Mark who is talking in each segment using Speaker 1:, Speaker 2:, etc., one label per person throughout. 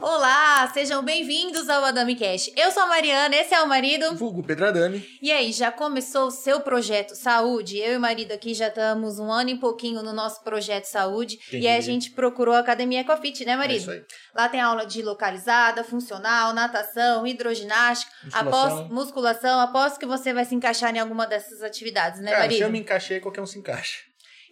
Speaker 1: Olá, sejam bem-vindos ao Adami Cash. Eu sou a Mariana, esse é o marido.
Speaker 2: Vulgo É Pedradani.
Speaker 1: E aí, já começou o seu projeto Saúde? Eu e o marido aqui já estamos um ano e pouquinho no nosso projeto Saúde. E aí a gente procurou a Academia Ecofit, né,
Speaker 2: É
Speaker 1: marido?
Speaker 2: isso aí.
Speaker 1: Lá tem aula de localizada, funcional, natação, hidroginástica,
Speaker 2: Musculação.
Speaker 1: após musculação. Aposto que você vai se encaixar em alguma dessas atividades, né,
Speaker 2: Cara, se
Speaker 1: marido?
Speaker 2: eu me encaixei, qualquer um se encaixa.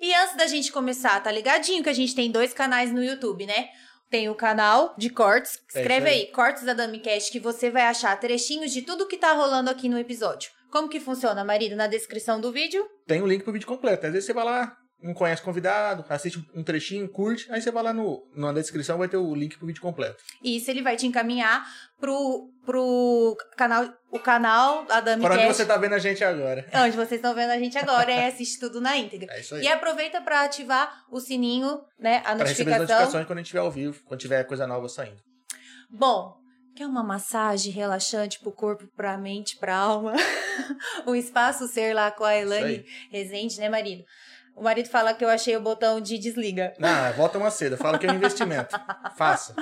Speaker 1: E antes da gente começar, tá ligadinho que a gente tem dois canais no YouTube, né? Tem o canal de cortes.
Speaker 2: É
Speaker 1: Escreve
Speaker 2: isso
Speaker 1: aí, cortes da Damicast, que você vai achar trechinhos de tudo que tá rolando aqui no episódio. Como que funciona, marido? Na descrição do vídeo.
Speaker 2: Tem o link pro vídeo completo. Às vezes você vai lá, não conhece o convidado, assiste um trechinho, curte, aí você vai lá no, na descrição, vai ter o link pro vídeo completo.
Speaker 1: E isso ele vai te encaminhar pro, pro canal, o canal da
Speaker 2: Para onde
Speaker 1: Damicast.
Speaker 2: você tá vendo a gente agora.
Speaker 1: Onde vocês estão vendo a gente agora, e assiste tudo na íntegra.
Speaker 2: É isso aí.
Speaker 1: E aproveita pra ativar o sininho, né? A
Speaker 2: Pra receber as
Speaker 1: notificação.
Speaker 2: notificações quando a gente tiver ao vivo, quando tiver coisa nova saindo.
Speaker 1: Bom, quer uma massagem relaxante pro corpo, pra mente, pra alma? o espaço ser lá com a Elane Rezende, né, marido? O marido fala que eu achei o botão de desliga.
Speaker 2: Ah, volta uma seda. Fala que é um investimento. Faça.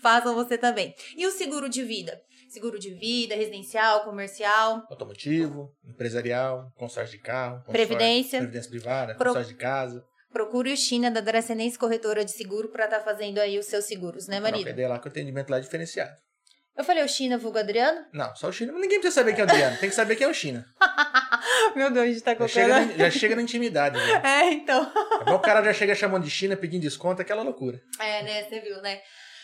Speaker 1: Façam você também. E o seguro de vida? Seguro de vida, residencial, comercial,
Speaker 2: Automotivo, empresarial, consórcio de carro, consórcio-
Speaker 1: Previdência.
Speaker 2: Previdência privada,
Speaker 1: Pro-
Speaker 2: consórcio de casa.
Speaker 1: procure o China da Dracenense Corretora de Seguro pra estar fazendo aí os seus seguros, né,
Speaker 2: Pra Não
Speaker 1: marido?
Speaker 2: perder lá que o atendimento lá é diferenciado.
Speaker 1: Eu falei o China, vulgo Adriano?
Speaker 2: Não, só o China. Ninguém precisa saber quem é o Adriano. Tem que saber quem é o China.
Speaker 1: Meu Deus, a gente tá
Speaker 2: Já chega, na, já chega na intimidade. Né?
Speaker 1: É, então.
Speaker 2: É bom, o cara já chega chamando de China, pedindo desconto, aquela loucura.
Speaker 1: É, né? Você viu, né?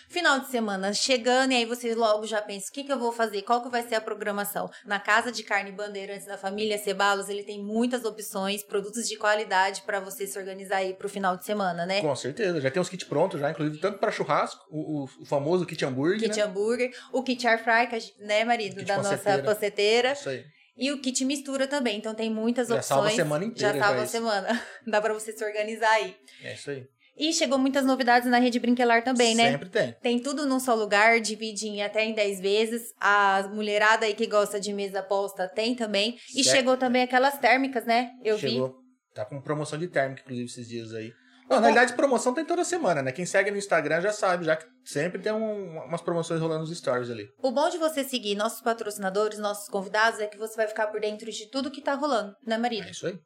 Speaker 1: Final de semana chegando, e aí você logo já pensa: o que, que eu vou fazer? Qual que vai ser a programação? Na Casa de Carne Bandeirantes da Família Cebalos, ele tem muitas opções, produtos de qualidade pra você se organizar aí pro final de semana, né?
Speaker 2: Com certeza, já tem uns kits prontos já, inclusive tanto pra churrasco, o, o- o famoso kit
Speaker 1: O
Speaker 2: hambúrguer,
Speaker 1: kit
Speaker 2: né?
Speaker 1: hambúrguer, o kit air fry, que a gente- né, marido?
Speaker 2: Kit
Speaker 1: da nossa
Speaker 2: panceteira.
Speaker 1: panceteira.
Speaker 2: Isso aí.
Speaker 1: E o kit mistura também. Então tem muitas
Speaker 2: Já
Speaker 1: opções.
Speaker 2: salva a semana inteira
Speaker 1: Já
Speaker 2: já é
Speaker 1: salva a
Speaker 2: isso.
Speaker 1: semana. Dá pra você se organizar aí.
Speaker 2: É isso aí.
Speaker 1: E chegou muitas novidades na rede Brinquelar também, né?
Speaker 2: Sempre tem.
Speaker 1: Tem tudo num só lugar, divide em até em 10 vezes. A mulherada aí que gosta de mesa posta tem também. E
Speaker 2: Certo.
Speaker 1: chegou também aquelas térmicas, né? Eu vi.
Speaker 2: Chegou. Tá com promoção de térmica, inclusive, esses dias aí. Não, na verdade, promoção tem toda semana, né? Quem segue no Instagram já sabe, já que sempre tem um- umas promoções rolando nos stories ali.
Speaker 1: O bom de você seguir nossos patrocinadores, nossos convidados, é que você vai ficar por dentro de tudo que tá rolando, né, marido?
Speaker 2: É isso aí.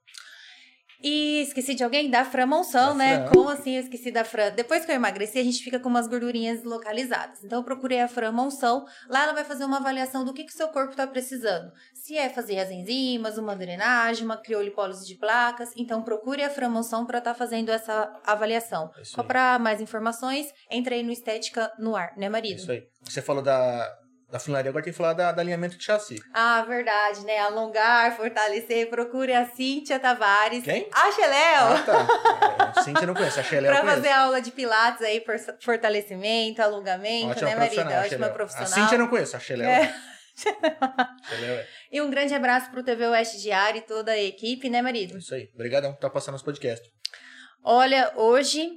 Speaker 1: E esqueci de alguém? Da Fran Monção,
Speaker 2: Da
Speaker 1: né?
Speaker 2: Fran.
Speaker 1: Como assim eu esqueci da Fran? Depois que eu emagreci, a gente fica com umas gordurinhas localizadas. Então eu procurei a Fran Monção. Lá ela vai fazer uma avaliação do que que o seu corpo tá precisando. Se é fazer as enzimas, uma drenagem, uma criolipólise de placas. Então procure a Fran Monção pra estar fazendo essa avaliação.
Speaker 2: É isso
Speaker 1: Só
Speaker 2: aí.
Speaker 1: pra mais informações, entre aí no Estética no Ar, né,
Speaker 2: É
Speaker 1: marido?
Speaker 2: isso aí. Você falou da, da funilaria, agora tem que falar da, da alinhamento de chassi.
Speaker 1: Ah, verdade, né? Alongar, fortalecer. Procure a Cíntia Tavares.
Speaker 2: Quem?
Speaker 1: A Xeléu!
Speaker 2: Ah, tá. É, Cintia não conhece, a Shelly eu
Speaker 1: Pra
Speaker 2: conheço.
Speaker 1: fazer aula de pilates aí, for- fortalecimento, alongamento,
Speaker 2: Ótima
Speaker 1: né, marido?
Speaker 2: profissional,
Speaker 1: Ótima
Speaker 2: Xeléu.
Speaker 1: profissional.
Speaker 2: A Cintia não conheço, a Xeléu.
Speaker 1: É.
Speaker 2: Xeléu é.
Speaker 1: E um grande abraço pro TV West Diário e toda a equipe, né,
Speaker 2: É
Speaker 1: marido?
Speaker 2: isso aí. Obrigadão por estar passando os podcasts.
Speaker 1: Olha, hoje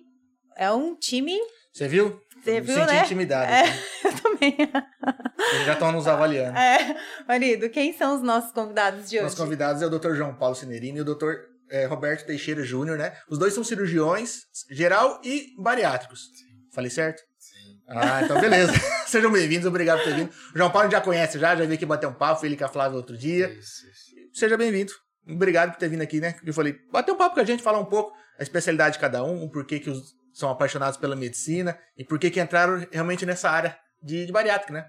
Speaker 1: é um time.
Speaker 2: Você viu?
Speaker 1: Você
Speaker 2: Eu me
Speaker 1: viu,
Speaker 2: senti
Speaker 1: né?
Speaker 2: intimidado.
Speaker 1: É.
Speaker 2: assim.
Speaker 1: Eu também.
Speaker 2: Eles já estão nos avaliando.
Speaker 1: É, marido, quem são os nossos convidados de hoje?
Speaker 2: Os convidados é o Dr. João Paulo Cinerini e o Dr. eh, Roberto Teixeira Júnior, né? Os dois são cirurgiões, geral e bariátricos. Falei certo? Sim. Ah, então beleza. Sejam bem-vindos, obrigado por ter vindo. O João Paulo já conhece já, já veio aqui bater um papo, ele com a Flávia outro dia.
Speaker 3: Isso, isso.
Speaker 2: Seja bem-vindo. Obrigado por ter vindo aqui, né? Eu falei, bater um papo com a gente, falar um pouco a especialidade de cada um, o porquê que os- são apaixonados pela medicina e porquê que entraram realmente nessa área de, de bariátrica, né?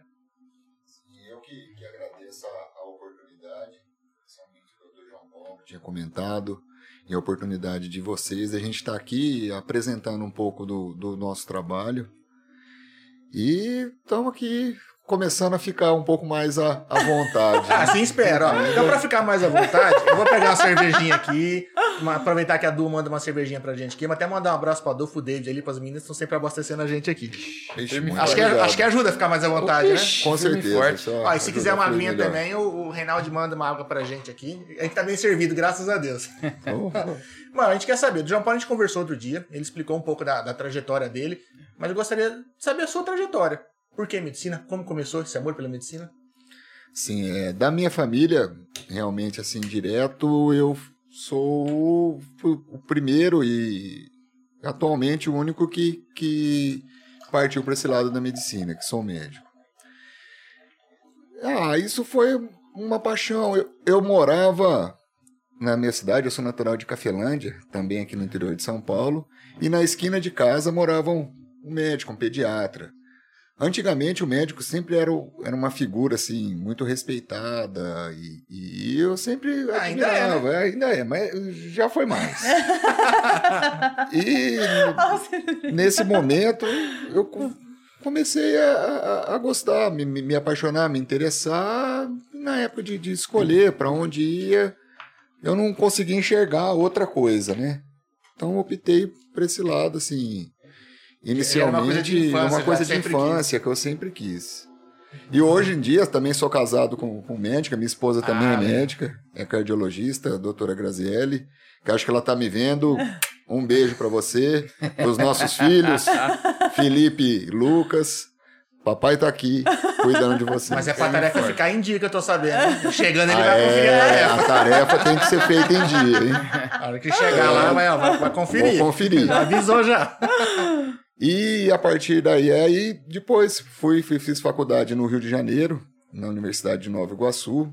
Speaker 3: E eu que, que agradeço a, a oportunidade, principalmente o Dr. João Paulo, que tinha comentado, e a oportunidade de vocês, da gente estar aqui apresentando um pouco do, do nosso trabalho. E estamos aqui começando a ficar um pouco mais à, à vontade.
Speaker 2: Ah, Assim espero, ó. Então, pra ficar mais à vontade, eu vou pegar uma cervejinha aqui, uma- aproveitar que a Du manda uma cervejinha pra gente aqui, mas até mandar um abraço pro Adolfo David ali, pras meninas que estão sempre abastecendo a gente aqui.
Speaker 3: Ixi, muito
Speaker 2: Acho que, é,
Speaker 3: obrigado.
Speaker 2: acho que ajuda a ficar mais à vontade, né?
Speaker 3: Com
Speaker 4: Firme e
Speaker 3: certeza.
Speaker 4: forte.
Speaker 3: Isso, é
Speaker 2: Ó, e se
Speaker 3: ajuda,
Speaker 2: quiser uma
Speaker 3: foi
Speaker 2: aguinha
Speaker 3: melhor.
Speaker 2: também, o, o Reinaldo manda uma água pra gente aqui. A gente tá bem servido, graças a Deus.
Speaker 3: Oh,
Speaker 2: Mano, a gente quer saber. Do João Paulo a gente conversou outro dia, ele explicou um pouco da, da trajetória dele, mas eu gostaria de saber a sua trajetória. Por que medicina? Como começou esse amor pela medicina?
Speaker 3: Sim, é, da minha família, realmente assim, direto, eu sou o, o primeiro e atualmente o único que, que partiu para esse lado da medicina, que sou médico. Ah, isso foi uma paixão. Eu, eu morava na minha cidade, eu sou natural de Cafelândia, também aqui no interior de São Paulo, e na esquina de casa morava um, um médico, um pediatra. Antigamente o médico sempre era, o- era uma figura assim muito respeitada e, e eu sempre
Speaker 2: Ah, ainda é, né?
Speaker 3: admirava, ainda é, mas já foi mais. e nesse momento eu co- comecei a, a- a gostar, me, me- me apaixonar, me interessar. Na época de, de escolher para onde ia, eu não conseguia enxergar outra coisa, né? Então eu optei por esse lado, assim, inicialmente, é
Speaker 2: Era É uma coisa de infância
Speaker 3: uma
Speaker 2: já,
Speaker 3: coisa de
Speaker 2: sempre
Speaker 3: infância que eu sempre quis. E hoje em dia também sou casado com, com médica, minha esposa também
Speaker 2: Ah,
Speaker 3: é
Speaker 2: legal.
Speaker 3: médica, é cardiologista, a doutora Graziele, que acho que ela tá me vendo. Um beijo para você, pros nossos filhos, Felipe, Lucas. Papai tá aqui cuidando de vocês.
Speaker 2: Mas é pra tarefa
Speaker 4: forte.
Speaker 2: ficar em dia que eu tô sabendo. Chegando, ele
Speaker 3: Ah,
Speaker 2: vai conferir a
Speaker 3: é,
Speaker 2: tarefa.
Speaker 3: a tarefa tem que ser feita em dia, hein?
Speaker 2: A hora que chegar lá, vai, ó, vai, vai conferir.
Speaker 3: Vou conferir.
Speaker 2: Já avisou já.
Speaker 3: E a partir daí, aí depois fui, fui- fiz faculdade no Rio de Janeiro, na Universidade de Nova Iguaçu.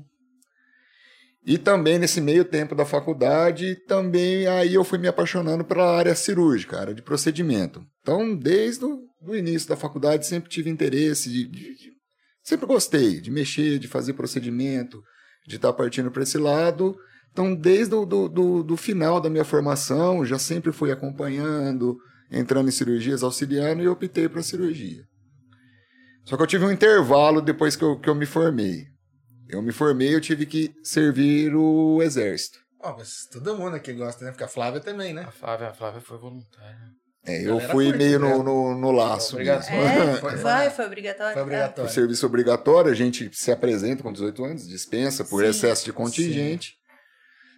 Speaker 3: E também nesse meio tempo da faculdade, também aí eu fui me apaixonando pela área cirúrgica, área de procedimento. Então, desde o do início da faculdade, sempre tive interesse, de- de- de- sempre gostei de mexer, de fazer procedimento, de estar partindo para esse lado. Então, desde o do, do, do final da minha formação, já sempre fui acompanhando, entrando em cirurgias, auxiliando, e eu optei para cirurgia. Só que eu tive um intervalo depois que eu, que eu me formei. Eu me formei, eu tive que servir o exército.
Speaker 2: Ó, mas todo mundo aqui gosta, né? Porque a Flávia também, né?
Speaker 4: A Flávia, a Flávia foi voluntária.
Speaker 3: É,
Speaker 2: A
Speaker 3: eu
Speaker 2: galera
Speaker 3: fui
Speaker 2: curte,
Speaker 3: meio
Speaker 2: né?
Speaker 3: no, no, no laço.
Speaker 2: Obrigação.
Speaker 3: mesmo.
Speaker 1: É,
Speaker 2: Foi-
Speaker 1: foi,
Speaker 2: foi-
Speaker 1: foi
Speaker 3: É,
Speaker 1: obrigatório.
Speaker 2: Foi
Speaker 3: O
Speaker 2: obrigatório.
Speaker 3: serviço obrigatório, a gente se apresenta com 18 anos, dispensa por
Speaker 1: Sim.
Speaker 3: excesso de contingente.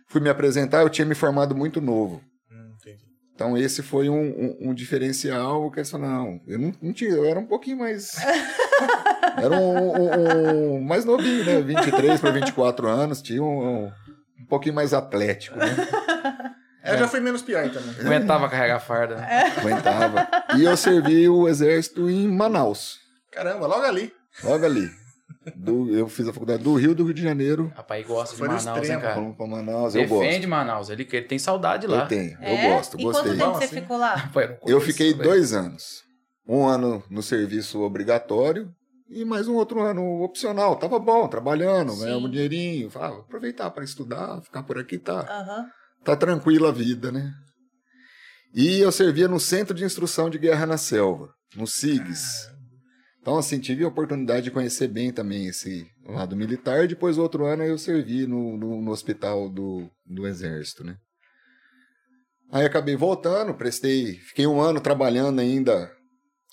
Speaker 3: Fui me apresentar, eu tinha me formado muito novo.
Speaker 2: Hum, entendi.
Speaker 3: Então esse foi um, um- um diferencial que eu disse, não, eu não, não tinha, eu era um pouquinho mais. era um, um- um mais novinho, né? 23 para 24 anos, tinha um, um, um pouquinho mais atlético, né?
Speaker 2: É, Eu já fui menos pior também.
Speaker 3: É.
Speaker 4: Aguentava carregar a farda. né?
Speaker 3: Aguentava. E eu servi o exército em Manaus,
Speaker 2: Caramba, logo ali.
Speaker 3: logo ali. Do- eu fiz a faculdade do Rio do Rio de Janeiro,
Speaker 4: Rapaz, ele gosta de
Speaker 2: Foi no
Speaker 4: Manaus,
Speaker 2: extremo,
Speaker 4: hein, cara?
Speaker 3: fomos para Manaus, eu gosto.
Speaker 4: É. Defende Manaus, ele, que- ele tem saudade
Speaker 3: Eu
Speaker 4: lá.
Speaker 3: tenho,
Speaker 1: É?
Speaker 3: eu gosto,
Speaker 1: E quanto
Speaker 3: gostei.
Speaker 1: tempo
Speaker 2: Bom,
Speaker 1: você
Speaker 2: assim.
Speaker 1: ficou lá?
Speaker 4: Foi no
Speaker 3: Eu
Speaker 4: começo,
Speaker 3: fiquei
Speaker 4: velho.
Speaker 3: dois anos. Um ano no serviço obrigatório e mais um outro ano opcional. Tava bom, trabalhando,
Speaker 1: Sim.
Speaker 3: ganhava um dinheirinho. Falava, "Ah, aproveitar para estudar, ficar por aqui, tá,
Speaker 1: Aham.
Speaker 3: tá tranquila a vida, né? E eu servia no Centro de Instrução de Guerra na Selva, no SIGS. Então, assim, tive a oportunidade de conhecer bem também esse lado militar. E depois, outro ano, eu servi no, no, no hospital do, do Exército, né? Aí acabei voltando, prestei, fiquei um ano trabalhando ainda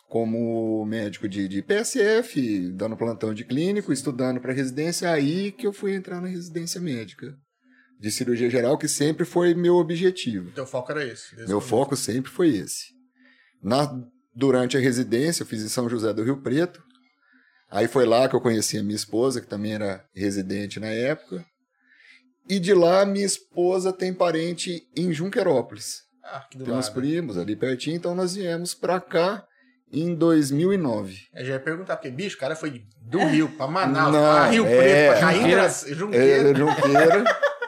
Speaker 3: como médico de, de PSF, dando plantão de clínico, estudando para residência, aí que eu fui entrar na residência médica de cirurgia geral, que sempre foi meu objetivo.
Speaker 2: Teu foco era esse. desde
Speaker 3: Meu
Speaker 2: o começo.
Speaker 3: foco sempre foi esse. Na, durante a residência, eu fiz em São José do Rio Preto. Aí foi lá que eu conheci a minha esposa, que também era residente na época. E de lá, minha esposa tem parente em Junquerópolis.
Speaker 2: Ah, que do
Speaker 3: Tem uns
Speaker 2: lado.
Speaker 3: primos ali pertinho, então nós viemos pra cá em 2009.
Speaker 2: Eu já ia perguntar, porque, bicho, o cara foi do Rio pra Manaus,
Speaker 3: Não,
Speaker 2: pra Rio
Speaker 3: é.
Speaker 2: Preto, pra cair em
Speaker 4: Junqueira.
Speaker 2: Gra- Junqueira,
Speaker 3: É, Junqueira,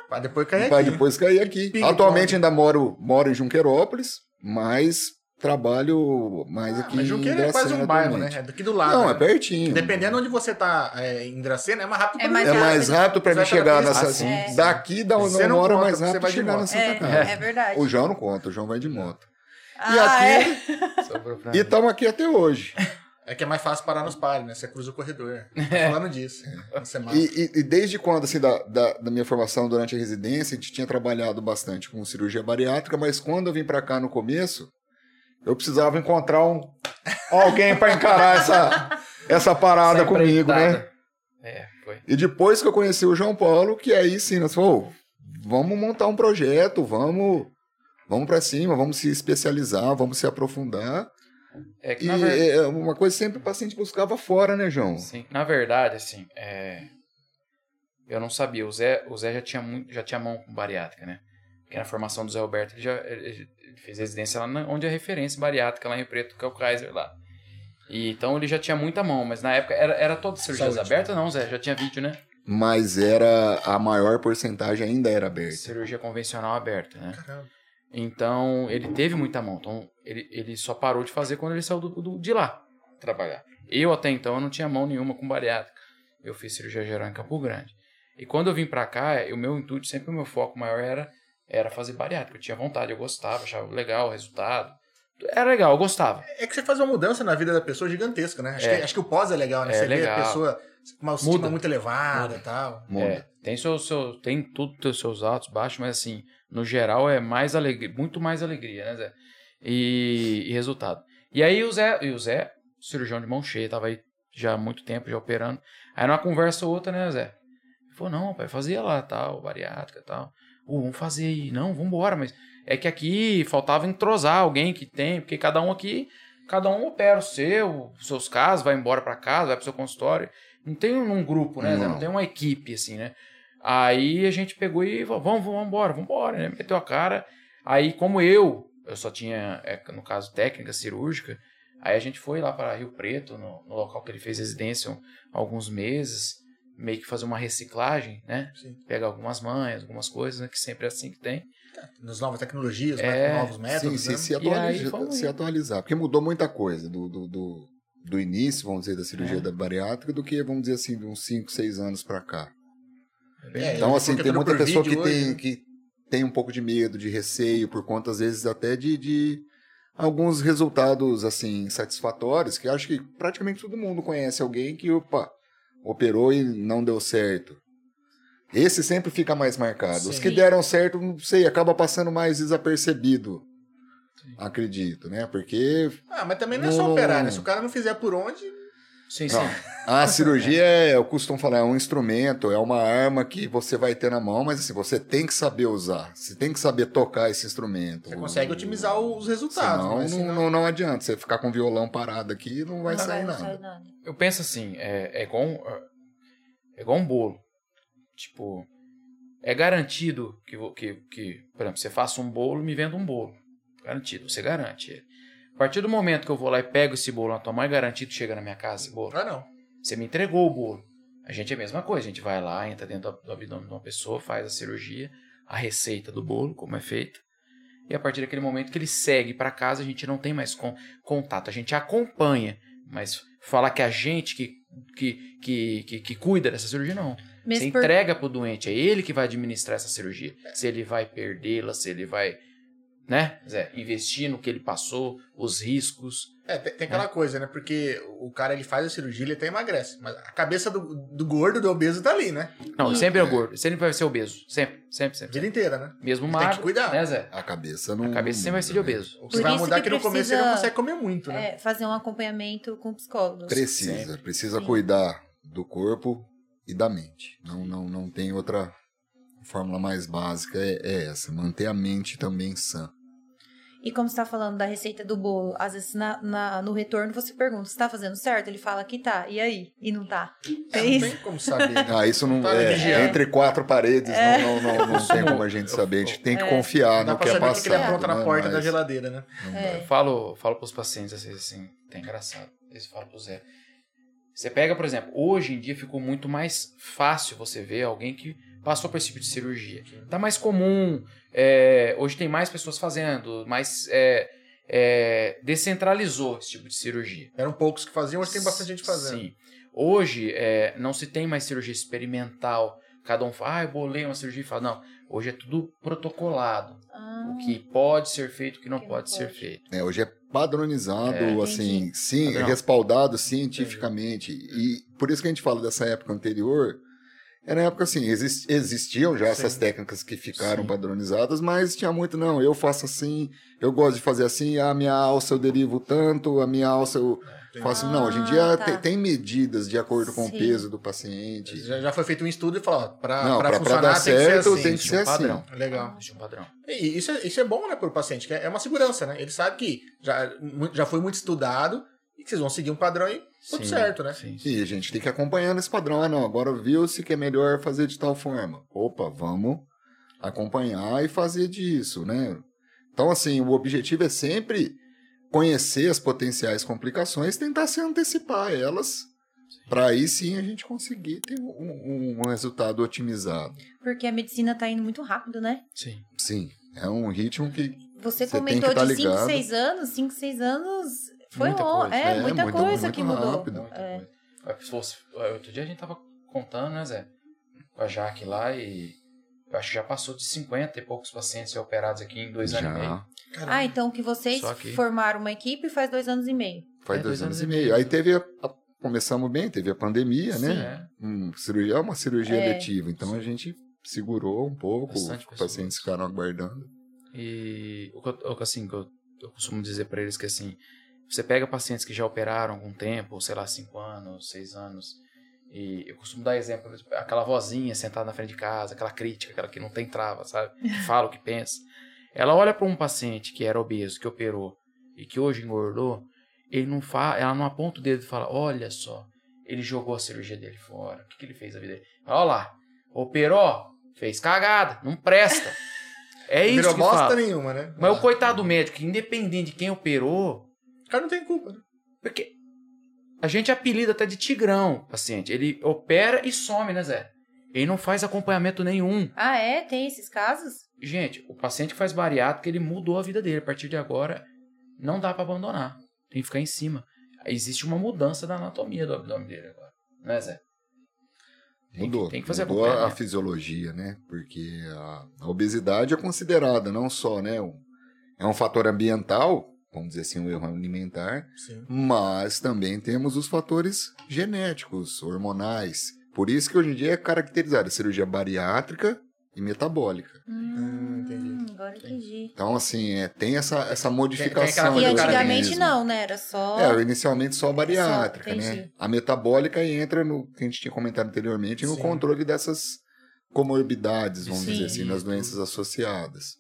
Speaker 2: pra depois cair
Speaker 3: vai
Speaker 2: aqui.
Speaker 3: depois cair aqui.
Speaker 2: Ping-pong.
Speaker 3: Atualmente ainda moro, moro em Junquerópolis, mas trabalho mais
Speaker 2: Ah,
Speaker 3: aqui
Speaker 2: mas
Speaker 3: em
Speaker 2: Junqueira
Speaker 3: Dracena
Speaker 2: é quase um bairro, né?
Speaker 3: atualmente.
Speaker 2: É daqui do lado.
Speaker 3: Não,
Speaker 2: né?
Speaker 3: é pertinho.
Speaker 2: Dependendo onde você tá é, em Dracena, é mais rápido
Speaker 1: É
Speaker 2: pra
Speaker 1: mais
Speaker 3: É
Speaker 2: Junqueira.
Speaker 3: mais rápido pra
Speaker 2: Você
Speaker 3: mim
Speaker 2: vai
Speaker 3: chegar
Speaker 2: pela
Speaker 3: nessa.
Speaker 4: pista. Ah, sim, sim.
Speaker 3: Daqui da onde
Speaker 2: Você
Speaker 3: eu
Speaker 2: não
Speaker 3: moro é
Speaker 2: conta,
Speaker 3: mais
Speaker 2: você
Speaker 3: rápido
Speaker 2: vai de
Speaker 3: chegar na
Speaker 2: moto.
Speaker 3: Santa Casa.
Speaker 1: É, é verdade.
Speaker 3: O João não conta, o João vai de moto.
Speaker 1: Ah,
Speaker 3: aqui-
Speaker 1: é.
Speaker 4: Sobrou pra
Speaker 3: E
Speaker 4: mim.
Speaker 3: estamos aqui até hoje.
Speaker 2: É que é mais fácil parar nos pares, né? Você cruza o corredor. Tá falando disso. é Você mata.
Speaker 3: É. E, e- e desde quando, assim, da, da, da minha formação durante a residência, a gente tinha trabalhado bastante com cirurgia bariátrica, mas quando eu vim pra cá no começo, eu precisava encontrar um, alguém pra encarar essa, essa parada
Speaker 4: Essa
Speaker 3: tá comigo, né?
Speaker 4: empreitada. É, foi.
Speaker 3: E depois que eu conheci o João Paulo, que aí sim, nós falamos, "Ô, vamos montar um projeto, vamos, vamos para cima, vamos se especializar, vamos se aprofundar.
Speaker 4: É que
Speaker 3: E
Speaker 4: na verdade.
Speaker 3: é uma coisa sempre o paciente buscava fora, né, João?
Speaker 4: Sim, na verdade, assim, é, eu não sabia. O Zé, o Zé já, tinha muito, já tinha mão com bariátrica, né? Porque na formação do Zé Alberto, ele já ele- ele fez residência lá na- onde é referência bariátrica, lá em Rio Preto, que é o Kaiser lá. E, então ele já tinha muita mão, mas na época era, era todas cirurgias
Speaker 2: Saúde.
Speaker 4: abertas, não, Zé? Já tinha vídeo, né?
Speaker 3: Mas era a maior porcentagem ainda era aberta.
Speaker 4: Cirurgia convencional aberta, né?
Speaker 2: Caramba.
Speaker 4: Então, ele teve muita mão. Então, ele, ele só parou de fazer quando ele saiu do, do- de lá trabalhar. Eu, até então, eu não tinha mão nenhuma com bariátrica. Eu fiz cirurgia geral em Campo Grande. E quando eu vim pra cá, eh, o meu intuito, sempre o meu foco maior era, era fazer bariátrica. Eu tinha vontade, eu gostava, achava legal o resultado. Era legal, eu gostava.
Speaker 2: É que você faz uma mudança na vida da pessoa gigantesca, né? Acho,
Speaker 4: É.
Speaker 2: que, acho que o pós é legal, né?
Speaker 4: É
Speaker 2: você vê a
Speaker 4: legal.
Speaker 2: pessoa com uma autoestima
Speaker 4: Muda.
Speaker 2: muito elevada
Speaker 4: Muda.
Speaker 2: e tal.
Speaker 3: Muda.
Speaker 4: É, tem seu, seu, tem tudo tem seus altos, baixos, mas assim, no geral é mais alegria, muito mais alegria, né, Zé? E, e resultado. E aí o Zé, e o Zé, cirurgião de mão cheia, tava aí já há muito tempo, já operando. Aí numa conversa ou outra, né, Zé? Ele falou, não, pai, fazia lá, tal, bariátrica, tal. Ô, vamos fazer aí. Não, vamos embora, mas é que aqui faltava entrosar alguém que tem, porque cada um aqui, cada um opera o seu, os seus casos, vai embora pra casa, vai pro seu consultório. Não tem um grupo, né, Zé?
Speaker 3: Não.
Speaker 4: Não tem uma equipe, assim, né? Aí a gente pegou e falou, vamos, vamos embora, vamos embora, né? Meteu a cara. Aí, como eu, eu só tinha, é, no caso, técnica cirúrgica, aí a gente foi lá para Rio Preto, no, no local que ele fez residência um- alguns meses, meio que fazer uma reciclagem, né?
Speaker 2: Sim.
Speaker 4: Pegar algumas manhas, algumas coisas, né? Que sempre é assim que tem.
Speaker 2: Nas novas tecnologias,
Speaker 4: É.
Speaker 2: né? novos
Speaker 3: Sim,
Speaker 2: métodos.
Speaker 3: sim,
Speaker 2: né?
Speaker 3: se,
Speaker 4: E aí
Speaker 3: atualiza-
Speaker 4: vamos
Speaker 3: se
Speaker 4: indo.
Speaker 3: atualizar. Porque mudou muita coisa do, do, do, do início, vamos dizer, da cirurgia
Speaker 4: É.
Speaker 3: da bariátrica do que, vamos dizer assim, de uns 5, 6 anos pra cá.
Speaker 2: É,
Speaker 3: Então,
Speaker 2: eu
Speaker 3: assim,
Speaker 2: tô
Speaker 3: tem
Speaker 2: tentando
Speaker 3: muita
Speaker 2: por
Speaker 3: pessoa que
Speaker 2: vídeo hoje,
Speaker 3: tem,
Speaker 2: né?
Speaker 3: que tem um pouco de medo, de receio, por conta, às vezes, até de, de alguns resultados, assim, insatisfatórios, que acho que praticamente todo mundo conhece alguém que, opa, operou e não deu certo. Esse sempre fica mais marcado. Os
Speaker 2: Sim.
Speaker 3: que deram certo, não sei, acaba passando mais desapercebido. Acredito, né? Porque
Speaker 2: Ah, mas também não é
Speaker 3: Não.
Speaker 2: só operar, né? Se o cara não fizer por onde,
Speaker 4: Sim, sim.
Speaker 3: Não. a cirurgia é, eu costumo falar, é um instrumento, é uma arma que você vai ter na mão, mas assim, você tem que saber usar. Você tem que saber tocar esse instrumento.
Speaker 2: você consegue otimizar os resultados.
Speaker 3: Senão,
Speaker 2: mas
Speaker 3: não,
Speaker 2: senão-
Speaker 3: não, não adianta. Você ficar com o violão parado aqui não vai
Speaker 1: Não
Speaker 3: sair
Speaker 1: não
Speaker 3: nada.
Speaker 1: sai nada.
Speaker 4: eu penso assim, é, é igual um, é igual um bolo. Tipo, é garantido que, vo- que, que, por exemplo, você faça um bolo, me venda um bolo. Garantido, você garante ele. A partir do momento que eu vou lá e pego esse bolo na tua mão, é garantido que chega na minha casa esse bolo.
Speaker 2: Ah, não.
Speaker 4: Você me entregou o bolo. A gente é a mesma coisa, a gente vai lá, entra dentro do abdômen de uma pessoa, faz a cirurgia, a receita do bolo, como é feita. E a partir daquele momento que ele segue para casa, a gente não tem mais con- contato, a gente acompanha, mas falar que a gente que, que, que, que, que cuida dessa cirurgia, não.
Speaker 1: Mas
Speaker 4: Você
Speaker 1: por-
Speaker 4: entrega pro doente, é ele que vai administrar essa cirurgia. Se ele vai perdê-la, se ele vai, né, Zé, investir no que ele passou, os riscos.
Speaker 2: É, tem, tem aquela coisa, né? Porque o cara ele faz a cirurgia, ele até emagrece. Mas a cabeça do, do gordo, do obeso, tá ali, né?
Speaker 4: Não,
Speaker 1: E-
Speaker 4: sempre é o gordo, sempre vai ser obeso, sempre, sempre,
Speaker 2: A
Speaker 4: sempre.
Speaker 2: vida inteira, né?
Speaker 4: Mesmo
Speaker 2: Tem que
Speaker 4: magro,
Speaker 2: cuidar. Hum,
Speaker 4: né, Zé?
Speaker 3: A cabeça não.
Speaker 4: A cabeça sempre vai ser de obeso.
Speaker 2: O que
Speaker 1: Por
Speaker 2: vai
Speaker 1: isso
Speaker 2: mudar é
Speaker 1: que
Speaker 2: que no começo ele não
Speaker 1: precisa-
Speaker 2: consegue comer muito, né?
Speaker 1: É, fazer um acompanhamento com psicólogos.
Speaker 3: Precisa, precisa
Speaker 1: Sim.
Speaker 3: cuidar do corpo e da mente. Não, não, não tem outra fórmula mais básica, é, é essa. Manter a mente também sã.
Speaker 1: E como você tá falando da receita do bolo, às vezes na- na- no retorno você pergunta, você tá fazendo certo? Ele fala que tá, e aí? E não tá. É
Speaker 2: não
Speaker 1: isso?
Speaker 2: tem como saber. né?
Speaker 3: Ah, isso não
Speaker 2: Tá
Speaker 3: é,
Speaker 2: vigiando.
Speaker 3: entre quatro paredes, não, não, não,
Speaker 1: É.
Speaker 3: não tem como a gente saber. A gente tem que confiar
Speaker 2: Dá
Speaker 3: no
Speaker 2: pra
Speaker 3: que é
Speaker 2: saber o que que ele
Speaker 3: passado.
Speaker 2: apronta
Speaker 3: né?
Speaker 2: na porta da
Speaker 3: Mas hum,
Speaker 2: geladeira, né?
Speaker 3: não dá.
Speaker 1: É.
Speaker 4: Eu falo, falo pros pacientes às vezes assim, tá engraçado. Eles falam pro Zé. Você pega, por exemplo, hoje em dia ficou muito mais fácil você ver alguém que passou por esse tipo de cirurgia. Tá mais comum, é, hoje tem mais pessoas fazendo, mais é, é, descentralizou esse tipo de cirurgia.
Speaker 2: Eram poucos que faziam, hoje tem bastante gente fazendo.
Speaker 4: Sim. Hoje é, não se tem mais cirurgia experimental. Cada um fala, ah, eu bolei uma cirurgia e fala. Não, hoje é tudo protocolado.
Speaker 1: Ah,
Speaker 4: O que pode ser feito, o que não
Speaker 1: Que não
Speaker 4: pode ser
Speaker 1: pode.
Speaker 4: feito.
Speaker 3: É, hoje é padronizado,
Speaker 4: É.
Speaker 3: assim, sim,
Speaker 4: Padrão.
Speaker 3: respaldado cientificamente. E por isso que a gente fala dessa época anterior. Era na época assim, exis- existiam já
Speaker 2: Sim.
Speaker 3: essas técnicas que ficaram
Speaker 4: Sim.
Speaker 3: padronizadas, mas tinha muito, não, eu faço assim, eu gosto de fazer assim, a minha alça eu derivo tanto, a minha alça eu
Speaker 2: É.
Speaker 3: Fala assim, não, hoje em
Speaker 1: Ah,
Speaker 3: dia
Speaker 1: tá.
Speaker 3: te- tem, medidas de acordo com
Speaker 1: Sim.
Speaker 3: o peso do paciente.
Speaker 2: Já, já foi feito um estudo e falou, ó, pra,
Speaker 3: não,
Speaker 2: pra
Speaker 3: pra, pra
Speaker 2: funcionar
Speaker 3: dar
Speaker 2: tem que ser
Speaker 3: certo
Speaker 2: assim.
Speaker 3: tem que ser
Speaker 4: Existe um
Speaker 3: assim.
Speaker 4: padrão.
Speaker 1: Ah.
Speaker 2: Legal.
Speaker 4: Existe um padrão.
Speaker 2: E isso é, isso é bom, né, pro paciente, que é uma segurança, né? Ele sabe que já, mu- já foi muito estudado e que vocês vão seguir um padrão e tudo
Speaker 4: Sim,
Speaker 2: certo, né?
Speaker 4: Sim, sim.
Speaker 3: E a gente tem que acompanhar esse padrão. Ah, não, agora viu-se que é melhor fazer de tal forma. Opa, vamos acompanhar e fazer disso, né? Então, assim, o objetivo é sempre conhecer as potenciais complicações, tentar se antecipar a elas, para aí sim a gente conseguir ter um, um- um resultado otimizado.
Speaker 1: Porque a medicina tá indo muito rápido, né?
Speaker 4: Sim.
Speaker 3: Sim, é um ritmo que
Speaker 1: Você
Speaker 3: Você tem
Speaker 1: comentou
Speaker 3: que tá
Speaker 1: de 5,
Speaker 3: ligado.
Speaker 1: 6 anos. 5, 6 anos foi
Speaker 4: Muita
Speaker 1: longe.
Speaker 4: coisa.
Speaker 1: É, muita
Speaker 3: muito-
Speaker 1: coisa
Speaker 3: muito
Speaker 1: que mudou.
Speaker 3: rápido.
Speaker 1: É.
Speaker 4: Se fosse- Outro dia a gente tava contando, né, Zé? Com a Jaque lá e. Eu acho que já passou de 50 e poucos pacientes operados aqui em dois anos e meio.
Speaker 3: Já
Speaker 1: Ah, então que vocês
Speaker 4: Só que-
Speaker 1: formaram uma equipe faz dois anos e meio.
Speaker 3: faz
Speaker 4: É,
Speaker 3: dois anos, e meio. Aí teve a- a- começamos bem, teve a pandemia, né?
Speaker 4: É.
Speaker 3: um, cirurgia, é uma cirurgia
Speaker 1: É.
Speaker 3: letiva, então a gente segurou um pouco,
Speaker 4: Bastante
Speaker 3: os
Speaker 4: coisa.
Speaker 3: pacientes ficaram aguardando.
Speaker 4: E o que eu- o que, assim, que eu, eu costumo dizer pra eles que assim, você pega pacientes que já operaram há algum tempo, sei lá, cinco anos, seis anos, e eu costumo dar exemplo, aquela vozinha sentada na frente de casa, aquela crítica, aquela que não tem trava, sabe? Que fala o que pensa. Ela olha pra um paciente que era obeso, que operou e que hoje engordou, ele não fa ela não aponta o dedo e fala: "Olha só, ele jogou a cirurgia dele fora. O que, que ele fez na vida dele? Olha lá, operou, fez cagada, não presta. É
Speaker 2: Não
Speaker 4: isso
Speaker 2: virou
Speaker 4: que
Speaker 2: bosta
Speaker 4: fala.
Speaker 2: nenhuma, né?
Speaker 4: Mas o coitado do médico, independente de quem operou,
Speaker 2: O cara não tem culpa, né?
Speaker 4: porque a gente apelida até de tigrão o paciente. Ele opera e some, né, Zé? Ele não faz acompanhamento nenhum.
Speaker 1: Ah, é? Tem esses casos?
Speaker 4: Gente, o paciente que faz bariátrica, ele mudou a vida dele. A partir de agora, não dá pra abandonar. Tem que ficar em cima. Existe uma mudança da anatomia do abdômen dele agora. Né, Zé? Tem que-
Speaker 3: Mudou.
Speaker 4: tem que fazer
Speaker 3: mudou a, a
Speaker 4: acompanhamento.
Speaker 3: fisiologia, né? Porque a, a obesidade é considerada não só, né? um- é um fator ambiental, vamos dizer assim, um erro alimentar,
Speaker 2: Sim.
Speaker 3: mas também temos os fatores genéticos, hormonais. Por isso que hoje em dia é caracterizada a cirurgia bariátrica e metabólica.
Speaker 1: Hum,
Speaker 2: entendi.
Speaker 1: Agora entendi.
Speaker 3: Então, assim, é, tem essa, essa modificação.
Speaker 1: E
Speaker 2: Olha, coisa o
Speaker 3: É, do
Speaker 2: cara
Speaker 1: antigamente
Speaker 3: organismo.
Speaker 1: não, né? Era só.
Speaker 3: É, inicialmente só a bariátrica,
Speaker 1: entendi.
Speaker 3: né? A metabólica entra no que a gente tinha comentado anteriormente, no
Speaker 2: Sim.
Speaker 3: controle dessas comorbidades, vamos
Speaker 1: Sim.
Speaker 3: dizer assim, nas doenças associadas.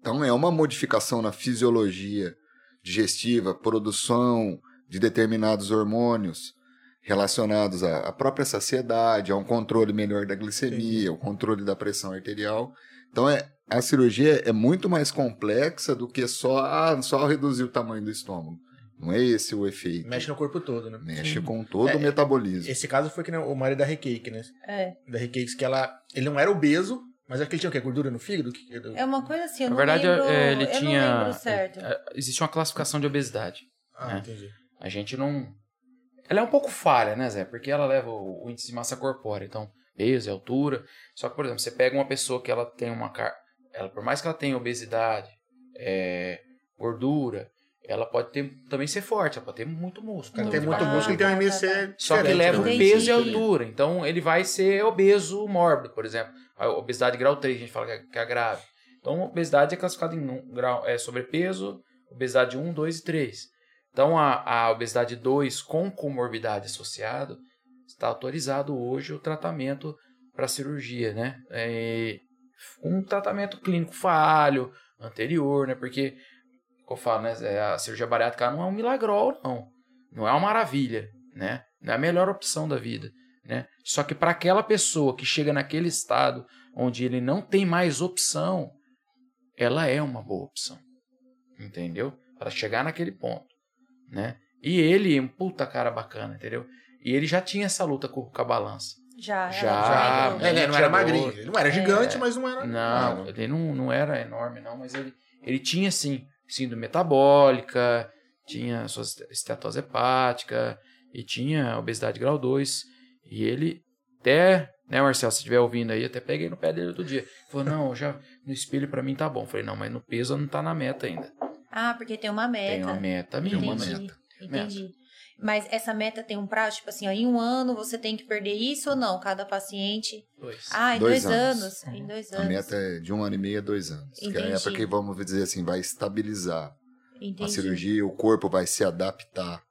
Speaker 3: Então é uma modificação na fisiologia digestiva, produção de determinados hormônios relacionados à, à própria saciedade, a um controle melhor da glicemia, o controle da pressão arterial. Então é a cirurgia é muito mais complexa do que só ah, só reduzir o tamanho do estômago. Não é esse o efeito.
Speaker 2: Mexe no corpo todo, né?
Speaker 3: Mexe com todo
Speaker 2: É,
Speaker 3: o metabolismo.
Speaker 2: Esse caso foi que nem o marido da Requeique, né?
Speaker 1: É.
Speaker 2: Da Requeique, que ela... Ele não era obeso, mas é que ele tinha o quê? Gordura no fígado? Que-
Speaker 1: É uma coisa assim, eu
Speaker 4: Na
Speaker 1: não
Speaker 4: verdade,
Speaker 1: lembro.
Speaker 4: é, ele
Speaker 1: eu não
Speaker 4: tinha.
Speaker 1: lembro certo.
Speaker 4: é, Existe uma classificação de obesidade.
Speaker 2: Ah,
Speaker 4: É.
Speaker 2: entendi.
Speaker 4: A gente não. Ela é um pouco falha, né, Zé? Porque ela leva o, o índice de massa corpórea, então peso e altura. Só que, por exemplo, você pega uma pessoa que ela tem uma car... ela Por mais que ela tenha obesidade, é, gordura, ela pode ter, também ser forte, ela pode ter muito
Speaker 2: O
Speaker 4: músculo.
Speaker 2: cara
Speaker 4: Então,
Speaker 2: tem
Speaker 4: ele
Speaker 2: muito
Speaker 4: vai-
Speaker 2: músculo e tem um IMC
Speaker 4: Só que é
Speaker 2: diferente,
Speaker 4: leva o
Speaker 2: né?
Speaker 1: Entendi.
Speaker 4: peso e altura. Então ele vai ser obeso mórbido, por exemplo. A obesidade grau 3, a gente fala que é, que é grave. Então obesidade é classificada em um grau, é sobrepeso, obesidade 1, 2 e 3. Então a, a obesidade 2 com comorbidade associada está autorizado hoje o tratamento para cirurgia, né? É, um tratamento clínico falho, anterior, né? Porque, como eu falo, né? Zé, A cirurgia bariátrica não é um milagrol, não. Não é uma maravilha, né? Não é a melhor opção da vida, né? Só que para aquela pessoa que chega naquele estado onde ele não tem mais opção, ela é uma boa opção, entendeu? Para chegar naquele ponto, né? E ele, é um puta cara bacana, entendeu? E ele já tinha essa luta com, com a balança.
Speaker 1: Já.
Speaker 4: já,
Speaker 1: ela comentou.
Speaker 2: É, ele não era
Speaker 4: Tinha
Speaker 2: magrinho.
Speaker 4: gordura.
Speaker 2: Ele não era gigante, mas não era...
Speaker 4: Não,
Speaker 3: Não.
Speaker 4: ele não, não era enorme, não, mas ele, ele tinha sim síndrome metabólica, tinha sua est- estetose hepática e tinha obesidade grau 2. E ele até, né, Marcelo, se estiver ouvindo aí, até peguei no pé dele outro dia. Falou, não, já no espelho pra mim tá bom. Falei, não, mas no peso não tá na meta ainda.
Speaker 1: Ah, porque tem uma meta.
Speaker 4: Tem uma meta
Speaker 3: Tem uma
Speaker 4: mínima.
Speaker 1: Entendi.
Speaker 3: meta.
Speaker 1: Entendi. Mas essa meta tem um prazo, tipo assim, ó, em um ano você tem que perder isso ou não? Cada paciente.
Speaker 4: Dois.
Speaker 1: Ah, em dois,
Speaker 3: Dois
Speaker 1: anos.
Speaker 3: anos.
Speaker 1: Em dois
Speaker 3: A
Speaker 1: anos.
Speaker 3: meta é de um ano e meio a dois anos. Que é a
Speaker 1: Entendi.
Speaker 3: época que, vamos dizer assim, vai estabilizar
Speaker 1: Entendi.
Speaker 3: a cirurgia, o corpo vai se adaptar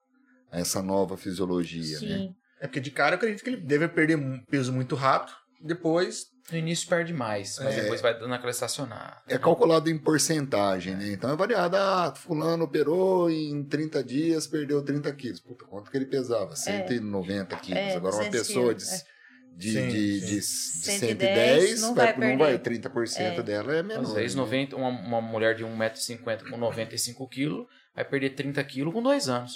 Speaker 3: a essa nova fisiologia, né?
Speaker 1: Sim.
Speaker 2: É porque de cara eu acredito que ele deve perder um peso muito rápido. Depois,
Speaker 4: No início perde mais, mas
Speaker 3: É.
Speaker 4: depois vai dando aquela estacionada.
Speaker 3: É calculado em porcentagem, né? Então é variado. Ah, fulano operou em 30 dias, perdeu 30 quilos. Puta, quanto que ele pesava? 190 quilos.
Speaker 1: É,
Speaker 3: Agora uma
Speaker 1: 200
Speaker 3: pessoa de,
Speaker 1: quilos, é.
Speaker 3: de,
Speaker 2: Sim,
Speaker 3: de,
Speaker 2: sim.
Speaker 3: de, de 110,
Speaker 1: 110,
Speaker 3: não
Speaker 1: não
Speaker 3: vai,
Speaker 1: vai
Speaker 3: não vai,
Speaker 1: perder.
Speaker 3: 30%
Speaker 1: É.
Speaker 3: dela é menor.
Speaker 4: Às vezes,
Speaker 3: né?
Speaker 4: 90, uma, uma mulher de 1,50m com 95kg vai perder 30kg com 2 anos.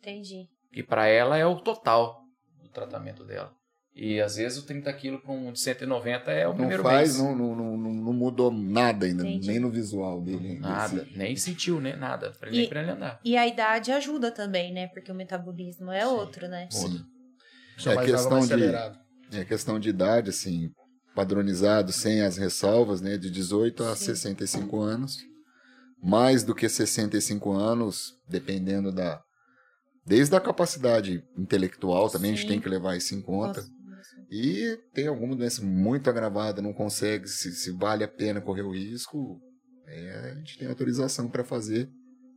Speaker 1: Entendi.
Speaker 4: que para ela é o total do tratamento dela. E às vezes o 30 quilos para um de 190 é o
Speaker 3: Não
Speaker 4: primeiro
Speaker 3: faz, um
Speaker 4: mês.
Speaker 3: não, não, não, não- não mudou nada ainda,
Speaker 1: Entendi.
Speaker 3: nem no visual dele.
Speaker 4: Nada,
Speaker 3: Desse-
Speaker 4: nem sentiu, né? Nada, pra ele,
Speaker 1: E-
Speaker 4: nem pra ele andar.
Speaker 1: E a idade ajuda também, né? Porque o metabolismo é
Speaker 4: Sim.
Speaker 1: outro, né?
Speaker 3: Sim.
Speaker 2: só
Speaker 3: É
Speaker 2: mais nova,
Speaker 3: questão
Speaker 2: mais
Speaker 3: de-
Speaker 2: acelerado.
Speaker 3: É questão de idade, assim, padronizado, sem as ressalvas, né? De 18 a
Speaker 1: Sim.
Speaker 3: 65 anos. Mais do que 65 anos, dependendo da. Desde a capacidade intelectual também, a gente
Speaker 1: Sim.
Speaker 3: tem que levar isso em conta.
Speaker 1: Nossa,
Speaker 3: E tem alguma doença muito agravada, não consegue, se, se vale a pena correr o risco, é, a gente tem autorização para fazer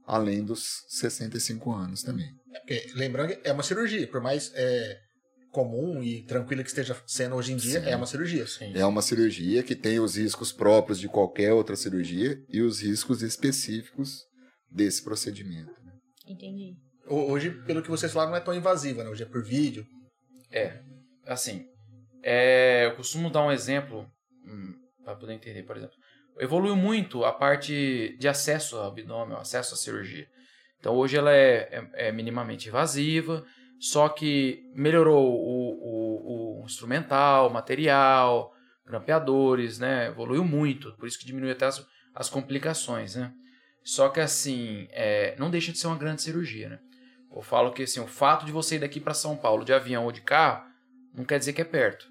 Speaker 3: além dos 65 anos também.
Speaker 2: Porque, lembrando que é uma cirurgia, por mais é, comum e tranquila que esteja sendo hoje em dia,
Speaker 3: Sim.
Speaker 2: é uma cirurgia.
Speaker 4: Sim.
Speaker 3: É uma cirurgia que tem os riscos próprios de qualquer outra cirurgia e os riscos específicos desse procedimento. né?
Speaker 1: Entendi.
Speaker 2: Ho- Hoje, pelo que vocês falaram, não é tão invasiva, né? Hoje é por vídeo.
Speaker 4: É, assim, é, eu costumo dar um exemplo para poder entender, por exemplo. Evoluiu muito a parte de acesso ao abdômen, acesso à cirurgia. Então hoje ela é, é- é minimamente invasiva, só que melhorou o, o- o instrumental, o material, grampeadores, né? Evoluiu muito, por isso que diminuiu até as, as complicações, né? Só que assim, é, não deixa de ser uma grande cirurgia, né? Eu falo que assim, o fato de você ir daqui para São Paulo de avião ou de carro não quer dizer que é perto.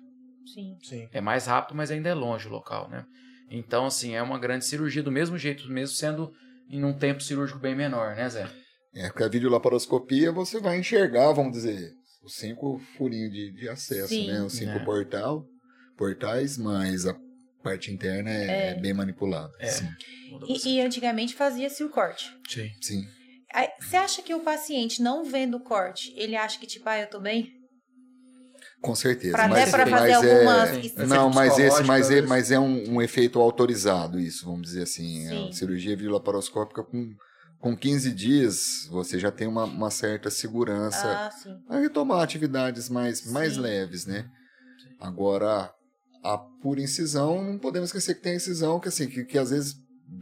Speaker 1: Sim.
Speaker 2: Sim.
Speaker 4: É mais rápido, mas ainda é longe o local, né? Então, assim, é uma grande cirurgia do mesmo jeito, mesmo sendo em um tempo cirúrgico bem menor, né, Zé?
Speaker 3: É, porque a videolaparoscopia você vai enxergar, vamos dizer, os cinco furinhos de, de acesso,
Speaker 1: Sim.
Speaker 3: né? Os cinco
Speaker 4: É.
Speaker 3: portal, portais, mas a parte interna é,
Speaker 1: É.
Speaker 3: bem manipulada.
Speaker 4: É.
Speaker 3: Sim.
Speaker 1: E, e antigamente fazia-se o corte.
Speaker 4: Sim.
Speaker 3: Sim.
Speaker 1: Aí, Você acha que o paciente, não vendo o corte, ele acha que, tipo, ah, eu tô bem?
Speaker 3: Com certeza.
Speaker 1: Pra
Speaker 3: mas
Speaker 1: até pra
Speaker 3: mas
Speaker 1: fazer
Speaker 3: é...
Speaker 1: algumas.
Speaker 4: Sim.
Speaker 1: que-
Speaker 2: Efeito
Speaker 3: Não, mas esse,
Speaker 2: psicológico,
Speaker 1: né?
Speaker 3: mas é,
Speaker 2: talvez.
Speaker 3: mas é um, um efeito autorizado isso, vamos dizer assim.
Speaker 1: Sim.
Speaker 3: A cirurgia videolaparoscópica com, com 15 dias você já tem uma, uma certa segurança
Speaker 1: Ah, sim.
Speaker 3: a retomar atividades mais, mais
Speaker 1: Sim.
Speaker 3: leves, né? Agora, a por incisão, não podemos esquecer que tem a incisão que, assim, que, que às vezes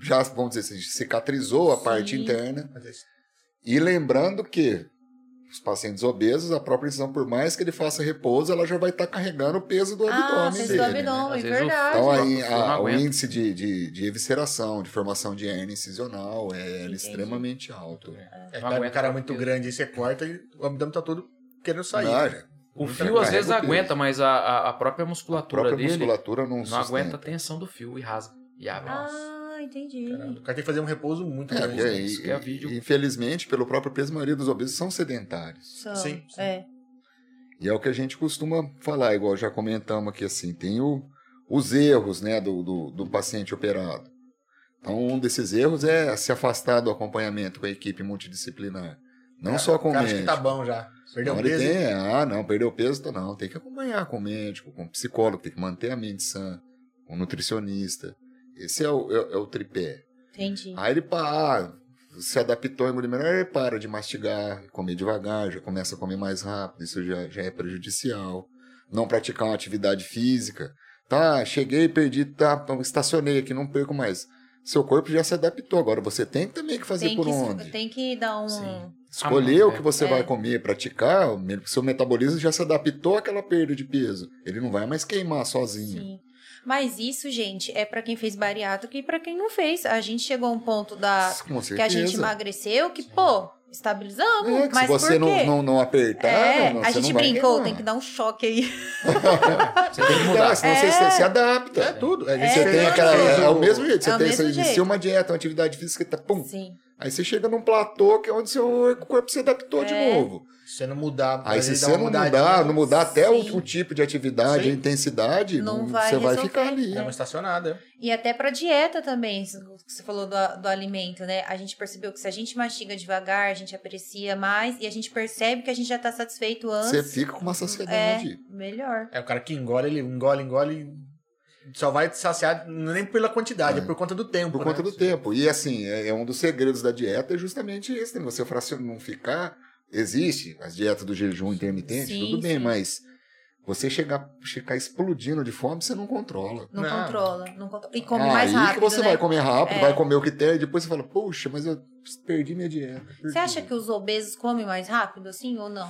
Speaker 3: já, vamos dizer assim, cicatrizou a parte
Speaker 1: Sim.
Speaker 3: interna.
Speaker 2: Mas é isso.
Speaker 3: E lembrando que os pacientes obesos, a própria incisão, por mais que ele faça repouso, ela já vai estar carregando o peso do
Speaker 1: Ah,
Speaker 3: abdômen
Speaker 1: vocês
Speaker 3: dele.
Speaker 1: do
Speaker 3: né?
Speaker 1: abdômen,
Speaker 4: Às vezes o-
Speaker 1: verdade.
Speaker 3: Então,
Speaker 4: Ah,
Speaker 3: aí,
Speaker 4: eu não
Speaker 3: a- o
Speaker 4: aguento.
Speaker 3: índice de, de, de evisceração, de formação de hernia incisional, é ela é
Speaker 1: Entendi.
Speaker 3: extremamente alto.
Speaker 2: É,
Speaker 4: Não
Speaker 2: pega um
Speaker 4: aguenta
Speaker 2: cara
Speaker 4: tanto
Speaker 2: muito
Speaker 4: peso.
Speaker 2: grande e você corta e o abdômen tá todo querendo sair.
Speaker 3: Não,
Speaker 2: né?
Speaker 3: já-
Speaker 4: O
Speaker 2: Muito
Speaker 4: fio
Speaker 2: legal.
Speaker 4: às vezes
Speaker 3: Carrega o peso.
Speaker 4: aguenta, mas a, a- a própria
Speaker 3: a
Speaker 4: musculatura
Speaker 3: própria
Speaker 4: dele
Speaker 3: musculatura não,
Speaker 4: não
Speaker 3: sustenta.
Speaker 4: aguenta a tensão do fio e rasga e abre.
Speaker 1: Ah, entendi.
Speaker 2: Caralho, O cara tem que fazer um repouso muito
Speaker 3: É,
Speaker 2: grande.
Speaker 3: porque
Speaker 2: né?
Speaker 4: isso
Speaker 3: e-
Speaker 4: que é vídeo.
Speaker 3: e, Infelizmente, pelo próprio peso, a maioria dos obesos são sedentários.
Speaker 1: São,
Speaker 2: Sim, sim.
Speaker 1: É.
Speaker 3: E é o que a gente costuma falar, igual já comentamos aqui assim, tem o- os erros né, do, do, do paciente operado. Então, um desses erros é se afastar do acompanhamento com a equipe multidisciplinar. Não
Speaker 4: É,
Speaker 2: Cara,
Speaker 3: só com
Speaker 2: o
Speaker 3: o
Speaker 2: cara acha
Speaker 3: médico.
Speaker 2: que tá bom já. Perdeu
Speaker 3: Não,
Speaker 2: o
Speaker 3: ele
Speaker 2: peso.
Speaker 3: tem, é, ah, não, perdeu peso, tá, não. Tem que acompanhar com o médico, com o psicólogo, tem que manter a mente sã, com o nutricionista. Esse é o, é, o- é o tripé.
Speaker 1: Entendi.
Speaker 3: Aí ele pá, ah, se adaptou a engolir melhor, ele para de mastigar, comer devagar, já começa a comer mais rápido, isso já, já é prejudicial. Não praticar uma atividade física. Tá, cheguei, perdi, tá, estacionei aqui, não perco mais. Seu corpo já se adaptou, agora você tem também que fazer
Speaker 1: tem,
Speaker 3: por
Speaker 1: que,
Speaker 3: onde.
Speaker 1: tem que dar um.
Speaker 4: Sim.
Speaker 3: Escolher
Speaker 4: Ah,
Speaker 3: o que você
Speaker 1: é.
Speaker 3: vai comer, praticar, o me- seu metabolismo já se adaptou àquela perda de peso. Ele não vai mais queimar sozinho.
Speaker 1: Sim. Mas isso, gente, é pra quem fez bariátrica e pra quem não fez. A gente chegou a um ponto da
Speaker 3: Com
Speaker 1: que a gente emagreceu que, pô, estabilizamos.
Speaker 3: É, que se
Speaker 1: mas
Speaker 3: você
Speaker 1: por quê?
Speaker 3: não, não, não apertar,
Speaker 1: é,
Speaker 3: não,
Speaker 1: a
Speaker 3: você
Speaker 1: gente
Speaker 3: não vai
Speaker 1: brincou,
Speaker 3: queimar.
Speaker 1: tem que dar um choque aí.
Speaker 4: Você tem que mudar.
Speaker 3: Tá, senão você se- se adapta.
Speaker 2: É tudo. É,
Speaker 3: Você
Speaker 1: É,
Speaker 3: tem aquela.
Speaker 1: tudo.
Speaker 3: É o mesmo jeito. Você
Speaker 1: É o
Speaker 3: tem
Speaker 1: mesmo
Speaker 3: você
Speaker 1: jeito.
Speaker 3: inicia uma dieta, uma atividade física, tá, pum,
Speaker 1: Sim.
Speaker 3: Aí você chega num platô que é onde seu corpo se adaptou de
Speaker 1: É.
Speaker 3: novo.
Speaker 2: Se você não mudar,
Speaker 3: Aí
Speaker 2: às
Speaker 3: se
Speaker 2: vezes
Speaker 3: você
Speaker 2: dá uma
Speaker 3: não
Speaker 2: mudadinha,
Speaker 3: mudar, não mudar até
Speaker 1: Sim.
Speaker 3: o, o tipo de atividade,
Speaker 2: Sim.
Speaker 3: a intensidade,
Speaker 1: Não
Speaker 3: não-
Speaker 1: vai
Speaker 3: você vai
Speaker 1: resolver. É.
Speaker 3: ficar ali.
Speaker 2: Dá uma estacionada.
Speaker 1: E até pra dieta também, isso que você falou do, a- do alimento, né? A gente percebeu que se a gente mastiga devagar, a gente aprecia mais e a gente percebe que a gente já tá satisfeito
Speaker 3: Você
Speaker 1: antes.
Speaker 3: fica com uma saciedade.
Speaker 1: Melhor.
Speaker 2: É o cara que engole, ele engole, engole. e Só vai saciar nem pela quantidade, é, por conta do tempo.
Speaker 3: Por
Speaker 2: né?
Speaker 3: conta do tempo. E assim, é é um dos segredos da dieta é justamente esse, né? Você fracio- não ficar. Existe as dietas do jejum intermitente,
Speaker 1: Sim,
Speaker 3: tudo bem,
Speaker 1: sim.
Speaker 3: mas você chegar, ficar explodindo de fome, você não controla.
Speaker 1: Não,
Speaker 2: Não.
Speaker 1: controla. Não controla. E
Speaker 3: É
Speaker 1: come mais
Speaker 3: aí
Speaker 1: rápido.
Speaker 3: que você
Speaker 1: né?
Speaker 3: vai comer rápido,
Speaker 1: É.
Speaker 3: vai comer o que tem, e depois você fala, poxa, mas eu perdi minha dieta.
Speaker 1: Você acha que os obesos comem mais rápido, assim, ou não?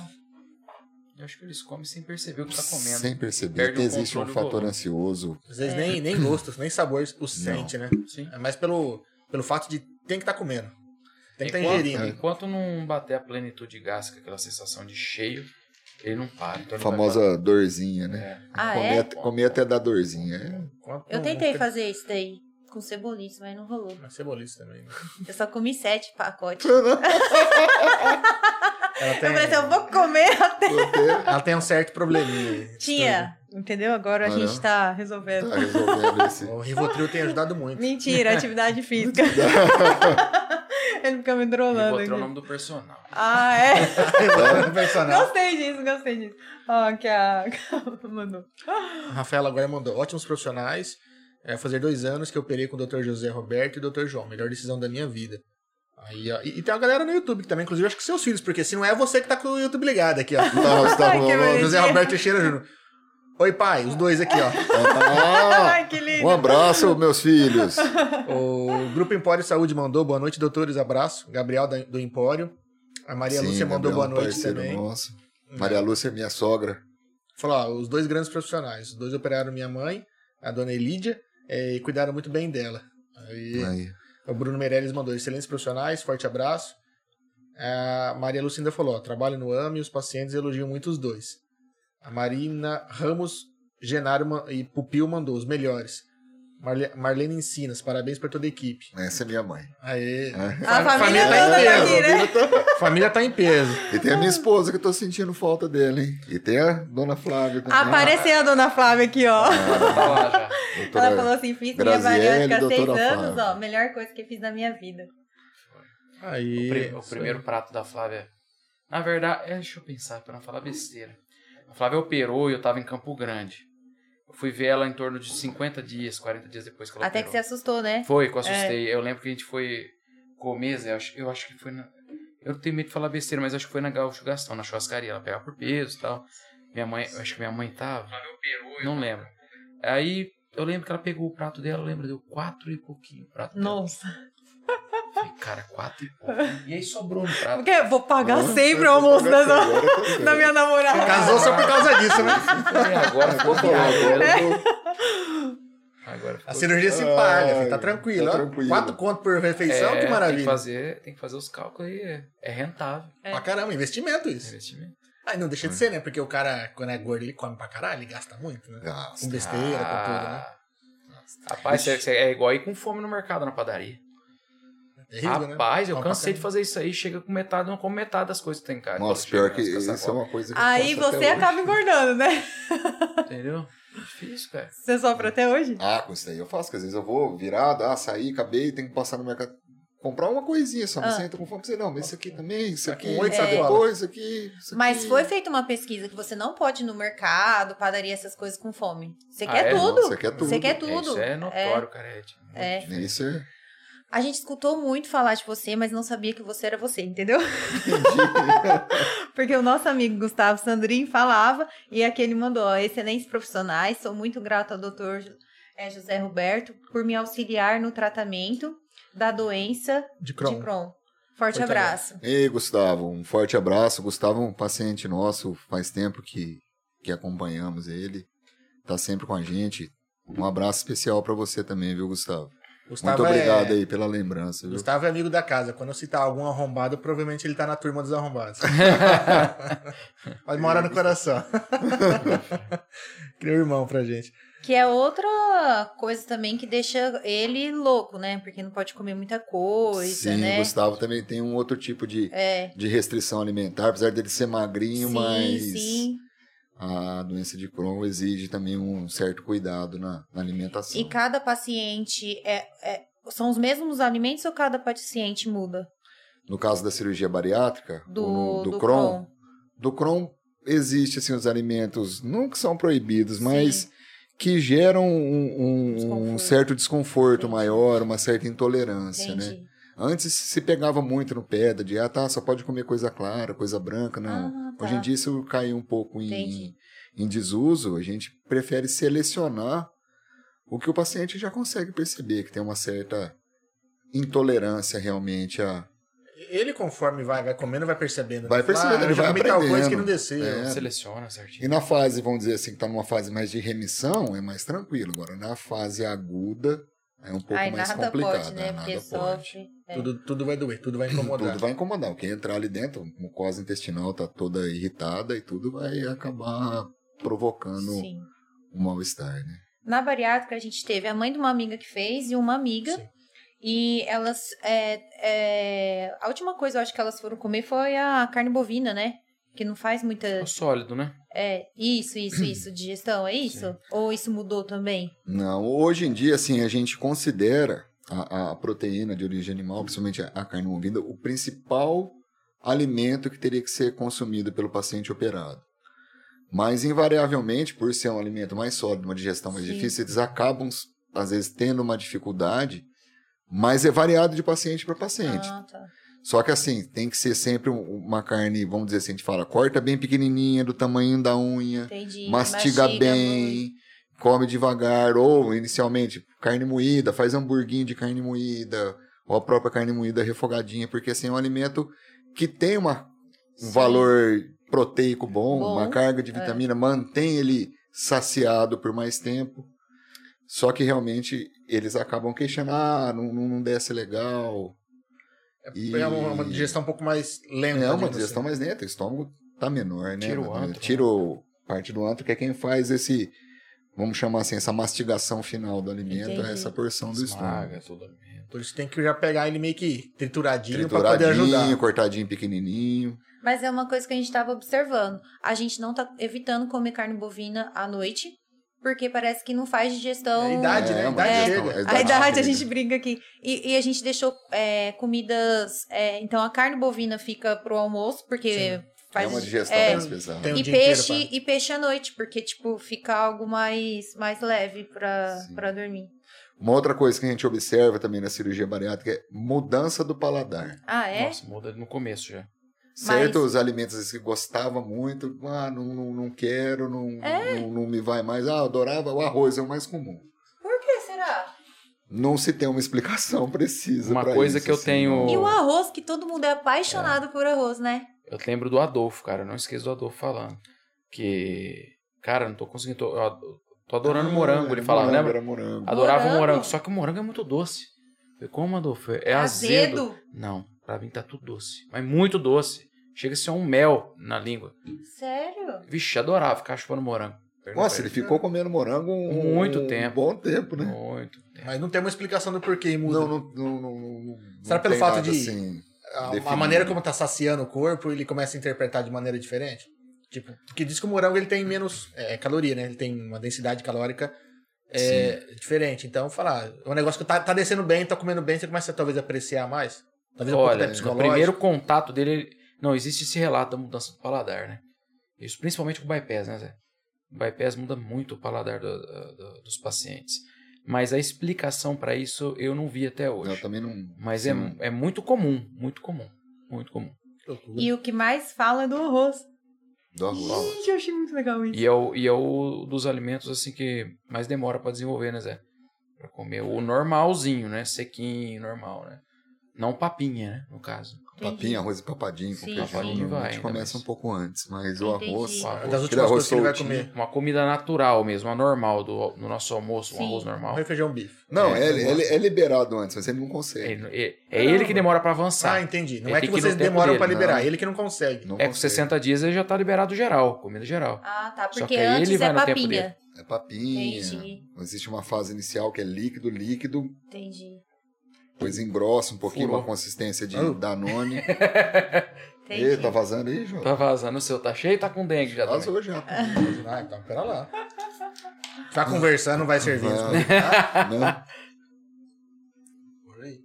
Speaker 4: Eu acho que eles comem sem perceber o que tá comendo.
Speaker 3: Sem perceber
Speaker 4: Perde
Speaker 3: que
Speaker 4: o
Speaker 3: existe um
Speaker 4: controle do
Speaker 3: fator
Speaker 4: volume.
Speaker 3: ansioso.
Speaker 2: Às
Speaker 1: É.
Speaker 2: vezes nem, nem gostos, nem sabores o sente, né?
Speaker 4: Sim.
Speaker 2: É mais pelo, pelo fato de tem que estar comendo. Tem que estar
Speaker 4: enquanto,
Speaker 2: ingerindo.
Speaker 1: é.
Speaker 4: enquanto não bater a plenitude gástrica, aquela sensação de cheio, ele não para. Então
Speaker 3: A
Speaker 4: ele
Speaker 3: famosa dorzinha,
Speaker 4: vai
Speaker 3: né?
Speaker 4: pra-
Speaker 1: Ah,
Speaker 3: comer,
Speaker 1: é?
Speaker 3: até, comer até dar dorzinha. é.
Speaker 2: Enquanto
Speaker 1: Eu
Speaker 2: não-
Speaker 1: tentei
Speaker 2: não-
Speaker 1: fazer isso daí. Com cebolista, mas não rolou.
Speaker 2: Mas cebolista também. né?
Speaker 1: Eu só comi sete pacotes.
Speaker 2: Ela
Speaker 1: Eu falei assim, eu
Speaker 2: tem,
Speaker 1: vou comer até.
Speaker 3: Você
Speaker 2: ela tem um certo probleminha.
Speaker 1: Tinha. Entendeu? Agora a
Speaker 3: Ah,
Speaker 1: gente
Speaker 3: não?
Speaker 1: tá resolvendo.
Speaker 3: tá resolvendo esse.
Speaker 2: O Rivotril tem ajudado muito.
Speaker 1: Mentira, atividade física. Ele fica me
Speaker 4: É,
Speaker 1: drolando
Speaker 4: botou o
Speaker 1: aqui.
Speaker 4: nome do personal.
Speaker 1: Ah, é?
Speaker 2: O personal.
Speaker 1: Gostei disso, gostei disso. Ó, que a mandou.
Speaker 2: A Rafaela agora mandou ótimos profissionais. É, fazer dois anos que eu operei com o Dr. José Roberto e o Dr. João. Melhor decisão da minha vida. Aí, ó, e, e tem uma galera no YouTube que também, inclusive, acho que seus filhos, porque se não é você que tá com o YouTube ligado aqui, ó.
Speaker 3: Não, você tá
Speaker 1: Ai, que
Speaker 3: falando-
Speaker 2: José Roberto Teixeira Júnior. Oi, pai, os dois aqui, ó.
Speaker 3: Ah,
Speaker 1: Ai, que lindo.
Speaker 3: um abraço, meus filhos.
Speaker 2: O Grupo Empório Saúde mandou boa noite, doutores, abraço. Gabriel da- do Empório. A Maria
Speaker 3: Sim,
Speaker 2: Lúcia mandou
Speaker 3: Gabriel,
Speaker 2: boa
Speaker 3: um
Speaker 2: noite
Speaker 3: parceiro
Speaker 2: também. Hum.
Speaker 3: nosso. Maria Lúcia é minha sogra.
Speaker 2: Falou, ó, os dois grandes profissionais. Os dois operaram minha mãe, a dona Elídia, eh, e cuidaram muito bem dela. Aí,
Speaker 3: Aí.
Speaker 2: O Bruno Meirelles mandou excelentes profissionais, forte abraço. A Maria Lucinda falou: ó, trabalho no AME e os pacientes elogiam muito os dois. A Marina Ramos, Genaro ma- e Pupil mandou os melhores. Marle- Marlene Ensinas, parabéns para toda a equipe.
Speaker 3: Essa é minha mãe.
Speaker 2: Aê.
Speaker 3: É.
Speaker 1: A família
Speaker 2: família
Speaker 1: toda
Speaker 2: inteira.
Speaker 1: aqui, né?
Speaker 2: Família tá em peso.
Speaker 3: E tem a minha esposa que eu tô sentindo falta dela, hein? E tem a dona Flávia também. Ah,
Speaker 1: Apareceu a dona Flávia aqui, ó.
Speaker 4: Tá lá já.
Speaker 3: Doutora-
Speaker 1: Ela falou assim, fiz minha
Speaker 3: Graziele,
Speaker 1: bariátrica há seis
Speaker 3: doutora
Speaker 1: anos, ó.
Speaker 3: Flávia.
Speaker 1: Melhor coisa que fiz na minha vida.
Speaker 2: Aí.
Speaker 4: O, pri- o primeiro prato da Flávia. Na verdade, é, deixa eu pensar pra não falar besteira. A Flávia operou e eu tava em Campo Grande. Eu fui ver ela em torno de 50 dias, 40 dias depois que ela
Speaker 1: Até que
Speaker 4: operou.
Speaker 1: se assustou, né?
Speaker 4: Foi, que eu assustei. Eu lembro que a gente foi comer, Zé, eu acho, eu acho que foi na... Eu tenho medo de falar besteira, mas acho que foi na Gaúcho Gastão, na churrascaria. Ela pegava por peso e tal. Minha mãe, eu acho que minha mãe tava. Não lembro. Aí, eu lembro que ela pegou o prato dela, eu lembro, deu quatro e pouquinho o prato dela.
Speaker 1: Nossa.
Speaker 4: Falei, cara, quatro e pouco. E aí sobrou no prato.
Speaker 1: Porque eu vou pagar
Speaker 3: Nossa,
Speaker 1: sempre o
Speaker 3: eu tô
Speaker 1: almoço da,
Speaker 3: pagando agora, eu tô
Speaker 1: da
Speaker 3: vendo.
Speaker 1: minha namorada.
Speaker 2: Casou só por causa disso, né?
Speaker 4: Falei, agora ficou
Speaker 3: Vou falar
Speaker 4: viagem,
Speaker 3: agora,
Speaker 4: né?
Speaker 3: eu tô-
Speaker 4: Agora ficou-
Speaker 2: A cirurgia se paga,
Speaker 3: Ai,
Speaker 2: filho, tá tranquilo.
Speaker 3: tá
Speaker 2: ó.
Speaker 3: tranquilo.
Speaker 2: Quatro conto por refeição,
Speaker 4: É,
Speaker 2: que
Speaker 4: Tem que,
Speaker 2: maravilha.
Speaker 4: fazer, tem que fazer os cálculos aí. É, é rentável.
Speaker 1: É.
Speaker 2: Pra caramba, investimento
Speaker 4: esse
Speaker 2: isso.
Speaker 4: Investimento.
Speaker 2: Aí não deixa de ser, né? Porque o cara, quando é gordo, ele come pra caralho, ele gasta muito, né? Com
Speaker 3: Nossa,
Speaker 2: besteira, com tudo, né?
Speaker 4: Ah, Rapaz, você você é igual ir com fome no mercado, na padaria.
Speaker 3: É
Speaker 2: Terrível, né?
Speaker 4: Rapaz, eu
Speaker 2: Uma
Speaker 4: cansei de
Speaker 2: bacana.
Speaker 4: fazer isso aí. Chega com metade, não como metade das coisas que tem em casa.
Speaker 3: Nossa,
Speaker 4: Chega
Speaker 3: pior que
Speaker 4: nas
Speaker 3: isso é
Speaker 4: caçarolas,
Speaker 3: uma coisa que eu
Speaker 1: Aí
Speaker 3: faço
Speaker 1: você
Speaker 3: até hoje.
Speaker 1: acaba engordando, né?
Speaker 4: Entendeu? É Difícil, cara.
Speaker 1: Você sofre até hoje?
Speaker 3: Ah, com isso aí eu faço, que às vezes eu vou virado, ah, saí, acabei, tenho que passar no mercado. Comprar uma coisinha só, mas
Speaker 1: Ah.
Speaker 3: você entra com fome, você não, mas isso aqui também, isso
Speaker 2: Tá com
Speaker 3: aqui,
Speaker 2: oito
Speaker 3: isso aqui,
Speaker 2: sacolas.
Speaker 3: isso aqui, isso
Speaker 1: Mas
Speaker 3: aqui.
Speaker 1: foi feita uma pesquisa que você não pode ir no mercado, padaria, essas coisas com fome. Você
Speaker 4: Ah,
Speaker 1: quer
Speaker 4: é?
Speaker 1: tudo.
Speaker 3: Você quer tudo.
Speaker 1: Você quer
Speaker 4: É,
Speaker 1: tudo.
Speaker 4: isso é notório, cara. É, tipo, muito
Speaker 1: É.
Speaker 4: difícil.
Speaker 3: Isso é...
Speaker 1: A gente escutou muito falar de você, mas não sabia que você era você, entendeu? Porque o nosso amigo Gustavo Sandrin falava e aqui ele mandou: ó, excelentes profissionais, sou muito grato ao doutor é, José Roberto por me auxiliar no tratamento da doença
Speaker 2: De Crohn.
Speaker 1: de Crohn. Forte
Speaker 2: Forte
Speaker 1: abraço.
Speaker 3: Ei, Gustavo, um forte abraço. Gustavo é um paciente nosso, faz tempo que, que acompanhamos ele, tá sempre com a gente. Um abraço especial pra você também, viu, Gustavo?
Speaker 2: Gustavo
Speaker 3: Muito obrigado
Speaker 2: é...
Speaker 3: aí pela lembrança, viu?
Speaker 2: Gustavo é amigo da casa. Quando eu citar algum arrombado, provavelmente ele tá na turma dos arrombados. Mas mora no coração. Cria um irmão pra gente.
Speaker 1: Que é outra coisa também que deixa ele louco, né? Porque não pode comer muita coisa,
Speaker 3: Sim,
Speaker 1: né?
Speaker 3: Gustavo também tem um outro tipo de,
Speaker 1: É.
Speaker 3: de restrição alimentar, apesar dele ser magrinho,
Speaker 1: Sim,
Speaker 3: mas
Speaker 1: sim.
Speaker 3: a doença de Crohn exige também um certo cuidado na, na alimentação.
Speaker 1: E cada paciente é, é- são os mesmos alimentos ou cada paciente muda?
Speaker 3: No caso da cirurgia bariátrica,
Speaker 1: Do,
Speaker 3: ou no- do,
Speaker 1: do
Speaker 3: Crohn,
Speaker 1: Crohn.
Speaker 3: do Crohn existe assim os alimentos não que são proibidos, mas que geram um, um- um
Speaker 1: Desconforto.
Speaker 3: certo desconforto
Speaker 1: Entendi.
Speaker 3: maior, uma certa intolerância, né?
Speaker 1: Entendi.
Speaker 3: Antes se pegava muito no pé da dieta, ah, só pode comer coisa clara, coisa branca, não.
Speaker 1: Ah, tá.
Speaker 3: Hoje em dia isso caiu um pouco em,
Speaker 1: Entendi.
Speaker 3: em desuso, a gente prefere selecionar o que o paciente já consegue perceber, que tem uma certa intolerância realmente a...
Speaker 2: Ele, conforme vai, vai comendo, vai percebendo.
Speaker 3: Vai
Speaker 2: Ele fala,
Speaker 3: percebendo,
Speaker 2: "Ah, eu
Speaker 3: ele
Speaker 2: já
Speaker 3: vai
Speaker 2: comi tal coisa que não
Speaker 3: aprendendo."
Speaker 2: desceu.
Speaker 3: É.
Speaker 4: Seleciona
Speaker 3: E
Speaker 4: certinho.
Speaker 3: na fase, vamos dizer assim, que está numa fase mais de remissão, é mais tranquilo. Agora, na fase aguda, é um pouco
Speaker 1: Ai,
Speaker 3: mais
Speaker 1: nada
Speaker 3: complicado.
Speaker 1: pode,
Speaker 3: né?
Speaker 1: né? Porque
Speaker 3: Nada pode.
Speaker 1: sofre. É.
Speaker 2: Tudo, tudo vai doer, tudo vai incomodar.
Speaker 3: Tudo vai incomodar. O que entrar ali dentro, a mucosa intestinal tá toda irritada e tudo vai acabar provocando
Speaker 1: Sim.
Speaker 3: um mal-estar, né?
Speaker 1: Na bariátrica, a gente teve a mãe de uma amiga que fez e uma amiga.
Speaker 2: Sim.
Speaker 1: E elas. é, é, a última coisa, eu acho que elas foram comer foi a carne bovina, né? Que não faz muita.
Speaker 4: O sólido, né?
Speaker 1: É, isso, isso, isso, digestão, é isso?
Speaker 4: Sim.
Speaker 1: Ou isso mudou também?
Speaker 3: Não, hoje em dia, assim, a gente considera a, a proteína de origem animal, principalmente a, a carne bovina, o principal alimento que teria que ser consumido pelo paciente operado. Mas, invariavelmente, por ser um alimento mais sólido, uma digestão mais
Speaker 1: Sim.
Speaker 3: difícil, eles acabam, às vezes, tendo uma dificuldade, mas é variado de paciente para paciente.
Speaker 1: Ah, tá.
Speaker 3: Só que assim, tem que ser sempre um- uma carne, vamos dizer assim, a gente fala, corta bem pequenininha, do tamanho da unha,
Speaker 1: Entendi.
Speaker 3: mastiga, bem,
Speaker 1: muito.
Speaker 3: come devagar, ou inicialmente, carne moída, faz hamburguinho de carne moída, ou a própria carne moída refogadinha, porque assim, é um alimento que tem uma, um
Speaker 1: Sim.
Speaker 3: valor proteico bom,
Speaker 1: Bom, é.
Speaker 3: uma carga de vitamina, mantém ele saciado por mais tempo. Só que realmente eles acabam queixando, ah, não, não não desce legal, E-
Speaker 2: É uma, uma digestão um pouco mais lenta.
Speaker 3: é uma
Speaker 2: digamos assim.
Speaker 3: digestão mais lenta, o estômago tá menor, né?
Speaker 4: Tira o antro,
Speaker 3: Tira o- parte do antro, que é quem faz esse, vamos chamar assim, essa mastigação final do alimento,
Speaker 1: Entendi.
Speaker 3: essa porção Então, do
Speaker 4: Esmaga
Speaker 3: estômago.
Speaker 4: tudo. mesmo.
Speaker 2: assim. Por isso tem que já pegar ele meio que trituradinho, pra poder
Speaker 3: Trituradinho,
Speaker 2: ajudar.
Speaker 3: cortadinho, pequenininho.
Speaker 1: Mas é uma coisa que a gente estava observando. A gente não tá evitando comer carne bovina à noite, porque parece que não faz digestão.
Speaker 2: É a idade, né?
Speaker 3: É,
Speaker 2: A
Speaker 3: uma
Speaker 2: idade
Speaker 1: é.
Speaker 2: chega.
Speaker 3: questão,
Speaker 1: A idade, a
Speaker 3: chega.
Speaker 1: gente brinca aqui. E, e a gente deixou é, comidas. é, então a carne bovina fica pro almoço, porque faz.
Speaker 3: É uma digestão
Speaker 1: é,
Speaker 3: mais pesada.
Speaker 2: Tem um
Speaker 1: e
Speaker 2: dia inteiro
Speaker 1: peixe, e peixe à noite, porque, tipo, fica algo mais, mais leve pra,
Speaker 3: Sim.
Speaker 1: pra dormir.
Speaker 3: Uma outra coisa que a gente observa também na cirurgia bariátrica é mudança do paladar.
Speaker 1: Ah, é?
Speaker 4: Nossa, muda no começo já.
Speaker 3: Certos alimentos às vezes, que gostava muito, ah, não, não, não quero, não,
Speaker 1: É.
Speaker 3: não, não me vai mais. Ah, eu adorava o arroz, é o mais comum.
Speaker 1: Por que será?
Speaker 3: não se tem uma explicação precisa.
Speaker 4: Uma
Speaker 3: pra
Speaker 4: coisa
Speaker 3: isso,
Speaker 4: que eu
Speaker 3: assim,
Speaker 4: tenho-
Speaker 3: não-
Speaker 1: E o arroz, que todo mundo é apaixonado por arroz, né?
Speaker 4: Eu lembro do Adolfo, cara. Eu não esqueço do Adolfo falando. Que. Cara, eu não tô conseguindo. Tô, eu ado- tô adorando
Speaker 3: Ah,
Speaker 4: é, morango,
Speaker 3: era
Speaker 4: ele falava,
Speaker 3: morango,
Speaker 4: lembra?
Speaker 3: Era morango.
Speaker 4: Adorava
Speaker 1: Morango.
Speaker 4: morango. só que o morango é muito doce. Eu falei, como, Adolfo? É azedo. Não, pra mim tá tudo doce. Mas muito doce. Chega a ser um mel na língua.
Speaker 1: Sério?
Speaker 4: Vixe, adorava ficar chupando morango. Pergunta
Speaker 3: Nossa,
Speaker 4: pra
Speaker 3: ele ficou comendo morango um,
Speaker 4: Muito
Speaker 3: um
Speaker 4: tempo.
Speaker 3: bom tempo, né?
Speaker 4: Muito.
Speaker 2: Mas não tem uma explicação do porquê e muda. né?
Speaker 3: Não, não, não, não, não- não
Speaker 2: Será pelo
Speaker 3: tem
Speaker 2: fato de-
Speaker 3: nada, assim.
Speaker 2: a, a
Speaker 3: definido.
Speaker 2: maneira como tá saciando o corpo, ele começa a interpretar de maneira diferente. Tipo, porque diz que o morango ele tem menos é, caloria, né? Ele tem uma densidade calórica é, diferente. Então, falar, é um negócio que tá, tá descendo bem, tá comendo bem, você começa talvez a apreciar mais. Talvez um pouco
Speaker 4: Olha,
Speaker 2: até
Speaker 4: no
Speaker 2: psicológico.
Speaker 4: primeiro contato dele. ele- Não, existe esse relato da mudança do paladar, né? Isso principalmente com o bypass, né, Zé? O bypass muda muito o paladar do- do- do- dos pacientes. Mas a explicação pra isso eu não vi até
Speaker 3: Eu
Speaker 4: hoje.
Speaker 3: também não.
Speaker 4: Mas é,
Speaker 3: Sim.
Speaker 4: é muito comum, muito comum, muito comum.
Speaker 1: E o que mais fala é do arroz.
Speaker 3: Do arroz.
Speaker 1: Gente, eu achei muito legal isso.
Speaker 4: E é o, e é o dos alimentos assim que mais demora pra desenvolver, né, Zé? Pra comer o normalzinho, né? Sequinho, normal, né? Não papinha, né? No caso.
Speaker 3: Papinho, arroz e papadinho com
Speaker 1: Sim,
Speaker 3: feijão.
Speaker 1: sim.
Speaker 3: normalmente
Speaker 4: Vai, ainda
Speaker 3: começa
Speaker 4: mais.
Speaker 3: um pouco antes, mas o
Speaker 1: Entendi.
Speaker 3: arroz.
Speaker 4: O
Speaker 2: É
Speaker 4: arroz-
Speaker 2: das últimas coisas
Speaker 3: arroz
Speaker 2: que ele vai
Speaker 3: soltinho.
Speaker 2: comer.
Speaker 4: Uma comida natural mesmo, a normal do, no nosso almoço, um
Speaker 1: Sim.
Speaker 4: arroz normal.
Speaker 2: Arroz e feijão bife.
Speaker 3: Não,
Speaker 2: É,
Speaker 3: é, ele-
Speaker 2: eu gosto.
Speaker 3: ele é liberado antes, mas um ele não consegue.
Speaker 4: Ele- É, é ele que demora pra
Speaker 2: Ah,
Speaker 4: avançar.
Speaker 3: então,
Speaker 2: entendi. Não
Speaker 4: Ele
Speaker 2: é que
Speaker 4: tem que ir no
Speaker 2: vocês
Speaker 4: tempo
Speaker 2: demoram
Speaker 4: dele,
Speaker 2: pra liberar,
Speaker 3: não.
Speaker 2: ele que não consegue.
Speaker 3: Não
Speaker 4: É com
Speaker 3: consegue.
Speaker 4: 60 dias ele já tá liberado geral, comida geral.
Speaker 1: Ah, tá.
Speaker 4: Só
Speaker 1: Porque
Speaker 4: que aí
Speaker 1: antes
Speaker 4: ele vai
Speaker 1: é
Speaker 4: no tempo
Speaker 1: papinha.
Speaker 3: É papinha.
Speaker 1: Entendi,
Speaker 3: Existe uma fase inicial que é líquido, líquido,
Speaker 1: entendi.
Speaker 3: depois engrossa um pouquinho,
Speaker 4: Furou.
Speaker 3: uma consistência de
Speaker 2: Ah.
Speaker 3: Danone.
Speaker 1: Entendi.
Speaker 3: Ih, tá vazando aí, João?
Speaker 4: Tá vazando o seu, tá cheio, tá com dengue já. também.
Speaker 3: Vazou já. pô.
Speaker 2: Ah, então pera lá. Tá conversando, não vai servir. Ah,
Speaker 3: Né?
Speaker 2: por aí.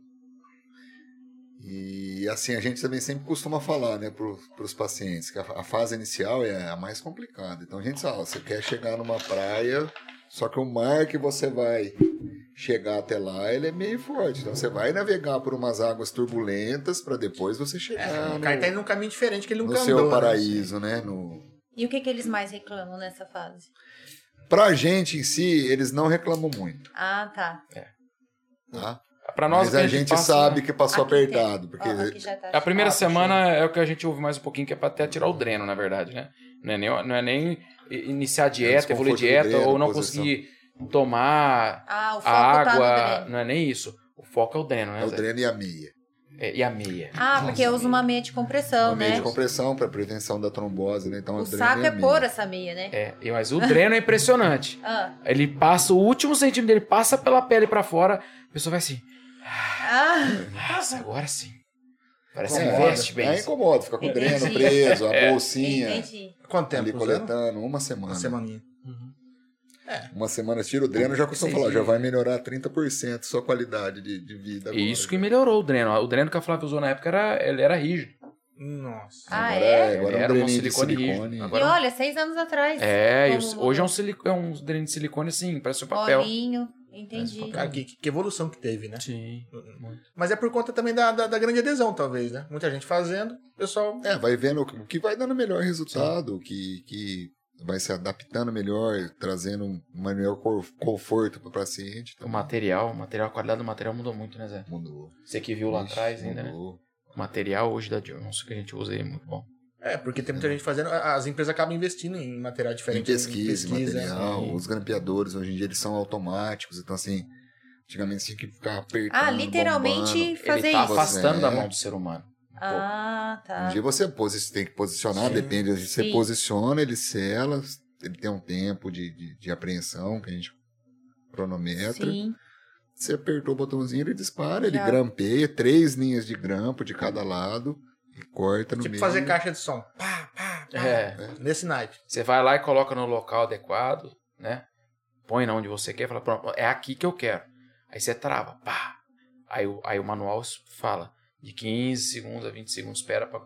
Speaker 3: E assim, a gente também sempre costuma falar, né, para os pacientes, que a, a fase inicial é a mais complicada. Então a gente fala, ó, você quer chegar numa praia, só que o mar que você vai chegar até lá, ele é meio forte. Então você vai navegar por umas águas turbulentas para depois você chegar
Speaker 2: O cara tá
Speaker 3: no,
Speaker 2: indo num caminho diferente que ele
Speaker 3: Ah, no
Speaker 2: nunca andou.
Speaker 3: seu
Speaker 2: né?
Speaker 3: paraíso, né? No,
Speaker 1: E o que, que eles mais reclamam nessa fase?
Speaker 3: pra gente em si, eles não reclamam muito,
Speaker 1: Ah, tá.
Speaker 3: tá?
Speaker 4: Pra nós
Speaker 3: Mas
Speaker 4: que
Speaker 3: a gente
Speaker 4: passa- né?
Speaker 3: sabe que passou
Speaker 1: Aqui tem.
Speaker 3: apertado, porque é
Speaker 1: Ó, aqui já tá
Speaker 4: A primeira
Speaker 1: chato,
Speaker 4: semana é o que a gente ouve mais um pouquinho, que é pra até tirar o dreno, na verdade, né? Não é nem, não é nem i- iniciar a dieta,
Speaker 3: É um desconforto
Speaker 4: evoluir
Speaker 3: do
Speaker 4: dieta,
Speaker 3: dreno,
Speaker 4: ou não
Speaker 3: posição.
Speaker 4: conseguir tomar
Speaker 1: Ah, o foco
Speaker 4: a
Speaker 1: tá no
Speaker 4: água.
Speaker 1: dreno.
Speaker 4: não é nem isso. O foco é o dreno, né?
Speaker 3: é o
Speaker 4: Zé?
Speaker 3: dreno e a meia.
Speaker 4: É, e a meia.
Speaker 1: Ah, porque eu uso uma meia de compressão,
Speaker 3: Uma meia
Speaker 1: né?
Speaker 3: de compressão para prevenção da trombose, né? Então
Speaker 1: O
Speaker 3: dreno
Speaker 1: saco
Speaker 3: e a
Speaker 1: é
Speaker 3: meia.
Speaker 1: pôr essa meia, né?
Speaker 4: É, e- mas o dreno é impressionante.
Speaker 1: Ah,
Speaker 4: Ele passa, o último centímetro dele passa pela pele pra fora, a pessoa vai assim,
Speaker 1: ah,
Speaker 4: nossa, agora sim. Parece que
Speaker 2: Incomoda.
Speaker 4: investe bem.
Speaker 3: É incomoda, fica com o dreno
Speaker 1: Entendi.
Speaker 3: preso, a
Speaker 4: É.
Speaker 3: bolsinha
Speaker 1: entendi.
Speaker 2: Quanto
Speaker 3: ali
Speaker 2: tempo? usando?
Speaker 3: coletando, né? uma semana.
Speaker 2: Uma semaninha.
Speaker 4: Uhum.
Speaker 3: Uma semana tira o dreno, já costumo
Speaker 4: Entendi.
Speaker 3: falar, já vai melhorar 30% sua qualidade de, de vida.
Speaker 4: E isso que melhorou o dreno. O dreno que a Flávia usou na época era, ele era rígido.
Speaker 2: Nossa.
Speaker 1: Ah,
Speaker 3: agora
Speaker 1: é?
Speaker 3: é, agora é um
Speaker 4: Era um
Speaker 3: dreninho de
Speaker 4: silicone rígido.
Speaker 3: silicone.
Speaker 1: E
Speaker 4: Agora- um
Speaker 1: olha, seis anos atrás.
Speaker 4: É, e
Speaker 1: Como
Speaker 4: os-
Speaker 1: mudou.
Speaker 4: hoje é um, silico, é um dreno de silicone assim, parece um papel.
Speaker 1: Molinho, entendi.
Speaker 2: Cara, que, que evolução que teve, né?
Speaker 4: Sim.
Speaker 2: Mas é por conta também da, da, da grande adesão, talvez, né? Muita gente fazendo, o pessoal.
Speaker 3: É, vai vendo o que- o que vai dando melhor resultado, o que, que vai se adaptando melhor, trazendo um melhor cor- conforto para o paciente. então
Speaker 4: O material, o material, a qualidade do material mudou muito, né, Zé?
Speaker 3: mudou.
Speaker 4: Você que viu lá
Speaker 3: Ixi,
Speaker 4: atrás ainda, né?
Speaker 3: mudou.
Speaker 4: O material hoje da Johnson que a gente usa aí é muito bom.
Speaker 2: É, porque tem muita gente fazendo. a- As empresas acabam investindo em material
Speaker 3: Tem
Speaker 2: diferente.
Speaker 3: pesquisa, material,
Speaker 2: é.
Speaker 4: né?
Speaker 3: os grampeadores hoje em dia eles são automáticos, então assim, antigamente tinha que ficar apertando,
Speaker 1: Ah, literalmente
Speaker 3: bombando.
Speaker 1: fazer
Speaker 4: Ele tá
Speaker 1: isso.
Speaker 4: afastando
Speaker 3: Você-
Speaker 4: da mão do ser humano.
Speaker 1: Ah,
Speaker 3: Um
Speaker 1: tá.
Speaker 3: dia você posi- tem que posicionar,
Speaker 2: Sim,
Speaker 3: depende. Você
Speaker 1: sim.
Speaker 3: posiciona, ele sela, ele tem um tempo de, de, de apreensão que a gente cronometra.
Speaker 1: Sim.
Speaker 3: Você apertou o botãozinho, ele dispara, ele
Speaker 1: Já.
Speaker 3: grampeia, três linhas de grampo de cada lado e corta no
Speaker 2: Tipo
Speaker 3: meio.
Speaker 2: fazer caixa de som. Pá, pá, pá.
Speaker 4: É.
Speaker 2: Nesse naipe.
Speaker 4: Você vai lá e coloca no local adequado, né? Põe na onde você quer, fala, pronto, é aqui que eu quero. Aí você trava, pá. Aí, o- aí o manual fala de 15 segundos a 20 segundos, espera para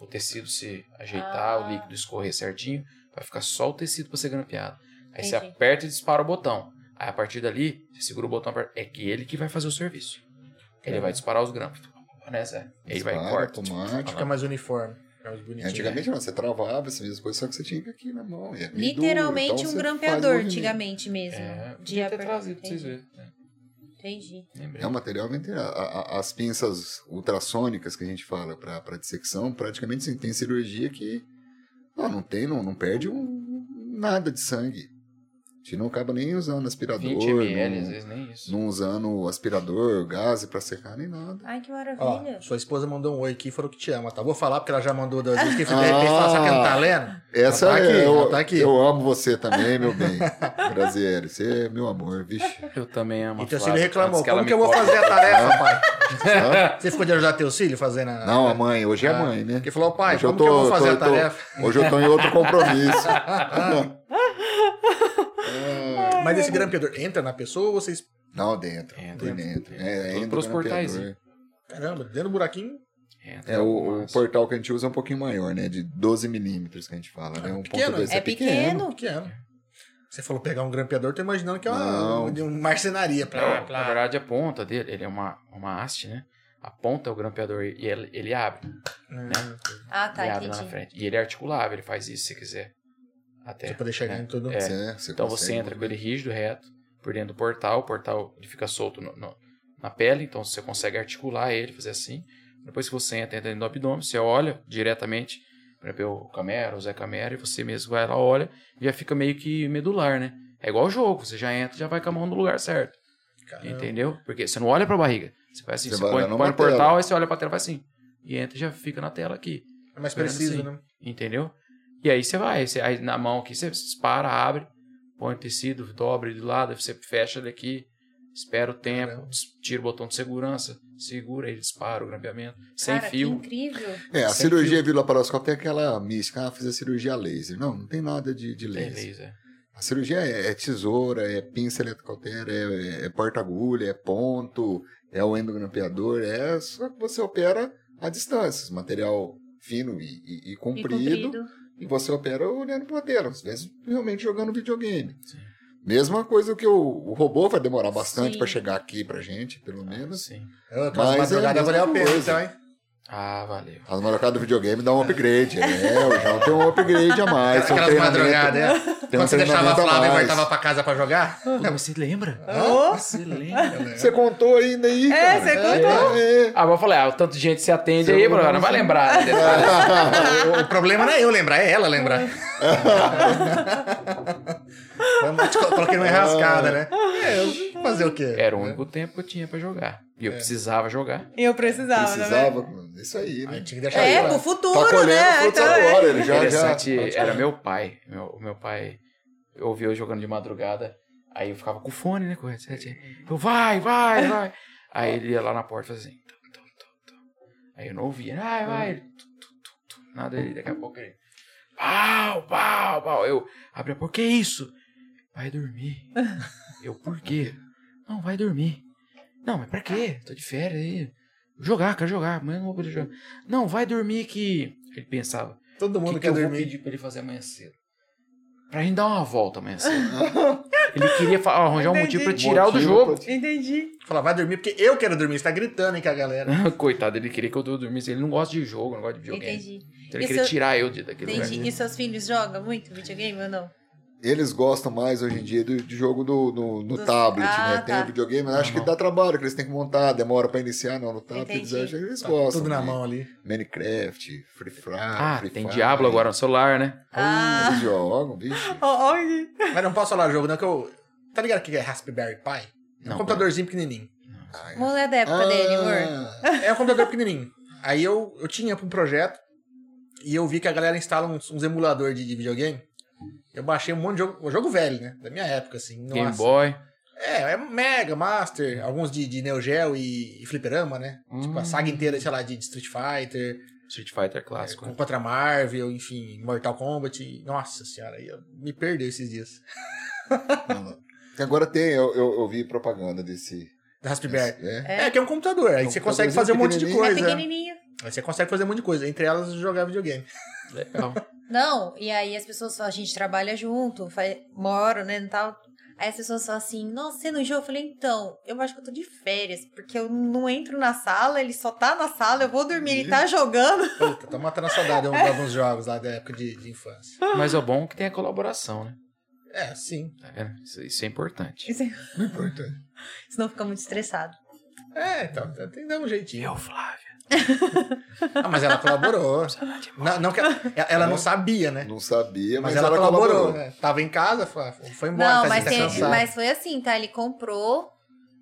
Speaker 4: o tecido se ajeitar,
Speaker 1: Ah.
Speaker 4: o líquido escorrer certinho, vai ficar só o tecido para ser grampeado. Aí você
Speaker 1: Entendi.
Speaker 4: aperta e dispara o botão. Aí a partir dali, você segura o botão, aperta. É que ele que vai fazer o serviço. Ele
Speaker 1: Tá.
Speaker 4: vai disparar os grampos. Né, Zé? Ele vai e
Speaker 3: Dispara,
Speaker 4: corta.
Speaker 3: automático.
Speaker 2: Fica mais uniforme. Fica mais bonitinho.
Speaker 3: Tá Antigamente não, você travava essa mesma coisa, só que você tinha que aqui na mão. e é meio duro,
Speaker 1: Literalmente
Speaker 3: então
Speaker 1: um
Speaker 3: você
Speaker 1: grampeador,
Speaker 3: faz movimento.
Speaker 1: antigamente mesmo.
Speaker 4: É,
Speaker 1: de
Speaker 4: podia ter
Speaker 1: aper-
Speaker 4: trazido pra vocês
Speaker 1: Entendi.
Speaker 4: verem. né?
Speaker 1: Entendi.
Speaker 4: Lembrei.
Speaker 3: É um material que tem a- a- as pinças ultrassônicas que a gente fala para dissecção, praticamente sim, tem cirurgia que não, não tem, não, não perde um- nada de sangue. A gente não acaba nem usando aspirador,
Speaker 4: 20 ml, às
Speaker 3: não,
Speaker 4: vezes nem isso.
Speaker 3: não usando aspirador, gás para secar, nem nada.
Speaker 1: Ai, que maravilha.
Speaker 2: Ó, sua esposa mandou um oi aqui e falou que te ama, tá? Vou falar porque ela já mandou duas vezes. Que de repente fala, só que não tá lendo.
Speaker 3: Essa
Speaker 2: tá aqui,
Speaker 3: Ah. é, eu,
Speaker 2: tá aqui.
Speaker 3: eu amo você também, meu bem. Brasileiro, você é meu amor, vixe.
Speaker 4: Eu também amo.
Speaker 2: E
Speaker 4: a
Speaker 2: teu
Speaker 4: Flávia,
Speaker 2: filho Então, reclamou.
Speaker 4: antes
Speaker 2: Como
Speaker 4: ela
Speaker 2: que eu
Speaker 4: me
Speaker 2: vou
Speaker 4: corte.
Speaker 2: fazer a tarefa, pai?
Speaker 3: Tá?
Speaker 2: Você ficou de ajudar teu filho fazendo a...
Speaker 3: Não, a mãe, hoje é a mãe, né?
Speaker 2: Ele falou, pai,
Speaker 3: Hoje
Speaker 2: como que eu vou fazer
Speaker 3: tô-
Speaker 2: a
Speaker 3: tô-
Speaker 2: tarefa?
Speaker 3: Hoje eu tô em outro compromisso. Ah.
Speaker 2: Mas esse grampeador entra na pessoa ou vocês...
Speaker 3: Não, dentro.
Speaker 4: Entra.
Speaker 3: Por dentro. É,
Speaker 4: Tudo
Speaker 3: entra
Speaker 4: pelos
Speaker 3: no
Speaker 4: portais,
Speaker 3: ampliador.
Speaker 2: Caramba, dentro do buraquinho...
Speaker 4: É,
Speaker 3: É, o, o
Speaker 4: nossa.
Speaker 3: portal que a gente usa é um pouquinho maior, né? De 12 milímetros que a gente fala, né? Um
Speaker 2: Pequeno,
Speaker 3: ponto dois
Speaker 1: é pequeno.
Speaker 2: Que ano? Você falou pegar um grampeador, tô imaginando que é uma,
Speaker 3: Não.
Speaker 2: uma marcenaria. Pra,
Speaker 4: Não, é, Na verdade, a ponta dele, ele é uma, uma haste, né? A ponta é o grampeador e ele, ele abre.
Speaker 2: Ah,
Speaker 1: Ah, tá,
Speaker 4: ele abre lá na
Speaker 1: entendi.
Speaker 4: frente. E ele é articulável, ele faz isso se quiser. Até.
Speaker 2: Pra poder chegar em tudo.
Speaker 4: É.
Speaker 3: né? Você, você
Speaker 4: Então
Speaker 3: consegue
Speaker 4: você entra com ele rígido, reto, por dentro do portal. O portal ele fica solto no, no, na pele, então você consegue articular ele, fazer assim. Depois que você entra dentro do abdômen, você olha diretamente, por exemplo, o Camera, o Zé Camera, e você mesmo vai lá, olha, e já fica meio que medular, né? É igual o jogo, você já entra e já vai com a mão no lugar certo.
Speaker 2: Caramba.
Speaker 4: Entendeu? Porque você não olha pra barriga. Você faz assim,
Speaker 3: É. Você
Speaker 4: você,
Speaker 3: vai
Speaker 4: põe,
Speaker 3: lá numa
Speaker 4: põe no portal,
Speaker 3: tela.
Speaker 4: aí você olha pra tela e faz assim. E entra e já fica na tela aqui.
Speaker 2: É mais
Speaker 4: Pelo menos
Speaker 2: preciso,
Speaker 4: assim.
Speaker 2: né?
Speaker 4: Entendeu? E aí você vai, você, aí na mão aqui, você dispara, abre, põe o tecido, dobra de lado, aí você fecha ele aqui, espera o tempo,
Speaker 2: Caramba.
Speaker 4: des- tira o botão de segurança, segura ele, dispara o grampeamento, sem
Speaker 1: Cara, que
Speaker 4: fio.
Speaker 1: incrível.
Speaker 3: É, a
Speaker 4: Sem
Speaker 3: cirurgia viloparoscópica é aquela mística, ah, fiz a cirurgia a laser. Não, não tem nada de, de
Speaker 4: Tem
Speaker 3: laser.
Speaker 4: laser.
Speaker 3: A cirurgia é, é tesoura, é pinça eletrocautera, é, é porta-agulha, é ponto, é o endogrampeador, é só que você opera a distância, material fino e, e- e
Speaker 1: E
Speaker 3: comprido, e
Speaker 1: comprido.
Speaker 3: você opera olhando pro roteiro, às vezes realmente jogando videogame.
Speaker 4: Sim.
Speaker 3: Mesma coisa que o, o robô vai demorar bastante
Speaker 1: Sim.
Speaker 3: para chegar aqui pra gente, pelo menos.
Speaker 4: Sim.
Speaker 2: Mas
Speaker 3: Mas é a
Speaker 2: madrugada
Speaker 3: mesma
Speaker 2: valeu a pena,
Speaker 3: coisa.
Speaker 2: então, hein?
Speaker 4: Ah, valeu.
Speaker 3: As madrugadas do videogame dão um upgrade, é, o João tem um upgrade a mais. tem um
Speaker 2: Aquelas
Speaker 3: treinamento-
Speaker 2: madrugadas, é.
Speaker 3: Tem um
Speaker 2: Quando você deixava a
Speaker 3: treinamento a
Speaker 2: Flávia e
Speaker 3: mais.
Speaker 2: voltava pra casa pra jogar?
Speaker 4: Pô, você lembra?
Speaker 1: Ô,
Speaker 4: Você lembra?
Speaker 3: Você contou ainda
Speaker 1: É,
Speaker 3: aí, cara.
Speaker 1: você
Speaker 3: contou. É,
Speaker 4: Ah, mas eu falei, ah, o tanto de gente que se atende
Speaker 3: Você
Speaker 4: aí,
Speaker 3: não
Speaker 4: Bruno, não vai lembrar. né?
Speaker 2: O problema não é eu lembrar, é ela lembrar. Vamos, te co- Coloquei numa enrascada, né? É, eu- fazer o quê? Né?
Speaker 4: Era um o único tempo que eu tinha pra jogar. E eu precisava jogar.
Speaker 1: Eu precisava, né?
Speaker 3: Precisava, isso aí,
Speaker 2: Aí
Speaker 3: né?
Speaker 2: tinha que deixar
Speaker 1: É,
Speaker 2: ela.
Speaker 1: pro
Speaker 3: Tá
Speaker 1: futuro,
Speaker 3: colhendo
Speaker 1: né?
Speaker 3: frutos
Speaker 1: Então, é.
Speaker 3: agora, ele já, já.
Speaker 4: Interessante, era meu pai. Meu, meu pai, eu ouvi eu jogando de madrugada, aí eu ficava com o fone, né? com o headset. Eu, vai, vai, vai. Aí ele ia lá na porta e fazia assim, tum, tum, tum, tum. Aí eu não ouvia, vai, vai.
Speaker 3: Uhum.
Speaker 4: Ele, tum, tum, tum, tum. Nada, ele, daqui a pouco ele, pau, pau, pau. Eu abri a porta, que isso? Vai dormir. Eu, por quê? Não, vai dormir. Não, mas pra quê? Tô de férias aí. Jogar, quero jogar, amanhã não vou poder jogar. Não, vai dormir que... Ele pensava,
Speaker 2: Todo
Speaker 4: o
Speaker 2: mundo
Speaker 4: que, que
Speaker 2: quer
Speaker 4: eu
Speaker 2: dormir.
Speaker 4: vou pedir pra ele fazer amanhã cedo? Pra gente dar uma volta amanhã cedo. ele queria fa- arranjar um motivo pra
Speaker 1: Entendi.
Speaker 4: tirar o do
Speaker 3: Motivo
Speaker 4: jogo.
Speaker 3: pra-
Speaker 1: é. Entendi.
Speaker 2: Falar, vai dormir porque eu quero dormir. Você tá gritando, hein, com a galera.
Speaker 4: Coitado, ele queria que eu dormisse. Ele não gosta de jogo, não gosta de videogame.
Speaker 1: Entendi.
Speaker 4: Então ele
Speaker 1: Isso
Speaker 4: queria
Speaker 1: eu-
Speaker 4: tirar eu de- daquele lugar.
Speaker 1: Entendi. E seus filhos jogam muito videogame ou não?
Speaker 3: Eles gostam mais hoje em dia do, de jogo do, no, no
Speaker 1: Dos-
Speaker 3: tablet,
Speaker 1: Ah,
Speaker 3: né? Tem
Speaker 1: tá.
Speaker 3: o videogame, mas acho que
Speaker 4: mão.
Speaker 3: dá trabalho, que eles têm que montar, demora pra iniciar, não, no tablet, eles,
Speaker 1: Entendi.
Speaker 3: acham, eles
Speaker 2: Tá
Speaker 3: gostam.
Speaker 2: tudo na
Speaker 3: né?
Speaker 2: mão ali.
Speaker 3: Minecraft, Free Fire.
Speaker 4: Ah,
Speaker 3: Free
Speaker 4: tem
Speaker 3: Fire.
Speaker 4: Diablo agora no celular, né?
Speaker 3: Ah,
Speaker 1: Ah.
Speaker 3: Eles jogam, bicho.
Speaker 1: Ó, ó, e-
Speaker 2: Mas não posso falar o jogo, não, que eu. Tá ligado o que é Raspberry Pi? É um
Speaker 4: Não,
Speaker 2: computadorzinho pequenininho.
Speaker 3: Ah,
Speaker 1: Qual é da época dele, amor?
Speaker 2: É um computador pequenininho. Aí eu, eu tinha pra um projeto e eu vi que a galera instala uns, uns emulador de, de videogame. Eu baixei um monte de jogo, um jogo velho, né? Da minha época, assim.
Speaker 4: Game
Speaker 2: nossa.
Speaker 4: Boy.
Speaker 2: É, é Mega, Master, alguns de, de Neo Geo e, e Fliperama, né? Tipo, a
Speaker 4: Hum.
Speaker 2: saga inteira, sei lá, de de Street Fighter,
Speaker 4: Street Fighter clássico.
Speaker 2: com
Speaker 4: né?
Speaker 2: contra Marvel, enfim, Mortal Kombat. e- Nossa senhora, aí eu me perdeu esses dias.
Speaker 3: Que Agora tem, eu, eu, eu vi propaganda desse.
Speaker 2: Da Raspberry.
Speaker 3: É.
Speaker 2: É. que é um computador, aí
Speaker 3: É um
Speaker 2: você consegue
Speaker 3: computadorzinho
Speaker 2: fazer um monte de
Speaker 1: É
Speaker 2: coisa.
Speaker 1: pequenininho.
Speaker 2: Aí você consegue fazer um monte de coisa, entre elas jogar videogame.
Speaker 4: Legal.
Speaker 1: Não, e aí as pessoas falam, a gente trabalha junto, fa- moro, né, e tal. Aí as pessoas falam assim, nossa, você não joga? Eu falei, então, eu acho que eu tô de férias, porque eu não entro na sala, ele só tá na sala, eu vou dormir, ele tá jogando.
Speaker 2: Puta, tá matando a saudade de alguns jogos lá da época de, de infância.
Speaker 4: Mas é bom que tem a colaboração, né?
Speaker 2: É, sim.
Speaker 4: Tá vendo? Isso, isso é importante.
Speaker 1: Isso é-
Speaker 3: Não importa.
Speaker 1: Senão fica muito estressado.
Speaker 2: É, então, tem que dar um jeitinho.
Speaker 4: Eu, Flávia.
Speaker 2: Ah, mas ela colaborou. Não, não que ela, ela- ela não sabia, né?
Speaker 3: Não sabia,
Speaker 2: Mas,
Speaker 3: mas,
Speaker 2: ela, colaborou.
Speaker 3: né?
Speaker 2: né? Tava em casa, fa- foi embora,
Speaker 1: não,
Speaker 2: tá
Speaker 1: mas, tem-
Speaker 2: descansando.
Speaker 1: mas foi assim, tá? Ele comprou,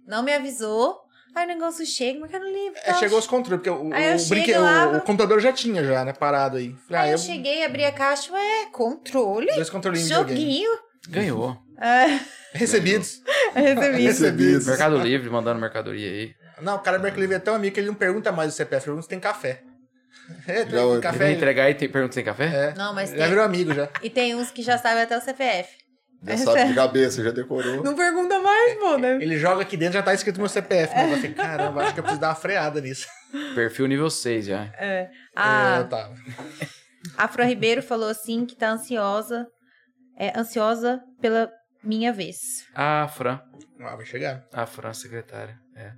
Speaker 1: não me avisou, aí o negócio chega, mas eu não tá. livro.
Speaker 2: É, chegou os controles, porque o, o,
Speaker 1: Aí eu
Speaker 2: o
Speaker 1: chego,
Speaker 2: brinque- o-
Speaker 1: abro.
Speaker 2: o computador já tinha já, né? Parado aí. Falei,
Speaker 1: Aí eu
Speaker 2: ah, eu-
Speaker 1: cheguei, abri a caixa, ué, controle?
Speaker 2: Dois controlinhos de videogame.
Speaker 1: Joguinho?
Speaker 4: Ganhou.
Speaker 1: É,
Speaker 2: Recebidos.
Speaker 1: resumindo.
Speaker 3: Recebidos.
Speaker 4: Mercado Livre mandando mercadoria aí.
Speaker 2: Não, o cara do Mercado Livre é tão amigo que ele não pergunta mais o CPF, pergunta se tem café. É, tem
Speaker 3: Já ouvi.
Speaker 4: Ele vai
Speaker 2: café.
Speaker 4: entregar e te- pergunta sem café?
Speaker 2: É.
Speaker 1: Não, mas
Speaker 2: Já
Speaker 1: tem.
Speaker 2: virou amigo já.
Speaker 1: E tem uns que já sabem até o CPF.
Speaker 3: né? Já sabe
Speaker 1: é
Speaker 3: de cabeça, já decorou.
Speaker 1: Não pergunta mais, pô, né?
Speaker 2: Ele joga aqui dentro já tá escrito meu CPF. Né? Eu falei, caramba, acho que eu preciso dar uma freada nisso.
Speaker 4: Perfil nível 6 já.
Speaker 1: É.
Speaker 2: Eu
Speaker 1: A
Speaker 2: tava.
Speaker 1: Afro Ribeiro falou assim que tá ansiosa, é ansiosa pela minha vez.
Speaker 4: A Fran.
Speaker 2: Ah, vai chegar.
Speaker 4: A Fran, secretária. É.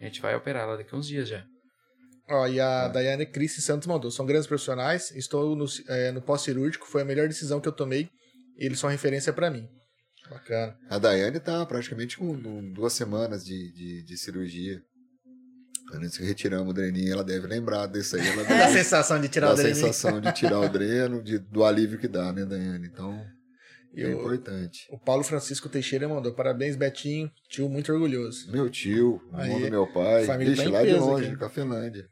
Speaker 4: A gente vai operar ela daqui uns dias já.
Speaker 2: Ó, e
Speaker 3: Tá.
Speaker 2: a Daiane Cris Santos mandou. São grandes profissionais, estou no, ci- eh, no pós-cirúrgico, foi a melhor decisão que eu tomei. e Eles são referência pra mim. Bacana.
Speaker 3: A Daiane tá praticamente com du- duas semanas de, de, de cirurgia. Quando nós retiramos o dreninho, ela deve lembrar disso aí. Ela
Speaker 1: É.
Speaker 2: Dá a
Speaker 3: deve
Speaker 2: sensação de tirar
Speaker 3: dar
Speaker 2: o
Speaker 3: a
Speaker 2: dreninho.
Speaker 3: sensação de tirar o dreno, de, do alívio que dá, né, Daiane? Então,
Speaker 2: E
Speaker 3: é
Speaker 2: o,
Speaker 3: importante.
Speaker 2: o Paulo Francisco Teixeira mandou parabéns, Betinho. Tio muito orgulhoso.
Speaker 3: Meu tio, o
Speaker 2: Aí,
Speaker 3: irmão do meu pai,
Speaker 2: família
Speaker 3: vixe,
Speaker 2: tá em
Speaker 3: lá de
Speaker 2: peso
Speaker 3: longe,
Speaker 2: aqui.
Speaker 3: de Cafelândia.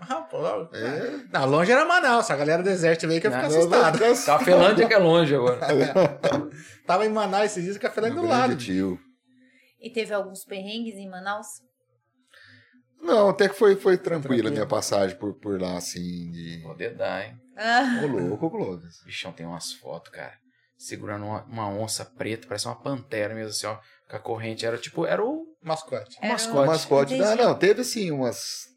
Speaker 2: Ah, pô, logo.
Speaker 3: É,
Speaker 2: Não, longe era Manaus. A galera do exército veio que eu ficar
Speaker 4: Não,
Speaker 2: assustado.
Speaker 3: Tá
Speaker 4: Cafelândia que é longe agora.
Speaker 2: Tava em Manaus esses dias, café lá
Speaker 3: Meu
Speaker 2: do
Speaker 3: grande
Speaker 2: lado.
Speaker 3: tio.
Speaker 1: E teve alguns perrengues em Manaus?
Speaker 3: Não, até que foi, foi tranquila a
Speaker 2: Tranquilo.
Speaker 3: minha passagem por, por lá, assim, de...
Speaker 4: Poder dar, hein?
Speaker 1: Ah,
Speaker 3: Ô, louco, Clóvis.
Speaker 4: Bichão, tem umas fotos, cara. Segurando uma, uma onça preta, parece uma pantera mesmo, assim, ó. Com a corrente. Era tipo, era o
Speaker 2: Mascote.
Speaker 1: Era um-
Speaker 4: mascote.
Speaker 3: O mascote.
Speaker 1: Entendi.
Speaker 3: Não, não, teve sim umas.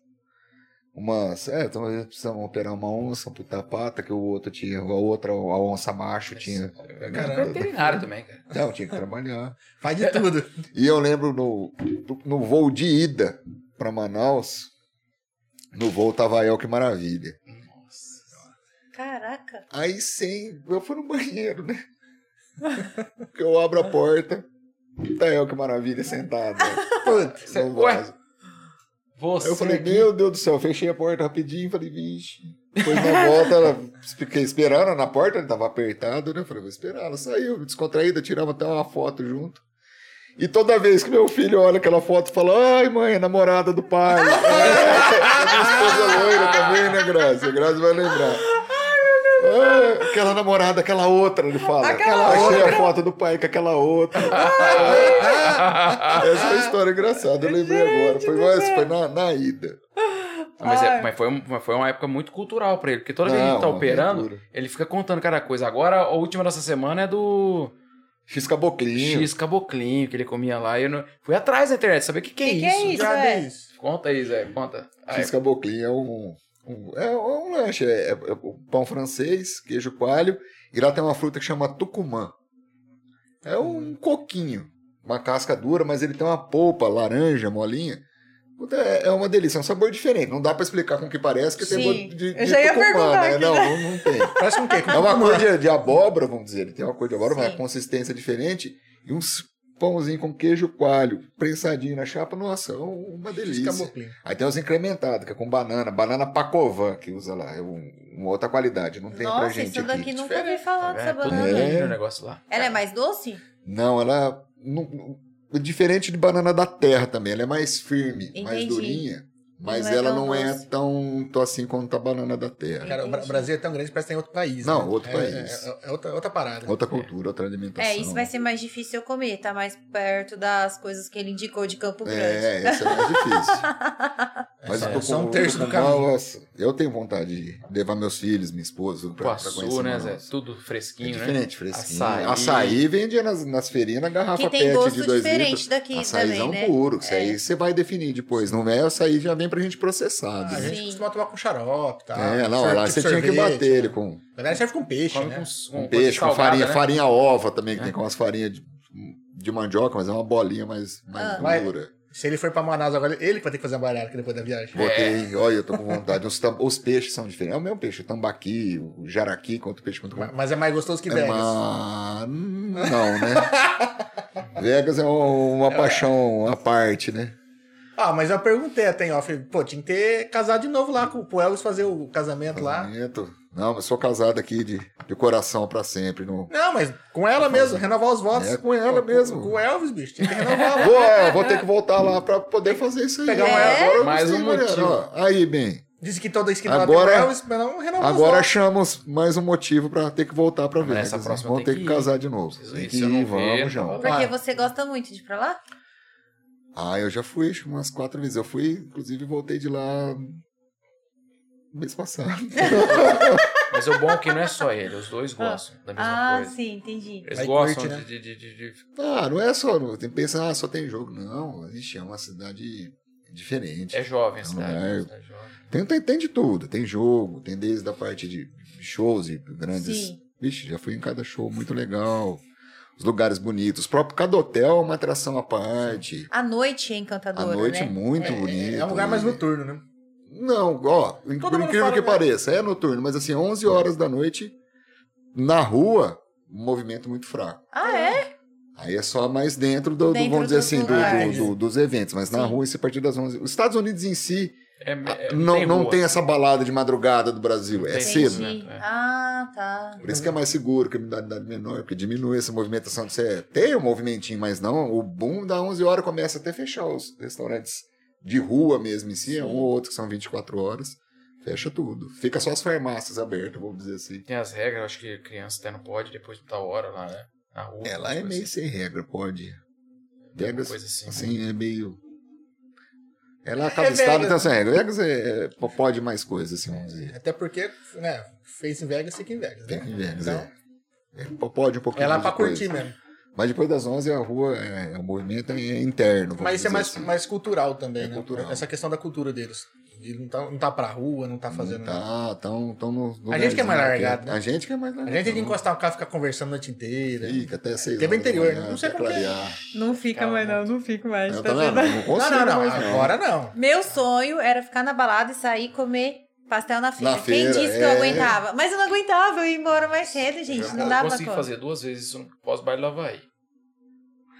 Speaker 3: Umas. É, então eles precisavam operar uma onça, amputar a pata, que o outro tinha. A outra, a onça macho tinha.
Speaker 4: Cara, é veterinário também, cara.
Speaker 3: Não, tinha que trabalhar.
Speaker 2: Faz de tudo.
Speaker 3: E eu lembro no, no voo de ida pra Manaus. No voo tava eu, que maravilha.
Speaker 4: Nossa.
Speaker 1: Caraca.
Speaker 3: Aí sem. Eu fui no banheiro, né? Que eu abro a porta. Tá eu, que maravilha, sentado.
Speaker 2: Putz.
Speaker 4: Cê-
Speaker 3: No
Speaker 4: ué,
Speaker 3: vaso. Aí
Speaker 4: Você
Speaker 3: eu falei,
Speaker 4: aqui-
Speaker 3: meu Deus do céu, fechei a porta rapidinho, falei, vixe. Depois na volta, ela fiquei esperando ela na porta, ele tava apertado, né? Eu Falei, vou esperar. Ela saiu, descontraída, tirava até uma foto junto. E toda vez que meu filho olha aquela foto, fala, ai mãe, é namorada do pai. É, minha esposa loira também, né, Graça? A Graça vai lembrar. Ah, aquela namorada, aquela outra, ele fala.
Speaker 1: Aquela
Speaker 3: Achei a foto do pai com aquela outra. Essa é uma história engraçada, eu lembrei agora. Foi, mas foi na, na ida.
Speaker 4: Mas, é-
Speaker 1: Ai.
Speaker 4: mas foi, um- mas foi uma época muito cultural pra ele, porque toda vez que a
Speaker 3: Não, é
Speaker 4: gente tá
Speaker 3: uma
Speaker 4: operando,
Speaker 3: aventura.
Speaker 4: ele fica contando cada coisa. Agora, a última dessa semana é do
Speaker 3: X caboclinho.
Speaker 4: X caboclinho que ele comia lá. E eu não... fui atrás da internet saber o que, que é
Speaker 1: Que que
Speaker 4: isso.
Speaker 1: é isso,
Speaker 2: Já
Speaker 1: é?
Speaker 2: dei isso.
Speaker 4: Conta aí, Zé, conta. Aí,
Speaker 3: X caboclinho é um, um- é um lanche. É, é- é um pão francês, queijo coalho. E lá tem uma fruta que chama tucumã. É
Speaker 4: Hum.
Speaker 3: um coquinho. Uma casca dura, mas ele tem uma polpa laranja, molinha. Puta, É é uma delícia, é um sabor diferente. Não dá pra explicar com o que parece, porque tem
Speaker 1: Sim,
Speaker 3: gosto de, de
Speaker 1: eu já ia perguntar
Speaker 3: né?
Speaker 1: aqui,
Speaker 3: Não,
Speaker 1: né?
Speaker 3: não, não tem.
Speaker 2: Parece um quê?
Speaker 3: É uma cor de, de abóbora, vamos dizer. Ele tem uma cor de abóbora, mas
Speaker 1: Sim.
Speaker 3: uma consistência diferente. E uns pãozinho com queijo coalho, prensadinho na chapa. Nossa, é uma delícia.
Speaker 2: Caboclinho.
Speaker 3: Aí tem os incrementados, que é com banana. Banana pacovan, que usa lá. É um- uma outra qualidade. Não tem pra
Speaker 1: Nossa,
Speaker 3: gente
Speaker 1: isso
Speaker 3: aqui.
Speaker 1: daqui nunca ouvi
Speaker 4: tá
Speaker 1: falar
Speaker 4: vendo?
Speaker 1: dessa
Speaker 4: Todo
Speaker 1: banana.
Speaker 4: mundo
Speaker 3: É.
Speaker 4: lindo o negócio lá.
Speaker 1: Ela é mais doce?
Speaker 3: Não, ela... não- não- é diferente de banana da terra também. Ela é mais firme, mais
Speaker 1: Entendi.
Speaker 3: durinha. Mas
Speaker 1: não é
Speaker 3: ela
Speaker 1: tão
Speaker 3: não é
Speaker 1: doce.
Speaker 3: tão, tão assim quanto a banana da terra.
Speaker 2: Cara, o Bra-
Speaker 1: Entendi.
Speaker 2: Brasil é tão grande que parece que tem outro país.
Speaker 3: Não,
Speaker 2: né?
Speaker 3: outro
Speaker 2: É-
Speaker 3: país.
Speaker 2: É, é- é outra, outra parada.
Speaker 3: Outra cultura, outra alimentação.
Speaker 1: É, isso vai ser mais difícil eu comer, tá mais perto das coisas que ele indicou de Campo Grande.
Speaker 3: É, essa é mais difícil. Mas
Speaker 2: é,
Speaker 3: eu tô
Speaker 2: só
Speaker 3: com-
Speaker 2: um terço
Speaker 3: eu tô
Speaker 2: do
Speaker 3: com uma-
Speaker 2: caminho.
Speaker 3: nossa, eu tenho vontade de levar meus filhos, minha esposa, pra, pra
Speaker 4: Poaçu,
Speaker 3: conhecer
Speaker 4: né, Zé?
Speaker 3: Manaus.
Speaker 4: Tudo
Speaker 3: É
Speaker 4: fresquinho, né?
Speaker 3: diferente, fresquinho.
Speaker 4: Açaí.
Speaker 3: Açaí, vende nas, nas feirinhas na garrafa
Speaker 1: Que tem
Speaker 3: PET
Speaker 1: gosto
Speaker 3: de dois
Speaker 1: diferente
Speaker 3: litros.
Speaker 1: daqui
Speaker 3: Açaizão
Speaker 1: também, né?
Speaker 3: puro, isso aí você vai definir depois. Não é açaí, já vem pra gente processar.
Speaker 2: Ah, a
Speaker 3: né?
Speaker 2: gente
Speaker 1: Sim.
Speaker 2: costuma tomar com xarope e tal.
Speaker 3: é, não,
Speaker 2: Sor-
Speaker 3: lá
Speaker 2: tipo
Speaker 3: você tinha que
Speaker 2: sorvete.
Speaker 3: bater ele com,
Speaker 2: Na verdade, serve com peixe,
Speaker 4: Come
Speaker 2: né?
Speaker 4: com,
Speaker 3: com
Speaker 4: com
Speaker 3: Um peixe, com
Speaker 4: salgada,
Speaker 3: farinha,
Speaker 4: né?
Speaker 3: farinha ova também, que
Speaker 4: É.
Speaker 3: tem com umas farinhas de, de mandioca, mas é uma bolinha mais, mais
Speaker 1: Ah.
Speaker 2: Mas-
Speaker 3: dura.
Speaker 2: Se ele for pra Manaus agora, ele que vai ter que fazer uma bariátrica depois da viagem.
Speaker 3: Botei, olha, eu tô com vontade. Os, tam- os peixes são diferentes. É o mesmo peixe, o tambaqui, o jaraqui, quanto peixe, quanto
Speaker 2: Ma- Mas é mais gostoso que
Speaker 3: É
Speaker 2: Vegas.
Speaker 3: uma... Não, né? Vegas é um- uma paixão à parte, né?
Speaker 2: Ah, mas eu perguntei até em off. Pô, tinha que ter casado de novo lá com pro Elvis fazer o casamento lá.
Speaker 3: Casamento. Não, mas sou casado aqui de, de coração pra sempre. Não...
Speaker 2: Não, mas com ela mesmo, renovar os votos.
Speaker 3: É, com ela mesmo.
Speaker 2: Com o Elvis, bicho. Tinha que renovar lá.
Speaker 3: Vou, é, vou ter que voltar lá pra poder fazer isso aí.
Speaker 2: Pegar um
Speaker 1: É?
Speaker 3: agora eu
Speaker 4: Mais
Speaker 3: gostei,
Speaker 4: um
Speaker 3: Mariana,
Speaker 4: motivo.
Speaker 3: ó. Aí, bem.
Speaker 2: Disse que toda esquina lá
Speaker 3: Agora-
Speaker 2: tem o Elvis, mas não renovou os
Speaker 3: Agora
Speaker 2: votos.
Speaker 3: achamos mais um motivo pra ter que voltar pra
Speaker 4: Mas
Speaker 3: Vegas.
Speaker 4: essa
Speaker 3: né?
Speaker 4: próxima
Speaker 3: Vamos
Speaker 4: tem
Speaker 3: ter que
Speaker 4: que ir.
Speaker 3: casar de novo.
Speaker 4: Preciso
Speaker 3: Tem
Speaker 4: ir,
Speaker 3: que
Speaker 4: se eu não
Speaker 3: ir,
Speaker 4: ver, tá não
Speaker 3: vamos, João.
Speaker 4: vou
Speaker 1: Porque
Speaker 4: Claro.
Speaker 1: você gosta muito de ir pra lá?
Speaker 3: Ah, eu já fui acho, umas quatro vezes. Eu fui, inclusive, voltei de lá mês passado.
Speaker 4: Mas o bom é que não é só ele, os dois gostam da mesma
Speaker 1: Ah,
Speaker 4: coisa.
Speaker 1: sim, entendi.
Speaker 4: Eles
Speaker 2: Aí
Speaker 4: gostam
Speaker 2: curte, né?
Speaker 4: de, de- de- de- de-
Speaker 3: ah, não é só. Não, tem que pensar, ah, só tem jogo. Não, ixi, é uma cidade diferente.
Speaker 4: É jovem a
Speaker 3: Não
Speaker 4: cidade.
Speaker 3: é.
Speaker 4: a cidade é jovem.
Speaker 3: Tem, tem, tem de tudo. Tem jogo, tem desde a parte de shows e grandes.
Speaker 1: Sim.
Speaker 3: Vixe, já fui em cada show muito legal. Os lugares bonitos. Próprio, cada hotel é uma atração à parte.
Speaker 1: A noite é
Speaker 3: A
Speaker 1: encantadora,
Speaker 3: noite
Speaker 1: né?
Speaker 3: muito
Speaker 2: É-
Speaker 3: bonita.
Speaker 2: É, um lugar mais noturno, né?
Speaker 3: Não, ó, por
Speaker 2: mundo
Speaker 3: incrível
Speaker 2: fala,
Speaker 3: que
Speaker 2: né?
Speaker 3: pareça, é noturno, mas assim, 11 horas da noite, na rua, movimento um muito fraco.
Speaker 1: Ah, é?
Speaker 3: Aí é só mais dentro do, do-
Speaker 1: Dentro
Speaker 3: vamos dizer
Speaker 1: dos
Speaker 3: assim, do- do-
Speaker 1: lugares.
Speaker 3: do- dos eventos, mas na
Speaker 1: Sim.
Speaker 3: rua isso é a partir das 11. Os Estados Unidos em si
Speaker 4: É, é-
Speaker 3: Ah, não, não
Speaker 4: rua.
Speaker 3: tem essa balada de madrugada do Brasil, é
Speaker 4: Tem.
Speaker 3: cedo.
Speaker 4: né?
Speaker 1: Entendi.
Speaker 4: É.
Speaker 1: Ah, tá.
Speaker 3: Por isso que é mais seguro, criminalidade menor, porque diminui essa movimentação. Você tem um movimentinho, mas não. O boom da 11 horas começa até fechar os restaurantes de rua mesmo em si, é um ou outro que são 24 horas. Fecha tudo. Fica só as farmácias abertas, vamos dizer assim.
Speaker 4: Tem as regras, acho que criança até não pode depois de tal hora lá, né? Na rua.
Speaker 3: Ela é
Speaker 4: alguma coisa
Speaker 3: meio sem regra, pode.
Speaker 4: assim.
Speaker 3: Vegas,
Speaker 4: Coisa assim.
Speaker 3: Assim, é meio. Ela acaba
Speaker 2: É
Speaker 3: estado
Speaker 2: Vegas.
Speaker 3: então sem regra. Vegas é, é- pode mais coisas, assim, vamos dizer.
Speaker 2: Até porque, né, fez em Vegas, fica em Vegas, né?
Speaker 3: Fica em Vegas,
Speaker 2: então,
Speaker 3: é. É, pode um pouquinho
Speaker 2: é lá
Speaker 3: mais
Speaker 2: pra
Speaker 3: de coisa.
Speaker 2: curtir mesmo.
Speaker 3: Mas depois das 11 a rua, é, o movimento é interno. vamos
Speaker 2: Mas isso é
Speaker 3: dizer
Speaker 2: mais,
Speaker 3: assim.
Speaker 2: mais cultural também,
Speaker 3: É
Speaker 2: né?
Speaker 3: cultural.
Speaker 2: Essa questão da cultura deles. E não tá, não tá pra rua, não tá fazendo nada.
Speaker 3: Tá, tão, tão no,
Speaker 2: A gente que é mais largado, né?
Speaker 3: A gente que é mais
Speaker 2: A
Speaker 3: largado.
Speaker 2: gente tem que encostar o carro e ficar conversando a noite inteira.
Speaker 3: Fica até seis
Speaker 2: Teve
Speaker 3: horas da
Speaker 2: interior,
Speaker 3: manhã,
Speaker 2: não sei
Speaker 3: até
Speaker 2: como que é.
Speaker 3: clarear.
Speaker 5: Não fica
Speaker 4: Calma.
Speaker 5: mais, não, não fica mais.
Speaker 3: Eu
Speaker 5: tá
Speaker 3: também
Speaker 5: vendo?
Speaker 3: não consigo
Speaker 2: não, não, não. é
Speaker 3: mais,
Speaker 2: Agora não.
Speaker 1: Meu sonho era ficar na balada e sair comer pastel na feira.
Speaker 3: Na
Speaker 1: Quem
Speaker 3: feira,
Speaker 1: disse que eu
Speaker 3: é.
Speaker 1: aguentava? Mas eu não aguentava, eu ia embora mais cedo, gente.
Speaker 4: Eu
Speaker 1: Não dá pra
Speaker 4: consegui
Speaker 1: conta.
Speaker 4: fazer duas vezes isso no pós-baile do Havaí.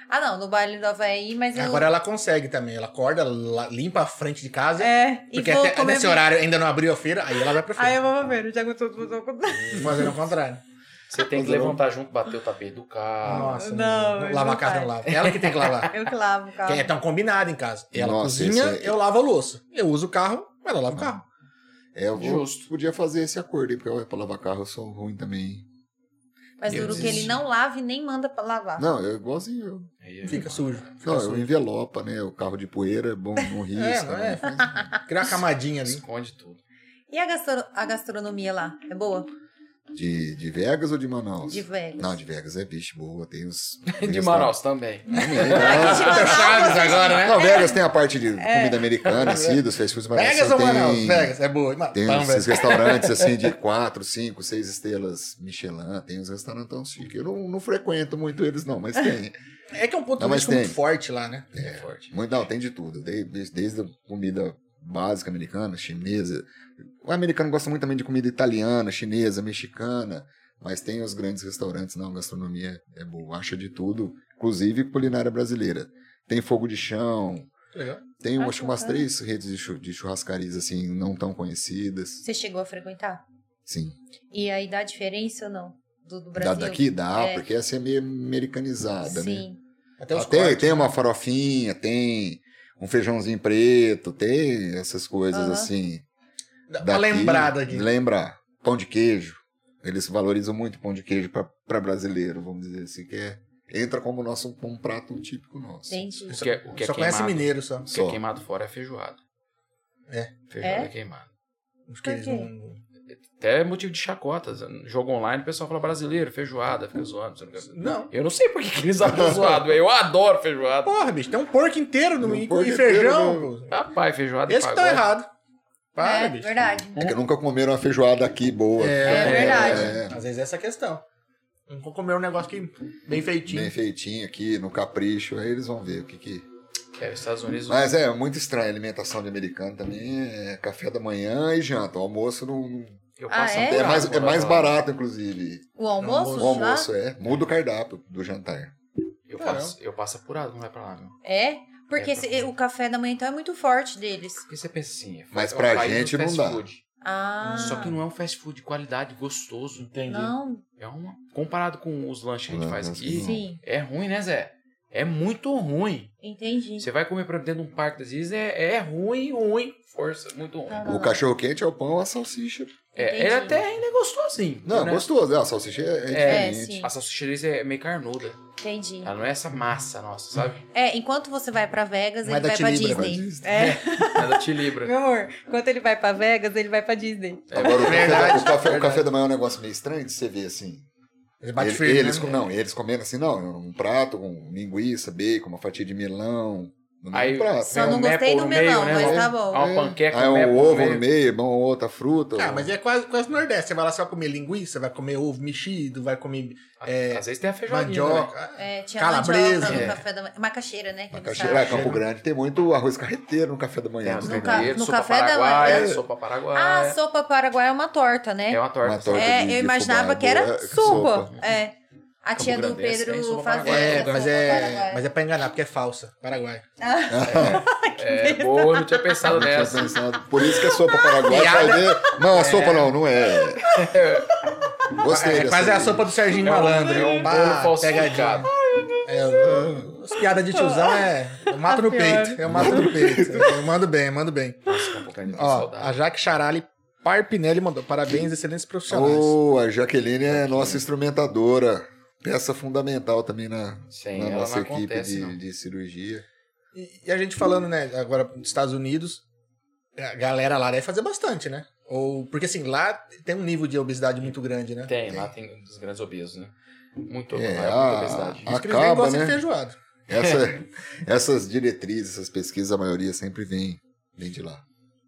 Speaker 1: Ah, não, no baile do Havaí, mas eu.
Speaker 2: Agora ela consegue também. Ela acorda, la- limpa a frente de casa.
Speaker 5: É.
Speaker 1: e
Speaker 2: porque
Speaker 1: vou
Speaker 2: até,
Speaker 1: comer
Speaker 2: nesse horário ainda não abriu a feira, aí ela vai pra feira.
Speaker 5: Aí eu vou ver, já
Speaker 1: tá
Speaker 5: aguentou tudo.
Speaker 2: Fazendo ao contrário.
Speaker 4: Você tem
Speaker 3: um-
Speaker 4: que levantar junto, bater o tapete do carro.
Speaker 3: Ah,
Speaker 2: Nossa,
Speaker 5: não,
Speaker 2: não
Speaker 5: ele
Speaker 2: lava
Speaker 5: não
Speaker 2: a casa,
Speaker 5: faz.
Speaker 2: não lava. Ela que tem que lavar.
Speaker 1: Eu que lavo o
Speaker 2: Que
Speaker 1: carro.
Speaker 2: é tão combinado em casa. Ela
Speaker 3: Nossa,
Speaker 2: cozinha,
Speaker 3: isso é-
Speaker 2: eu lavo a louça. Eu uso o carro, ela lava o carro.
Speaker 3: É, eu vou,
Speaker 4: Justo.
Speaker 3: podia fazer esse acordo aí, porque eu, pra lavar carro eu sou ruim também.
Speaker 1: Mas
Speaker 4: Eu
Speaker 1: duro que ele
Speaker 4: desisti.
Speaker 1: não lava e nem manda pra lavar.
Speaker 3: Não, eu igualzinho eu.
Speaker 4: Aí é-
Speaker 2: Fica sujo. Fica
Speaker 3: Não, eu
Speaker 2: sujo.
Speaker 3: envelopa, né? O carro de poeira é bom, não risca.
Speaker 2: É, não é?
Speaker 3: né? Faz-
Speaker 2: Cria uma camadinha ali.
Speaker 4: Esconde tudo.
Speaker 1: E a, gastro- a gastronomia lá? É boa?
Speaker 3: De, de Vegas ou de Manaus?
Speaker 1: De Vegas.
Speaker 3: Não, de Vegas é bicho boa, tem os... É
Speaker 4: De Manaus também.
Speaker 1: Aqui de Manaus,
Speaker 2: Chaves
Speaker 1: você-
Speaker 2: agora, né? É.
Speaker 3: Não, Vegas tem a parte de comida americana, assim, dos fast foods, mas
Speaker 2: Vegas
Speaker 3: você
Speaker 2: ou
Speaker 3: tem-
Speaker 2: Manaus? Vegas, é boa. Mas,
Speaker 3: Tem
Speaker 2: vamos ver.
Speaker 3: esses restaurantes assim de 4, 5, 6 estrelas Michelin, tem uns restaurantes tão chiques. Eu não, não frequento muito eles, não, mas tem.
Speaker 2: É que é um ponto
Speaker 3: Não, mas
Speaker 2: turístico muito
Speaker 3: tem.
Speaker 2: forte lá, né?
Speaker 4: É. Forte.
Speaker 3: Muito, não, tem de tudo. de- Desde, desde a comida básica americana, chinesa. O americano gosta muito também de comida italiana, chinesa, mexicana. Mas tem os grandes restaurantes, não. Gastronomia é boa, acha de tudo, inclusive culinária brasileira. Tem fogo de chão,
Speaker 4: É.
Speaker 2: Legal.
Speaker 3: tem
Speaker 1: Ah,
Speaker 3: acho que umas
Speaker 1: bacana.
Speaker 3: três redes de chu- de churrascarias assim, não tão conhecidas.
Speaker 1: Você chegou a frequentar?
Speaker 3: Sim.
Speaker 1: E aí dá diferença ou não? Do, do
Speaker 3: Da,
Speaker 1: Brasil?
Speaker 3: daqui dá,
Speaker 1: É.
Speaker 3: porque essa é meio americanizada, né?
Speaker 1: Sim.
Speaker 2: Até os
Speaker 3: Ah, tem,
Speaker 2: cortes. né?
Speaker 3: tem uma farofinha, tem um feijãozinho preto, tem essas coisas
Speaker 1: Aham.
Speaker 3: assim.
Speaker 2: Dá uma
Speaker 3: daqui,
Speaker 2: lembrada aqui.
Speaker 3: Lembrar. Pão de queijo. Eles valorizam muito pão de queijo para brasileiro, vamos dizer assim, que é, entra como nosso, um prato típico nosso.
Speaker 1: Entendi.
Speaker 4: O que é, o que é
Speaker 2: só conhece
Speaker 4: queimado-
Speaker 2: mineiro só.
Speaker 4: O que é
Speaker 3: Só.
Speaker 4: queimado fora é feijoada.
Speaker 2: É.
Speaker 4: Feijoada
Speaker 1: É?
Speaker 4: é queimada.
Speaker 2: Acho que
Speaker 1: Por
Speaker 2: eles
Speaker 1: quê?
Speaker 2: não...
Speaker 4: Até é motivo de chacotas. Jogo online, o pessoal fala brasileiro, feijoada, fica zoando. você não quer-
Speaker 2: Não.
Speaker 4: Eu não sei por que que eles acham zoado, velho. Eu adoro feijoada.
Speaker 2: Porra, bicho, tem um porco inteiro no
Speaker 3: Um
Speaker 2: e,
Speaker 3: porco
Speaker 2: e
Speaker 3: inteiro
Speaker 2: feijão.
Speaker 3: no-
Speaker 2: pô.
Speaker 4: Rapaz, feijoada e
Speaker 2: Eles que
Speaker 3: tá
Speaker 2: estão
Speaker 4: pagode.
Speaker 2: errados. Para,
Speaker 1: é,
Speaker 2: bicho.
Speaker 1: verdade.
Speaker 3: É que nunca comeram uma feijoada aqui boa.
Speaker 1: É verdade.
Speaker 3: É,
Speaker 2: Às vezes é essa a questão. Não vou comer um negócio que bem feitinho.
Speaker 3: bem feitinho aqui, no capricho, aí eles vão ver o que que...
Speaker 4: É, os Estados Unidos.
Speaker 3: Mas é muito estranho a alimentação de americano também. É café da manhã e janta. O almoço não.
Speaker 4: eu
Speaker 1: Ah,
Speaker 4: passo
Speaker 1: é?
Speaker 4: até
Speaker 3: É, mais,
Speaker 4: água
Speaker 3: é mais
Speaker 4: lá.
Speaker 3: barato, inclusive.
Speaker 1: O almoço,
Speaker 3: O
Speaker 1: de lá?
Speaker 3: almoço é. Muda o cardápio do jantar.
Speaker 4: Eu passo, eu passo apurado, não vai pra lá, meu.
Speaker 1: É? Porque
Speaker 4: É,
Speaker 1: esse-
Speaker 4: pra-
Speaker 1: o café da manhã então é muito forte deles.
Speaker 4: Porque você pensa assim, é
Speaker 3: Mas
Speaker 4: é
Speaker 3: pra
Speaker 4: país do
Speaker 3: gente
Speaker 4: fast
Speaker 3: não dá.
Speaker 4: food.
Speaker 1: Ah.
Speaker 4: Só que não é um fast food de qualidade, gostoso.
Speaker 2: Entendi.
Speaker 1: Não,
Speaker 4: É uma. Comparado com os lanches que a gente
Speaker 3: Não,
Speaker 4: faz
Speaker 3: não,
Speaker 4: aqui,
Speaker 3: não.
Speaker 1: sim,
Speaker 4: é ruim, né, Zé? É muito ruim.
Speaker 1: entendi.
Speaker 4: Você vai comer pra dentro de um parque das vezes, é, é ruim, ruim. Força, muito ruim.
Speaker 1: Não, não.
Speaker 3: O cachorro quente é o pão, a salsicha.
Speaker 4: É, ele até ainda é gostosinho.
Speaker 3: Não,
Speaker 4: né?
Speaker 3: gostoso. né? A salsicha é, é
Speaker 1: É,
Speaker 3: diferente.
Speaker 1: sim.
Speaker 4: A salsicha deles é meio carnuda.
Speaker 1: Entendi.
Speaker 4: Ela não é essa massa nossa, sabe?
Speaker 1: É, enquanto você vai pra Vegas,
Speaker 2: Mas
Speaker 1: ele
Speaker 2: da
Speaker 1: vai pra
Speaker 2: Tilibra,
Speaker 1: Disney.
Speaker 5: É,
Speaker 4: Ela te libra.
Speaker 5: meu amor, enquanto ele vai pra Vegas, ele vai pra Disney.
Speaker 3: É, Agora, o café, da,
Speaker 2: Verdade,
Speaker 3: o, café, o
Speaker 2: verdade.
Speaker 3: café da manhã é um negócio meio estranho de você ver assim.
Speaker 2: Eles batem
Speaker 3: Ele-
Speaker 2: firme,
Speaker 3: eles,
Speaker 2: né?
Speaker 3: com- Não, eles comendo assim, não. Um prato com linguiça, bacon, uma fatia de melão. No mesmo
Speaker 4: Aí-
Speaker 3: prato.
Speaker 1: Só
Speaker 3: né?
Speaker 1: não
Speaker 4: um
Speaker 1: gostei
Speaker 4: maple
Speaker 1: do
Speaker 4: no meio,
Speaker 1: melão,
Speaker 4: né?
Speaker 1: mas
Speaker 4: Um-
Speaker 1: tá bom.
Speaker 4: Ah, uma panqueca,
Speaker 3: Aí
Speaker 4: um
Speaker 3: um
Speaker 4: maple
Speaker 3: ovo
Speaker 4: meio.
Speaker 3: no meio, uma outra fruta.
Speaker 2: Ah,
Speaker 3: um-
Speaker 2: É. mas é quase, quase Nordeste. Você vai lá, você vai comer linguiça, vai comer ovo mexido, vai comer É,
Speaker 4: Às vezes tem a feijoadinha. né?
Speaker 2: mandioca.
Speaker 1: É, tinha
Speaker 2: Calabresa.
Speaker 1: mandioca no
Speaker 4: É.
Speaker 1: café da manhã. Macaxeira, né? que
Speaker 3: Na
Speaker 1: eles
Speaker 3: Caxeira,
Speaker 1: falam.
Speaker 3: é, Campo Grande tem muito arroz carreteiro no café da
Speaker 4: Tem
Speaker 3: manhã. né?
Speaker 4: arroz
Speaker 1: No ca-
Speaker 4: carneiro,
Speaker 1: no
Speaker 4: sopa
Speaker 1: café da
Speaker 4: paraguaia,
Speaker 1: manhã.
Speaker 4: sopa
Speaker 1: Ah,
Speaker 4: paraguaia.
Speaker 1: sopa paraguai é uma torta, né?
Speaker 4: é uma torta.
Speaker 3: Uma torta.
Speaker 1: É,
Speaker 3: de-
Speaker 1: eu
Speaker 3: de
Speaker 1: imaginava
Speaker 3: fubá,
Speaker 1: que era
Speaker 3: boa, é,
Speaker 1: sopa.
Speaker 3: sopa.
Speaker 1: É. A tia do
Speaker 4: Grande, essa é em
Speaker 1: Pedro
Speaker 4: São
Speaker 1: faz
Speaker 4: Paulo.
Speaker 1: essa
Speaker 2: É,
Speaker 4: É,
Speaker 2: mas
Speaker 1: do
Speaker 2: é,
Speaker 1: Paraguai.
Speaker 2: mas é pra enganar, porque é falsa. Paraguai.
Speaker 1: Ah,
Speaker 4: É, boa, não tinha pensado
Speaker 3: Eu tinha
Speaker 4: nessa.
Speaker 3: pensado. Por isso que a sopa Paraguai vai ver. Não, a sopa não, não é. Gostei
Speaker 2: É,
Speaker 3: dessa
Speaker 2: quase é a
Speaker 3: daí.
Speaker 2: sopa do Serginho
Speaker 4: É um-
Speaker 2: Malandro.
Speaker 4: é um
Speaker 2: Pá,
Speaker 4: bolo falsificado.
Speaker 2: pegadinha. É, as piadas de tiozão é. Eu mato no
Speaker 5: A pior.
Speaker 2: peito. Eu mato no peito. Eu mando bem, eu mando bem.
Speaker 4: Nossa, com um pouquinho de
Speaker 2: Ó, a
Speaker 4: saudade.
Speaker 2: Jaque Charali Parpinelli mandou parabéns, excelentes profissionais.
Speaker 3: Ô, a Jaqueline é nossa instrumentadora. Peça fundamental também na,
Speaker 4: Sem
Speaker 3: na
Speaker 4: ela
Speaker 3: nossa
Speaker 4: não
Speaker 3: equipe
Speaker 4: acontece,
Speaker 3: de,
Speaker 4: não.
Speaker 3: de cirurgia.
Speaker 2: E, e a gente falando, né, agora dos Estados Unidos, a galera lá deve fazer bastante, né? Ou, porque assim, lá tem um nível de obesidade muito grande, né?
Speaker 4: Tem, lá tem os grandes obesos, né? Muito,
Speaker 3: É,
Speaker 4: é,
Speaker 3: a-
Speaker 4: muita obesidade.
Speaker 2: Diz que eles nem
Speaker 3: Acaba,
Speaker 2: gostam de
Speaker 3: né?
Speaker 2: feijoado.
Speaker 3: Essa- essas diretrizes, essas pesquisas, a maioria sempre vem, vem de lá.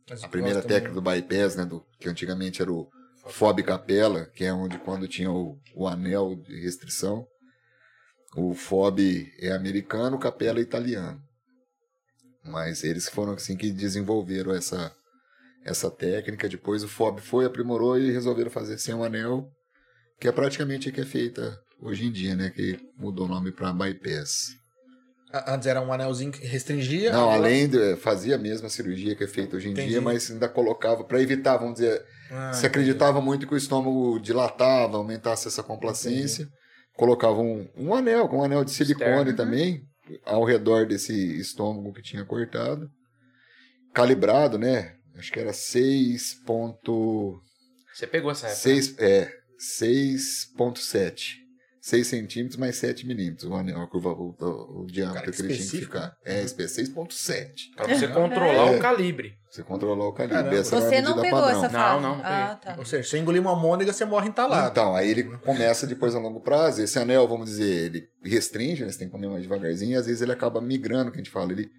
Speaker 2: Mas
Speaker 3: A primeira
Speaker 2: gostam
Speaker 3: técnica do bypass, né, do, que antigamente era o FOB Capela, que é onde quando tinha o, o anel de restrição, o FOB é americano, o Capela é italiano. Mas eles foram assim que desenvolveram essa, essa técnica. Depois o FOB foi, aprimorou e resolveram fazer sem o anel, que é praticamente a que é feita hoje em dia, né? Que mudou o nome para bypass.
Speaker 2: A- Antes era um anelzinho que restringia.
Speaker 3: Não,
Speaker 2: agora-
Speaker 3: além de, fazia a mesma cirurgia que é feita hoje em
Speaker 2: Entendi.
Speaker 3: dia, mas ainda colocava para evitar, vamos dizer,
Speaker 2: Ah,
Speaker 3: se acreditava muito que o estômago dilatava, aumentasse essa complacência. Colocava um, um anel, com um anel de silicone
Speaker 2: uhum.
Speaker 4: Externo.
Speaker 3: também, ao redor desse estômago que tinha cortado. Calibrado, né? Acho que era 6,6
Speaker 4: Você
Speaker 2: né?
Speaker 4: pegou essa época. né?
Speaker 3: é, 6,7. 6 centímetros mais 7 milímetros. O anel, a curva, o, o- o diâmetro
Speaker 2: Cara, que
Speaker 3: que ele tinha que
Speaker 2: específico. Uhum.
Speaker 3: ficar. É, espe- 6,7.
Speaker 4: Pra você controlar
Speaker 3: É.
Speaker 4: o calibre.
Speaker 3: Você controlar o calibre.
Speaker 2: Caramba.
Speaker 3: essa era a
Speaker 1: Você não
Speaker 3: medida
Speaker 1: pegou
Speaker 3: padrão.
Speaker 1: essa
Speaker 4: Não,
Speaker 1: fase?
Speaker 4: não, não
Speaker 1: Ah, tá.
Speaker 2: Ou seja, se engolir uma mônica, você morre entalado.
Speaker 3: Então, aí ele começa depois a longo prazo. Esse anel, vamos dizer, ele restringe, né? Você tem que comer mais devagarzinho. E às vezes ele acaba migrando, que a gente fala. Ele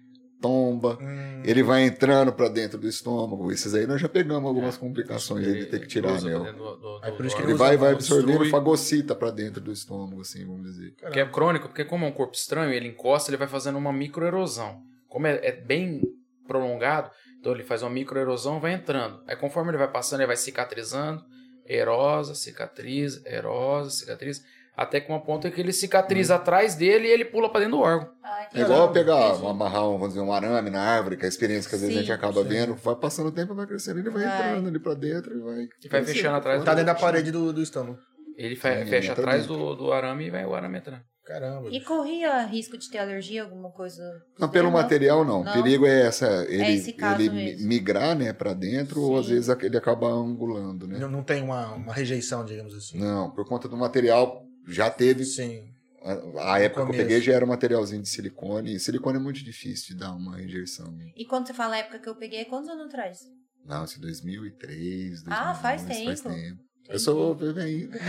Speaker 3: tomba,
Speaker 2: Hum,
Speaker 3: ele vai entrando pra dentro do estômago. Esses aí nós já pegamos algumas complicações aí de ter que tirar o
Speaker 4: É, Usa né?
Speaker 3: anel.
Speaker 4: pra dentro do- do-
Speaker 2: É
Speaker 4: do-
Speaker 2: por isso que
Speaker 3: Ele
Speaker 4: do-
Speaker 3: vai,
Speaker 2: usa,
Speaker 3: vai
Speaker 2: não,
Speaker 3: absorvendo
Speaker 4: destrui.
Speaker 3: fagocita pra dentro do estômago, assim, vamos dizer.
Speaker 4: Que é crônico, porque como é um corpo estranho, ele encosta, ele vai fazendo uma microerosão. Como é, é bem prolongado, então ele faz uma microerosão e vai entrando. Aí conforme ele vai passando, ele vai cicatrizando, erosa, cicatriz, erosa, cicatriz, até que uma ponta que ele
Speaker 3: Hum.
Speaker 4: cicatriza atrás dele e ele pula pra dentro do órgão.
Speaker 1: Ah,
Speaker 3: É igual
Speaker 2: Caramba,
Speaker 3: pegar,
Speaker 1: entendi.
Speaker 3: amarrar um, vamos dizer, um arame na árvore, que é a experiência que às vezes
Speaker 1: Sim,
Speaker 3: a gente acaba
Speaker 2: sim.
Speaker 3: vendo, vai passando o tempo, vai crescendo, ele vai,
Speaker 1: Vai.
Speaker 3: entrando ali pra dentro e vai.
Speaker 4: E vai fechando atrás
Speaker 2: Tá dentro
Speaker 3: né?
Speaker 2: da parede do, do estômago.
Speaker 4: Ele fe-
Speaker 3: Sim,
Speaker 4: fecha
Speaker 3: entra
Speaker 4: atrás
Speaker 3: dentro.
Speaker 4: do, do arame e vai o arame entrando.
Speaker 2: Caramba.
Speaker 1: E corria risco de ter alergia, alguma coisa?
Speaker 3: Não, pelo
Speaker 1: Não?
Speaker 3: material não.
Speaker 1: Não?
Speaker 3: O perigo é essa, ele,
Speaker 1: esse caso
Speaker 3: ele
Speaker 1: mesmo.
Speaker 3: mi- migrar, né, para dentro ou às
Speaker 1: Sim.
Speaker 3: vezes ele acaba angulando, né?
Speaker 2: Não, não tem uma, uma rejeição, digamos assim.
Speaker 3: Não, por conta do material já teve.
Speaker 2: Sim. É,
Speaker 3: A, a época que eu
Speaker 2: começo.
Speaker 3: peguei já era um materialzinho de silicone. E silicone é muito difícil de dar uma rejeição.
Speaker 1: E quando você fala a época que eu peguei, quantos anos atrás?
Speaker 3: Não, isso é 2003, 2002,
Speaker 1: Ah, faz
Speaker 3: Faz
Speaker 1: tempo.
Speaker 3: tempo. Eu sou né? bebê ainda.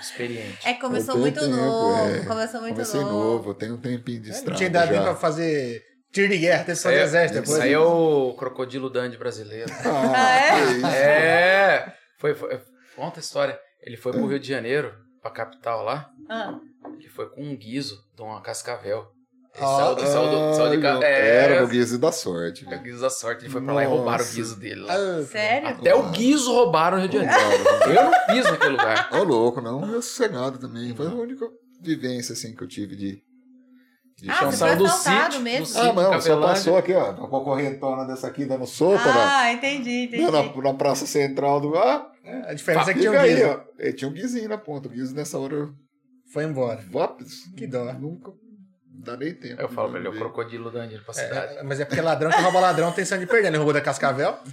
Speaker 4: Experiente.
Speaker 1: É que começou
Speaker 3: Eu
Speaker 1: muito
Speaker 3: tenho tempo,
Speaker 1: novo.
Speaker 3: é.
Speaker 1: Começou muito
Speaker 3: Comecei
Speaker 1: novo.
Speaker 3: novo, eu tenho um tempinho de
Speaker 2: não
Speaker 3: estrada
Speaker 2: tinha idade nem
Speaker 3: já.
Speaker 2: pra fazer tiro de guerra, até fazer
Speaker 4: Aí-
Speaker 2: exército depois.
Speaker 4: Isso aí é o crocodilo Dandy brasileiro.
Speaker 3: Ah,
Speaker 5: é?
Speaker 3: que isso.
Speaker 4: É! Foi, foi, conta a história. Ele foi pro Rio de Janeiro, pra capital lá.
Speaker 5: Ah,
Speaker 4: Ele foi com um guiso de uma cascavel. Ele
Speaker 2: Ah,
Speaker 4: saiu, do, saiu, do, saiu de
Speaker 3: Ai,
Speaker 4: ca...
Speaker 3: meu- Era o
Speaker 4: É,
Speaker 3: guiso da sorte.
Speaker 4: é o
Speaker 3: velho.
Speaker 4: guiso da sorte. Ele foi pra lá e
Speaker 3: Nossa.
Speaker 4: roubaram o guiso dele lá.
Speaker 2: Ah,
Speaker 5: sério?
Speaker 4: Até o guiso roubaram o Rio de Janeiro. Eu não fiz naquele lugar.
Speaker 3: Ô, louco, não. Eu sossegado também. Foi a única vivência, assim, que eu tive de... de
Speaker 1: Ah,
Speaker 4: Então,
Speaker 1: você
Speaker 4: saiu
Speaker 1: foi
Speaker 4: do
Speaker 1: assaltado
Speaker 4: sítio,
Speaker 1: mesmo?
Speaker 4: do sítio
Speaker 3: Ah, não. Só
Speaker 4: Capelândia.
Speaker 3: passou aqui, ó. Uma concorrentona dessa aqui dando sopa, né?
Speaker 5: Ah, entendi, entendi.
Speaker 3: na, na, na praça central do... Ah,
Speaker 2: a diferença é que
Speaker 3: fica
Speaker 2: tinha um
Speaker 3: aí,
Speaker 2: guiso.
Speaker 3: ó. É, tinha um guizinho na ponta. O guiso nessa hora... eu-
Speaker 2: Foi embora.
Speaker 3: Vaps.
Speaker 2: Que dó.
Speaker 3: Nunca... não Dá nem tempo.
Speaker 4: Eu falo, velho, é o
Speaker 3: Ver.
Speaker 4: crocodilo Danilo pra
Speaker 2: É,
Speaker 4: cidade.
Speaker 2: é, mas é porque ladrão que rouba ladrão tem sangue de perder. Ele roubou da Cascavel.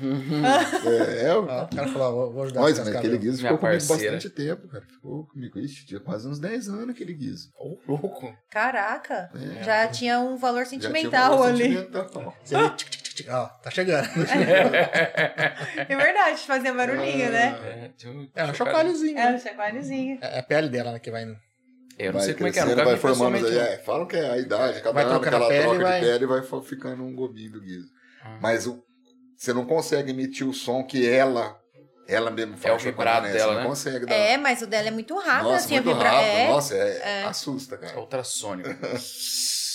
Speaker 3: É, é,
Speaker 2: Ah, o cara falou, ó, vou- vou ajudar
Speaker 3: Mas,
Speaker 2: a
Speaker 3: mas
Speaker 2: Cascavel.
Speaker 3: aquele guiso
Speaker 4: Minha
Speaker 3: ficou comigo
Speaker 4: parceira.
Speaker 3: bastante tempo, cara. Ficou comigo, ixi, tinha quase uns 10 anos aquele guiso.
Speaker 4: Ô, louco.
Speaker 1: Caraca.
Speaker 3: É.
Speaker 1: Já tinha um valor
Speaker 3: Já tinha
Speaker 1: sentimental
Speaker 3: valor
Speaker 1: ali.
Speaker 3: sentimental.
Speaker 2: Você vê, tic, tic, tic, tic, ó, tá chegando.
Speaker 5: É verdade, fazia barulhinho, né?
Speaker 4: É, tinha um
Speaker 2: É um
Speaker 4: chocalho.
Speaker 2: chocalhozinho.
Speaker 5: É, um chacoalhozinho.
Speaker 2: É a pele dela né, que vai indo.
Speaker 4: Eu não
Speaker 3: Vai
Speaker 4: sei como é que é,
Speaker 3: crescendo,
Speaker 4: nunca
Speaker 3: vai
Speaker 4: vi
Speaker 3: formando,
Speaker 4: pessoalmente. não.
Speaker 3: é, falam que é a idade, cada
Speaker 2: Vai
Speaker 3: ano que
Speaker 2: trocando
Speaker 3: ela
Speaker 2: a pele,
Speaker 3: troca
Speaker 2: vai-
Speaker 3: de pele vai fa- ficando um gominho do guiso.
Speaker 4: Ah.
Speaker 3: Mas o- você não consegue emitir o som que ela, ela mesmo faz.
Speaker 4: o vibrado
Speaker 3: chocolate,
Speaker 4: dela,
Speaker 3: Você
Speaker 4: né?
Speaker 3: não consegue dar.
Speaker 1: É, mas o dela é muito rápido,
Speaker 3: Nossa,
Speaker 1: assim,
Speaker 3: muito
Speaker 1: a vibra...
Speaker 3: rápido.
Speaker 1: é.
Speaker 3: Nossa, é, assusta, cara.
Speaker 4: Ultrassônico.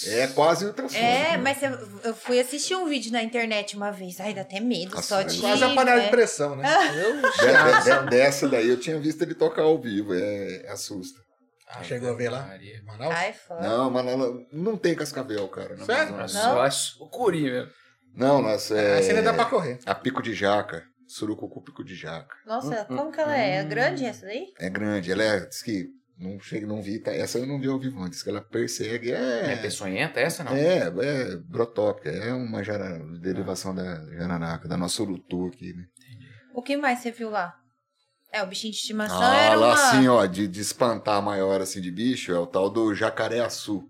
Speaker 3: É quase ultrassom.
Speaker 1: É, mas eu, eu fui assistir um vídeo na internet uma vez. Ai, dá até medo
Speaker 3: Nossa,
Speaker 1: só
Speaker 3: mas
Speaker 1: de. né?
Speaker 2: Mas é a panela de pressão, né? Eu-
Speaker 1: assim.
Speaker 3: dessa daí eu tinha visto ele tocar ao vivo, é, assusta.
Speaker 4: Ave
Speaker 2: Chegou a ver lá?
Speaker 4: Maria.
Speaker 2: Manaus?
Speaker 1: Ai, foda.
Speaker 3: Não, mas lá não- não tem cascavel, cara. na
Speaker 2: Sério?
Speaker 3: Amazônia.
Speaker 4: Nossa, eu acho o Curi mesmo.
Speaker 3: Não, nós é,
Speaker 2: Aí você ainda dá pra correr.
Speaker 3: a pico de jaca, surucucu pico de jaca.
Speaker 1: Nossa,
Speaker 3: hum,
Speaker 1: como que ela é? É grande essa daí?
Speaker 3: É grande, ela é, diz que não chega, não vi, tá, essa eu não vi ao vivo, mas diz que ela persegue,
Speaker 4: É,
Speaker 3: é,
Speaker 4: peçonhenta essa, não?
Speaker 3: É, é brotópica, é uma jara- derivação da jaranaca, da nossa urutu aqui, né?
Speaker 1: O que mais você viu lá? É, o bichinho de estimação
Speaker 3: Ah,
Speaker 1: era
Speaker 3: lá
Speaker 1: uma...
Speaker 3: assim, ó, de, de espantar maior assim de bicho, é o tal do jacaré-açu.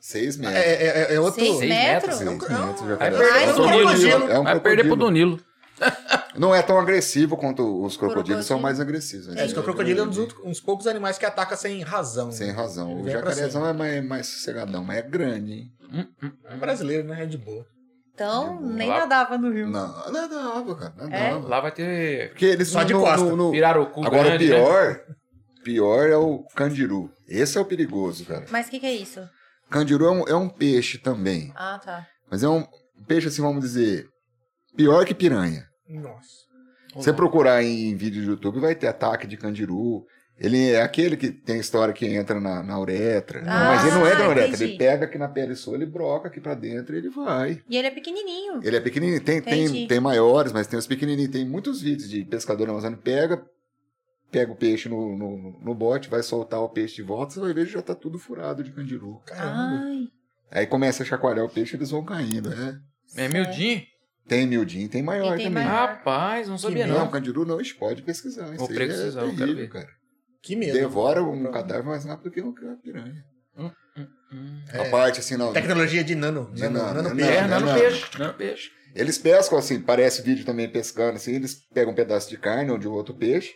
Speaker 3: Seis
Speaker 2: É,
Speaker 3: metros.
Speaker 2: é, é- é outro.
Speaker 1: Seis
Speaker 4: Seis
Speaker 1: metros?
Speaker 3: Seis
Speaker 2: É um-
Speaker 3: metros, assim.
Speaker 2: é um-
Speaker 3: jacaré-açu.
Speaker 4: Vai perder
Speaker 3: É um
Speaker 4: pro
Speaker 3: crocodilo,
Speaker 2: Danilo.
Speaker 3: é um
Speaker 4: Vai perder pro
Speaker 3: crocodilo.
Speaker 4: Danilo.
Speaker 3: Não é tão agressivo quanto os crocodilos, são
Speaker 1: Crocodilo.
Speaker 3: mais agressivos. né?
Speaker 2: É, isso que o crocodilo é um dos outros- uns poucos animais que ataca sem razão.
Speaker 3: Sem razão.
Speaker 2: Ele
Speaker 3: O
Speaker 2: vem pra
Speaker 3: jacarezão é mais, mais sossegadão, mas é grande, hein?
Speaker 4: Hum, hum.
Speaker 2: É brasileiro, né? É de boa.
Speaker 1: Então, nem
Speaker 4: Lá-
Speaker 1: nadava no rio.
Speaker 3: Não, não dava, cara. Não
Speaker 1: É?
Speaker 3: dava.
Speaker 4: Lá vai ter
Speaker 3: Porque eles
Speaker 2: Só
Speaker 3: não-
Speaker 2: de
Speaker 3: no-
Speaker 2: costa.
Speaker 3: no- no-
Speaker 4: pirarucu
Speaker 3: Agora o
Speaker 4: grande, né?
Speaker 3: pior, pior é o candiru. Esse é o perigoso, cara.
Speaker 1: Mas o que, que é isso?
Speaker 3: Candiru é um, é um peixe também,
Speaker 1: Ah, tá.
Speaker 3: mas é um peixe assim, vamos dizer, pior que piranha.
Speaker 2: Nossa.
Speaker 3: Você procurar em vídeo do YouTube vai ter ataque de candiru. Ele é aquele que tem história que entra na, na uretra.
Speaker 1: Ah,
Speaker 3: mas ele não entra na uretra.
Speaker 1: entendi.
Speaker 3: Ele pega aqui na pele sua, ele broca aqui pra dentro e ele vai.
Speaker 1: E ele é pequenininho.
Speaker 3: Ele é pequenininho, tem,
Speaker 1: Entendi.
Speaker 3: tem, tem maiores, mas tem os pequenininhos. Tem muitos vídeos de pescador amazônico pega, pega o peixe no, no, no bote, vai soltar o peixe de volta, você vai ver que já tá tudo furado de candiru.
Speaker 4: Ah.
Speaker 2: Caramba.
Speaker 1: Ai.
Speaker 3: Aí começa a chacoalhar o peixe, eles vão caindo, né?
Speaker 4: É miudinho?
Speaker 3: Tem miudinho, tem maior
Speaker 1: E tem
Speaker 3: também.
Speaker 1: maior. né?
Speaker 4: Rapaz, não sabia
Speaker 3: Não,
Speaker 4: não.
Speaker 3: candiru não, isso pode pesquisar. Isso
Speaker 4: Vou
Speaker 3: aí
Speaker 4: pesquisar, eu
Speaker 3: é
Speaker 4: quero
Speaker 3: terrível,
Speaker 4: ver.
Speaker 3: cara.
Speaker 2: Que medo.
Speaker 3: Devora um
Speaker 2: Pronto.
Speaker 3: cadáver mais rápido que uma piranha.
Speaker 4: Hum.
Speaker 2: É.
Speaker 3: A parte assim, não.
Speaker 2: Tecnologia de nano.
Speaker 3: De
Speaker 2: nano,
Speaker 3: nano,
Speaker 2: nano
Speaker 3: né?
Speaker 2: peixe.
Speaker 4: É,
Speaker 3: não,
Speaker 4: não,
Speaker 3: não.
Speaker 4: peixe. Não, peixe.
Speaker 3: Eles pescam assim, parece vídeo também pescando assim, eles pegam um pedaço de carne ou de outro peixe,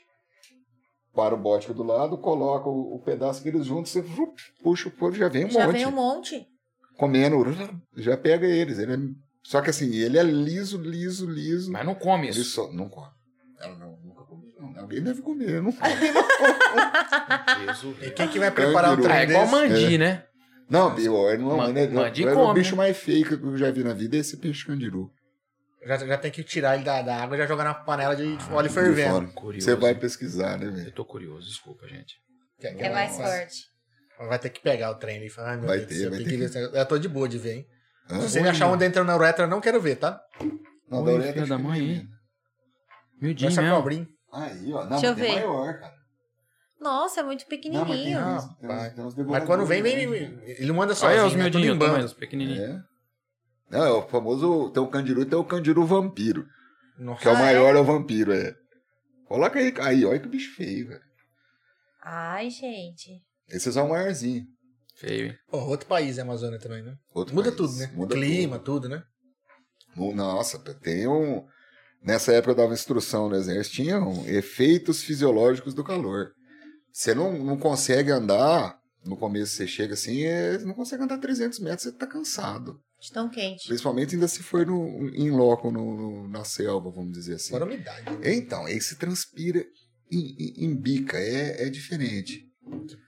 Speaker 3: para o bote do lado, colocam o, o pedaço que eles juntam, você vup, puxa o pôr, já vem um
Speaker 1: Já
Speaker 3: monte.
Speaker 1: vem um monte.
Speaker 3: Comendo, já pega eles. Ele é- Só que assim, ele é liso, liso, liso.
Speaker 4: Mas não come
Speaker 3: Ele
Speaker 4: isso.
Speaker 3: só não come. Ela não, nunca comeu, não. né? Alguém deve comer, eu não come.
Speaker 2: E quem que vai preparar um
Speaker 3: Canguru.
Speaker 4: Ah,
Speaker 2: trem
Speaker 4: é igual
Speaker 2: desse?
Speaker 4: mandi, né?
Speaker 3: Não, pior, não é
Speaker 4: Man-
Speaker 3: um- né?
Speaker 4: mandi
Speaker 3: é
Speaker 4: come,
Speaker 3: o bicho
Speaker 4: né?
Speaker 3: mais feio que eu já vi na vida é esse peixe candiru.
Speaker 2: Já, já tem que tirar ele da, da água e já jogar na panela de óleo
Speaker 4: Ah,
Speaker 2: fervendo.
Speaker 3: Fora.
Speaker 4: Curioso.
Speaker 3: Você vai pesquisar, né, velho?
Speaker 4: Eu tô curioso, desculpa, gente.
Speaker 2: Que- que
Speaker 1: É
Speaker 2: ela
Speaker 1: mais
Speaker 2: faz.
Speaker 1: forte.
Speaker 2: Vai ter que pegar o trem ali e falar, ai meu
Speaker 3: Vai
Speaker 2: Deus do
Speaker 3: ter,
Speaker 2: céu,
Speaker 3: vai
Speaker 2: tem
Speaker 3: ter
Speaker 2: que ver. esse negócio. Eu tô de boa de ver, hein?
Speaker 3: Hã?
Speaker 2: Se você me achar um dentro na uretra, eu não quero ver, tá?
Speaker 3: Não,
Speaker 4: Oi,
Speaker 3: da orelha
Speaker 4: filha
Speaker 3: acho
Speaker 4: da
Speaker 3: que
Speaker 4: mãe,
Speaker 3: ele-
Speaker 4: hein? Miudinho
Speaker 2: Essa
Speaker 4: mesmo.
Speaker 2: cobrinha.
Speaker 3: Aí, ó. Não,
Speaker 1: Deixa eu
Speaker 3: mas
Speaker 1: ver.
Speaker 3: tem maior, cara.
Speaker 1: Nossa, é muito
Speaker 3: Não, mas tem
Speaker 1: pequenininho.
Speaker 2: Ah,
Speaker 3: uns- tem uns- tem uns
Speaker 2: Mas quando vem, vem,
Speaker 3: devoradores,
Speaker 2: vem- ele manda sozinho.
Speaker 4: Olha os
Speaker 2: né? Tudo em
Speaker 4: miudinhos,
Speaker 2: bando.
Speaker 4: também, os pequenininhos.
Speaker 3: né? É. Não, é o famoso. Tem o candiru e tem o candiru vampiro.
Speaker 2: Nossa.
Speaker 3: Que é o
Speaker 1: Ah,
Speaker 3: maior, é o vampiro, é. Coloca aí, aí, olha que bicho feio, velho.
Speaker 1: Ai, gente.
Speaker 3: Esse é só o maiorzinho.
Speaker 4: Feio, hein?
Speaker 2: Ó, outro país é a Amazônia também, né?
Speaker 3: Outro
Speaker 2: Muda
Speaker 3: país.
Speaker 2: tudo, né?
Speaker 3: Muda
Speaker 2: Clima, tudo, né?
Speaker 3: tudo. Mu- Nossa, tem um. Nessa época eu dava instrução no exército, tinha um efeitos fisiológicos do calor. Você não, não consegue andar, no começo você chega assim, é, não consegue andar 300 metros, você tá cansado.
Speaker 1: De tão quente.
Speaker 3: Principalmente ainda se for no, em loco, no, no- na selva, vamos dizer assim.
Speaker 2: Fora a umidade.
Speaker 3: Então, aí se transpira em, em- em bica, é, é diferente.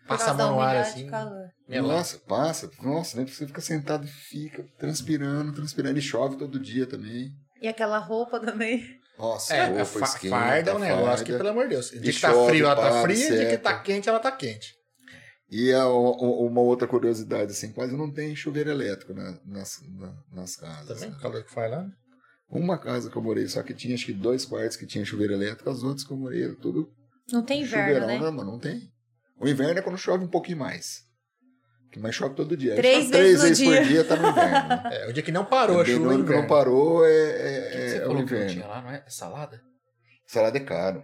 Speaker 2: Passa a mão no ar
Speaker 1: umidade,
Speaker 2: assim.
Speaker 1: calor.
Speaker 2: Nossa.
Speaker 3: nossa, passa, nossa, né? Você fica sentado e fica transpirando, transpirando. E chove todo dia também.
Speaker 1: E aquela roupa também.
Speaker 3: Nossa,
Speaker 2: É,
Speaker 3: roupa
Speaker 2: a fa-
Speaker 3: esquenta,
Speaker 2: farda é um
Speaker 3: a
Speaker 2: negócio que,
Speaker 3: farda.
Speaker 2: pelo amor de Deus. De
Speaker 3: E
Speaker 2: que tá
Speaker 3: chove,
Speaker 2: frio, ela tá
Speaker 3: para,
Speaker 2: fria. De que
Speaker 3: seca.
Speaker 2: tá quente, ela tá quente.
Speaker 3: E a- o- o- uma outra curiosidade, assim, quase não tem chuveiro elétrico na- nas, na- nas casas.
Speaker 2: Também,
Speaker 3: né?
Speaker 2: Tá o calor que faz lá. né?
Speaker 3: Uma casa que eu morei, só que tinha acho que dois quartos que tinha chuveiro elétrico, as outras que eu morei, era tudo
Speaker 1: Não tem inverno,
Speaker 3: Chuveirão,
Speaker 1: né?
Speaker 3: não, mano, não tem. O inverno é quando chove um pouquinho mais. Que mais chove todo dia. Aí
Speaker 1: Três
Speaker 3: chove
Speaker 1: vezes no
Speaker 3: por
Speaker 1: dia.
Speaker 3: dia tá no inverno. né?
Speaker 2: É, o dia que não parou
Speaker 3: É
Speaker 2: a
Speaker 3: bem
Speaker 2: chuva,
Speaker 3: no ano que não parou é, é-
Speaker 4: O que que
Speaker 3: é
Speaker 4: você
Speaker 3: o
Speaker 4: falou que não tinha
Speaker 3: inverno.
Speaker 4: lá, não é? É salada?
Speaker 3: Salada é caro.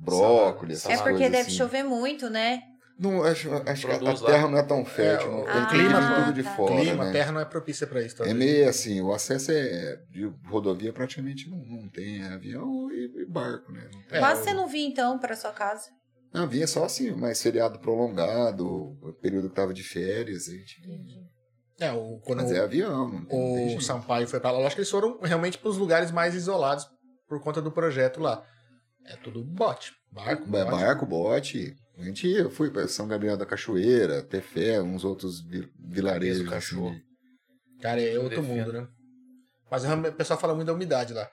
Speaker 3: Brócolis,
Speaker 1: É
Speaker 4: Salada.
Speaker 3: essas
Speaker 1: porque
Speaker 3: coisas
Speaker 1: deve
Speaker 3: assim.
Speaker 1: chover muito, né?
Speaker 3: Não, acho, acho que a
Speaker 4: Produz lá.
Speaker 3: terra não é tão fértil. não.
Speaker 2: o
Speaker 3: Tem que
Speaker 2: clima-
Speaker 3: vir tudo de
Speaker 1: Ah, tá.
Speaker 3: fora,
Speaker 2: Clima,
Speaker 3: né?
Speaker 2: terra não é propícia pra isso.
Speaker 3: É
Speaker 2: talvez.
Speaker 3: meio assim, o acesso é de rodovia praticamente não, não tem. É avião e, e barco, né? Não tem.
Speaker 2: É,
Speaker 1: Quase
Speaker 2: o-
Speaker 1: você não via, então, pra sua casa.
Speaker 3: Não, vinha só assim, mais feriado prolongado, o período que tava de férias, a gente
Speaker 2: É, o, quando
Speaker 3: Mas é avião, não tem, não tem
Speaker 2: o
Speaker 3: jeito.
Speaker 2: Sampaio foi pra lá, eu acho que eles foram realmente pros lugares mais isolados por conta do projeto lá. É tudo bote. Barco,
Speaker 3: Ba-
Speaker 2: bote.
Speaker 3: Barco, bote. A gente ia, fui pra São Gabriel da Cachoeira, Tefé, uns outros vi- vilarejos.
Speaker 4: Beleza, cachorro.
Speaker 3: assim.
Speaker 2: Cara, é
Speaker 4: Eu
Speaker 2: outro
Speaker 4: defendo.
Speaker 2: mundo, né? Mas o pessoal fala muito da umidade lá.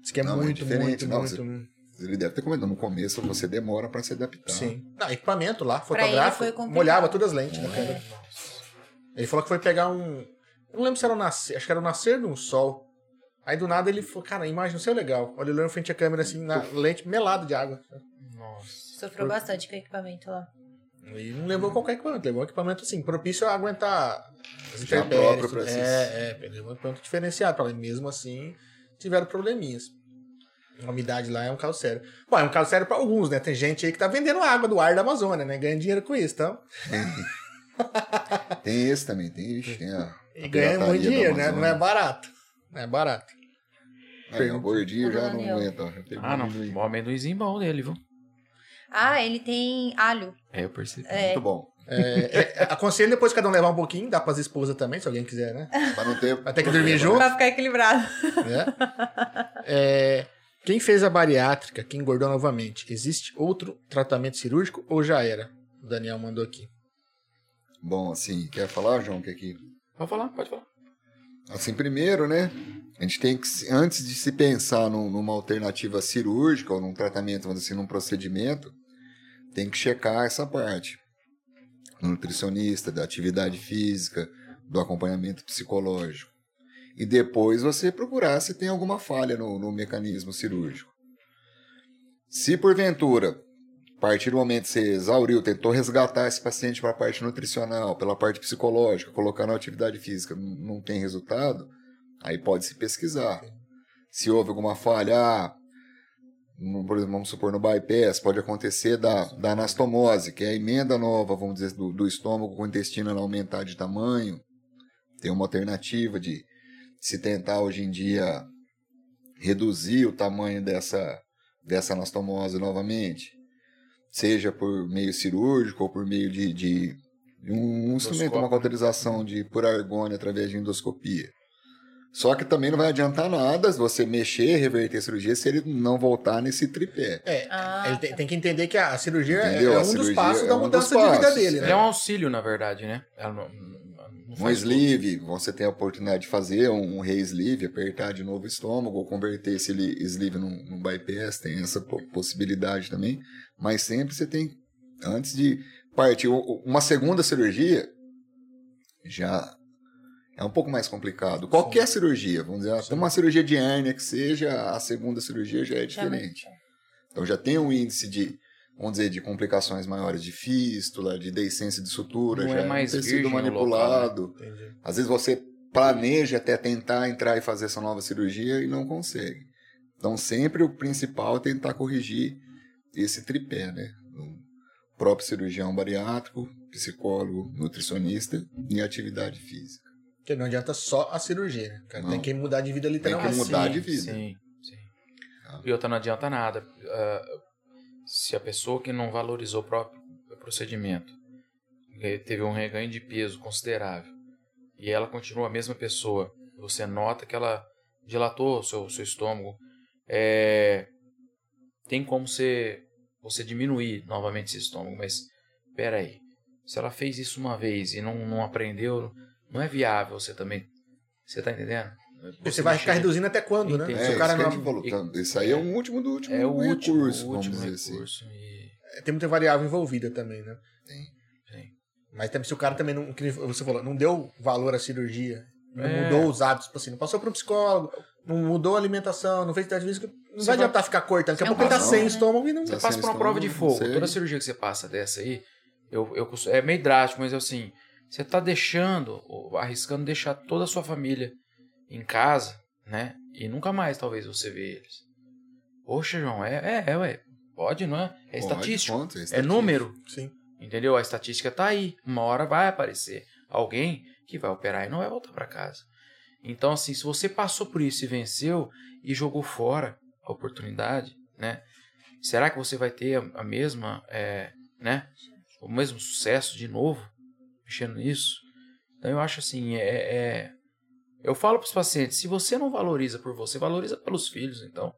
Speaker 2: Diz que é
Speaker 3: Não, é
Speaker 2: muito,
Speaker 3: diferente,
Speaker 2: muito,
Speaker 3: não,
Speaker 2: muito.
Speaker 3: Ele deve ter comentado. No começo você demora pra se adaptar.
Speaker 2: Sim. Não, equipamento lá,
Speaker 1: ele
Speaker 2: fotográfico,
Speaker 1: foi complicado.
Speaker 2: molhava todas as lentes
Speaker 3: É.
Speaker 2: da câmera. Ele falou que foi pegar um. Eu não lembro se era o nascer, acho que era o nascer de um sol. Aí do nada ele falou, cara, a imagem não sei o é legal. Olha, ele olhou em frente à câmera assim, na lente, melado de água.
Speaker 4: Nossa.
Speaker 1: Sofreu bastante com o equipamento lá.
Speaker 2: E não levou qualquer equipamento, levou um equipamento assim, propício a aguentar as
Speaker 3: Já
Speaker 2: intempéries,
Speaker 3: próprio pra
Speaker 2: tudo.
Speaker 3: esses-
Speaker 2: É, é, levou um equipamento diferenciado. pra lá. E Mesmo assim, tiveram probleminhas. A umidade lá é um caso sério. Bom, é um caso sério pra alguns, né? Tem gente aí que tá vendendo água do ar da Amazônia, né? Ganha dinheiro com isso, então.
Speaker 3: Tem esse também, tem, ixi, tem a.
Speaker 2: E
Speaker 3: a
Speaker 2: ganha
Speaker 3: pirataria
Speaker 2: muito
Speaker 3: da
Speaker 2: dinheiro, né? Não
Speaker 3: Amazônia.
Speaker 2: é barato. Não é barato.
Speaker 3: Aí, o gordinho já não
Speaker 1: Daniel.
Speaker 3: aguenta. já tem
Speaker 4: Ah, não.
Speaker 3: um amendoim.
Speaker 4: O amendoinzinho bom dele, viu?
Speaker 1: Ah, ele tem alho.
Speaker 4: É, eu percebi.
Speaker 3: Muito bom.
Speaker 2: É, é, aconselho depois cada um levar um pouquinho, dá pras esposas também, se alguém quiser, né?
Speaker 3: Pra não né? ter.
Speaker 2: Vai ter que dormir junto.
Speaker 5: Pra ficar equilibrado.
Speaker 2: né? É, quem fez a bariátrica, quem engordou novamente, existe outro tratamento cirúrgico ou já era? O Daniel mandou aqui.
Speaker 3: Bom, assim, quer falar, João, que aqui.
Speaker 4: Pode falar, pode falar.
Speaker 3: Assim, primeiro, né? A gente tem que, se- antes de se pensar num- numa alternativa cirúrgica ou num tratamento, vamos dizer assim, num procedimento, tem que checar essa parte. Do nutricionista, da atividade física, do acompanhamento psicológico. E depois você procurar se tem alguma falha no, no mecanismo cirúrgico. Se porventura, a partir do momento que você exauriu, tentou resgatar esse paciente para a parte nutricional, pela parte psicológica, colocar na atividade física, n- não tem resultado, aí pode se pesquisar. Se houve alguma falha, ah, no- por exemplo, vamos supor no bypass, pode acontecer da, da anastomose, que é a emenda nova, vamos dizer, do, do estômago com o intestino ela aumentar de tamanho. Tem uma alternativa de se tentar hoje em dia reduzir o tamanho dessa, dessa anastomose novamente, seja por meio cirúrgico ou por meio de, de um instrumento, uma
Speaker 4: Endoscópio.
Speaker 3: cauterização de por argônia através de endoscopia. Só que também não vai adiantar nada se você mexer, reverter a cirurgia, se ele não voltar nesse tripé.
Speaker 2: É,
Speaker 1: Ah,
Speaker 2: ele tem, tem que entender que a cirurgia é-
Speaker 3: Entendeu?
Speaker 2: é
Speaker 3: A
Speaker 2: um dos
Speaker 3: cirurgia
Speaker 2: passos
Speaker 3: é
Speaker 2: da
Speaker 3: um dos
Speaker 2: mudança de
Speaker 3: passos.
Speaker 2: vida dele,
Speaker 4: Ele
Speaker 2: né?
Speaker 4: é um auxílio, na verdade, né? Ela não, não- não
Speaker 3: Um sleeve, você tem a oportunidade de fazer um um re-sleeve, apertar de novo o estômago, ou converter esse li- sleeve num, num bypass, tem essa po- possibilidade também. Mas sempre você tem, antes de partir o- o- uma segunda cirurgia, já é um pouco mais complicado. Qualquer cirurgia, vamos dizer, até
Speaker 2: Sim.
Speaker 3: uma cirurgia de hérnia que seja, a segunda cirurgia já é diferente. Então já tem um índice de, vamos dizer, de complicações maiores de fístula, de deiscência de sutura,
Speaker 4: Não
Speaker 3: já
Speaker 4: é mais
Speaker 3: tecido
Speaker 4: virgem o local,
Speaker 3: manipulado.
Speaker 2: Entendi.
Speaker 3: Às vezes você planeja até tentar entrar e fazer essa nova cirurgia e não consegue. Então sempre o principal é tentar corrigir esse tripé, né? O próprio cirurgião bariátrico, psicólogo, nutricionista e atividade física.
Speaker 2: Porque não adianta só a cirurgia, né? O cara
Speaker 3: Não.
Speaker 2: tem que mudar de vida
Speaker 3: Tem é que
Speaker 2: literalmente.
Speaker 3: mudar de vida.
Speaker 4: é Sim, sim.
Speaker 3: Ah.
Speaker 4: E outra, não adianta nada. Ah, se a pessoa que não valorizou o próprio procedimento eh, teve um reganho de peso considerável e ela continua a mesma pessoa, você nota que ela dilatou o seu, seu estômago, eh, tem como você, você diminuir novamente esse estômago, mas peraí, se ela fez isso uma vez e não, não aprendeu, não é viável você também. Você tá entendendo?
Speaker 2: Você, vai ficar
Speaker 4: mexer-
Speaker 2: reduzindo até quando, né?
Speaker 4: Entendi.
Speaker 2: Se
Speaker 3: É,
Speaker 2: o cara
Speaker 3: isso que a
Speaker 2: não...
Speaker 3: gente falou, tá? Isso aí é o último do último
Speaker 4: É o
Speaker 3: recurso,
Speaker 4: último, o
Speaker 3: vamos
Speaker 4: último
Speaker 3: dizer assim.
Speaker 4: recurso. E...
Speaker 2: Tem muita variável envolvida também, né?
Speaker 3: Tem,
Speaker 4: tem.
Speaker 2: Mas também se o cara também não, que nem você falou, não deu valor à cirurgia, não
Speaker 4: É.
Speaker 2: mudou os hábitos, tipo assim, não passou para um psicólogo, não mudou a alimentação, não fez atividade física, não
Speaker 4: Você
Speaker 2: vai
Speaker 4: vai-
Speaker 2: adiantar ficar cortando, daqui a
Speaker 1: Você
Speaker 2: pouco ele tá
Speaker 3: não
Speaker 2: sem
Speaker 1: vai-
Speaker 2: estômago e não
Speaker 3: Tá
Speaker 4: Você
Speaker 3: sem
Speaker 4: passa por uma
Speaker 3: estômago,
Speaker 4: prova de
Speaker 3: não
Speaker 4: fogo.
Speaker 3: sei.
Speaker 4: Toda cirurgia que você é passa dessa aí, eu, eu, costumo- é meio drástico, mas assim, você tá deixando, ou arriscando deixar toda a sua família em casa, né? E nunca mais talvez você vê eles. Poxa, João, é, é, é ué, pode, não é? É
Speaker 3: Pode,
Speaker 4: estatístico,
Speaker 3: conta, é
Speaker 4: é
Speaker 3: estatístico.
Speaker 4: número,
Speaker 2: Sim.
Speaker 4: entendeu? A estatística tá aí, uma hora vai aparecer alguém que vai operar e não vai voltar para casa. Então, assim, se você passou por isso e venceu e jogou fora a oportunidade, né? Será que você vai ter a, a mesma, é, né? O mesmo sucesso de novo mexendo nisso? Então, eu acho assim, é, é- eu falo para os pacientes, se você não valoriza por você, valoriza pelos filhos, então,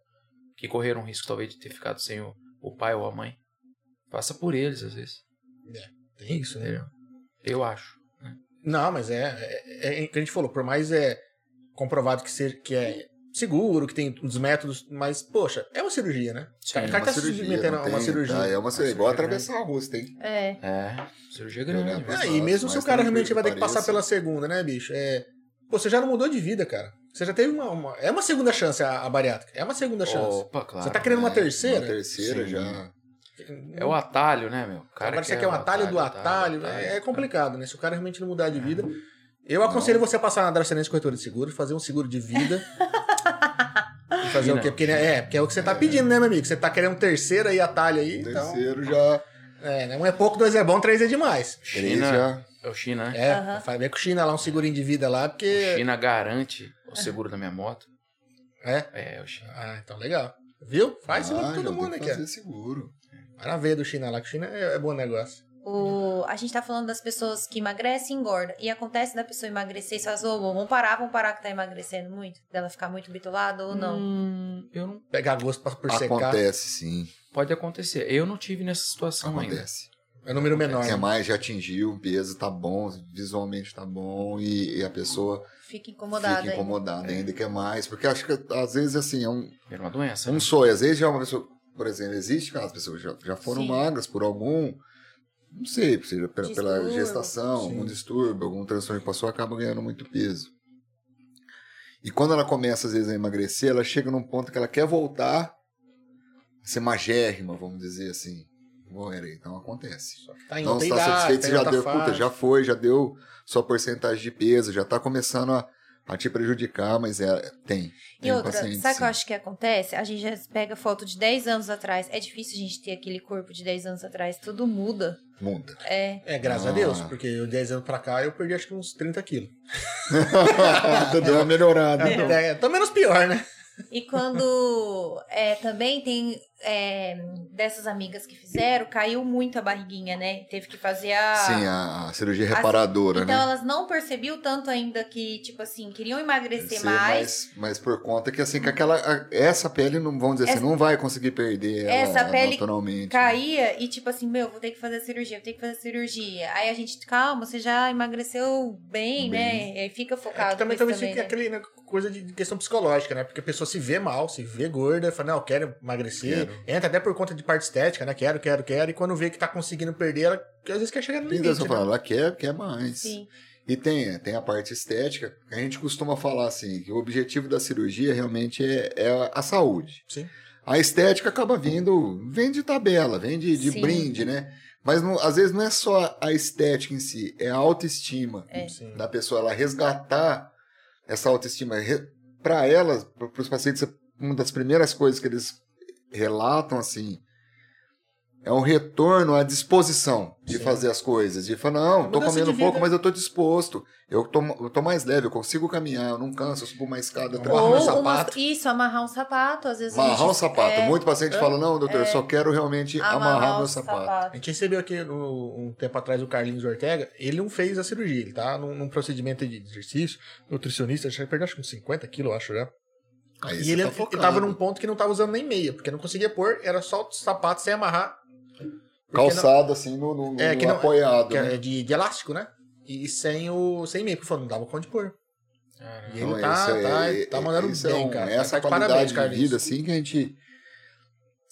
Speaker 4: que correram o risco talvez de ter ficado sem o, o pai ou a mãe. Faça por eles às vezes.
Speaker 2: Tem isso, né?
Speaker 4: Entendeu? Eu acho.
Speaker 2: Não, mas é, é, é o que a gente falou, por mais é comprovado que seja que é seguro, que tem uns métodos, mas, poxa, é uma cirurgia, né?
Speaker 4: Sim,
Speaker 2: O cara tá se submetendo
Speaker 3: não
Speaker 2: a uma
Speaker 3: tem-
Speaker 2: cirurgia.
Speaker 3: tá, é uma cirurgia, igual
Speaker 4: cirurgia
Speaker 3: atravessar a rua, você tem.
Speaker 1: É.
Speaker 4: É, cirurgia grande.
Speaker 3: Olhar
Speaker 4: velho.
Speaker 3: pra-
Speaker 2: Ah, e
Speaker 3: Exato,
Speaker 2: mesmo se o
Speaker 3: mas
Speaker 2: cara
Speaker 3: tranquilo
Speaker 2: realmente
Speaker 3: que
Speaker 2: vai ter que passar
Speaker 3: pareça.
Speaker 2: pela segunda, né, bicho? É, pô, você já não mudou de vida, cara. Você já teve uma. uma- É uma segunda chance a, a bariátrica. É uma segunda chance.
Speaker 4: Opa, claro.
Speaker 2: você tá querendo uma
Speaker 3: É,
Speaker 2: terceira? um
Speaker 3: Uma terceira
Speaker 4: Sim.
Speaker 3: já.
Speaker 4: É o atalho, né, meu? O cara
Speaker 2: Agora você
Speaker 4: quer
Speaker 2: quer um atalho do atalho.
Speaker 4: atalho. tá,
Speaker 2: é, é complicado, né? Se o cara realmente não mudar de vida. Eu aconselho você a passar na Dracenense Corretora de Seguro, fazer um seguro de vida. e fazer o quê? Porque, né, é, porque é o que você tá pedindo, né, meu amigo? Você tá querendo um terceiro aí, atalho aí. Então,
Speaker 3: Terceiro já.
Speaker 2: é, né? Um é pouco, dois é bom, três é demais.
Speaker 3: Três
Speaker 4: China,
Speaker 3: já.
Speaker 4: é o China, né?
Speaker 2: É,
Speaker 1: Aham.
Speaker 2: vai ver com o China lá, um segurinho de vida lá,
Speaker 4: O
Speaker 2: porque.
Speaker 4: China garante o seguro da minha moto.
Speaker 2: É?
Speaker 4: É, o China.
Speaker 2: Ah, então legal. Viu? Faz seguro pra
Speaker 3: já
Speaker 2: todo
Speaker 3: Ah, tem
Speaker 2: mundo
Speaker 3: que
Speaker 2: aqui. ó.
Speaker 3: Fazer seguro.
Speaker 2: Vai na veia do China lá, que o China é, é bom negócio.
Speaker 1: O, a gente tá falando das pessoas que emagrecem e engordam. E acontece da pessoa emagrecer e falar, "Ô, vamos parar, vamos parar que tá emagrecendo muito. Dela ficar muito bitolada ou não.
Speaker 4: Hum, eu não...
Speaker 2: Pegar gosto pra, por secar.
Speaker 3: Acontece, sim.
Speaker 4: Pode acontecer. Eu não tive nessa situação ainda.
Speaker 3: Acontece.
Speaker 2: É número menor.
Speaker 3: Quer
Speaker 2: né?
Speaker 3: mais, já atingiu o peso, tá bom, visualmente tá bom, e, e a pessoa
Speaker 1: Fica incomodada.
Speaker 3: fica
Speaker 1: hein?
Speaker 3: incomodada, ainda quer mais. Porque acho que às vezes assim, é um,
Speaker 4: Era uma doença.
Speaker 3: um
Speaker 4: né?
Speaker 3: sonho. Às vezes já é uma pessoa, por exemplo, existe caso, as pessoas já, já foram
Speaker 1: Sim.
Speaker 3: magras por algum, não sei, seja pela, pela
Speaker 1: Distúrbio.
Speaker 3: gestação,
Speaker 2: Sim.
Speaker 3: algum distúrbio, algum transtorno que passou, acaba ganhando muito peso. E quando ela começa, às vezes, a emagrecer, ela chega num ponto que ela quer voltar a ser magérrima, vamos dizer assim. Bom, era, então acontece.
Speaker 2: Só que tá em
Speaker 3: Não
Speaker 2: outra
Speaker 3: está
Speaker 2: idade,
Speaker 3: Então, satisfeito,
Speaker 2: tá em
Speaker 3: você já
Speaker 2: outra
Speaker 3: deu,
Speaker 2: fase.
Speaker 3: puta, já foi, já deu sua porcentagem de peso, já tá começando a, a te prejudicar, mas é, tem.
Speaker 1: E
Speaker 3: tem
Speaker 1: outra,
Speaker 3: paciente,
Speaker 1: sabe o que eu
Speaker 3: sim.
Speaker 1: acho que acontece? A gente já pega foto de 10 anos atrás. É difícil a gente ter aquele corpo de 10 anos atrás. Tudo muda.
Speaker 3: Muda.
Speaker 1: É.
Speaker 2: É, graças a
Speaker 3: Ah.
Speaker 2: Deus, porque eu 10 anos pra cá eu perdi acho que uns 30 quilos.
Speaker 3: deu uma melhorada. então.
Speaker 2: É, é, tô menos pior, né?
Speaker 1: E quando é, também tem é, dessas amigas que fizeram, caiu muito a barriguinha, né? Teve que fazer a.
Speaker 3: Sim, a, a cirurgia
Speaker 1: Assim,
Speaker 3: reparadora,
Speaker 1: Então
Speaker 3: né?
Speaker 1: elas não percebiam tanto ainda que, tipo assim, queriam emagrecer
Speaker 3: Sim,
Speaker 1: mais.
Speaker 3: Mas, mas por conta que assim, que aquela. a- essa pele, não, vamos dizer assim, não vai conseguir perder ela
Speaker 1: Essa pele
Speaker 3: naturalmente. né?
Speaker 1: Caía e, tipo assim, meu, vou ter que fazer cirurgia, vou ter que fazer cirurgia. Aí a gente, calma, você já emagreceu bem, né? E aí fica
Speaker 2: É
Speaker 1: focado.
Speaker 2: que também
Speaker 1: nisso
Speaker 2: talvez fique
Speaker 1: né?
Speaker 2: aquele né, coisa de de questão psicológica, né? Porque a pessoa se vê mal, se vê gorda, fala, não, eu quero emagrecer.
Speaker 3: Quero.
Speaker 2: Entra até por conta de parte estética, né? Quero, quero, quero. E quando vê que tá conseguindo perder, ela às vezes quer chegar no
Speaker 3: Tem dessa
Speaker 2: limite. né?
Speaker 3: fala, ela quer, quer mais.
Speaker 1: Sim.
Speaker 3: E tem, tem a parte estética, que a gente costuma falar assim, que o objetivo da cirurgia realmente é, é a saúde.
Speaker 2: Sim.
Speaker 3: A estética acaba vindo, vem de tabela, vem de, de
Speaker 1: Sim.
Speaker 3: brinde, né? Mas não- às vezes não é só a estética em si, é a autoestima
Speaker 1: É.
Speaker 2: Sim.
Speaker 3: da pessoa, ela resgatar essa autoestima. Para ela, para os pacientes, uma das primeiras coisas que eles relatam assim é um retorno à disposição de
Speaker 2: Sim.
Speaker 3: fazer as coisas. De falar, não,
Speaker 2: Mudança
Speaker 3: tô
Speaker 2: de
Speaker 3: comendo um
Speaker 2: vida.
Speaker 3: pouco, mas eu tô disposto. Eu tô, eu tô mais leve, eu consigo caminhar, eu não canso, eu subo uma escada,
Speaker 2: Ou
Speaker 3: trago
Speaker 2: Amarrar
Speaker 1: Ou
Speaker 3: meu
Speaker 2: um
Speaker 1: uma-
Speaker 3: sapato.
Speaker 1: isso, amarrar um sapato, às vezes. a
Speaker 3: Amarrar
Speaker 1: gente-
Speaker 3: o sapato.
Speaker 1: é,
Speaker 3: Muito paciente fala, não, doutor, eu só quero realmente amarrar, meu
Speaker 1: o
Speaker 3: sapato.
Speaker 2: A gente recebeu aqui no- um tempo atrás o Carlinhos Ortega, ele não fez a cirurgia, ele tá num, num procedimento de exercício, nutricionista, já perdeu acho que uns 50 quilos, eu acho já.
Speaker 3: Aí
Speaker 2: e
Speaker 3: você
Speaker 2: ele,
Speaker 3: tá
Speaker 2: ele
Speaker 3: focado.
Speaker 2: tava num ponto que não tava usando nem meia, porque não conseguia pôr, era só o sapato sem amarrar. Porque
Speaker 3: calçado assim, no, no-
Speaker 2: É,
Speaker 3: no
Speaker 2: que não-
Speaker 3: apoiado.
Speaker 2: não- que
Speaker 3: né?
Speaker 2: é de, de elástico, né? E sem o sem meia, porque falou, não dava conta de pôr.
Speaker 4: Caramba.
Speaker 2: E ele
Speaker 3: Então,
Speaker 2: tá,
Speaker 3: isso
Speaker 2: tá,
Speaker 3: é-
Speaker 2: tá mandando
Speaker 3: isso é
Speaker 2: bem,
Speaker 3: um-
Speaker 2: cara.
Speaker 3: Essa
Speaker 2: tá de
Speaker 3: qualidade
Speaker 2: parabéns,
Speaker 3: de
Speaker 2: Carlinhos.
Speaker 3: vida, assim, que a gente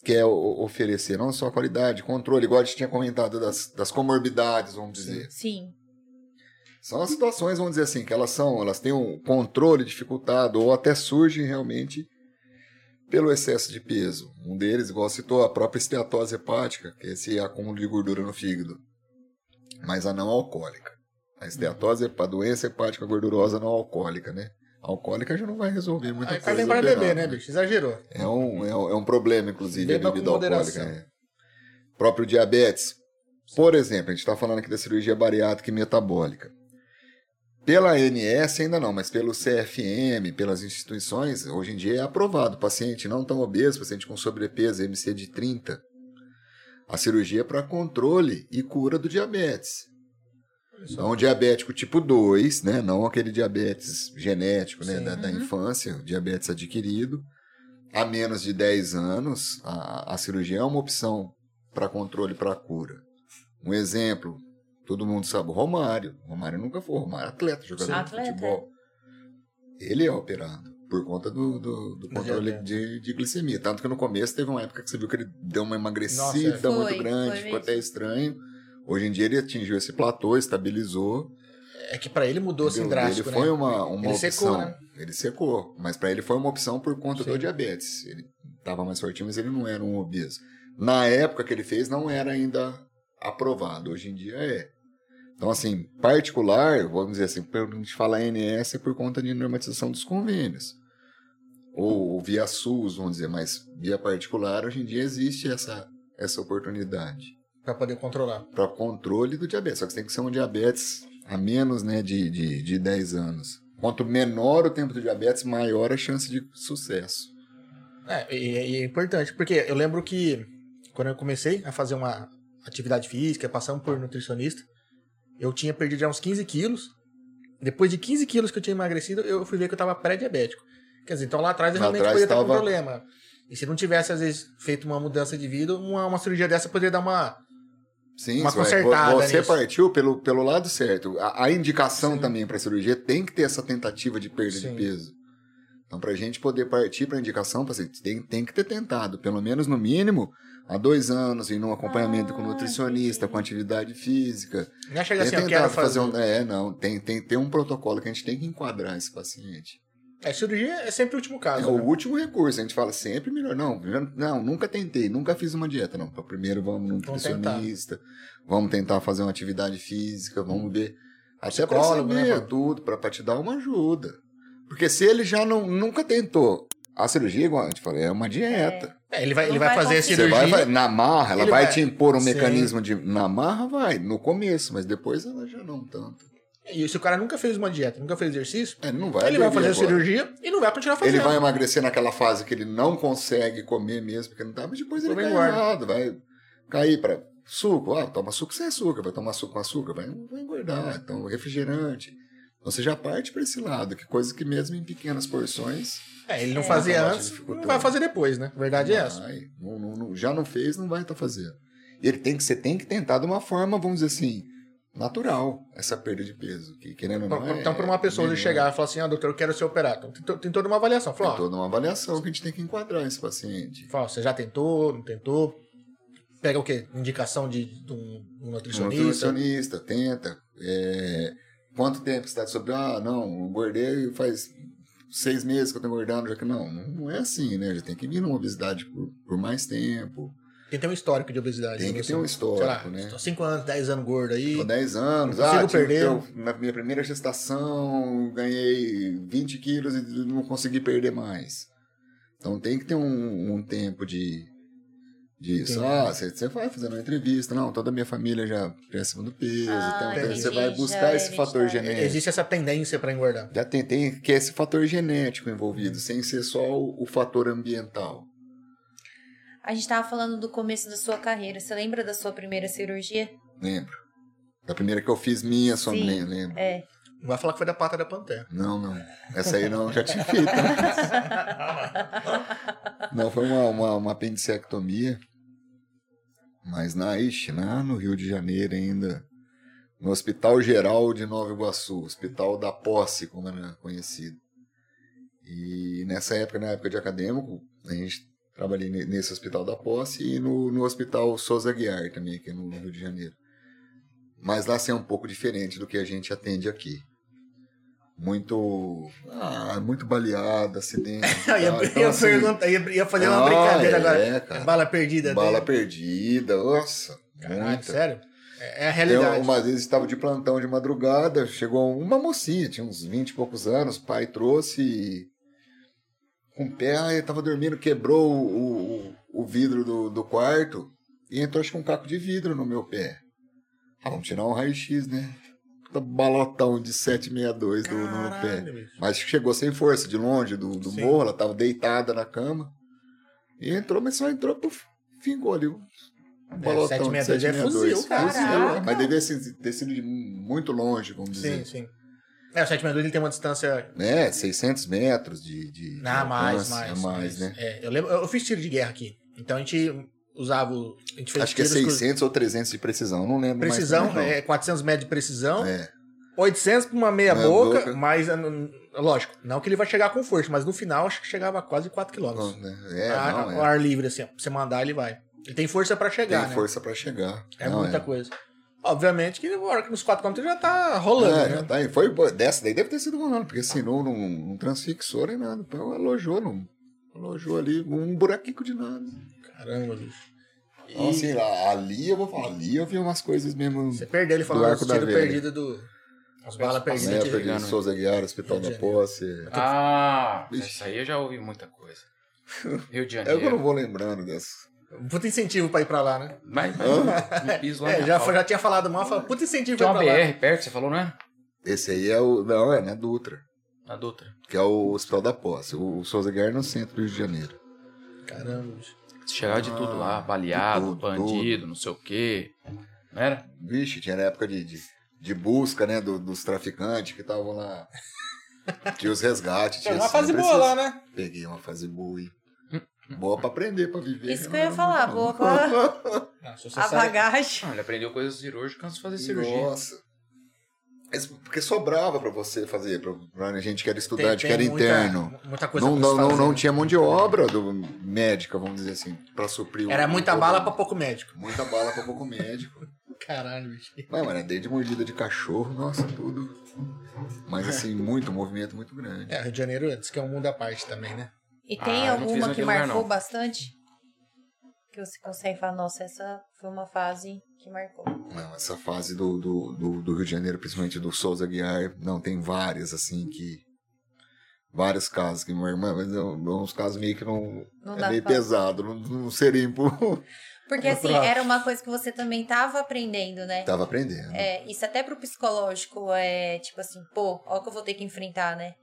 Speaker 3: quer o- oferecer, não só a qualidade, controle, igual a gente tinha comentado das, das comorbidades, vamos dizer.
Speaker 1: Sim.
Speaker 3: São as situações, vamos dizer assim, que elas são, elas têm um controle dificultado ou até surgem realmente pelo excesso de peso. Um deles, igual citou, a própria esteatose hepática, que é esse acúmulo de gordura no fígado, mas a não alcoólica. A esteatose,
Speaker 2: Uhum.
Speaker 3: é a doença hepática gordurosa não alcoólica, né? A alcoólica já não vai resolver muita
Speaker 2: Aí o cara
Speaker 3: coisa.
Speaker 2: vem para beber,
Speaker 3: operando,
Speaker 2: né, bicho? Exagerou.
Speaker 3: é um, é um, é um problema, inclusive,
Speaker 2: Beba
Speaker 3: a bebida
Speaker 2: com
Speaker 3: alcoólica.
Speaker 2: moderação.
Speaker 3: né? Próprio diabetes. Por exemplo, a gente está falando aqui da cirurgia bariátrica e metabólica. Pela ANS ainda não, mas pelo CFM, pelas instituições, hoje em dia é aprovado. Paciente não tão obeso, paciente com sobrepeso, MC de 30. A cirurgia é para controle e cura do diabetes. Então, o diabético tipo 2, né? Não aquele diabetes genético, né?
Speaker 2: Sim.
Speaker 3: Da, da
Speaker 1: Uhum.
Speaker 3: infância, o diabetes adquirido. Há menos de 10 anos, a, a cirurgia é uma opção para controle e para cura. Um exemplo, todo mundo sabe, o Romário. O Romário nunca foi Romário, atleta, é jogador
Speaker 1: Sim.
Speaker 3: de
Speaker 1: Atleta.
Speaker 3: futebol. Ele é operado por conta do, do, do controle
Speaker 2: diabetes.
Speaker 3: de, de glicemia. Tanto que no começo teve uma época que você viu que ele deu uma emagrecida
Speaker 2: Nossa,
Speaker 1: é.
Speaker 3: muito
Speaker 1: Foi,
Speaker 3: grande,
Speaker 1: foi
Speaker 3: ficou
Speaker 1: mesmo.
Speaker 3: até estranho. Hoje em dia ele atingiu esse platô, estabilizou.
Speaker 2: É que pra ele mudou assim
Speaker 3: entendeu?
Speaker 2: drástico,
Speaker 3: ele
Speaker 2: né?
Speaker 3: foi uma, uma
Speaker 2: Ele
Speaker 3: opção.
Speaker 2: secou, né?
Speaker 3: Ele secou, mas pra ele foi uma opção por conta
Speaker 2: Sim.
Speaker 3: do diabetes. Ele tava mais fortinho, mas ele não era um obeso. Na época que ele fez, não era ainda aprovado. Hoje em dia é. Então, assim, particular, vamos dizer assim, quando a gente fala ANS é por conta de normatização dos convênios. Ou, ou via SUS, vamos dizer, mas via particular, hoje em dia existe essa, essa oportunidade
Speaker 2: Pra poder controlar.
Speaker 3: para controle do diabetes. Só que tem que ser um diabetes a menos né, de, de, de 10 anos. Quanto menor o tempo do diabetes, maior a chance de sucesso.
Speaker 2: É, e, e é importante, porque eu lembro que quando eu comecei a fazer uma atividade física, passando por nutricionista, eu tinha perdido já uns 15 quilos. Depois de 15 quilos que eu tinha emagrecido, eu fui ver que eu tava pré-diabético. Quer dizer, então lá atrás eu
Speaker 3: Lá
Speaker 2: realmente
Speaker 3: atrás
Speaker 2: podia ter um
Speaker 3: tava-
Speaker 2: problema. E se não tivesse, às vezes, feito uma mudança de vida, uma, uma cirurgia dessa poderia dar uma.
Speaker 3: Sim,
Speaker 2: Uma
Speaker 3: isso é.
Speaker 2: consertada né,
Speaker 3: Vo- você
Speaker 2: nisso.
Speaker 3: partiu pelo, pelo lado certo. A, a indicação também para cirurgia tem que ter essa tentativa de perda
Speaker 2: Sim.
Speaker 3: de peso. Então, para a gente poder partir para a indicação, paciente, tem, tem que ter tentado, pelo menos no mínimo, há dois anos, e num acompanhamento com
Speaker 5: Ah,
Speaker 3: nutricionista, com atividade física.
Speaker 2: Não chega
Speaker 3: Tem
Speaker 2: assim, eu
Speaker 3: tentado
Speaker 2: quero
Speaker 3: fazer
Speaker 2: fazer.
Speaker 3: um. É, não. Tem, tem, tem um protocolo que a gente tem que enquadrar esse paciente.
Speaker 2: É, cirurgia é sempre o último
Speaker 3: É
Speaker 2: caso.
Speaker 3: o
Speaker 2: né?
Speaker 3: último recurso, a gente fala sempre melhor. Não, já- não, nunca tentei, nunca fiz uma dieta, não. Então, Primeiro vamos no
Speaker 2: Vamos tentar.
Speaker 3: nutricionista, vamos tentar fazer uma atividade física, vamos ver. Até para
Speaker 2: Psicólogo, né,
Speaker 3: saber
Speaker 2: Fábio?
Speaker 3: tudo, para te dar uma ajuda. Porque se ele já não, nunca tentou a cirurgia, igual a gente fala, é uma dieta.
Speaker 2: É, ele vai,
Speaker 1: Não
Speaker 2: ele vai,
Speaker 1: vai
Speaker 2: fazer a
Speaker 1: conseguir.
Speaker 3: Você
Speaker 2: cirurgia.
Speaker 3: vai, vai- na marra, ela
Speaker 2: ele
Speaker 3: vai,
Speaker 2: vai-
Speaker 3: te impor um
Speaker 2: Sim.
Speaker 3: mecanismo de. Na marra, vai, no começo, mas depois ela já não tanto.
Speaker 2: E se o cara nunca fez uma dieta, nunca fez exercício,
Speaker 3: É, não vai
Speaker 2: ele vai fazer
Speaker 3: aderir
Speaker 2: a
Speaker 3: agora.
Speaker 2: cirurgia e não vai continuar fazendo.
Speaker 3: Ele vai emagrecer naquela fase que ele não consegue comer mesmo, porque não tá, mas depois ele
Speaker 2: Come
Speaker 3: cai
Speaker 2: engorda.
Speaker 3: errado, vai cair para suco, ah, toma suco sem açúcar, vai tomar suco com açúcar, vai, vai
Speaker 2: É.
Speaker 3: engordar, então refrigerante. Então você já parte para esse lado, que coisa que mesmo em pequenas porções.
Speaker 2: É, ele não
Speaker 1: É.
Speaker 2: fazia
Speaker 3: Acabou
Speaker 2: antes,
Speaker 3: dificultando.
Speaker 2: não vai fazer depois, né? A verdade é essa.
Speaker 3: vai, não- não- não- já não fez, não vai estar fazendo. E ele tem que, você tem que tentar de uma forma, vamos dizer assim, natural, essa perda de peso. Que, querendo ou não, é-
Speaker 2: Então, para uma pessoa
Speaker 3: melhor.
Speaker 2: ele chegar e falar assim, ah, doutor, eu quero ser operado. Então, tem, to- tem toda uma avaliação.
Speaker 3: Tem
Speaker 2: Fala, ó,
Speaker 3: toda uma avaliação que a gente tem que enquadrar esse paciente.
Speaker 2: fala, você já tentou, não tentou? Pega o quê? Indicação de, de um, um
Speaker 3: Um
Speaker 2: nutricionista?
Speaker 3: nutricionista, tenta. É, quanto tempo você está sobre? Ah, não, engordei faz seis meses que eu estou engordando, já que não, não é assim, né? Já tem que vir numa obesidade por, por mais tempo.
Speaker 2: Tem que ter um histórico de obesidade.
Speaker 3: Tem que
Speaker 2: né?
Speaker 3: ter um
Speaker 2: Sei lá,
Speaker 3: histórico, né?
Speaker 2: estou 5 anos, 10 anos gordo aí.
Speaker 3: Tô 10 anos,
Speaker 2: Não consigo
Speaker 3: ah, tive-
Speaker 2: perder.
Speaker 3: eu, na minha primeira gestação ganhei 20 quilos e não consegui perder mais. Então tem que ter um, um tempo de disso.
Speaker 2: Entendi.
Speaker 3: Ah, você você vai fazendo uma entrevista, não, toda a minha família já é acima do peso,
Speaker 1: Ah,
Speaker 3: então
Speaker 2: entendi,
Speaker 3: você vai
Speaker 1: já
Speaker 3: buscar esse
Speaker 1: é
Speaker 3: fator
Speaker 1: hereditário.
Speaker 3: genético.
Speaker 2: Existe essa tendência para engordar.
Speaker 3: Já tem, tem que é esse fator genético envolvido, sem ser só o, o fator ambiental.
Speaker 1: A gente tava falando do começo da sua carreira. Você lembra da sua primeira cirurgia?
Speaker 3: Lembro. Da primeira que eu fiz minha, só
Speaker 1: Sim.
Speaker 3: lem- lembro.
Speaker 1: É.
Speaker 2: Não vai falar que foi da pata da pantera.
Speaker 3: Não, não. Essa aí não, já tinha feito. Não, foi uma, uma, uma apendicectomia. Mas na Ixi, lá no Rio de Janeiro ainda. No Hospital Geral de Nova Iguaçu, Hospital da Posse, como era conhecido. E nessa época, na época de acadêmico, a gente trabalhei ne- nesse Hospital da Posse e no, no Hospital Souza Guiar também, aqui no Rio de Janeiro. Mas lá assim, é um pouco diferente do que a gente atende aqui. Muito. Ah, muito baleado, acidente.
Speaker 2: Eu ia,
Speaker 3: tá? Então,
Speaker 2: eu ia
Speaker 3: assim,
Speaker 2: perguntar, eu ia, ia fazer uma
Speaker 3: ah,
Speaker 2: brincadeira
Speaker 3: é,
Speaker 2: agora.
Speaker 3: cara.
Speaker 2: Bala perdida.
Speaker 3: Bala
Speaker 2: né?
Speaker 3: perdida, nossa.
Speaker 2: Caralho,
Speaker 3: muita. um
Speaker 2: sério? É, é a
Speaker 3: Eu,
Speaker 2: realidade.
Speaker 3: umas vezes estava de plantão de madrugada, chegou uma mocinha, tinha uns 20 e poucos anos, pai trouxe e com o pé, aí estava dormindo, quebrou o, o- o vidro do, do quarto e entrou acho que um caco de vidro no meu pé. Ah, vamos tirar um raio-x, né? Puta Balotão de 762 do, no meu pé.
Speaker 2: Caralho, bicho.
Speaker 3: Mas chegou sem força, de longe, do, do
Speaker 2: Sim.
Speaker 3: morro, ela tava deitada na cama. E entrou, mas só entrou, puf, fingou ali. Um balotão de
Speaker 2: 762 é fuzil,
Speaker 3: 762.
Speaker 2: cara.
Speaker 1: Caraca.
Speaker 3: é. mas devia ser- ter sido de muito longe, vamos
Speaker 2: Sim,
Speaker 3: dizer.
Speaker 2: sim. É, o 762 ele tem uma distância.
Speaker 3: Né, 600 metros de... de
Speaker 2: Ah,
Speaker 3: de
Speaker 2: mais,
Speaker 3: alcance,
Speaker 2: mais.
Speaker 3: é mais, né?
Speaker 2: É, eu lembro, eu fiz tiro de guerra aqui. Então a gente usava. o- A gente fez
Speaker 3: Acho que é
Speaker 2: tiros com
Speaker 3: 600 ou 300 de precisão, não lembro mais
Speaker 2: Precisão,
Speaker 3: também, não.
Speaker 2: é 400 metros de precisão,
Speaker 3: É,
Speaker 2: 800 pra uma meia
Speaker 3: Meia
Speaker 2: boca,
Speaker 3: boca.
Speaker 2: mas, ah, não- lógico, não que ele vai chegar com força, mas no final acho que chegava a quase 4 km.
Speaker 3: É,
Speaker 2: Ah,
Speaker 3: não,
Speaker 2: ao
Speaker 3: é.
Speaker 2: ar livre, assim, ó, pra você mandar, ele vai. Ele tem força pra chegar,
Speaker 3: Tem
Speaker 2: né?
Speaker 3: força pra chegar.
Speaker 2: É
Speaker 3: Não,
Speaker 2: muita coisa. Obviamente que na hora que nos 4 km já tá rolando,
Speaker 3: É,
Speaker 2: né?
Speaker 3: já tá aí. Foi boa. Dessa daí deve ter sido rolando, porque assinou não, não transfixou nem nada. Então alojou, não. Alojou ali um buraquico de nada.
Speaker 2: Caramba, bicho. E tá
Speaker 3: Então, assim, lá, ali eu vou falar, ali eu vi umas coisas mesmo.
Speaker 2: você perdeu ele
Speaker 3: Do
Speaker 2: falando
Speaker 3: arco
Speaker 2: dos
Speaker 3: da
Speaker 2: tiros
Speaker 3: velha.
Speaker 2: perdidos do. As balas perdidas.
Speaker 3: Né,
Speaker 2: de-
Speaker 3: perdi
Speaker 4: ligando,
Speaker 3: Souza Guiar, Hospital
Speaker 2: Rio de
Speaker 3: da Posse.
Speaker 4: Ah,
Speaker 3: Ixi.
Speaker 4: isso aí eu já ouvi muita coisa. Rio de
Speaker 3: É que eu não
Speaker 4: Janeiro.
Speaker 3: vou lembrando dessas.
Speaker 2: Puta incentivo pra ir pra lá, né?
Speaker 4: Mas, mas não piso lá.
Speaker 2: É,
Speaker 4: na
Speaker 2: já,
Speaker 4: pau.
Speaker 2: já tinha falado mal, fala, puta incentivo pra
Speaker 4: Tem
Speaker 2: ir
Speaker 4: uma
Speaker 2: pra lá.
Speaker 4: BR perto, você falou, né?
Speaker 3: Esse aí é o. Não, é na Dutra,
Speaker 4: Na Dutra.
Speaker 3: que é o Hospital da Posse. O Souza Guiar é no centro do Rio de Janeiro.
Speaker 2: Caramba, bicho.
Speaker 4: Você chegava de tudo lá,
Speaker 3: Ah,
Speaker 4: baleado,
Speaker 3: de tudo,
Speaker 4: bandido, não sei o quê. né? Não era?
Speaker 3: Vixe, tinha na época de, de, de busca, né, do- dos traficantes que estavam lá. Tinha os resgates. Tinha
Speaker 2: Tinha uma fase
Speaker 3: sempre
Speaker 2: boa lá,
Speaker 3: esses-
Speaker 2: né?
Speaker 3: Peguei uma fase boa, hein?
Speaker 2: Hum.
Speaker 3: Boa pra aprender, pra viver.
Speaker 1: Isso
Speaker 3: né?
Speaker 1: que eu ia
Speaker 3: Não,
Speaker 1: falar,
Speaker 3: não.
Speaker 1: boa pra
Speaker 2: Ah, se você
Speaker 5: A
Speaker 2: sabe-
Speaker 5: bagagem.
Speaker 4: Ah, ele aprendeu coisas cirúrgicas antes de fazer cirurgia.
Speaker 3: Nossa. Mas Porque sobrava pra você fazer, pra, pra gente que era
Speaker 2: tem-
Speaker 3: estudante,
Speaker 2: tem
Speaker 3: que era
Speaker 2: muita-
Speaker 3: interno.
Speaker 2: Muita coisa
Speaker 3: Não,
Speaker 2: pra
Speaker 3: não,
Speaker 2: se
Speaker 3: não,
Speaker 2: fazer,
Speaker 3: não
Speaker 2: né?
Speaker 3: tinha mão de obra do médica, vamos dizer assim, pra suprir o-
Speaker 2: Era muita
Speaker 3: o-
Speaker 2: bala pra pouco médico.
Speaker 3: Muita bala pra pouco médico.
Speaker 2: Caralho, bicho.
Speaker 3: Não, mano, desde mordida de cachorro, nossa, tudo. Mas assim, muito, um movimento muito grande.
Speaker 2: É, Rio de Janeiro diz que é um mundo à parte também, né?
Speaker 1: E tem
Speaker 4: Ah, eu não fiz
Speaker 1: alguma que
Speaker 4: naquele lugar,
Speaker 1: marcou
Speaker 4: não.
Speaker 1: bastante? Que você consegue falar, nossa, essa foi uma fase que marcou.
Speaker 3: Não, essa fase do, do, do, do Rio de Janeiro, principalmente do Souza Guiar, não, tem várias, assim, que. Vários casos que minha irmã, mas não, não, uns casos meio que não.
Speaker 1: Não
Speaker 3: é
Speaker 1: dá
Speaker 3: meio
Speaker 1: pra...
Speaker 3: pesado, não, não seria impor.
Speaker 1: Porque
Speaker 4: É
Speaker 2: Eu
Speaker 1: assim,
Speaker 2: pra-
Speaker 1: era uma coisa que você também tava aprendendo, né?
Speaker 3: Tava aprendendo.
Speaker 1: É, isso até pro psicológico é tipo assim, pô, ó o que eu vou ter que enfrentar, né?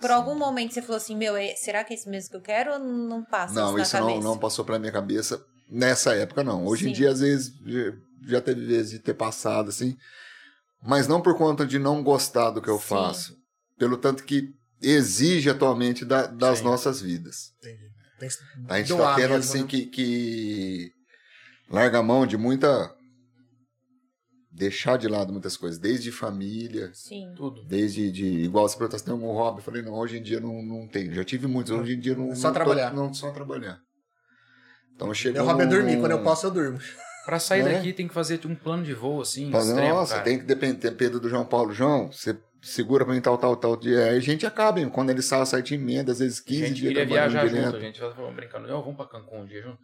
Speaker 1: Por
Speaker 3: Sim.
Speaker 1: algum momento você falou assim, meu, é- será que é isso mesmo que eu quero ou não passa
Speaker 3: Não,
Speaker 1: na
Speaker 3: isso
Speaker 1: cabeça?
Speaker 3: não, não passou pra minha cabeça nessa época, não. Hoje em
Speaker 1: Sim.
Speaker 3: dia, às vezes, já- já teve vezes de ter passado, assim. Mas não por conta de não gostar do que eu
Speaker 1: Sim.
Speaker 3: faço. Pelo tanto que exige atualmente da- das
Speaker 4: Sim.
Speaker 3: nossas vidas.
Speaker 2: Entendi. Tem que
Speaker 3: A gente
Speaker 2: doar
Speaker 3: tá tendo,
Speaker 2: mesmo,
Speaker 3: assim,
Speaker 2: né?
Speaker 3: que, que larga a mão de muita... Deixar de lado muitas coisas, desde família,
Speaker 1: Sim.
Speaker 4: Tudo.
Speaker 3: desde de, igual se perguntasse, tem algum hobby? Eu falei, não, hoje em dia não, não tem. Já tive muitos, hoje em dia não.
Speaker 2: É só
Speaker 3: não tô-
Speaker 2: trabalhar.
Speaker 3: não, só trabalhar. Então chegou.
Speaker 2: Meu hobby é
Speaker 3: num-
Speaker 2: dormir. Quando eu posso, eu durmo.
Speaker 4: Pra sair
Speaker 3: Né?
Speaker 4: daqui tem que fazer um plano de voo, assim,
Speaker 3: Fazer,
Speaker 4: extremo,
Speaker 3: nossa,
Speaker 4: cara.
Speaker 3: tem que depender Pedro do João Paulo. João, você segura pra mim tal, tal, tal dia. Aí a gente acaba, hein? Quando ele sai, sai de emenda, às vezes
Speaker 4: A
Speaker 3: 15
Speaker 4: gente
Speaker 3: dias
Speaker 4: queria
Speaker 3: trabalhando
Speaker 4: viajar
Speaker 3: direto.
Speaker 4: junto, a gente tava brincando. Não, vamos pra Cancún um dia junto.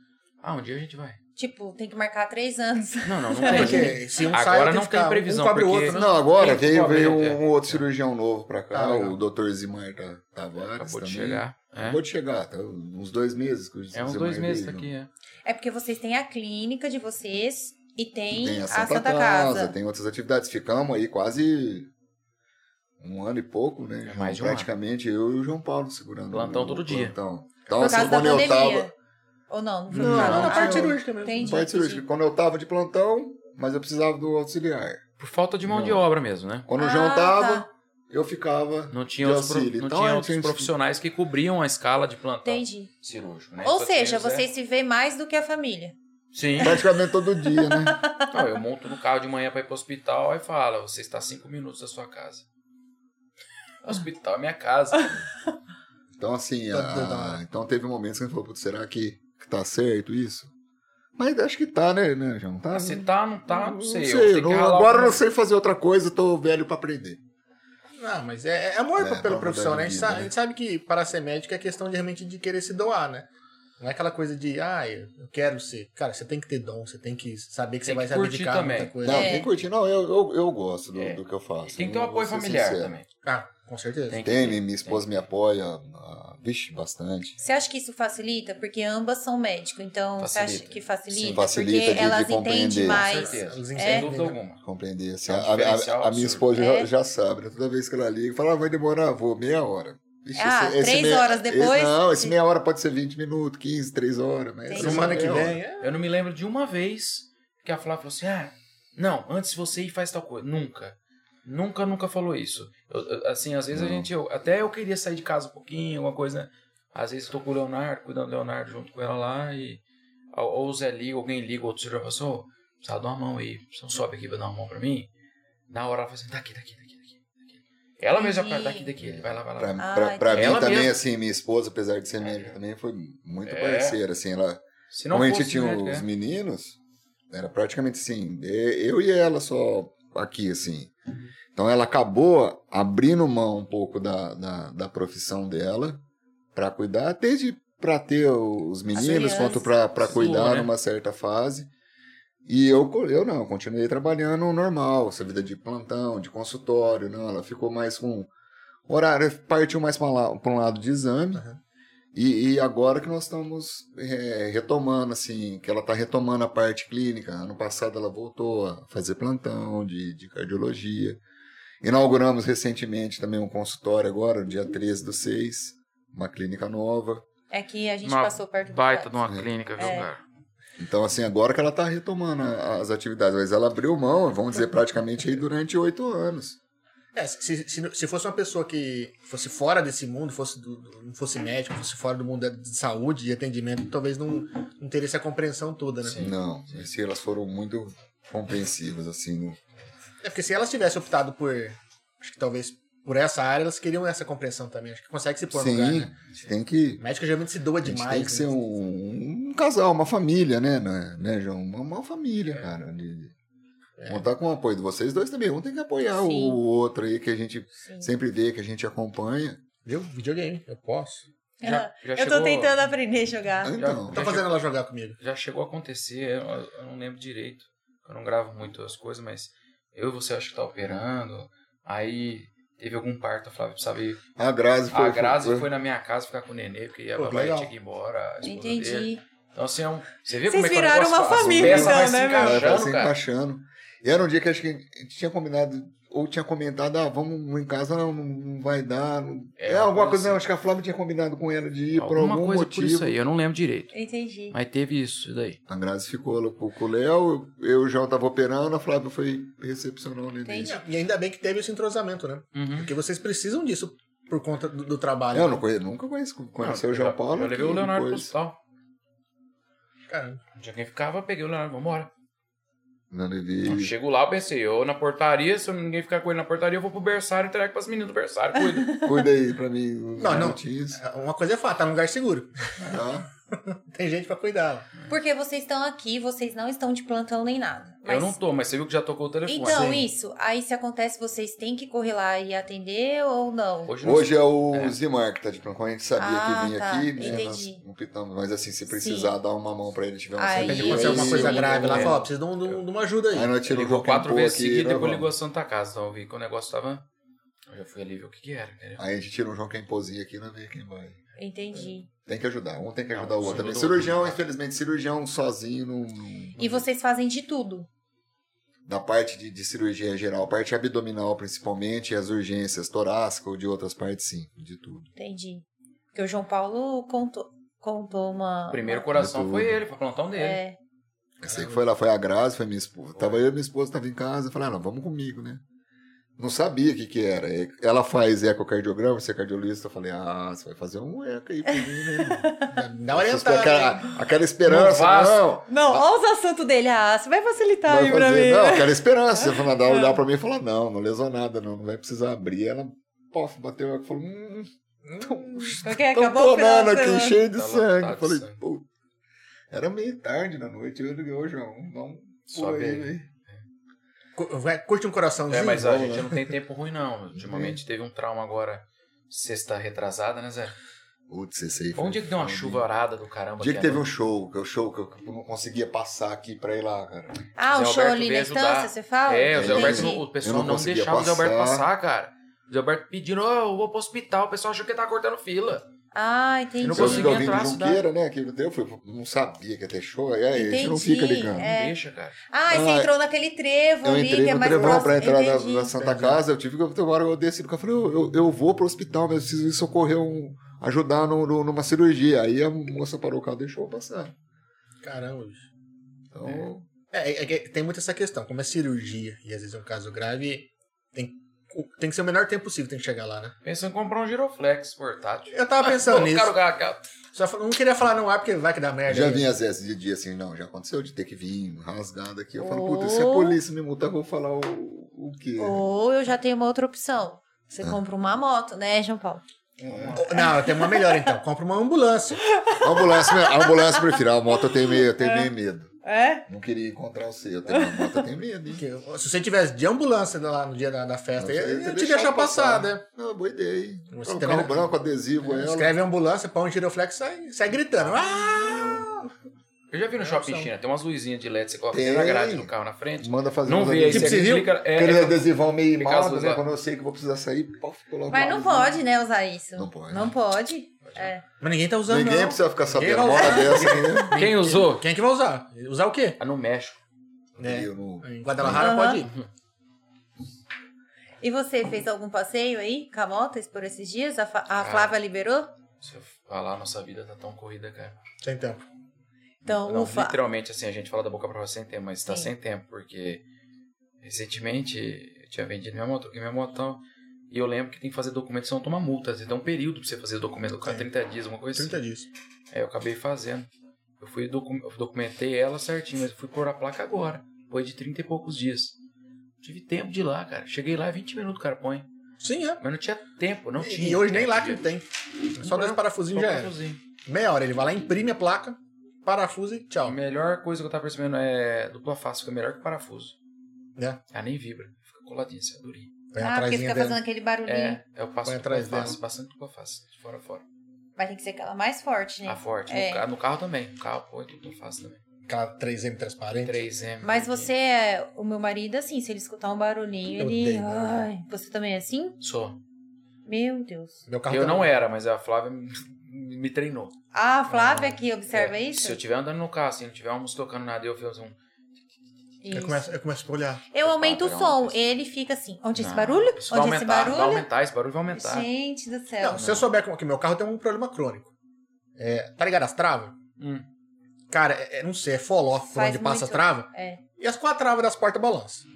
Speaker 4: Ah, um dia a gente vai.
Speaker 1: Tipo, tem que marcar três anos.
Speaker 4: Não, não, né? não
Speaker 3: É,
Speaker 4: tem.
Speaker 2: Porque se um
Speaker 4: Agora
Speaker 2: sai, eu tenho
Speaker 4: não
Speaker 2: que
Speaker 4: tem
Speaker 2: ficar-
Speaker 4: previsão,
Speaker 2: Um cobre o
Speaker 4: porque-
Speaker 2: outro, né?
Speaker 3: Não, agora
Speaker 4: Quem
Speaker 3: veio,
Speaker 4: cobre,
Speaker 3: veio
Speaker 4: gente, é.
Speaker 3: um outro cirurgião novo pra cá,
Speaker 2: Ah, legal.
Speaker 3: o Dr. Zimar Ta- Tavares.
Speaker 4: Acabou de
Speaker 3: também.
Speaker 4: chegar. É,
Speaker 3: Acabou de chegar, tá uns dois meses. que o
Speaker 4: é uns
Speaker 3: Zimar
Speaker 4: dois meses
Speaker 3: veio.
Speaker 4: daqui, é.
Speaker 1: É porque vocês têm a clínica de vocês e tem,
Speaker 3: Tem a Santa, Casa, tem outras atividades. Ficamos aí quase um ano e pouco, né?
Speaker 4: É
Speaker 3: João?
Speaker 4: mais de um ano.
Speaker 3: Praticamente eu e o João Paulo segurando.
Speaker 4: Plantão
Speaker 3: o
Speaker 4: todo dia.
Speaker 3: plantão. Então,
Speaker 1: Por
Speaker 3: assim,
Speaker 1: causa da
Speaker 3: quando eu
Speaker 1: pandemia.
Speaker 3: tava.
Speaker 1: Ou não? foi
Speaker 2: Não,
Speaker 1: por causa-
Speaker 2: na
Speaker 1: Ah,
Speaker 2: parte cirúrgica mesmo.
Speaker 1: Entendi.
Speaker 3: parte cirúrgica,
Speaker 1: entendi.
Speaker 3: quando eu tava de plantão, mas eu precisava do auxiliar.
Speaker 4: Por falta de mão
Speaker 3: Não.
Speaker 4: de obra mesmo, né?
Speaker 3: Quando o
Speaker 1: Ah,
Speaker 3: João tava,
Speaker 1: tá.
Speaker 3: eu ficava.
Speaker 4: Não tinha
Speaker 3: De
Speaker 4: outros, pro-
Speaker 3: auxílio.
Speaker 4: não
Speaker 3: Então,
Speaker 4: tinha
Speaker 3: a
Speaker 4: outros
Speaker 3: gente-
Speaker 4: cobriam que cobriam a escala de plantão
Speaker 1: Entendi.
Speaker 4: cirúrgico, né?
Speaker 1: Ou
Speaker 4: Só
Speaker 1: seja,
Speaker 4: tinha,
Speaker 1: vocês se vê mais do que a família.
Speaker 4: Sim.
Speaker 3: Praticamente todo dia, né?
Speaker 4: Não, eu monto no carro de manhã pra ir pro hospital e fala, você está a cinco minutos da sua casa. Hospital é minha casa.
Speaker 3: Então, assim,
Speaker 2: Tá
Speaker 3: a-
Speaker 2: dando da hora.
Speaker 3: então teve momentos que a gente falou, "Putz, será que, que tá certo isso? Mas acho que tá, né, né João? Tá,
Speaker 4: Ah, Se tá, não tá, não sei. eu
Speaker 3: sei,
Speaker 4: tenho que
Speaker 3: não-
Speaker 4: ralar
Speaker 3: agora eu
Speaker 4: algum-
Speaker 3: não sei fazer outra coisa, tô velho pra aprender.
Speaker 2: Não, mas é, é amor
Speaker 3: É,
Speaker 2: pela
Speaker 3: pra
Speaker 2: profissão, né? A
Speaker 3: mudar de
Speaker 2: gente,
Speaker 3: vida,
Speaker 2: sabe,
Speaker 3: né?
Speaker 2: a gente sabe que para ser médico é questão de realmente de querer se doar, né? Não é aquela coisa de, ah, eu eu quero ser. Cara, você tem que ter dom, você tem que saber que
Speaker 4: Tem
Speaker 2: você vai
Speaker 4: que
Speaker 2: se
Speaker 4: curtir
Speaker 2: abdicar
Speaker 4: também.
Speaker 2: muita coisa.
Speaker 3: Não,
Speaker 1: É.
Speaker 3: tem que curtir. Não, eu, eu, eu gosto do,
Speaker 4: É.
Speaker 3: do que eu faço.
Speaker 4: Tem que ter um
Speaker 3: Eu vou
Speaker 4: apoio
Speaker 3: ser
Speaker 4: familiar
Speaker 3: sincero.
Speaker 4: também.
Speaker 2: Ah, com certeza.
Speaker 4: Tem que
Speaker 3: Tem,
Speaker 4: ter,
Speaker 3: minha, minha esposa
Speaker 4: tem.
Speaker 3: me apoia, ah, vixe, bastante.
Speaker 1: Você acha que isso facilita? Porque ambas são médicos, então você acha
Speaker 4: Facilita.
Speaker 1: que facilita?
Speaker 3: Sim, facilita
Speaker 1: porque
Speaker 3: de- de
Speaker 1: elas
Speaker 3: compreender.
Speaker 1: entendem
Speaker 4: Com
Speaker 1: mais.
Speaker 4: certeza.
Speaker 2: Eles
Speaker 4: Sem
Speaker 2: entendem,
Speaker 4: dúvida
Speaker 2: né?
Speaker 4: alguma.
Speaker 3: Compreender. Assim,
Speaker 4: É um
Speaker 3: a, a-
Speaker 4: diferencial
Speaker 3: a minha
Speaker 4: absurdo.
Speaker 3: esposa já,
Speaker 1: É.
Speaker 3: já sabe, né? Toda vez que ela liga, fala, ah, vai demorar, vou, meia hora. Vixe,
Speaker 1: Ah, três horas
Speaker 3: esse-
Speaker 1: depois?
Speaker 3: não, esse meia hora pode ser 20 minutos, 15, 3 horas. Mas
Speaker 1: Entendi.
Speaker 3: essa
Speaker 2: Semana que
Speaker 3: meia hora.
Speaker 2: vem, é.
Speaker 4: Eu não me lembro de uma vez que a Flávia falou assim: ah, não, antes de você ir faz tal coisa. Nunca. Nunca, nunca falou isso. Eu- eu- assim, às vezes a
Speaker 3: Não.
Speaker 4: gente. eu- até eu queria sair de casa um pouquinho, alguma coisa, né? Às vezes eu tô com o Leonardo, cuidando do Leonardo junto com ela lá e. Ou ou o Zé liga, alguém liga, outro cirurgião fala assim: "Ô, precisa dar uma mão aí. Você não sobe aqui pra dar uma mão pra mim? Na hora ela fala assim, daqui, daqui, daqui, daqui. daqui. Ela mesma fala,
Speaker 1: Entendi.
Speaker 4: daqui, daqui, ele vai lá, vai lá.
Speaker 3: Pra,
Speaker 1: Ah,
Speaker 3: pra- pra mim
Speaker 4: entendi. Ela
Speaker 3: também,
Speaker 4: mesma.
Speaker 3: assim, minha esposa, apesar de ser minha amiga também, foi muito
Speaker 4: É.
Speaker 3: parceira, assim, ela...
Speaker 4: Se
Speaker 3: Como
Speaker 4: não
Speaker 3: a
Speaker 4: fosse
Speaker 3: gente tinha
Speaker 4: médico,
Speaker 3: os
Speaker 4: é.
Speaker 3: meninos, era praticamente assim, e- eu e ela só aqui, assim. Então ela acabou abrindo mão um pouco da, da, da profissão dela para cuidar, desde para ter os meninos,
Speaker 1: crianças.
Speaker 3: quanto para
Speaker 4: Sua,
Speaker 3: cuidar
Speaker 4: né?
Speaker 3: numa certa fase. E eu, co- eu não, continuei trabalhando normal, essa vida de plantão, de consultório, não, ela ficou mais com horário, partiu mais para um lado de exame.
Speaker 2: Aham.
Speaker 3: E, e agora que nós estamos é, retomando, assim, que ela está retomando a parte clínica. Ano passado ela voltou a fazer plantão de, de cardiologia. Inauguramos recentemente também um consultório agora, no dia 13 do 6, uma clínica nova.
Speaker 1: É que a gente
Speaker 4: Uma
Speaker 1: passou perto do
Speaker 4: Baita de
Speaker 1: Fábio.
Speaker 4: uma clínica, viu,
Speaker 1: É.
Speaker 4: cara?
Speaker 3: Então, assim, agora que ela está retomando a- as atividades, mas ela abriu mão, vamos dizer, praticamente aí durante oito anos.
Speaker 2: É, se, se, se fosse uma pessoa que fosse fora desse mundo, fosse do- do- não fosse médico, fosse fora do mundo da- de saúde e atendimento, talvez não, não teria essa compreensão toda, né?
Speaker 3: Não, assim, elas foram muito compreensivas, assim, no-
Speaker 2: É porque se elas tivessem optado por, acho que talvez por essa área, elas queriam essa compreensão também. Acho que consegue se pôr no lugar,
Speaker 3: Sim,
Speaker 2: né?
Speaker 3: tem que...
Speaker 2: Médico geralmente se doa
Speaker 3: A gente
Speaker 2: demais.
Speaker 3: tem que
Speaker 2: né?
Speaker 3: ser um, um casal, uma família, né, né, né, João? Uma, uma família,
Speaker 2: É.
Speaker 3: cara. de- Contar com o apoio de vocês dois também. Um tem que apoiar o,
Speaker 1: Sim.
Speaker 3: outro aí, que a gente
Speaker 1: Sim.
Speaker 3: sempre vê, que a gente acompanha.
Speaker 2: Viu? Videogame, eu posso.
Speaker 4: Já, já
Speaker 5: Eu
Speaker 4: chegou,
Speaker 5: tô tentando aprender a
Speaker 1: Ah.
Speaker 5: jogar.
Speaker 3: Então,
Speaker 2: Eu tô fazendo ela jogar comigo.
Speaker 4: Já chegou a acontecer, eu, eu não lembro direito. Eu não gravo muito as coisas, mas eu e você acho que tá operando. Aí teve algum parto, a Flávia precisava ir.
Speaker 3: a Grazi foi...
Speaker 4: A Grazi foi na minha casa ficar com o nenê, porque a
Speaker 2: Pô,
Speaker 4: babá
Speaker 2: legal.
Speaker 4: tinha que ir embora. A esposa dele.
Speaker 1: Entendi.
Speaker 4: Então, assim, é um, você vê
Speaker 5: Vocês
Speaker 4: como é que é o
Speaker 5: viraram
Speaker 4: negócio
Speaker 5: uma
Speaker 4: faz? As
Speaker 5: família,
Speaker 4: peças
Speaker 5: então,
Speaker 4: vai se
Speaker 5: né, meu?
Speaker 3: Ela foi se assim,
Speaker 4: encaixando, cara.
Speaker 3: encaixando. E era um dia que acho que a gente tinha combinado, ou tinha comentado, ah, vamos em casa, não, não- não vai dar. não- É, alguma coisa, não, acho que a Flávia tinha combinado com ela de ir por
Speaker 4: alguma
Speaker 3: algum
Speaker 4: coisa é por
Speaker 3: motivo.
Speaker 4: isso aí, eu não lembro direito.
Speaker 5: Entendi.
Speaker 4: Mas teve isso daí.
Speaker 3: A Grazi ficou lá com com o Léo, eu e o João tava operando, a Flávia foi recepcionar o neném.
Speaker 1: Entendi.
Speaker 2: E ainda bem que teve esse entrosamento, né?
Speaker 4: Uhum.
Speaker 2: Porque vocês precisam disso por conta do, do trabalho.
Speaker 3: Ah,
Speaker 2: né?
Speaker 3: Eu não conhe- nunca conheci, conheci o João Paulo.
Speaker 4: Eu levei o
Speaker 3: aqui
Speaker 4: Leonardo pro
Speaker 3: depois.
Speaker 4: hospital.
Speaker 2: Caramba.
Speaker 4: Não tinha quem ficava, eu peguei o Leonardo, vambora.
Speaker 3: Não,
Speaker 4: Eu
Speaker 3: levei.
Speaker 4: chego lá, eu pensei, eu na portaria, se ninguém ficar com ele na portaria, eu vou pro berçário e entrego pras meninas do berçário, cuida.
Speaker 3: Cuida aí pra mim. os
Speaker 2: Não, não.
Speaker 3: minutinhos,
Speaker 2: Uma coisa é fato, tá num lugar seguro.
Speaker 3: tá?
Speaker 2: Tem gente pra cuidar.
Speaker 1: Porque vocês estão aqui, vocês não estão de plantão nem nada. Mas-
Speaker 4: Eu não tô, mas você viu que já tocou o telefone.
Speaker 1: Então,
Speaker 2: Sim.
Speaker 1: isso. Aí se acontece, vocês têm que correr lá e atender ou não?
Speaker 4: Hoje não
Speaker 3: Hoje é o
Speaker 4: É.
Speaker 3: Zimar que tá de plano. Quando a gente sabia
Speaker 1: Ah,
Speaker 3: que vinha
Speaker 1: tá.
Speaker 3: aqui, né, nós
Speaker 1: Entendi.
Speaker 3: não pitamos. Mas assim, se precisar dar uma mão pra ele, tiver um
Speaker 1: Aí,
Speaker 2: Depende
Speaker 1: Sim,
Speaker 2: de acontecer alguma
Speaker 1: sim.
Speaker 2: coisa
Speaker 1: Sim,
Speaker 2: grave lá,
Speaker 4: é.
Speaker 2: fala, ó, precisa de, um- de um- de uma ajuda aí.
Speaker 3: Aí nós tiramos um
Speaker 4: ligou quatro vezes seguidas,
Speaker 3: e
Speaker 4: depois ligou a Santa Casa. Então eu vi que o negócio tava... Eu já fui ali ver o que que era, entendeu?
Speaker 3: Aí a gente tira um João Quempozinho aqui, nós vê quem vai.
Speaker 1: Entendi.
Speaker 3: Tem que ajudar, um tem que ajudar
Speaker 4: Não,
Speaker 3: o outro.
Speaker 4: sim,
Speaker 3: né?
Speaker 4: todo
Speaker 3: Cirurgião,
Speaker 4: mundo.
Speaker 3: infelizmente, cirurgião sozinho não. não-
Speaker 1: E vocês fazem de tudo.
Speaker 3: da parte de, de cirurgia geral, parte abdominal principalmente, e as urgências torácica ou de outras partes, sim, de tudo.
Speaker 1: Entendi. Porque o João Paulo contou, contou uma.
Speaker 4: O primeiro
Speaker 1: uma-
Speaker 4: coração
Speaker 3: tudo.
Speaker 4: foi ele, foi o plantão dele.
Speaker 1: É.
Speaker 3: Eu sei que foi lá, foi a Grazi, foi minha esposa. Tava eu e minha esposa, tava em casa, falaram, ah, não, vamos comigo, né? Não sabia o que que era. E Ela faz ecocardiograma, você é cardiologista, eu falei, ah, você vai fazer um eco aí pra mim, né?
Speaker 2: Dá uma
Speaker 3: Eu fiz
Speaker 2: orientada.
Speaker 3: com
Speaker 2: hein?
Speaker 3: aquela, aquela esperança,
Speaker 4: Não,
Speaker 3: não.
Speaker 5: Não, olha os assuntos dele. Ah, você vai facilitar
Speaker 3: vai
Speaker 5: aí pra
Speaker 3: fazer,
Speaker 5: mim.
Speaker 3: não,
Speaker 5: né?
Speaker 3: aquela esperança. Você falou, dá um olhar pra mim e falar, não, não lesou nada, não, não vai precisar abrir. Ela, pof, bateu o eco e falou, hum,
Speaker 5: Porque
Speaker 3: Tão
Speaker 5: acabou o final
Speaker 3: tornando
Speaker 5: de
Speaker 3: aqui,
Speaker 5: semana.
Speaker 3: cheio de
Speaker 4: Tá
Speaker 3: sangue.
Speaker 4: lotado de
Speaker 3: Falei,
Speaker 4: sangue.
Speaker 3: pô. Era meio tarde na noite, eu liguei, ô João, vamos por
Speaker 4: Sobe
Speaker 3: aí, né?"
Speaker 4: aí.
Speaker 3: velho.
Speaker 2: Cu- vai, curte um coraçãozinho.
Speaker 4: É, mas a
Speaker 3: vamos
Speaker 4: gente
Speaker 3: lá.
Speaker 4: não tem tempo ruim, não.
Speaker 3: Uhum.
Speaker 4: Ultimamente teve um trauma agora, sexta retrasada, né, Zé?
Speaker 3: Putz, esse aí
Speaker 4: Foi um dia que deu uma
Speaker 3: foda, hein?
Speaker 4: chuva arada do caramba.
Speaker 3: dia que
Speaker 4: aqui à
Speaker 3: teve um
Speaker 4: noite.
Speaker 3: show, que é o show que eu que eu não conseguia passar aqui pra ir lá, cara.
Speaker 1: Ah, o
Speaker 4: Zé
Speaker 1: show
Speaker 4: Alberto
Speaker 1: ali na
Speaker 4: veio ajudar.
Speaker 1: instância, você fala?
Speaker 4: É, o Zé Alberto,
Speaker 1: Entendi.
Speaker 4: não- o pessoal
Speaker 3: não
Speaker 4: não,
Speaker 3: conseguia
Speaker 4: deixava o Zé Alberto
Speaker 3: passar.
Speaker 4: passar, cara. O Zé Alberto pedindo, "Ô, eu vou pro hospital, o pessoal achou que ele tava cortando fila.
Speaker 1: Ah, entendi.
Speaker 4: Eu não
Speaker 3: Eu
Speaker 4: consegui
Speaker 3: fiquei ouvindo
Speaker 4: entrar na
Speaker 3: Junqueira, né? Que eu fui, não sabia que ia ter show, aí a gente não
Speaker 1: Entendi,
Speaker 3: fica ligando.
Speaker 1: É.
Speaker 4: Não deixa, cara.
Speaker 1: Ah, e você
Speaker 3: Ah,
Speaker 1: entrou naquele trevo
Speaker 3: Eu
Speaker 1: ali, que
Speaker 3: entrei
Speaker 1: é
Speaker 3: no
Speaker 1: mais
Speaker 3: trevão
Speaker 1: próximo.
Speaker 3: pra entrar na,
Speaker 1: Entendi.
Speaker 3: na Santa Casa, eu tive que. Tem uma hora eu desci do carro e falei, eu, eu, eu vou pro hospital, mas eu preciso ir socorrer um. ajudar no- no- numa cirurgia. Aí a moça parou o carro e deixou eu passar.
Speaker 2: Caramba, bicho.
Speaker 3: Então.
Speaker 2: É, é que tem muito essa questão. Como é cirurgia e às vezes é um caso grave, tem, tem que ser o menor tempo possível, tem que chegar lá, né?
Speaker 4: Pensando em comprar um giroflex portátil.
Speaker 2: Eu tava pensando nisso.
Speaker 4: Colocar o cara- cara-
Speaker 2: Só fa- não queria falar no ar porque vai que dá
Speaker 4: É.
Speaker 2: merda. né?
Speaker 3: Já
Speaker 2: aí.
Speaker 3: vinha às vezes de dia assim, não, já aconteceu de ter que vir rasgado aqui. Eu falo,
Speaker 1: Oh.
Speaker 3: puta, se a polícia me multar, eu vou falar o, O quê?
Speaker 1: Ou eu já tenho uma outra opção.
Speaker 3: Ah.
Speaker 1: Você compra uma moto, né, João Paulo?
Speaker 3: É.
Speaker 2: Não, tem uma melhor então. Compra uma ambulância.
Speaker 3: A ambulância, a ambulância eu prefiro. A moto eu tenho meio, eu tenho meio medo.
Speaker 5: É?
Speaker 3: Não queria encontrar o seu. Eu tenho, a moto eu tenho medo, hein?
Speaker 2: Que eu- Se você tivesse de ambulância lá no dia da, da festa,
Speaker 3: Não,
Speaker 2: eu,
Speaker 3: você
Speaker 2: eu
Speaker 3: ia
Speaker 2: te deixar passar, né?
Speaker 3: Não, boa ideia, hein?
Speaker 2: Você
Speaker 3: Coloca um
Speaker 2: também
Speaker 3: carro
Speaker 2: não-
Speaker 3: branco, adesivo, ela.
Speaker 2: Escreve ambulância, põe um giroflex e sai, sai gritando. Ah!
Speaker 4: Eu já vi no shopping China, tem umas luzinhas de LED, você coloca dentro da
Speaker 3: Tem.
Speaker 4: grade do carro na frente.
Speaker 3: Manda fazer
Speaker 4: Não
Speaker 3: uns
Speaker 4: vê aí,
Speaker 2: Tipo,
Speaker 3: adesivos.
Speaker 4: você
Speaker 2: você viu?
Speaker 4: clica. é,
Speaker 3: Aquele
Speaker 4: é,
Speaker 3: adesivão meio
Speaker 4: Fica
Speaker 3: mal,
Speaker 4: azul, é.
Speaker 3: né? quando eu sei que vou precisar sair, pof, coloco
Speaker 1: Mas
Speaker 3: lá.
Speaker 1: não pode, né, usar isso.
Speaker 3: Não pode.
Speaker 1: Não pode. É.
Speaker 2: Mas ninguém tá usando.
Speaker 3: Ninguém
Speaker 2: não.
Speaker 3: precisa ficar sabendo
Speaker 2: Ninguém
Speaker 3: uma hora
Speaker 2: vai-
Speaker 3: dessa, né?
Speaker 4: Quem usou?
Speaker 2: Quem é que vai usar? Usar o quê?
Speaker 4: Ah, no México.
Speaker 2: Né?
Speaker 3: Eu não-
Speaker 2: Em Guadalajara
Speaker 4: Ah.
Speaker 1: Aham.
Speaker 2: pode ir.
Speaker 1: E você fez algum passeio aí com a moto por esses dias? A, Fa-
Speaker 3: Ah.
Speaker 1: a Flávia liberou?
Speaker 4: Se eu falar, nossa vida tá tão corrida, cara.
Speaker 2: Sem tempo.
Speaker 1: Então,
Speaker 4: Não,
Speaker 1: ufa.
Speaker 4: literalmente, assim, a gente fala da boca pra fora sem tempo, mas tá
Speaker 1: Sim.
Speaker 4: sem tempo, porque recentemente eu tinha vendido minha moto, troquei minha motão, e eu lembro que tem que fazer documento, senão toma multa. Você tem um período pra você fazer documento, cara,
Speaker 2: Sim.
Speaker 4: 30 dias, uma coisa
Speaker 2: 30
Speaker 4: assim.
Speaker 2: dias.
Speaker 4: Aí eu acabei fazendo. Eu fui docu- eu documentei ela certinho, mas eu fui pôr a placa agora, depois de 30 e poucos dias. Tive tempo de ir lá, cara. Cheguei lá 20 minutos, cara, põe.
Speaker 2: Sim, é.
Speaker 4: Mas não tinha tempo, não tinha.
Speaker 2: E hoje nem lá que
Speaker 4: tinha.
Speaker 2: tem. É Só dois
Speaker 4: Não,
Speaker 2: parafusinhos
Speaker 4: Só
Speaker 2: já era.
Speaker 4: parafusinho.
Speaker 2: Meia hora, ele vai lá, imprime a placa, parafusa e
Speaker 4: A
Speaker 2: tchau.
Speaker 4: melhor coisa que eu tava percebendo é dupla face, fica melhor que parafuso.
Speaker 2: Né?
Speaker 4: Ela nem vibra, fica coladinha, assim, é durinha.
Speaker 2: Põe
Speaker 1: ah, porque fica
Speaker 2: dentro.
Speaker 1: fazendo aquele barulhinho.
Speaker 4: É, eu passo
Speaker 2: Põe
Speaker 4: dupla
Speaker 2: atrás dela.
Speaker 4: face, bastante dupla face, de fora a fora.
Speaker 1: Mas tem que ser aquela mais forte, né?
Speaker 4: A forte,
Speaker 1: É.
Speaker 4: no, ca- no carro também, no carro põe dupla face também.
Speaker 2: Aquela 3M transparente.
Speaker 4: 3M.
Speaker 1: Mas
Speaker 4: pequenininha.
Speaker 1: você é. O meu marido, assim, se ele escutar um barulhinho,
Speaker 2: Eu
Speaker 1: ele.
Speaker 2: odeio
Speaker 1: Ai,
Speaker 2: barulho.
Speaker 1: você também é assim?
Speaker 4: Sou.
Speaker 1: Meu Deus.
Speaker 2: Meu carro
Speaker 4: Eu
Speaker 2: tá-
Speaker 4: não é. era, mas a Flávia me me treinou.
Speaker 1: Ah, a Flávia que observa
Speaker 4: É,
Speaker 1: isso?
Speaker 4: Se eu estiver andando no carro, assim, não tiver uma música tocando nada, eu faço um.
Speaker 2: Eu
Speaker 1: Isso.
Speaker 2: começo, eu começo a olhar.
Speaker 1: Eu aumento o
Speaker 4: Pra pegar uma
Speaker 1: som.
Speaker 4: coisa.
Speaker 1: Ele fica assim. Onde é esse
Speaker 4: Não,
Speaker 1: barulho?
Speaker 4: isso
Speaker 1: Onde
Speaker 4: vai
Speaker 1: é esse
Speaker 4: aumentar, Vai
Speaker 1: barulho?
Speaker 4: aumentar, esse barulho vai aumentar.
Speaker 1: Gente do céu.
Speaker 2: Não, se eu souber como que meu carro tem um problema crônico. É, tá ligado as travas?
Speaker 4: Hum.
Speaker 2: Cara, é, é- não sei, é foló por
Speaker 1: Faz
Speaker 2: onde passa
Speaker 1: muito.
Speaker 2: as travas.
Speaker 1: É.
Speaker 2: E as quatro travas das portas balançam.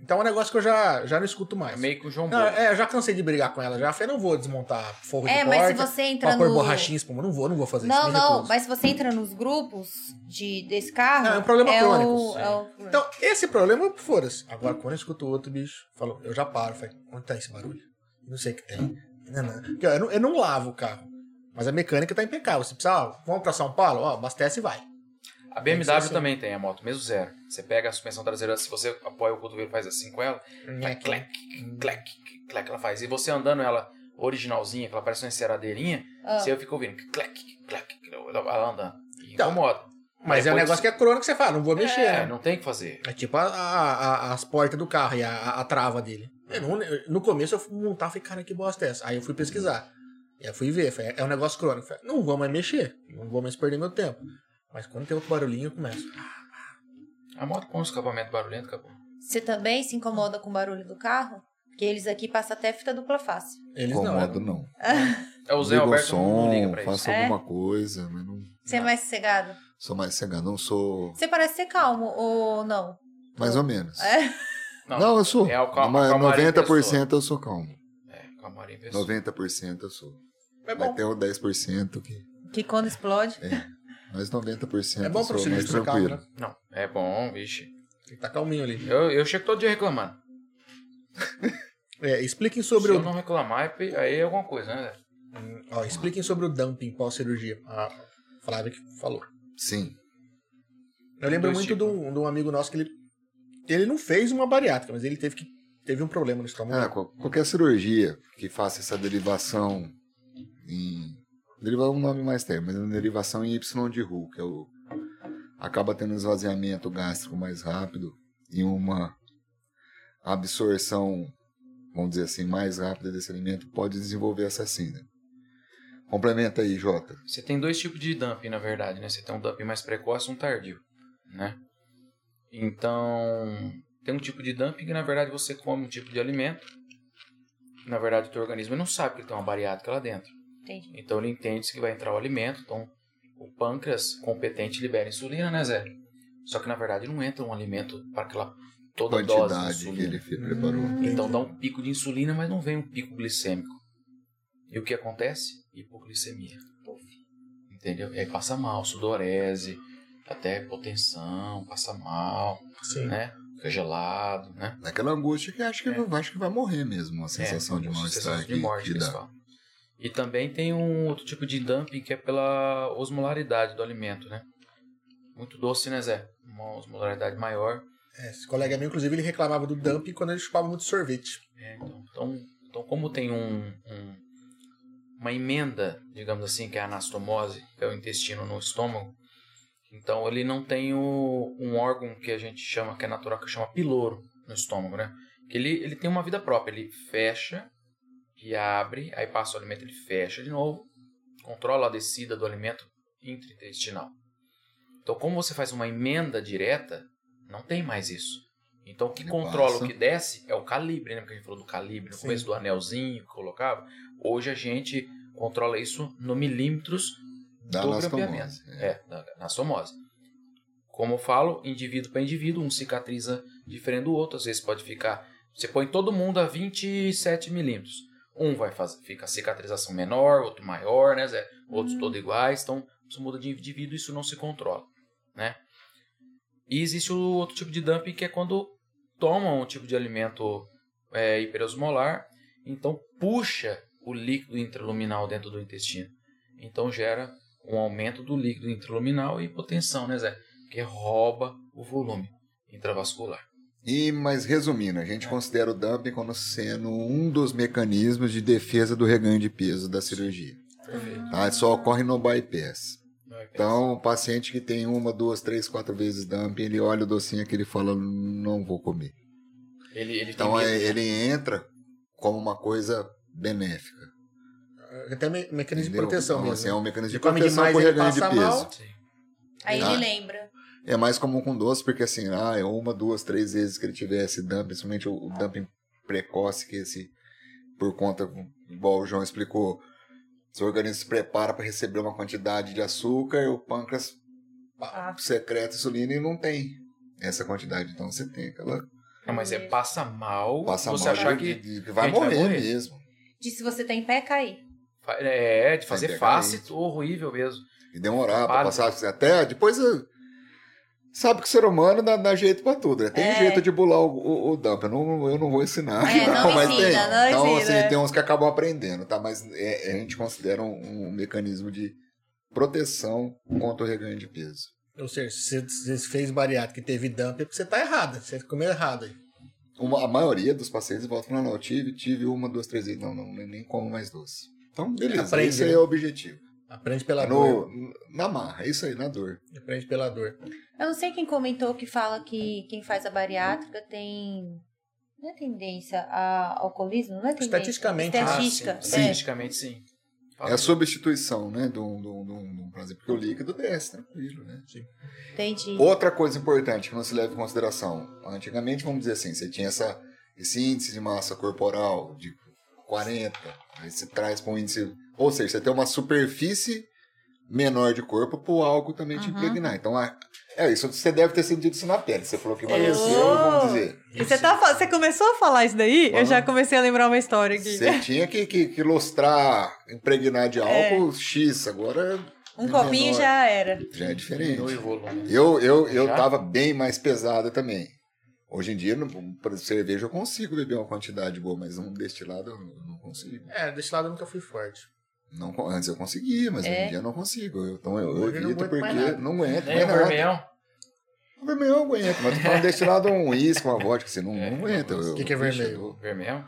Speaker 2: Então é um negócio que eu já, já não escuto
Speaker 4: É
Speaker 2: mais.
Speaker 4: meio que o João
Speaker 2: Não,
Speaker 4: Bolo.
Speaker 2: é, eu já cansei de brigar com ela. Já falei, não vou desmontar forro
Speaker 1: É,
Speaker 2: de
Speaker 1: mas se
Speaker 2: porta.
Speaker 1: você entra
Speaker 2: pra pôr
Speaker 1: no.
Speaker 2: borrachinha em espuma. Não vou, não vou fazer isso.
Speaker 1: Não,
Speaker 2: me
Speaker 1: não,
Speaker 2: recuso.
Speaker 1: mas se você entra nos grupos de, desse carro.
Speaker 2: Não, é um problema crônico,
Speaker 1: O,
Speaker 4: sim.
Speaker 1: é o-
Speaker 2: Então, esse problema, foda-se. Agora, quando eu escuto o outro bicho, falou, eu já paro. Falei, onde tá esse barulho? Não sei o que tem. Não, não. Porque, ó, Eu, não, eu não lavo o carro. Mas a mecânica tá impecável. Você precisa, ó, vamos pra São Paulo? Ó, abastece e vai.
Speaker 4: A
Speaker 2: Tem que ser
Speaker 4: BMW
Speaker 2: assim.
Speaker 4: também tem a moto, mesmo zero. Você pega a suspensão traseira, se você apoia o cotovelo e faz assim com ela, vai
Speaker 2: Uhum.
Speaker 4: clec, clec, clec, ela faz. E você andando ela originalzinha, que ela parece uma enceradeirinha,
Speaker 1: Ah.
Speaker 4: você fica ouvindo clec, clec, ela andando. E
Speaker 2: Então,
Speaker 4: incomoda.
Speaker 2: Mas é um negócio que é crônico, você fala, não vou mexer.
Speaker 4: É,
Speaker 2: né?
Speaker 4: não tem o que fazer.
Speaker 2: É tipo a- a- a- as portas do carro e a, a- a trava dele. Eu não- eu- no começo eu fui montar e falei, cara, que bosta é essa? Aí eu fui pesquisar. E aí eu fui ver, falei, é um negócio crônico. Falei, não vou mais mexer, não vou mais perder meu tempo. Mas quando tem outro barulhinho, eu começo.
Speaker 4: A moto põe um escapamento barulhento, acabou.
Speaker 1: Você também se incomoda com o barulho do carro? Porque eles aqui passam até fita dupla face.
Speaker 2: Eles
Speaker 3: Incomodo
Speaker 2: não.
Speaker 3: não.
Speaker 4: É né? o Zé
Speaker 3: Liga o
Speaker 4: Alberto não liga
Speaker 3: som,
Speaker 4: pra isso.
Speaker 3: faço
Speaker 1: É?
Speaker 3: alguma coisa, mas não
Speaker 1: Você é
Speaker 4: Não.
Speaker 1: mais sossegado?
Speaker 3: sou mais cegado, não sou
Speaker 1: Você parece ser calmo ou não?
Speaker 3: mais ou menos.
Speaker 1: É?
Speaker 4: Não,
Speaker 3: Não, eu sou.
Speaker 4: é o calma-
Speaker 3: mas
Speaker 4: calmaria
Speaker 3: 90% eu sou calmo.
Speaker 4: É, calma aí, pessoal.
Speaker 3: 90% eu sou.
Speaker 2: É
Speaker 3: Vai
Speaker 2: bom.
Speaker 3: ter o 10% que.
Speaker 1: Que quando explode.
Speaker 3: Mas 90%
Speaker 2: É
Speaker 3: é
Speaker 2: bom
Speaker 3: bom
Speaker 2: pro
Speaker 3: eu sou mais
Speaker 2: silêncio do carro,
Speaker 3: tranquilo.
Speaker 2: né?
Speaker 4: Não, é bom, vixe.
Speaker 2: Ele tá calminho ali.
Speaker 4: Eu, eu chego todo dia reclamando.
Speaker 2: É, expliquem sobre
Speaker 4: Se eu
Speaker 2: o.
Speaker 4: não reclamar, é pe- aí é alguma coisa, né? Zé?
Speaker 2: Hum, ó, expliquem sobre o dumping pós-cirurgia. A Flávia que falou.
Speaker 3: Sim.
Speaker 2: Eu lembro
Speaker 4: Dois
Speaker 2: muito de
Speaker 4: tipos.
Speaker 2: um, de um amigo nosso que ele. Ele não fez uma bariátrica, mas ele teve que. Teve um problema no estômago.
Speaker 3: É, qual- qualquer cirurgia que faça essa derivação em. Derivar é um nome mais técnico, mas é uma derivação em Y de Ru, que é o. Acaba tendo um esvaziamento gástrico mais rápido e uma absorção, vamos dizer assim, mais rápida desse alimento, pode desenvolver essa síndrome. Complementa aí, Jota.
Speaker 4: Você tem dois tipos de dumping, na verdade, né? Você tem um dumping mais precoce e um tardio, né? Então, tem um tipo de dumping que, na verdade, você come um tipo de alimento. Na verdade, o teu organismo não sabe que ele tem uma bariátrica lá dentro.
Speaker 1: Entendi.
Speaker 4: Então, ele entende que vai entrar o alimento. Então, o pâncreas competente libera insulina, né, Zé? Só que, na verdade, não entra um alimento para aquela toda a dose de
Speaker 3: Quantidade que
Speaker 4: insulina.
Speaker 3: ele fe- preparou.
Speaker 4: Então dá um pico de insulina, mas não vem um pico glicêmico. E o que acontece? Hipoglicemia. Entendeu? E aí passa mal, sudorese, até hipotensão, passa mal,
Speaker 3: assim?
Speaker 2: Sim.
Speaker 4: né? fica gelado, né?
Speaker 3: Naquela angústia que acho que,
Speaker 4: É.
Speaker 3: acho que vai morrer mesmo, a sensação
Speaker 4: É,
Speaker 3: de
Speaker 4: sensação
Speaker 3: mal-estar
Speaker 4: de morte,
Speaker 2: né?
Speaker 3: que, que
Speaker 4: que eles
Speaker 3: dá.
Speaker 4: falam. E também tem um outro tipo de dumping que é pela osmolaridade do alimento, né? Muito doce, né, Zé? Uma osmolaridade maior.
Speaker 2: É, esse colega meu, inclusive, ele reclamava do dumping quando ele chupava muito sorvete.
Speaker 4: É, então, então, então, como tem um, um- uma emenda, digamos assim, que é a anastomose, que é o intestino no estômago, então ele não tem o, um órgão que a gente chama, que é natural, que chama piloro no estômago, né? Que ele, ele tem uma vida própria, ele fecha e abre, aí passa o alimento, ele fecha de novo, controla a descida do alimento intraintestinal. Então, como você faz uma emenda direta, não tem mais isso. Então, o que
Speaker 3: Ele
Speaker 4: controla
Speaker 3: passa.
Speaker 4: o que desce é o calibre, né? Porque a gente falou do calibre no
Speaker 2: Sim.
Speaker 4: começo, do anelzinho que colocava. Hoje a gente controla isso no milímetros
Speaker 3: Da
Speaker 4: do
Speaker 3: anastomose,
Speaker 4: grampeamento. É, na anastomose. Como eu falo, indivíduo para indivíduo, um cicatriza diferente do outro. Às vezes pode ficar. Você põe todo mundo a 27 milímetros. Um vai fazer, fica a cicatrização menor, outro maior, né, Zé? Outros todos iguais. Então, isso muda de indivíduo e isso não se controla, né? E existe o outro tipo de dumping que é quando toma um tipo de alimento é, hiperosmolar, então puxa o líquido intraluminal dentro do intestino. Então gera um aumento do líquido intraluminal e hipotensão, né, Zé? Que rouba o volume intravascular.
Speaker 3: E, mas resumindo, a gente
Speaker 2: É.
Speaker 3: considera o dumping como sendo um dos mecanismos de defesa do reganho de peso da cirurgia.
Speaker 4: Perfeito.
Speaker 3: Tá? Só ocorre no bypass. Então, o paciente que tem uma, duas, três, quatro vezes dumping, ele olha o docinho aqui e ele fala, não vou comer.
Speaker 4: ele, ele
Speaker 3: Então,
Speaker 4: tem
Speaker 3: é-
Speaker 4: medo.
Speaker 2: né?
Speaker 3: ele entra como uma coisa benéfica.
Speaker 2: É, Até me- mecanismo
Speaker 3: entendeu?
Speaker 2: de proteção
Speaker 3: então,
Speaker 2: mesmo.
Speaker 3: assim, é um mecanismo de
Speaker 2: Ele come
Speaker 3: proteção
Speaker 2: demais,
Speaker 3: pro
Speaker 2: ele
Speaker 3: reganho de
Speaker 2: passa
Speaker 3: peso.
Speaker 2: mal.
Speaker 4: Sim.
Speaker 1: Aí
Speaker 3: Ah.
Speaker 1: ele lembra.
Speaker 3: É mais comum com doce, porque assim, ah, é uma, duas, três vezes que ele tivesse dumping, principalmente o, o dumping precoce, que esse, por conta, igual o João explicou, seu organismo se prepara para receber uma quantidade de açúcar, e o pâncreas pá,
Speaker 5: Ah.
Speaker 3: secreta insulina e não tem essa quantidade. Então você tem aquela.
Speaker 4: Não, mas é passa mal
Speaker 3: Passa
Speaker 4: você
Speaker 3: mal
Speaker 4: achar
Speaker 3: de-
Speaker 4: que.
Speaker 3: de- que vai,
Speaker 4: a gente vai
Speaker 3: morrer
Speaker 4: morrer.
Speaker 3: mesmo.
Speaker 1: De se você tá em pé, cair.
Speaker 4: fa- É, de fazer
Speaker 3: pegar
Speaker 4: face horrível mesmo.
Speaker 3: E demorar pra
Speaker 4: Vale.
Speaker 3: passar assim, até depois. eh, Sabe que o ser humano dá, dá jeito pra tudo, né? Tem
Speaker 5: É.
Speaker 3: jeito de bular o, o, o dump. Eu não, eu não vou ensinar.
Speaker 1: É, não ensina,
Speaker 3: tem.
Speaker 5: não
Speaker 3: então,
Speaker 5: ensina.
Speaker 3: assim, tem uns que acabam aprendendo, tá? Mas é- a gente considera um, um mecanismo de proteção contra o reganho de peso.
Speaker 2: Ou seja, se você se fez bariátrica e teve dumping, é porque você tá errada. Você comeu errado aí.
Speaker 3: Uma- a maioria dos pacientes volta falando, não, eu tive, tive uma, duas, três vezes. Não, não, nem nem como mais doce. Então, beleza.
Speaker 2: Aprende,
Speaker 3: esse aí
Speaker 2: né? Tá
Speaker 3: é o objetivo.
Speaker 2: Aprende pela
Speaker 3: É
Speaker 2: dor.
Speaker 3: No, na marra, é isso aí, na dor.
Speaker 2: Aprende pela dor.
Speaker 1: Eu não sei quem comentou que fala que quem faz a bariátrica tem. Não é tendência a alcoolismo? Não é tendência.
Speaker 2: Estatisticamente, né?
Speaker 1: Estatística.
Speaker 4: Ah,
Speaker 1: é.
Speaker 4: sim. Cientificamente, sim.
Speaker 3: É a substituição, né, de um, de um- de um- de um prazer, porque o líquido desce, tranquilo, né?
Speaker 1: Entendi.
Speaker 3: Outra coisa importante que não se leva em consideração, antigamente, vamos dizer assim, você tinha essa, esse índice de massa corporal de 40, aí você traz para um índice, ou seja, você tem uma superfície menor de corpo para o álcool também te
Speaker 1: Uhum.
Speaker 3: impregnar. Então, é, é isso, você deve ter sentido isso na pele, você falou que
Speaker 5: Eu-
Speaker 3: emagreceu, vamos dizer...
Speaker 5: E Você, tá, fal- você começou a falar isso daí? Eu
Speaker 3: Falando.
Speaker 5: já comecei a lembrar uma história aqui.
Speaker 3: Você tinha que, que, que lustrar, impregnar de álcool X, agora
Speaker 5: Um copinho
Speaker 3: menor.
Speaker 5: já era.
Speaker 3: já é diferente.
Speaker 4: Diminui o volume.
Speaker 3: Eu, eu, eu
Speaker 4: Já?
Speaker 3: tava bem mais pesado também. Hoje em dia, no- pra cerveja, eu consigo beber uma quantidade boa, mas um destilado eu não- não consigo.
Speaker 2: É, desse lado eu nunca fui forte.
Speaker 3: Não, con- antes eu conseguia, mas hoje
Speaker 1: É.
Speaker 3: em dia eu não consigo. Eu- Então eu, eu
Speaker 2: Hoje eu não
Speaker 3: evito
Speaker 2: aguento
Speaker 3: porque
Speaker 2: mais nada.
Speaker 3: não aguento.
Speaker 4: Nem
Speaker 3: mais
Speaker 4: o
Speaker 3: nada.
Speaker 4: É, vermelhão.
Speaker 3: O vermelho eu aguento, mas tô falando destilado um uísque, uma vodka, assim, não,
Speaker 4: É,
Speaker 3: não aguento.
Speaker 4: não
Speaker 3: eu-
Speaker 2: O que que é
Speaker 3: eu-
Speaker 2: vermelho?
Speaker 3: eu-
Speaker 4: Vermelhão?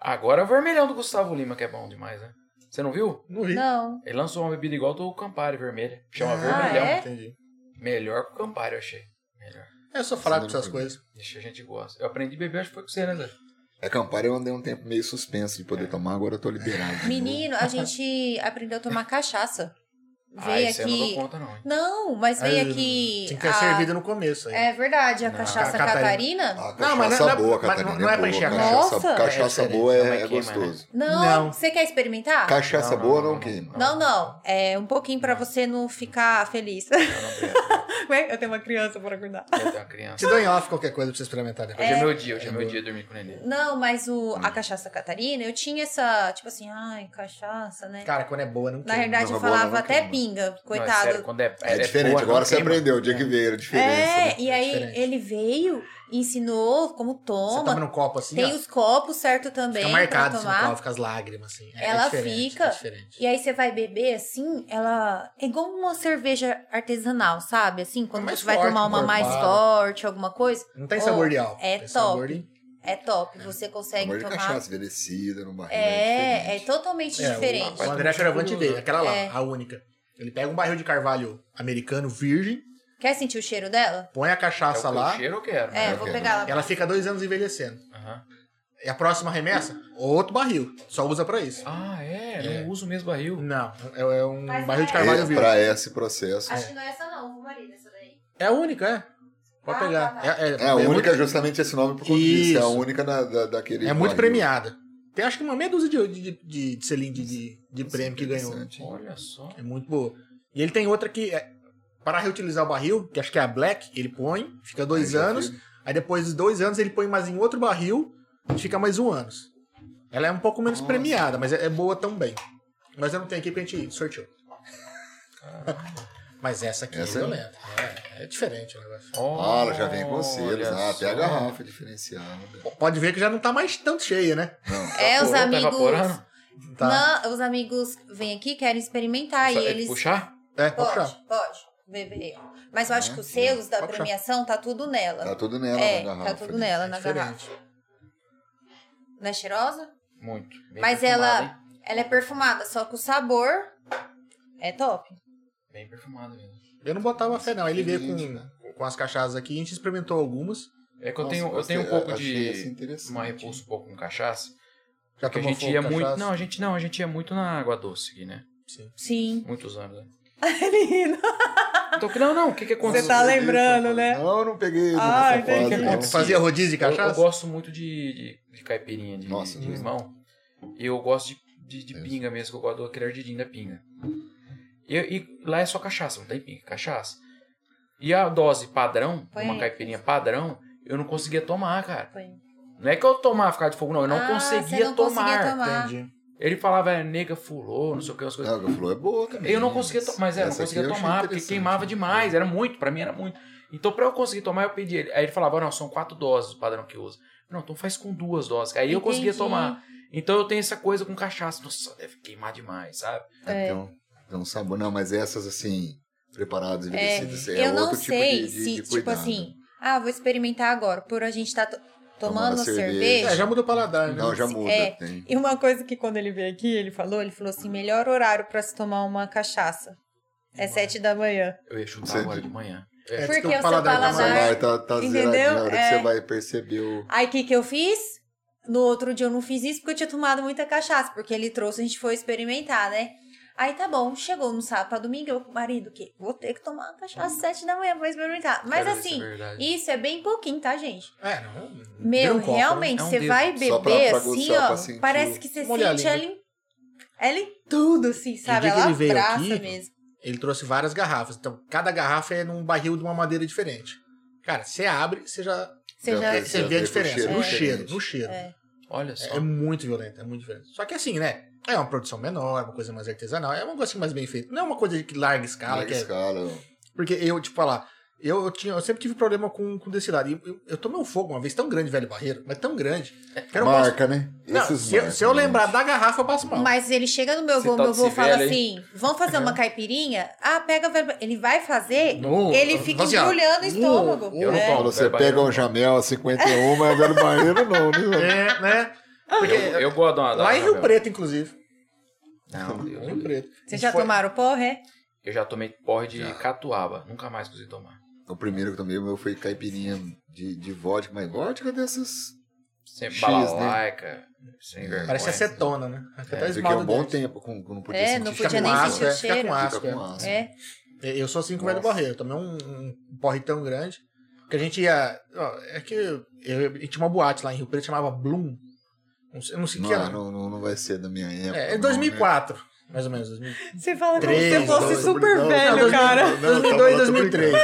Speaker 4: Agora é o vermelhão do Gustavo Lima, que é bom demais, né? Você não viu?
Speaker 2: Não vi.
Speaker 1: Não.
Speaker 4: Ele lançou uma bebida igual do Campari vermelha. Chama
Speaker 2: Ah,
Speaker 4: vermelhão.
Speaker 1: é?
Speaker 2: Entendi.
Speaker 4: Melhor que o Campari, eu achei. Melhor.
Speaker 2: É, eu sou fraco
Speaker 3: Você
Speaker 2: com essas
Speaker 3: lembra?
Speaker 2: coisas.
Speaker 4: Deixa a gente gosta. Eu aprendi a beber, acho que foi com você, né, Zé?
Speaker 3: É Campari, eu andei um tempo meio suspenso de
Speaker 2: É.
Speaker 3: poder tomar, agora eu tô liberado. de novo.
Speaker 1: Menino, a gente aprendeu a tomar cachaça.
Speaker 4: Ah,
Speaker 1: Veio
Speaker 4: isso eu não dou
Speaker 1: aqui.
Speaker 4: conta, não. hein?
Speaker 1: Não, mas veio
Speaker 2: Aí,
Speaker 1: aqui.
Speaker 2: Tinha que ter
Speaker 1: a-
Speaker 2: servido no começo aí.
Speaker 1: É verdade, a
Speaker 4: Não.
Speaker 1: cachaça
Speaker 2: Ca-
Speaker 1: Catarina.
Speaker 3: Ah, cachaça
Speaker 2: Não, mas não é-
Speaker 3: boa,
Speaker 2: mas não-
Speaker 3: Catarina.
Speaker 2: não é pra
Speaker 3: boa.
Speaker 2: encher a
Speaker 3: Cachaça,
Speaker 1: Nossa!
Speaker 3: cachaça
Speaker 4: É diferente,
Speaker 3: boa
Speaker 4: não
Speaker 3: é,
Speaker 4: vai
Speaker 3: é
Speaker 4: queimar, né?
Speaker 3: gostoso.
Speaker 1: Não,
Speaker 2: Não.
Speaker 1: você quer
Speaker 2: Ah.
Speaker 1: experimentar?
Speaker 3: Cachaça
Speaker 4: Não, não,
Speaker 3: boa
Speaker 4: não,
Speaker 3: não,
Speaker 4: não.
Speaker 3: queima.
Speaker 1: Não, não. É um pouquinho pra você não ficar feliz. é
Speaker 4: Eu não bebo.
Speaker 5: Ué, Eu tenho uma criança pra cuidar.
Speaker 4: Eu tenho uma criança.
Speaker 2: Te dou em off qualquer coisa pra você experimentar depois.
Speaker 4: Hoje é meu dia, hoje é meu dia de dormir com o neném.
Speaker 1: Não, mas o, a cachaça Catarina, eu tinha essa, tipo assim, ai, cachaça, né?
Speaker 2: Cara, quando é boa, não
Speaker 1: Na
Speaker 2: queima.
Speaker 1: verdade,
Speaker 3: Não,
Speaker 1: eu
Speaker 3: boa não,
Speaker 1: falava
Speaker 3: não
Speaker 1: até
Speaker 3: queima.
Speaker 1: pinga,
Speaker 4: Não, é
Speaker 1: coitado.
Speaker 4: sério, quando é,
Speaker 3: É,
Speaker 4: é
Speaker 3: diferente,
Speaker 4: porra,
Speaker 3: agora
Speaker 4: não
Speaker 3: você
Speaker 4: queima.
Speaker 3: aprendeu o dia que veio, a diferença. né?
Speaker 1: é, e aí
Speaker 2: diferente.
Speaker 1: ele veio e ensinou como
Speaker 2: Você
Speaker 1: toma.
Speaker 2: toma num copo assim,
Speaker 1: tem
Speaker 2: ó,
Speaker 1: os copos certo também
Speaker 2: fica
Speaker 1: pra
Speaker 2: marcado assim, no
Speaker 1: tomar.
Speaker 2: copo, fica as lágrimas assim. É
Speaker 1: Ela
Speaker 2: diferente,
Speaker 1: fica-
Speaker 2: É diferente.
Speaker 1: E aí você vai beber assim, ela é igual uma cerveja artesanal, sabe? Assim,
Speaker 3: É
Speaker 1: quando
Speaker 2: mais
Speaker 1: você vai
Speaker 2: forte,
Speaker 1: tomar uma mais
Speaker 2: encorpada.
Speaker 1: forte, alguma coisa,
Speaker 2: Não tem
Speaker 1: Ô,
Speaker 2: sabor de álcool.
Speaker 1: é
Speaker 2: tem sabor
Speaker 1: top.
Speaker 2: de-
Speaker 1: é top. Você consegue
Speaker 3: Amor de
Speaker 1: tomar.
Speaker 3: cachaça envelhecida no
Speaker 1: então tá.
Speaker 3: barril.
Speaker 1: é, é,
Speaker 3: diferente.
Speaker 1: totalmente
Speaker 2: É,
Speaker 1: diferente.
Speaker 2: O, o André Charavante
Speaker 4: Curioso.
Speaker 2: dele, aquela lá,
Speaker 1: É.
Speaker 2: a única. Ele pega um barril de carvalho americano, virgem,
Speaker 1: Quer sentir o cheiro dela?
Speaker 2: põe a
Speaker 4: É o que
Speaker 2: cachaça
Speaker 4: eu
Speaker 2: lá,
Speaker 4: cheiro eu quero.
Speaker 1: É,
Speaker 4: né?
Speaker 3: eu
Speaker 1: vou
Speaker 3: quero.
Speaker 1: pegar ela.
Speaker 2: ela fica dois anos envelhecendo.
Speaker 4: Aham.
Speaker 2: E a próxima remessa, outro barril. Só usa pra isso.
Speaker 4: Ah, é? Hum.
Speaker 2: É.
Speaker 4: Não uso o mesmo barril.
Speaker 2: Não, é, é um
Speaker 1: Mas
Speaker 2: barril de
Speaker 1: é-
Speaker 2: carvalho
Speaker 3: É,
Speaker 2: virgem.
Speaker 3: pra esse processo.
Speaker 1: Acho que não é essa não, vou marido, essa daí.
Speaker 2: É a única, é. Pode
Speaker 1: Ah,
Speaker 2: pegar.
Speaker 1: tá, tá.
Speaker 2: É, é-
Speaker 3: É a
Speaker 2: é muito-
Speaker 3: única, justamente esse nome por conta disso. É a
Speaker 2: Isso.
Speaker 3: única da, da, daquele.
Speaker 2: É muito
Speaker 3: barril.
Speaker 2: premiada. Tem acho que uma meia dúzia de, de, de, de selinho de, de, de prêmio que ganhou.
Speaker 3: Interessante.
Speaker 4: Olha só.
Speaker 2: É muito boa. E ele tem outra que, é, para reutilizar o barril, que acho que é a Black, ele põe, fica dois
Speaker 3: Aí já
Speaker 2: anos.
Speaker 3: fica.
Speaker 2: Aí depois dos dois anos ele põe mais em outro barril e fica mais um ano. Ela é um pouco menos
Speaker 3: Nossa.
Speaker 2: premiada, mas é, é boa também. Mas eu não tenho aqui pra gente sorteou. mas essa aqui
Speaker 3: Ah. Essa
Speaker 2: é
Speaker 3: é-
Speaker 2: violenta. É, é diferente o negócio.
Speaker 3: Fala, já vem com selos.
Speaker 4: Olha
Speaker 3: Ah, até a
Speaker 4: só.
Speaker 3: garrafa diferenciada.
Speaker 2: Pode ver que já não tá mais tanto cheia, né?
Speaker 3: Não.
Speaker 1: É, os
Speaker 4: Evaporou, tá
Speaker 1: amigos.
Speaker 4: evaporando?
Speaker 2: Tá.
Speaker 1: Não, os amigos vêm aqui, querem experimentar e
Speaker 4: Só- é
Speaker 1: eles.
Speaker 4: Puxar?
Speaker 2: É, pode puxar.
Speaker 1: Pode, pode. Beber. Mas eu acho que os selos da
Speaker 2: Pode puxar.
Speaker 1: premiação tá tudo nela.
Speaker 3: é Tá tudo nela
Speaker 1: é,
Speaker 3: na garrafa. né?
Speaker 1: tá tudo nela na
Speaker 2: Diferente.
Speaker 1: garrafa. Não é cheirosa?
Speaker 4: Muito. Bem
Speaker 1: Mas
Speaker 4: perfumado,
Speaker 1: ela-
Speaker 4: hein?
Speaker 1: Ela é perfumada, só que o sabor é top.
Speaker 4: Bem perfumada mesmo.
Speaker 2: Eu não botava fé, não. Ele veio
Speaker 3: Entendi, né?
Speaker 2: com, com as cachaças aqui, a gente experimentou algumas.
Speaker 4: É que eu
Speaker 3: Nossa,
Speaker 4: tenho, eu
Speaker 3: gostei.
Speaker 4: tenho um pouco
Speaker 3: Achei esse
Speaker 4: de.
Speaker 3: interessante. Tá
Speaker 4: Uma repulsa um pouco com cachaça.
Speaker 2: Já
Speaker 4: Porque a
Speaker 2: tomou
Speaker 4: gente
Speaker 2: fogo,
Speaker 4: ia
Speaker 2: cachaça?
Speaker 4: muito. Não, a gente não, a gente ia muito na água doce aqui, né?
Speaker 2: Sim.
Speaker 1: Sim.
Speaker 4: Muitos anos, né?
Speaker 5: Menino,
Speaker 4: Então, não, não, o que que aconteceu?
Speaker 5: Você tá lembrando, né?
Speaker 3: Não, não peguei.
Speaker 5: Ah,
Speaker 3: nessa
Speaker 5: entendi.
Speaker 3: fase, não.
Speaker 2: Você Fazia rodízio de
Speaker 4: Eu, eu
Speaker 2: cachaça?
Speaker 4: gosto muito de, de, de caipirinha, de,
Speaker 3: Nossa,
Speaker 4: de
Speaker 3: hum.
Speaker 4: limão. E eu gosto de, de, de
Speaker 3: Isso.
Speaker 4: pinga mesmo, que eu gosto do aquele ardidinho da pinga. E, e lá é só cachaça, não tem pinga, é cachaça. E a dose padrão,
Speaker 1: Põe
Speaker 4: uma
Speaker 1: aí.
Speaker 4: caipirinha padrão, eu não conseguia tomar, cara.
Speaker 1: Foi.
Speaker 4: Não é que eu tomava ficar de fogo, não. Eu não,
Speaker 1: Ah,
Speaker 4: conseguia,
Speaker 1: você não
Speaker 4: tomar.
Speaker 1: conseguia tomar.
Speaker 2: Entendi.
Speaker 4: Ele falava, é, nega fulô, não sei o que, umas coisas.
Speaker 3: Ah, o que falou é boa também.
Speaker 4: Eu não conseguia tomar, mas é, não
Speaker 3: essa aqui
Speaker 4: conseguia
Speaker 3: eu achei
Speaker 4: tomar, porque
Speaker 3: interessante.
Speaker 4: queimava demais, era muito, pra mim era muito. Então, pra eu conseguir tomar, eu pedi ele. Aí ele falava, não, são quatro doses o padrão que usa. Não, então faz com duas doses. Aí eu conseguia
Speaker 1: Entendi.
Speaker 4: tomar. Então eu tenho essa coisa com cachaça. Nossa, deve queimar demais, sabe?
Speaker 3: É,
Speaker 1: É.
Speaker 3: tem, um, tem um sabor. Não, mas essas assim, preparadas,
Speaker 1: É,
Speaker 3: envelhecidas, é,
Speaker 1: eu não
Speaker 3: outro
Speaker 1: sei
Speaker 3: tipo de, de,
Speaker 1: se,
Speaker 3: de
Speaker 1: tipo
Speaker 3: cuidado.
Speaker 1: assim, ah, vou experimentar agora, por a gente tá to- tomando
Speaker 3: Tomando a cerveja.
Speaker 1: cerveja.
Speaker 2: É, já mudou o paladar, né?
Speaker 3: Não, já muda.
Speaker 1: É.
Speaker 3: Tem.
Speaker 5: E uma coisa que quando ele veio aqui, ele falou, ele falou assim, melhor horário pra se tomar uma cachaça. É sete da manhã.
Speaker 4: Eu ia chutar
Speaker 3: Você-
Speaker 4: agora de manhã. Eu ia
Speaker 2: É,
Speaker 4: chutar.
Speaker 1: Porque
Speaker 2: diz que
Speaker 1: o seu paladar-
Speaker 3: O celular tá, tá
Speaker 5: Entendeu?
Speaker 3: zeradinho, a hora
Speaker 5: É.
Speaker 3: que você vai perceber o...
Speaker 1: Aí o que, que eu fiz? No outro dia eu não fiz isso porque eu tinha tomado muita cachaça, porque ele trouxe, a gente foi experimentar, né? Aí tá bom, chegou no sábado pra domingo, eu com o marido, que vou ter que tomar uma cachaça às sete da manhã pra experimentar. Mas
Speaker 4: Quero ver se é
Speaker 1: assim,
Speaker 4: verdade.
Speaker 1: isso é bem pouquinho, tá, gente?
Speaker 2: É, não. não vira
Speaker 1: Meu,
Speaker 2: um copo,
Speaker 1: realmente,
Speaker 4: né? É um
Speaker 1: você
Speaker 4: dedo.
Speaker 1: vai beber
Speaker 3: Só pra- pra
Speaker 1: assim,
Speaker 3: aguçar,
Speaker 1: ó.
Speaker 3: pra sentir
Speaker 1: parece
Speaker 3: o-
Speaker 1: que você
Speaker 2: Molhar a
Speaker 1: sente ela
Speaker 2: língua.
Speaker 1: em, ela
Speaker 3: né?
Speaker 1: em tudo, assim, sabe?
Speaker 2: dia que
Speaker 1: Ela
Speaker 2: ele veio
Speaker 1: abraça
Speaker 2: aqui,
Speaker 1: mesmo.
Speaker 2: né? Ele trouxe várias garrafas. Então, cada garrafa é num barril de uma madeira diferente. Cara, você abre, você já
Speaker 1: Você já.
Speaker 3: É,
Speaker 2: você
Speaker 3: já
Speaker 2: vê a
Speaker 3: vê o
Speaker 2: diferença.
Speaker 3: cheiro,
Speaker 2: no
Speaker 3: é.
Speaker 2: cheiro, no cheiro.
Speaker 1: É.
Speaker 4: Olha só.
Speaker 2: É, é muito violento, é muito violento. Só que assim, né? É uma produção menor, uma coisa mais artesanal, é um negócio mais bem feito. Não é uma coisa que larga
Speaker 4: Ah,
Speaker 2: escala,
Speaker 3: Larga
Speaker 2: que é
Speaker 3: escala.
Speaker 2: Porque eu, tipo, falar, eu, eu tinha, eu sempre tive problema com, com desse lado. E eu, eu tomei um fogo uma vez tão grande, velho barreiro, mas tão grande. que eu não posso-
Speaker 3: Marca, né?
Speaker 2: Não,
Speaker 3: Esses
Speaker 2: se, eu,
Speaker 3: marcam,
Speaker 2: se eu
Speaker 3: né?
Speaker 2: lembrar da garrafa, eu passo mal.
Speaker 1: Mas ele chega no meu
Speaker 4: Esse
Speaker 1: avô,
Speaker 4: tal
Speaker 2: tá
Speaker 1: meu
Speaker 4: de
Speaker 1: avô fala
Speaker 4: Sivela,
Speaker 1: assim: vamos fazer
Speaker 2: É.
Speaker 1: uma caipirinha? Ah, pega. vai- Ele vai fazer,
Speaker 2: Não,
Speaker 1: ele
Speaker 2: eu-
Speaker 1: fica
Speaker 2: assim, ó,
Speaker 1: embrulhando o estômago.
Speaker 4: eu não
Speaker 1: É.
Speaker 4: tomo.
Speaker 3: Você
Speaker 4: Velho
Speaker 3: pega
Speaker 4: Barreiro.
Speaker 3: um Jamel 51, mas velho barreiro não, né?
Speaker 2: É, né? Porque
Speaker 4: Eu, eu gosto de
Speaker 3: Ah,
Speaker 4: uma.
Speaker 2: lá em Rio
Speaker 4: Isabel.
Speaker 2: Preto, inclusive.
Speaker 4: Não, Deus
Speaker 2: Rio
Speaker 4: me livre.
Speaker 2: Preto. A
Speaker 1: Vocês
Speaker 2: gente
Speaker 1: já
Speaker 2: foi-
Speaker 1: tomaram porra, é?
Speaker 4: Eu já tomei porre de
Speaker 3: Já.
Speaker 4: catuaba. Nunca mais consegui tomar.
Speaker 3: O primeiro que eu tomei o meu foi caipirinha de, de vodka, mas vodka dessas.
Speaker 4: Sem
Speaker 3: X, né?
Speaker 4: balalaica. Sem vergonha.
Speaker 2: Parece acetona, né? Fica até
Speaker 3: É, fiquei
Speaker 2: esmalte
Speaker 3: um bom
Speaker 2: dentro.
Speaker 3: tempo com, com- não podia
Speaker 1: É,
Speaker 3: sentir
Speaker 1: não
Speaker 2: Fica
Speaker 1: podia
Speaker 2: com
Speaker 1: nem
Speaker 2: asco,
Speaker 1: sentir o
Speaker 2: é, fica com
Speaker 1: cheiro.
Speaker 2: asco.
Speaker 3: Fica com
Speaker 2: é.
Speaker 3: asco.
Speaker 1: É.
Speaker 2: Eu sou assim com o velho
Speaker 3: Nossa.
Speaker 2: barreiro. Tomei um, um porre tão grande que a gente ia. ó, é que eu, eu- tinha uma boate lá em Rio Preto, chamava Bloom. Não sei, não sei o que
Speaker 3: Não,
Speaker 2: era.
Speaker 3: não, não, não vai ser da minha época.
Speaker 2: É, é
Speaker 3: não,
Speaker 2: 2004, mais ou menos. 2000.
Speaker 5: Você fala como se
Speaker 2: Três,
Speaker 5: você fosse
Speaker 2: dois,
Speaker 5: super
Speaker 3: não,
Speaker 5: velho,
Speaker 2: não,
Speaker 5: cara.
Speaker 3: não,
Speaker 2: 2002,
Speaker 3: não, tá bom, tô
Speaker 2: 2003.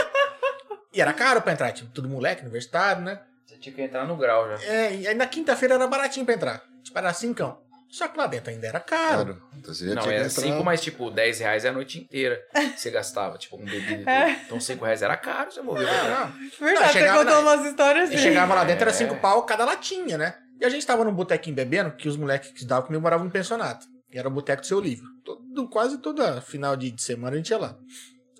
Speaker 2: E era caro pra entrar, tipo, tudo moleque, universitário, né?
Speaker 4: Você tinha que entrar no grau já.
Speaker 2: É, e aí na quinta-feira era baratinho pra entrar. Tipo, era cincão. Só que lá dentro ainda era caro.
Speaker 3: Claro. Então você já
Speaker 4: Não,
Speaker 3: tinha que
Speaker 4: era
Speaker 3: entrar.
Speaker 4: 5, mas tipo, 10 reais é a noite inteira que você gastava, tipo, com bebida e tudo. Então 5 reais era caro, você morreu. né?
Speaker 2: Ah, não.
Speaker 5: Verdade, você
Speaker 2: chegava
Speaker 5: contou
Speaker 2: na-
Speaker 5: umas histórias
Speaker 2: E
Speaker 5: assim.
Speaker 2: chegava lá dentro, era
Speaker 4: É.
Speaker 2: cinco pau cada latinha, né? E a gente tava num botequinho bebendo, que os moleques que davam comigo moravam no pensionato. E era o boteco do seu livro. Todo, quase toda final de, de semana a gente ia lá.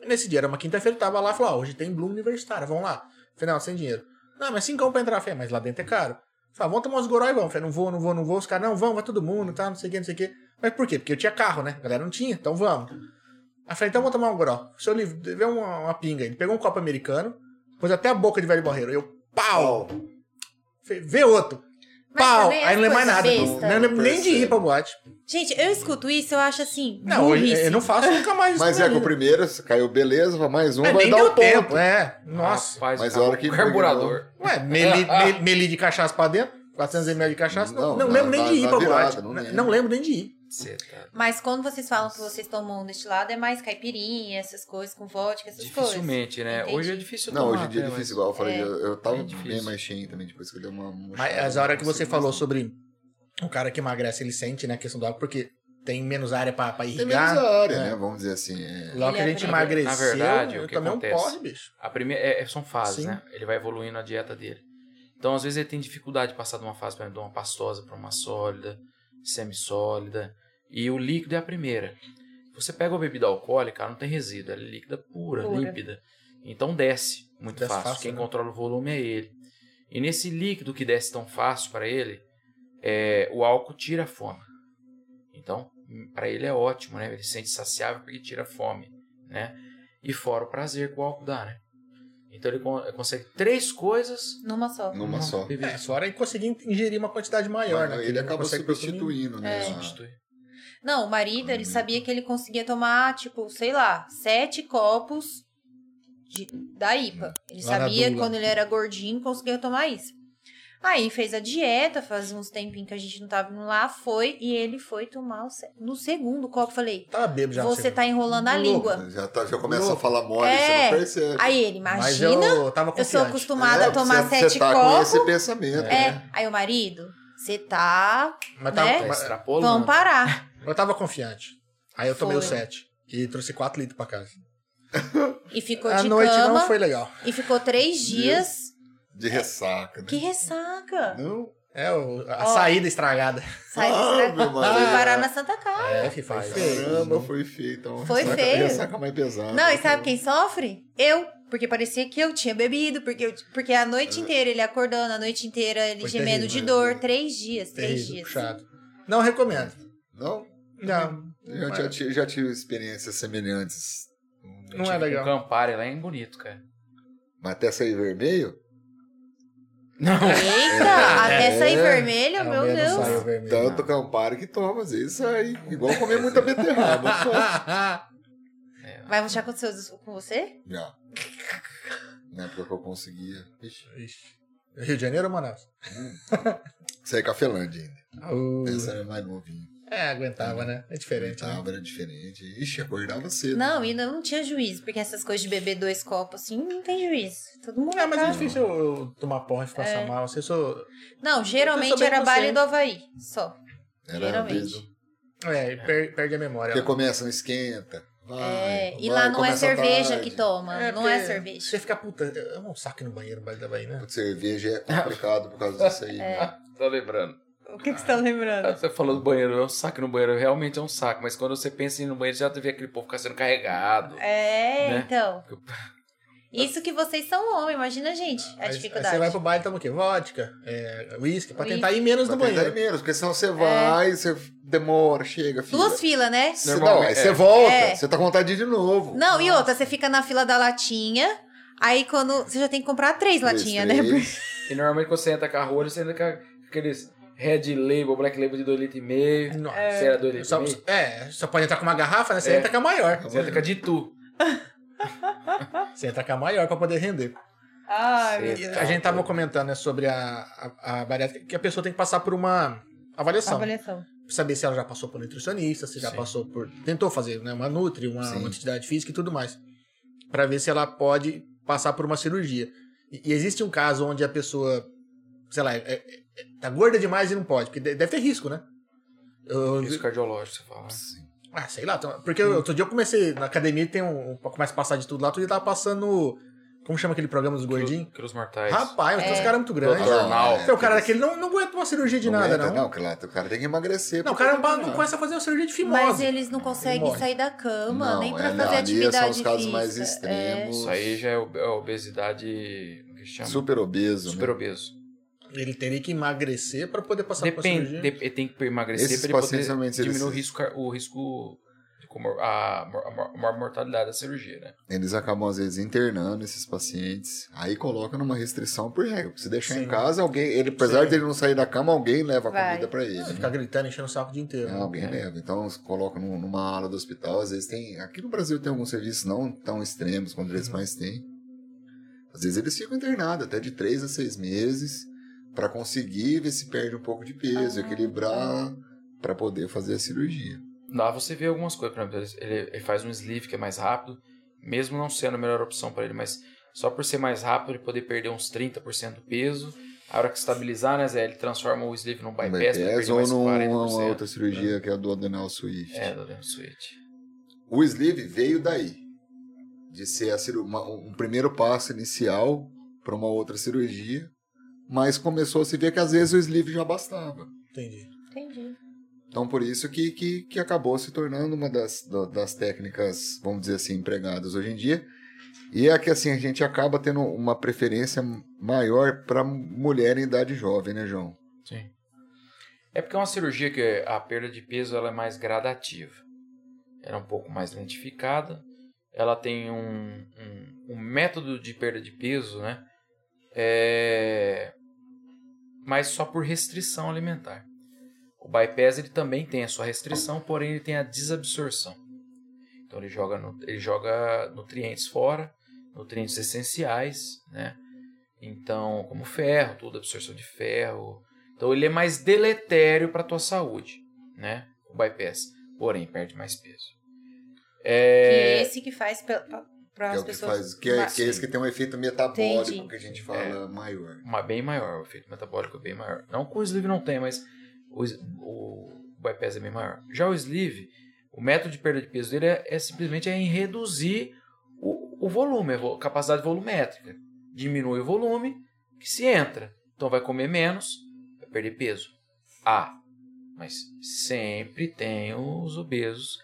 Speaker 2: E nesse dia era uma quinta-feira, eu tava lá e falou: ó, hoje tem Bloom Universitário, vamos lá. Final, sem dinheiro. Não, mas cinco pra entrar. Eu Falei, mas lá dentro é caro. Falei, vamos tomar uns goró e vamos. Falei, não vou, não vou, não vou. Os caras, não, vão, vai todo mundo, tá, não sei o que, não sei o que. Mas por quê? Porque eu tinha carro, né? A galera não tinha, então vamos. Aí falei, então vamos tomar um goró. Seu livro, vê uma, uma pinga. Ele pegou um copo americano, pôs até a boca de velho barreiro. Eu, pau! Falei, vê outro.
Speaker 1: Mas
Speaker 2: pau!
Speaker 1: também
Speaker 2: Aí não lembro mais
Speaker 1: as
Speaker 2: nada.
Speaker 1: coisas
Speaker 2: Não,
Speaker 1: besta.
Speaker 2: não lembro nem de ir
Speaker 3: Percebe.
Speaker 2: pra boate.
Speaker 1: Gente, eu escuto isso, eu acho assim.
Speaker 2: Não, hoje
Speaker 1: burrice.
Speaker 2: eu não faço nunca mais isso.
Speaker 3: Mas
Speaker 2: na
Speaker 3: é que o
Speaker 2: vida.
Speaker 3: primeiro você caiu beleza, vai mais um,
Speaker 2: É,
Speaker 3: vai
Speaker 2: nem
Speaker 3: dar
Speaker 2: deu
Speaker 3: o
Speaker 2: tempo.
Speaker 3: ponto. Ah,
Speaker 2: É, nossa.
Speaker 4: Rapaz,
Speaker 3: Mas a
Speaker 4: acabou
Speaker 3: hora que
Speaker 4: o carburador.
Speaker 2: Ué, meli, me- meli de cachaça pra dentro, 400ml de cachaça. Não,
Speaker 3: Ah, Não,
Speaker 2: não
Speaker 3: na-
Speaker 2: lembro nem
Speaker 3: na-
Speaker 2: de ir
Speaker 3: na
Speaker 2: pra
Speaker 3: virada,
Speaker 2: boate.
Speaker 3: não
Speaker 2: Não-
Speaker 3: lembro.
Speaker 2: Não lembro nem de ir.
Speaker 4: Você tá...
Speaker 1: Mas quando vocês falam que vocês tomam destilado, é mais caipirinha, essas coisas, com vodka, essas coisas.
Speaker 4: Dificilmente, né?
Speaker 1: Entendi.
Speaker 4: Hoje é difícil
Speaker 3: Não,
Speaker 4: tomar,
Speaker 3: hoje em dia é
Speaker 4: né,
Speaker 3: difícil igual. Eu falei,
Speaker 1: É.
Speaker 3: eu, eu tava
Speaker 4: É difícil.
Speaker 3: bem mais cheio também, depois que eu dei uma. uma
Speaker 2: Mas
Speaker 3: chave,
Speaker 2: a hora que
Speaker 3: não
Speaker 2: você
Speaker 3: consigo
Speaker 2: falou
Speaker 3: mais não.
Speaker 2: sobre o cara que emagrece, ele sente, né, a questão do álcool, porque tem menos área pra, pra
Speaker 3: Tem menos
Speaker 2: irrigar.
Speaker 3: área,
Speaker 2: É.
Speaker 3: né? Vamos dizer assim. é.
Speaker 2: Logo que a
Speaker 1: Ele
Speaker 2: gente
Speaker 1: aprende.
Speaker 2: emagreceu,
Speaker 4: Na verdade,
Speaker 2: eu
Speaker 4: o que
Speaker 2: tomei um
Speaker 4: acontece?
Speaker 2: porre, bicho.
Speaker 4: A primeira, é- é- são fases,
Speaker 2: Sim.
Speaker 4: né? Ele vai evoluindo a dieta dele. Então, às vezes, ele tem dificuldade de passar de uma fase, por exemplo, de uma pastosa para uma sólida, semissólida. E o líquido é a primeira. Você pega uma bebida alcoólica, ela não tem resíduo, ela é líquida pura,
Speaker 5: Pura.
Speaker 4: límpida. Então desce muito
Speaker 2: Desce
Speaker 4: fácil.
Speaker 2: fácil,
Speaker 4: Quem
Speaker 2: né?
Speaker 4: controla o volume é ele. E nesse líquido que desce tão fácil para ele, é, o álcool tira a fome. Então, para ele é ótimo, né? Ele se sente saciável porque tira a fome, né? E fora o prazer que o álcool dá, né? Então ele con- consegue três coisas
Speaker 1: Numa só.
Speaker 3: Numa só.
Speaker 4: bebida.
Speaker 2: É, só hora ele conseguir ingerir uma quantidade maior,
Speaker 3: Mas
Speaker 2: né? que
Speaker 3: Ele
Speaker 2: não
Speaker 3: acabou
Speaker 2: consegue consumir.
Speaker 3: substituindo, né?
Speaker 1: É.
Speaker 3: a-
Speaker 4: Substitui.
Speaker 1: Não, o marido,
Speaker 2: Uhum.
Speaker 1: ele sabia que ele conseguia tomar, tipo, sei lá, sete copos de- da IPA. Ele
Speaker 2: Lá na
Speaker 1: sabia que
Speaker 2: Dula.
Speaker 1: quando ele era gordinho, conseguia tomar isso. Aí fez a dieta, faz uns tempinhos que a gente não tava indo lá, foi, e ele foi tomar o se- no segundo copo. eu Falei,
Speaker 2: Tava bêbado já.
Speaker 1: você tá enrolando a
Speaker 2: Louco,
Speaker 1: língua.
Speaker 3: Já, tá, já começa a
Speaker 2: Louco.
Speaker 3: falar mole, você
Speaker 1: É.
Speaker 3: não percebe.
Speaker 1: Aí ele,
Speaker 2: Mas
Speaker 1: imagina, eu,
Speaker 2: eu tava
Speaker 1: sou
Speaker 2: confiante. né?
Speaker 1: acostumada
Speaker 3: É,
Speaker 1: a tomar
Speaker 3: você,
Speaker 1: sete
Speaker 3: você tá com
Speaker 1: copos.
Speaker 3: esse pensamento,
Speaker 1: É,
Speaker 3: né?
Speaker 1: aí o marido, você tá...
Speaker 2: Mas tava,
Speaker 1: né?
Speaker 4: Tá
Speaker 2: mas-
Speaker 4: extrapolando.
Speaker 1: Vamos parar.
Speaker 2: eu tava confiante. Aí eu tomei o
Speaker 1: Foi.
Speaker 2: 7. E trouxe 4 litros pra casa.
Speaker 1: E ficou
Speaker 2: A
Speaker 1: de
Speaker 2: noite
Speaker 1: cama,
Speaker 2: não foi legal.
Speaker 1: e ficou três dias...
Speaker 3: De ressaca, né?
Speaker 1: Que ressaca!
Speaker 3: Não,
Speaker 2: É, o- a
Speaker 1: Ó.
Speaker 2: saída estragada.
Speaker 1: Sai
Speaker 3: Ah,
Speaker 1: desse
Speaker 3: meu
Speaker 1: tra- Fui
Speaker 3: marido.
Speaker 1: parar na Santa Casa.
Speaker 2: É, que faz.
Speaker 3: caramba, foi feio. Então,
Speaker 1: Foi
Speaker 3: ressaca,
Speaker 1: feio.
Speaker 3: Ressaca mais pesada.
Speaker 1: Não, e sabe quem sofre? Eu. Porque parecia que eu tinha bebido, porque, eu- porque a noite inteira ele acordando, a noite inteira ele
Speaker 2: Foi
Speaker 1: gemendo
Speaker 2: terrível,
Speaker 1: de
Speaker 3: É. né?
Speaker 1: dor. Três dias, três
Speaker 2: Terrível,
Speaker 1: dias.
Speaker 2: puxado. Não recomendo.
Speaker 3: Não,
Speaker 2: Não,
Speaker 3: eu já, tive- já tive experiências semelhantes.
Speaker 2: não
Speaker 1: Hum.
Speaker 2: é
Speaker 4: Tive
Speaker 2: legal.
Speaker 4: Com Tipo, Campari lá em Bonito, cara.
Speaker 3: Mas até sair vermelho?
Speaker 4: Não.
Speaker 1: Eita!
Speaker 3: É.
Speaker 1: até sair
Speaker 3: É.
Speaker 1: vermelho,
Speaker 2: Ao
Speaker 1: meu
Speaker 2: menos
Speaker 1: Deus.
Speaker 2: saiu vermelho.
Speaker 3: Tanto Campari que toma, às vezes sai. Igual comer muita beterraba. só.
Speaker 4: É,
Speaker 1: Vai mostrar com, seus, com você?
Speaker 3: Já. Na época que eu conseguia. Ixi,
Speaker 2: Ixi. Rio de Janeiro ou Manaus?
Speaker 3: Isso aí é Cafelândia ainda.
Speaker 2: Uh,
Speaker 3: Essa era mais novinha.
Speaker 2: É, aguentava, né? É diferente. né?
Speaker 3: Tava, era diferente. Ixi, acordava cedo.
Speaker 1: Não, e não, não tinha juízo, porque essas coisas de beber dois copos assim, não tem juízo. Todo mundo. tá-
Speaker 2: Não, mas é
Speaker 1: acaba.
Speaker 2: difícil eu eu tomar porra e ficar
Speaker 1: É.
Speaker 2: só mal. Você sou.
Speaker 1: Não, geralmente
Speaker 2: bem
Speaker 1: era
Speaker 2: com
Speaker 1: baile
Speaker 2: você.
Speaker 1: do Havaí, só.
Speaker 3: Era
Speaker 1: geralmente.
Speaker 3: mesmo.
Speaker 2: É, per- perde a memória. né?
Speaker 3: Porque começa, não esquenta. Vai,
Speaker 1: É, e
Speaker 3: vai,
Speaker 1: lá não é
Speaker 3: começa
Speaker 1: cerveja
Speaker 3: tarde.
Speaker 1: que toma,
Speaker 2: É,
Speaker 1: não é
Speaker 2: porque
Speaker 1: cerveja.
Speaker 2: Você fica puta. É um saco no banheiro, baile da Bahia, né?
Speaker 3: Putz, cerveja é
Speaker 1: Ah.
Speaker 3: complicado por causa disso aí.
Speaker 1: É.
Speaker 3: né?
Speaker 2: Tá
Speaker 4: Tô lembrando.
Speaker 5: O que, que você tá lembrando?
Speaker 4: Você falou do banheiro, é um saco no banheiro, realmente é um saco, mas quando você pensa em ir no banheiro, já teve aquele povo ficar sendo carregado.
Speaker 1: É,
Speaker 4: né?
Speaker 1: então. Isso que vocês são homem, imagina, gente, a É
Speaker 2: Aí-
Speaker 1: dificuldade.
Speaker 2: Aí você vai pro baile e toma o quê? Vodka, é, uísque, pra
Speaker 1: Uísque.
Speaker 2: tentar ir menos
Speaker 3: Vai
Speaker 2: no
Speaker 3: tentar ir
Speaker 2: banheiro.
Speaker 3: menos, porque senão você vai, você demora, chega, filha.
Speaker 1: É. Duas filas, né?
Speaker 3: Você- Não,
Speaker 4: Normalmente,
Speaker 3: aí
Speaker 4: é.
Speaker 3: você volta,
Speaker 1: É.
Speaker 3: você tá com vontade de ir de novo.
Speaker 1: Não, e outra, você fica na fila da latinha, aí quando. Você já tem que comprar três
Speaker 3: Três,
Speaker 1: latinhas, né?
Speaker 3: três.
Speaker 4: E normalmente quando você entra com a rolha, você entra com aqueles red label, black label de 2,5 litros e meio.
Speaker 2: Nossa.
Speaker 4: Você era 2 litros e
Speaker 2: Só,
Speaker 4: meio.
Speaker 2: é, só pode entrar com uma garrafa, né? Você
Speaker 4: É.
Speaker 2: entra com a maior.
Speaker 4: Você entra com a de tu.
Speaker 2: Você entra com a maior pra poder render.
Speaker 5: Ai, meu
Speaker 4: Cê-
Speaker 5: Deus.
Speaker 2: A gente tava comentando né, sobre a, a, a bariátrica, que a pessoa tem que passar por uma avaliação.
Speaker 5: Avaliação.
Speaker 2: saber se ela já passou por nutricionista, se já
Speaker 4: Sim.
Speaker 2: passou por. Tentou fazer né, uma Nutri, uma,
Speaker 3: Sim.
Speaker 2: uma atividade física e tudo mais. Pra ver se ela pode passar por uma cirurgia. E, e existe um caso onde a pessoa, sei lá, é- é- é- tá gorda demais e não pode, porque de- deve ter risco, né? Eu-
Speaker 4: Isso cardiológico, você fala. né?
Speaker 3: Sim.
Speaker 2: ah, sei lá. tem- Porque eu- outro dia eu comecei na academia, tem um. um- Começa a passar de tudo lá, outro dia tava passando. Como chama aquele programa dos gordinhos?
Speaker 4: Quilos- Quilos mortais.
Speaker 2: Rapaz, mas tem uns caras muito grandes.
Speaker 4: Doutor.
Speaker 3: Não,
Speaker 2: Então, o cara daquele não, não aguenta uma cirurgia de
Speaker 3: não
Speaker 2: nada,
Speaker 3: aguenta,
Speaker 2: não.
Speaker 3: Não, claro, o cara tem que emagrecer.
Speaker 2: Não, o
Speaker 3: porque
Speaker 2: cara é um não, pa- não
Speaker 3: tem-
Speaker 2: começa a fazer uma cirurgia de
Speaker 1: Mas
Speaker 2: fimose.
Speaker 1: eles não conseguem
Speaker 2: morre.
Speaker 1: sair da cama,
Speaker 3: Não,
Speaker 1: nem pra
Speaker 3: é,
Speaker 1: fazer
Speaker 3: ali
Speaker 1: atividade
Speaker 3: são os casos
Speaker 1: física.
Speaker 3: mais extremos.
Speaker 4: Isso aí já é ob- é obesidade. Como que
Speaker 2: é um
Speaker 4: chama?
Speaker 3: Super obeso.
Speaker 4: Super
Speaker 3: né?
Speaker 4: obeso.
Speaker 2: Ele teria que emagrecer pra poder passar por uma
Speaker 4: Depende,
Speaker 2: cirurgia.
Speaker 4: dep- tem que emagrecer
Speaker 3: Esses
Speaker 4: para
Speaker 3: pacientes
Speaker 4: poder
Speaker 3: realmente, eles-
Speaker 4: diminuir o risco, car- o risco de comor- a, mor- a mor- a mortalidade da cirurgia, né?
Speaker 3: Eles acabam, às vezes, internando esses pacientes. Aí coloca numa restrição por regra. Se deixar
Speaker 2: Sim.
Speaker 3: em casa, alguém. Ele, apesar
Speaker 2: Sim.
Speaker 3: dele não sair da cama, alguém leva a
Speaker 1: Vai.
Speaker 3: comida pra ele.
Speaker 2: Ah,
Speaker 3: né?
Speaker 2: Ficar gritando, enchendo o saco o dia inteiro.
Speaker 3: É, alguém leva. Então, coloca num- numa ala do hospital. Às vezes tem. Aqui no Brasil tem alguns serviços não tão extremos quanto
Speaker 4: Uhum.
Speaker 3: eles mais têm. Às vezes eles ficam internados até de três a seis meses para conseguir ver se perde um pouco de
Speaker 4: Ah.
Speaker 3: peso, equilibrar para poder fazer a cirurgia.
Speaker 4: Lá você vê algumas coisas, por exemplo, ele, ele faz um sleeve que é mais rápido, mesmo não sendo a melhor opção para ele, mas só por ser mais rápido ele poder perder uns 30% do peso. A hora que estabilizar, né, Zé, ele transforma o sleeve num
Speaker 3: Um
Speaker 4: bypass, para perder
Speaker 3: ou
Speaker 4: mais
Speaker 3: numa
Speaker 4: 40%.
Speaker 3: outra cirurgia que é a do Adenal Swift.
Speaker 4: né? É, do Leon Swift.
Speaker 3: O sleeve veio daí, de ser a ciru- uma- um primeiro passo inicial para uma outra cirurgia, mas começou a se ver que às vezes o sleeve já bastava.
Speaker 2: Entendi.
Speaker 1: É, Entendi.
Speaker 3: Então, por isso que, que, que acabou se tornando uma das, da- das técnicas, vamos dizer assim, empregadas hoje em dia. E é que assim, a gente acaba tendo uma preferência maior para mulher em idade jovem, né, João?
Speaker 4: Sim. É porque é uma cirurgia que a perda de peso ela é mais gradativa. Ela é um pouco mais lentificada. Ela tem um, um, um método de perda de peso, né? É... Mas só por restrição alimentar. O bypass ele também tem a sua restrição, porém ele tem a desabsorção. Então ele joga, nu- ele joga nutrientes fora, nutrientes essenciais, né? Então, como ferro, tudo, absorção de ferro, então ele é mais deletério para tua saúde, né? O bypass. Porém, perde mais peso.
Speaker 5: Que
Speaker 4: É...
Speaker 5: é esse que faz pra, pra- pra
Speaker 3: Que é
Speaker 5: as
Speaker 3: o que
Speaker 5: pessoas.
Speaker 3: faz, que é, que é esse que tem um efeito metabólico
Speaker 5: Entendi. É.
Speaker 3: que a gente fala maior.
Speaker 4: uma bem maior, o efeito metabólico é bem maior. Não que o sleeve não tem, mas o, s- o bypass é bem maior. Já o sleeve, o método de perda de peso dele é, é simplesmente em reduzir o, o volume, a vo- capacidade volumétrica. Diminui o volume que se entra. Então vai comer menos, vai perder peso. Ah, mas sempre tem os obesos.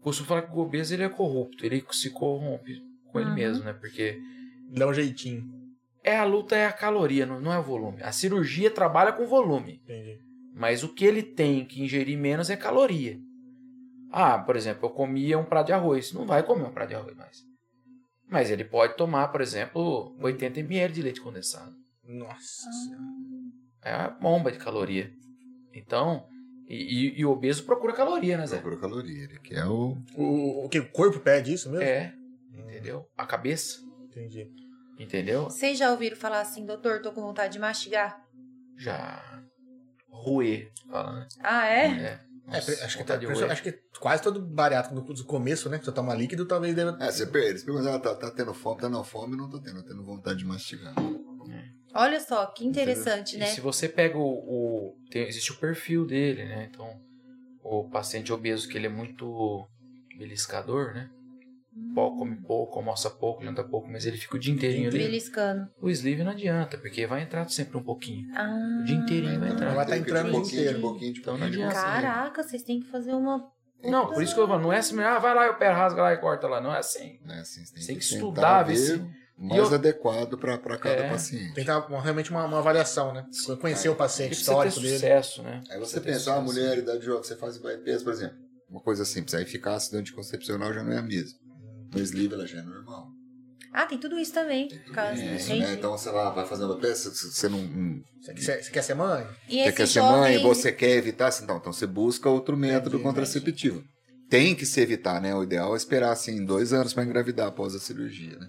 Speaker 4: Costumo falar que o obeso ele é corrupto, ele se corrompe com ele
Speaker 5: Uhum.
Speaker 4: mesmo, né? Porque
Speaker 2: Dá um jeitinho.
Speaker 4: é a luta é a caloria, não, não é o volume. A cirurgia trabalha com volume,
Speaker 2: Entendi.
Speaker 4: mas o que ele tem que ingerir menos é caloria. Ah, por exemplo, eu comia um prato de arroz, não vai comer um prato de arroz mais. Mas ele pode tomar, por exemplo, 80 ml de leite condensado.
Speaker 2: Nossa senhora.
Speaker 4: É uma bomba de caloria. Então, e, e- e o obeso procura caloria, né, Zé?
Speaker 3: Procura caloria, ele que é o
Speaker 2: O, o que? O corpo pede isso mesmo? Hum,
Speaker 4: É, entendeu? A cabeça,
Speaker 2: Entendi.
Speaker 4: entendeu?
Speaker 1: Vocês já ouviram falar assim, doutor, tô com vontade de mastigar?
Speaker 4: Já. Ruê, fala, né?
Speaker 1: Ah,
Speaker 3: Hum.
Speaker 1: é?
Speaker 4: É.
Speaker 2: É,
Speaker 4: Nossa,
Speaker 2: acho, que tá-
Speaker 4: vontade de roer.
Speaker 2: acho que quase todo bariátrico do, do começo, né? Que você toma líquido, talvez deva.
Speaker 3: É, você perde. Você pergunta, ah, tá, tá tendo fome, tá não fome, não tô tendo, tô tendo vontade de mastigar.
Speaker 2: Então,
Speaker 1: Olha só, que interessante,
Speaker 4: E
Speaker 1: né?
Speaker 4: se você pega o. o- tem- existe o perfil dele, né? Então, o paciente obeso que ele é muito beliscador, né? Pô,
Speaker 1: Hum.
Speaker 4: come pouco, almoça pouco, janta pouco, mas ele fica o dia inteirinho ali.
Speaker 1: Beliscando.
Speaker 4: O sleeve não adianta, porque vai entrar sempre um pouquinho.
Speaker 1: Ah,
Speaker 4: O dia inteirinho vai entrar.
Speaker 2: Vai tá entrando
Speaker 3: de
Speaker 2: o
Speaker 3: um pouquinho,
Speaker 2: inteiro.
Speaker 3: de pouquinho, de
Speaker 4: Então não
Speaker 3: pouquinho, de pouquinho.
Speaker 4: adianta.
Speaker 1: Caraca, vocês têm que fazer uma.
Speaker 4: Não, por isso que eu falo, não é assim, ah, vai lá, eu pé rasga lá e corta lá. Não é assim.
Speaker 3: Né, assim, você tem,
Speaker 4: Tem
Speaker 3: que,
Speaker 4: que
Speaker 3: tentar
Speaker 4: estudar, ver se-
Speaker 3: ver o mais
Speaker 4: eu-
Speaker 3: adequado pra pra cada
Speaker 4: É.
Speaker 3: paciente.
Speaker 2: Tentar uma- realmente uma, uma avaliação, né?
Speaker 4: Sim,
Speaker 2: Conhecer
Speaker 3: cara.
Speaker 2: o
Speaker 4: Tem
Speaker 2: paciente,
Speaker 4: que você ter
Speaker 2: histórico dele.
Speaker 4: sucesso, né?
Speaker 3: Aí você
Speaker 4: Precisa ter
Speaker 3: pensar, a
Speaker 4: sucesso.
Speaker 3: mulher, idade jovem, você faz bypass, por exemplo. Uma coisa simples, a eficácia do anticoncepcional já não é a mesma. No sleeve ela já é normal.
Speaker 1: Ah, tem tudo isso também.
Speaker 3: Tem tudo
Speaker 1: Caso-
Speaker 3: isso,
Speaker 1: Entendi.
Speaker 3: né? Então, sei lá, vai fazer bypass, você você não... não-
Speaker 2: Você, quer- você quer ser mãe?
Speaker 1: E
Speaker 3: Você
Speaker 1: esse
Speaker 3: quer ser
Speaker 1: jovem...
Speaker 3: mãe, você quer evitar, assim, não, então você busca outro método
Speaker 2: Entendi,
Speaker 3: contraceptivo. Tem que se evitar, né? O ideal é esperar, assim, dois anos para engravidar após a cirurgia, né?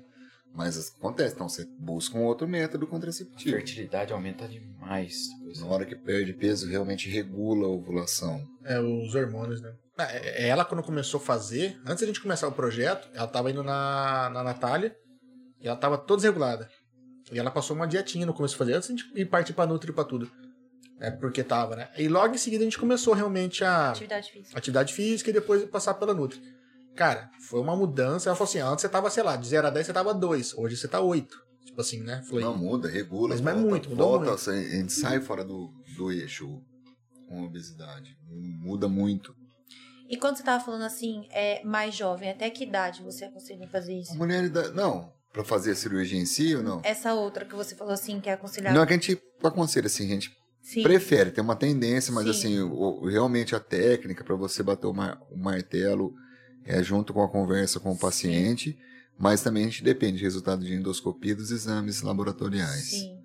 Speaker 3: Mas isso acontece, então você busca um outro método
Speaker 4: A
Speaker 3: contraceptivo.
Speaker 4: fertilidade aumenta demais. depois.
Speaker 3: Na hora que perde peso, realmente regula a ovulação.
Speaker 2: É, os hormônios, né? Ah, é- é Ela, quando começou a fazer, antes da gente começar o projeto, ela tava indo na, na Natália e ela tava toda desregulada. E ela passou uma dietinha no começo de fazer, antes de a gente ir partir pra Nutri e pra tudo. É porque tava, né? E logo em seguida a gente começou realmente a
Speaker 5: Atividade física.
Speaker 2: atividade física e depois passar pela Nutri. Cara, foi uma mudança. Ela falou assim: antes você tava, sei lá, de 0 a 10 você tava 2, hoje você tá 8. Tipo assim, né? Falei,
Speaker 3: Não muda, regula.
Speaker 2: Mas- mas
Speaker 3: volta,
Speaker 2: muito, mudou
Speaker 3: volta,
Speaker 2: muito.
Speaker 3: assim, A gente sai fora do, do eixo com a obesidade. Muda muito.
Speaker 1: E quando você tava falando assim, é mais jovem, até que idade você aconselha fazer
Speaker 3: A
Speaker 1: isso?
Speaker 3: mulher, ainda- não, pra fazer a cirurgia em si ou não?
Speaker 1: Essa outra que você falou assim, que é aconselhar.
Speaker 3: Não é que a gente aconselha, assim, a gente
Speaker 1: Sim.
Speaker 3: prefere, tem uma tendência, mas
Speaker 1: Sim.
Speaker 3: assim, o- o- realmente a técnica para você bater o, mar- o martelo é junto com a conversa com o paciente, mas também a gente depende do resultado de endoscopia e dos exames laboratoriais.
Speaker 1: Sim.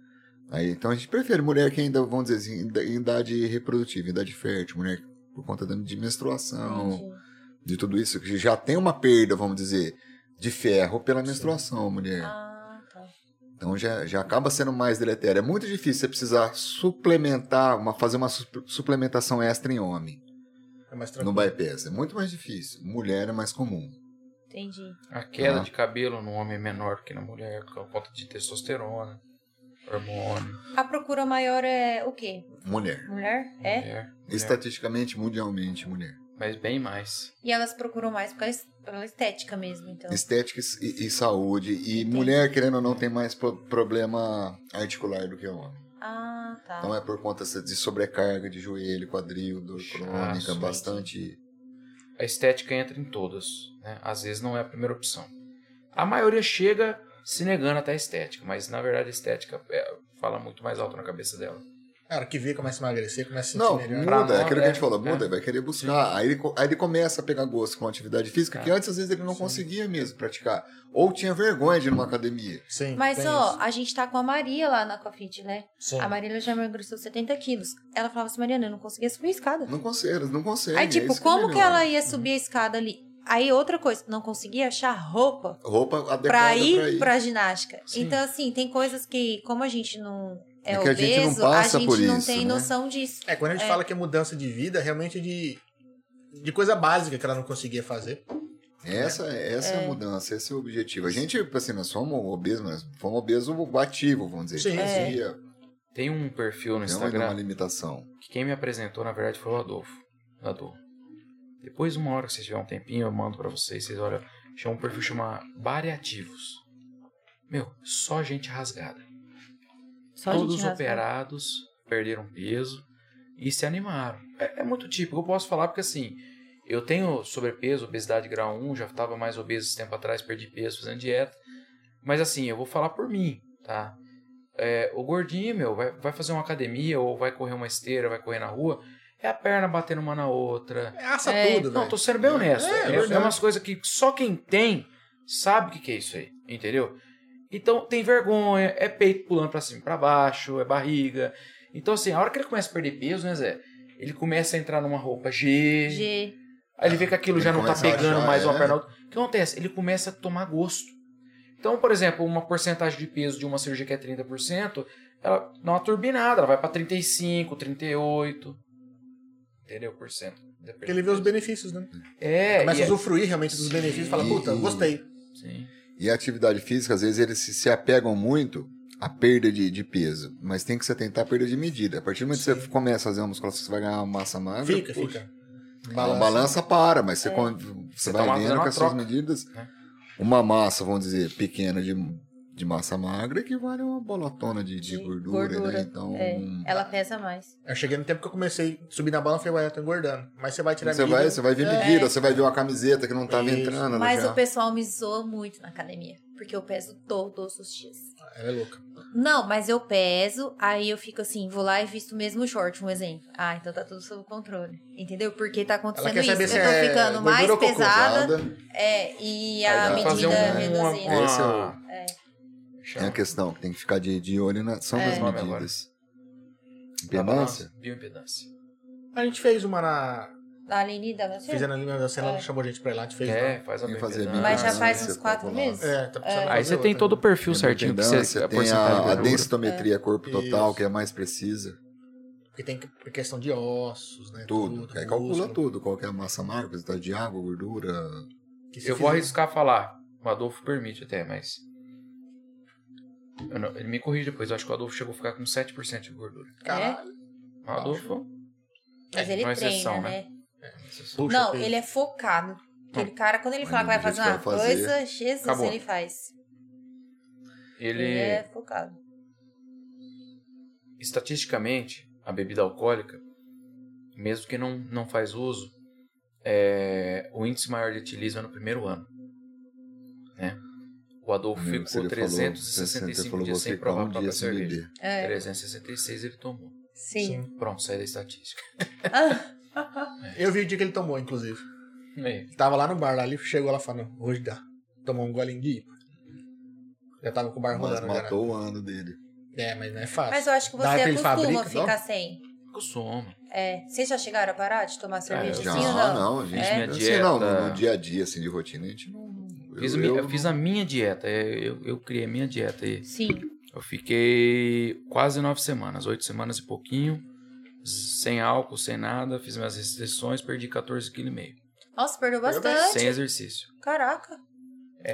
Speaker 3: Aí, então a gente prefere mulher que ainda, vamos dizer assim, em- em idade reprodutiva, em idade fértil, mulher por conta da- de menstruação,
Speaker 1: entendi.
Speaker 3: de tudo isso, que já tem uma perda, vamos dizer, de ferro pela
Speaker 2: Sim.
Speaker 3: menstruação, mulher.
Speaker 1: Ah, tá.
Speaker 3: Então já, já acaba sendo mais deletério. É muito difícil você precisar suplementar, uma, fazer uma su- suplementação extra em homem
Speaker 2: é mais
Speaker 3: no
Speaker 2: tranquilo.
Speaker 3: bypass. É muito mais difícil. Mulher é mais comum.
Speaker 1: Entendi.
Speaker 4: A queda
Speaker 3: Ah.
Speaker 4: de cabelo no homem é menor que na mulher, por conta de testosterona, hormônio,
Speaker 1: A procura maior é o quê?
Speaker 3: Mulher.
Speaker 1: Mulher? É?
Speaker 4: mulher, mulher.
Speaker 3: Estatisticamente, mundialmente, mulher.
Speaker 4: Mas bem mais.
Speaker 1: E elas procuram mais por causa- pela estética mesmo, então.
Speaker 3: Estética e, e saúde. E mulher, querendo ou não, tem mais pro- problema articular do que homem.
Speaker 1: Ah, tá.
Speaker 3: Então é por conta de sobrecarga de joelho, quadril, dor
Speaker 4: Inchaço,
Speaker 3: crônica,
Speaker 4: entendi.
Speaker 3: bastante.
Speaker 4: A estética entra em todas, né? Às vezes não é a primeira opção. A maioria chega se negando até a estética, mas na verdade a estética é, fala muito mais alto na cabeça dela.
Speaker 2: Cara, que vê, começa a emagrecer, começa a sentir
Speaker 3: Não,
Speaker 2: melhor.
Speaker 4: pra
Speaker 3: muda, é aquilo que a gente
Speaker 4: mulher,
Speaker 3: falou,
Speaker 4: né?
Speaker 3: muda, vai querer buscar. Aí ele, co- aí ele começa a pegar gosto com atividade física, que
Speaker 4: É.
Speaker 3: antes às vezes ele não
Speaker 2: Sim.
Speaker 3: conseguia mesmo praticar. Ou tinha vergonha de ir numa academia.
Speaker 2: Sim,
Speaker 1: Mas
Speaker 2: tem
Speaker 1: ó,
Speaker 2: isso.
Speaker 1: a gente tá com a Maria lá na Cofit, né?
Speaker 3: É.
Speaker 2: Sim.
Speaker 1: A Marília já emagreceu 70 quilos. Ela falava assim, Mariana, eu não conseguia subir a escada.
Speaker 3: Não consegue, não consegue.
Speaker 1: Aí,
Speaker 3: é
Speaker 1: tipo,
Speaker 3: isso é
Speaker 1: como que
Speaker 3: melhor.
Speaker 1: ela ia subir a escada ali? Aí, outra coisa, não conseguia achar roupa
Speaker 3: Roupa adequada
Speaker 1: pra
Speaker 3: pra
Speaker 1: ir pra, ginástica.
Speaker 4: Sim.
Speaker 1: Então, assim, tem coisas que, como a gente não é,
Speaker 3: É que a
Speaker 1: obeso,
Speaker 3: gente não passa por
Speaker 1: não
Speaker 3: isso,
Speaker 1: tem
Speaker 3: né?
Speaker 1: noção disso.
Speaker 2: É, quando a gente
Speaker 1: É.
Speaker 2: fala que é mudança de vida, realmente é de, de coisa básica que ela não conseguia fazer.
Speaker 3: Essa, essa é. a mudança, esse é o objetivo. A gente, assim, nós somos obesos, mas fomos obeso ativo, vamos dizer.
Speaker 2: Sim,
Speaker 1: É.
Speaker 3: Fazia,
Speaker 4: Tem um perfil no
Speaker 3: Não é uma
Speaker 4: Instagram
Speaker 3: limitação.
Speaker 4: que quem me apresentou, na verdade, foi o Adolfo. Adolfo. Depois, uma hora que vocês tiverem um tempinho, eu mando pra vocês. Vocês olham, chama um perfil chamado Bariativos. Meu, só gente rasgada.
Speaker 1: Só a gente
Speaker 4: Todos
Speaker 1: rasga.
Speaker 4: operados, perderam peso e se animaram. É, é muito típico. Eu posso falar porque assim, eu tenho sobrepeso, obesidade grau 1, já estava mais obeso esse tempo atrás, perdi peso fazendo dieta. Mas assim, eu vou falar por mim, tá? É, o gordinho, meu, vai, vai fazer uma academia ou vai correr uma esteira, vai correr na rua, é a perna batendo uma na outra.
Speaker 2: É, Aça
Speaker 1: É.
Speaker 2: tudo,
Speaker 4: Não,
Speaker 2: velho.
Speaker 4: tô sendo bem honesto.
Speaker 2: É,
Speaker 4: É,
Speaker 2: verdade.
Speaker 4: é umas coisas que só quem tem sabe o que, que é isso aí, entendeu? Então tem vergonha, é peito pulando pra cima e pra baixo, é barriga. Então, assim, a hora que ele começa a perder peso, né, Zé? Ele começa a entrar numa roupa G.
Speaker 1: G.
Speaker 4: Aí ele vê que aquilo
Speaker 3: Ele
Speaker 4: já não tá
Speaker 3: começa a
Speaker 4: pegando
Speaker 3: achar,
Speaker 4: mais uma
Speaker 3: é.
Speaker 4: perna. outra. O que acontece? Ele começa a tomar gosto. Então, por exemplo, uma porcentagem de peso de uma cirurgia que é 30%, ela dá uma turbinada, ela vai pra 35, 38. Entendeu? Por cento.
Speaker 2: Porque ele vê os benefícios, né?
Speaker 4: É,
Speaker 2: Começa
Speaker 4: e
Speaker 2: a
Speaker 4: é-
Speaker 2: usufruir realmente dos benefícios e fala,
Speaker 3: E-
Speaker 2: puta, eu
Speaker 3: e-
Speaker 2: gostei.
Speaker 4: Sim.
Speaker 3: E a atividade física, às vezes, eles se, se apegam muito à perda de, de peso. Mas tem que se atentar à perda de medida. A partir do momento que você
Speaker 2: Sim.
Speaker 3: começa a fazer uma musculação, você vai ganhar uma massa magra.
Speaker 2: Fica,
Speaker 3: poxa,
Speaker 2: fica.
Speaker 3: A balança para, mas você, con- você
Speaker 4: Você
Speaker 3: vai
Speaker 4: tá fazendo
Speaker 3: vendo
Speaker 4: uma
Speaker 3: com as suas
Speaker 4: troca,
Speaker 3: medidas.
Speaker 4: né?
Speaker 3: Uma massa, vamos dizer, pequena de, de massa magra equivale a uma bolotona de, de
Speaker 1: De
Speaker 3: gordura,
Speaker 1: gordura,
Speaker 3: né? Então,
Speaker 1: É, ela pesa mais.
Speaker 2: Eu cheguei no tempo que eu comecei a subir na bala e falei, ué, eu tô engordando. Mas você vai tirar
Speaker 3: você,
Speaker 2: medida.
Speaker 3: vai, você vai ver
Speaker 2: É.
Speaker 3: medida, você vai ver uma camiseta que não estava
Speaker 2: Isso.
Speaker 3: entrando.
Speaker 1: Mas
Speaker 3: já.
Speaker 1: o pessoal me zoa muito na academia. Porque eu peso todos os dias.
Speaker 2: Ela é louca.
Speaker 1: Não, mas eu peso, aí eu fico assim, vou lá e visto o mesmo short, um exemplo. Ah, então tá tudo sob controle. Entendeu? Porque tá
Speaker 2: Ela
Speaker 1: acontecendo
Speaker 2: quer
Speaker 1: isso.
Speaker 2: saber se
Speaker 1: eu tô
Speaker 2: é
Speaker 1: ficando
Speaker 2: gordura
Speaker 1: mais
Speaker 2: ou cocô,
Speaker 1: pesada.
Speaker 3: Nada.
Speaker 1: É, e
Speaker 3: Aí
Speaker 1: a
Speaker 3: dá pra
Speaker 1: medida
Speaker 4: fazer
Speaker 3: medida
Speaker 4: um- uma-
Speaker 1: reduzindo.
Speaker 4: uma-
Speaker 3: Esse é o-
Speaker 1: É.
Speaker 3: É a
Speaker 4: Chama.
Speaker 3: questão que tem que ficar de, de olho na, são
Speaker 1: É.
Speaker 3: das
Speaker 4: Qual o nome
Speaker 3: medidas.
Speaker 4: Da
Speaker 3: Impedância?
Speaker 4: balança, Tá Bioimpedância.
Speaker 2: A gente fez uma na...
Speaker 1: Da Aline da Gacena?
Speaker 2: Fizendo ali na cena, ela
Speaker 1: É.
Speaker 2: chamou a gente pra ir lá, a gente fez
Speaker 4: É, faz uma
Speaker 3: Tem que fazer um
Speaker 4: bioimpedância.
Speaker 1: Mas já
Speaker 3: impedância,
Speaker 1: faz um uns
Speaker 3: com
Speaker 1: quatro
Speaker 3: balança.
Speaker 1: meses?
Speaker 2: lá. É, tá precisando
Speaker 4: Aí
Speaker 2: fazer
Speaker 4: você tem
Speaker 2: outra.
Speaker 4: todo o perfil
Speaker 3: Tem
Speaker 4: certinho pra você,
Speaker 3: impedância,
Speaker 4: a
Speaker 3: tem
Speaker 4: porcentagem
Speaker 3: a, a
Speaker 4: de gordura.
Speaker 3: densitometria corpo total,
Speaker 2: Isso.
Speaker 3: que é mais precisa.
Speaker 2: Porque tem que- por questão de ossos, né?
Speaker 3: Tudo. Aí calcula
Speaker 2: músculo.
Speaker 3: tudo. Qual que é a massa magra, quantidade de água, gordura.
Speaker 2: Que se
Speaker 4: Eu vou
Speaker 2: fizer-
Speaker 4: arriscar falar. O Adolfo permite até, mas.
Speaker 1: É,
Speaker 4: Eu não- ele me corrige depois. Eu acho que o Adolfo chegou a ficar com 7% de gordura.
Speaker 2: Caralho.
Speaker 4: Adolfo.
Speaker 6: Mas
Speaker 4: É,
Speaker 6: ele
Speaker 4: uma
Speaker 6: treina,
Speaker 4: exceção,
Speaker 6: né?
Speaker 2: Puxa,
Speaker 1: Não,
Speaker 2: Pedro.
Speaker 1: ele é focado. Aquele cara, quando ele
Speaker 3: Mas
Speaker 1: fala que vai
Speaker 3: do jeito
Speaker 1: fazer
Speaker 3: que
Speaker 1: uma
Speaker 3: vai fazer.
Speaker 1: coisa, Jesus,
Speaker 4: Acabou.
Speaker 1: ele faz. Ele...
Speaker 4: Ele,
Speaker 1: é focado.
Speaker 4: estatisticamente, a bebida alcoólica, mesmo que não, não faz uso, é, o índice maior de etilismo é no primeiro ano. Né? O Adolfo
Speaker 3: Lembra que você
Speaker 4: ficou
Speaker 3: já falou,
Speaker 4: 365
Speaker 3: você falou,
Speaker 4: dias
Speaker 3: você
Speaker 4: sem
Speaker 3: ficar
Speaker 4: provar
Speaker 3: um
Speaker 4: a própria
Speaker 3: dia sem
Speaker 4: cerveja.
Speaker 3: beber.
Speaker 1: É,
Speaker 4: 366 ele tomou.
Speaker 1: sim.
Speaker 4: Pronto, sai da estatística.
Speaker 1: Ah,
Speaker 2: Eu vi o dia que ele tomou, inclusive.
Speaker 4: É.
Speaker 2: Ele tava lá no bar, lá, ele chegou lá falando, hoje dá. Tomou um golinho de IPA. Já tava com o bar
Speaker 3: Mas
Speaker 2: rolando. já, né?
Speaker 3: matou o ano dele.
Speaker 2: É, mas não é fácil.
Speaker 1: mas eu acho que
Speaker 2: Dá pra
Speaker 1: você
Speaker 2: ele
Speaker 1: acostuma
Speaker 2: fabrica,
Speaker 1: ficar
Speaker 2: não?
Speaker 1: sem.
Speaker 4: Com sono.
Speaker 1: É. Vocês já chegaram a parar de tomar cerveja
Speaker 4: já,
Speaker 1: assim ou
Speaker 3: Ah, não,
Speaker 1: não?
Speaker 3: a gente.
Speaker 4: É?
Speaker 3: assim,
Speaker 4: Minha
Speaker 3: não,
Speaker 4: dieta-
Speaker 3: no, no dia a dia, assim, de rotina, a gente não. eu-
Speaker 4: Fiz, a mi-
Speaker 3: eu
Speaker 4: eu fiz a minha dieta, é, eu, eu criei a minha dieta. E
Speaker 1: Sim.
Speaker 4: eu fiquei quase nove semanas, oito semanas e pouquinho, sem álcool, sem nada, fiz minhas restrições, perdi 14,5 kg.
Speaker 1: Nossa, perdeu
Speaker 2: Perdeu
Speaker 1: bastante.
Speaker 4: Sem exercício.
Speaker 1: Caraca.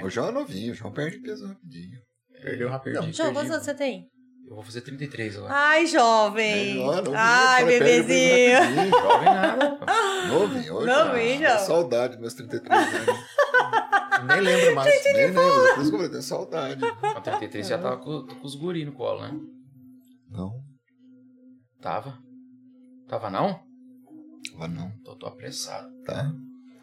Speaker 3: O João é novinho, o João perde peso rapidinho.
Speaker 2: Perdeu rapidão.
Speaker 4: Perdi,
Speaker 1: João,
Speaker 4: perdi.
Speaker 1: quantos anos você tem?
Speaker 4: Eu vou fazer 33 agora.
Speaker 1: Ai, jovem.
Speaker 3: Ele, ó, novinho,
Speaker 1: Ai,
Speaker 3: eu falei, né, perde peso
Speaker 1: bebezinho.
Speaker 3: rapidinho, João.
Speaker 4: Jovem nada. pô.
Speaker 3: Novinho, hoje.
Speaker 1: Novinho,
Speaker 3: ah,
Speaker 1: João.
Speaker 3: Saudade dos meus 33 anos.
Speaker 2: Nem lembro mais.
Speaker 3: Nem lembro, depois que eu tenho saudade.
Speaker 4: Com 33 já tava com, com os guri no colo, né?
Speaker 3: Não,
Speaker 4: Tava. Tava não?
Speaker 3: lá Ah, não,
Speaker 4: Tô, tô apressado.
Speaker 3: tá?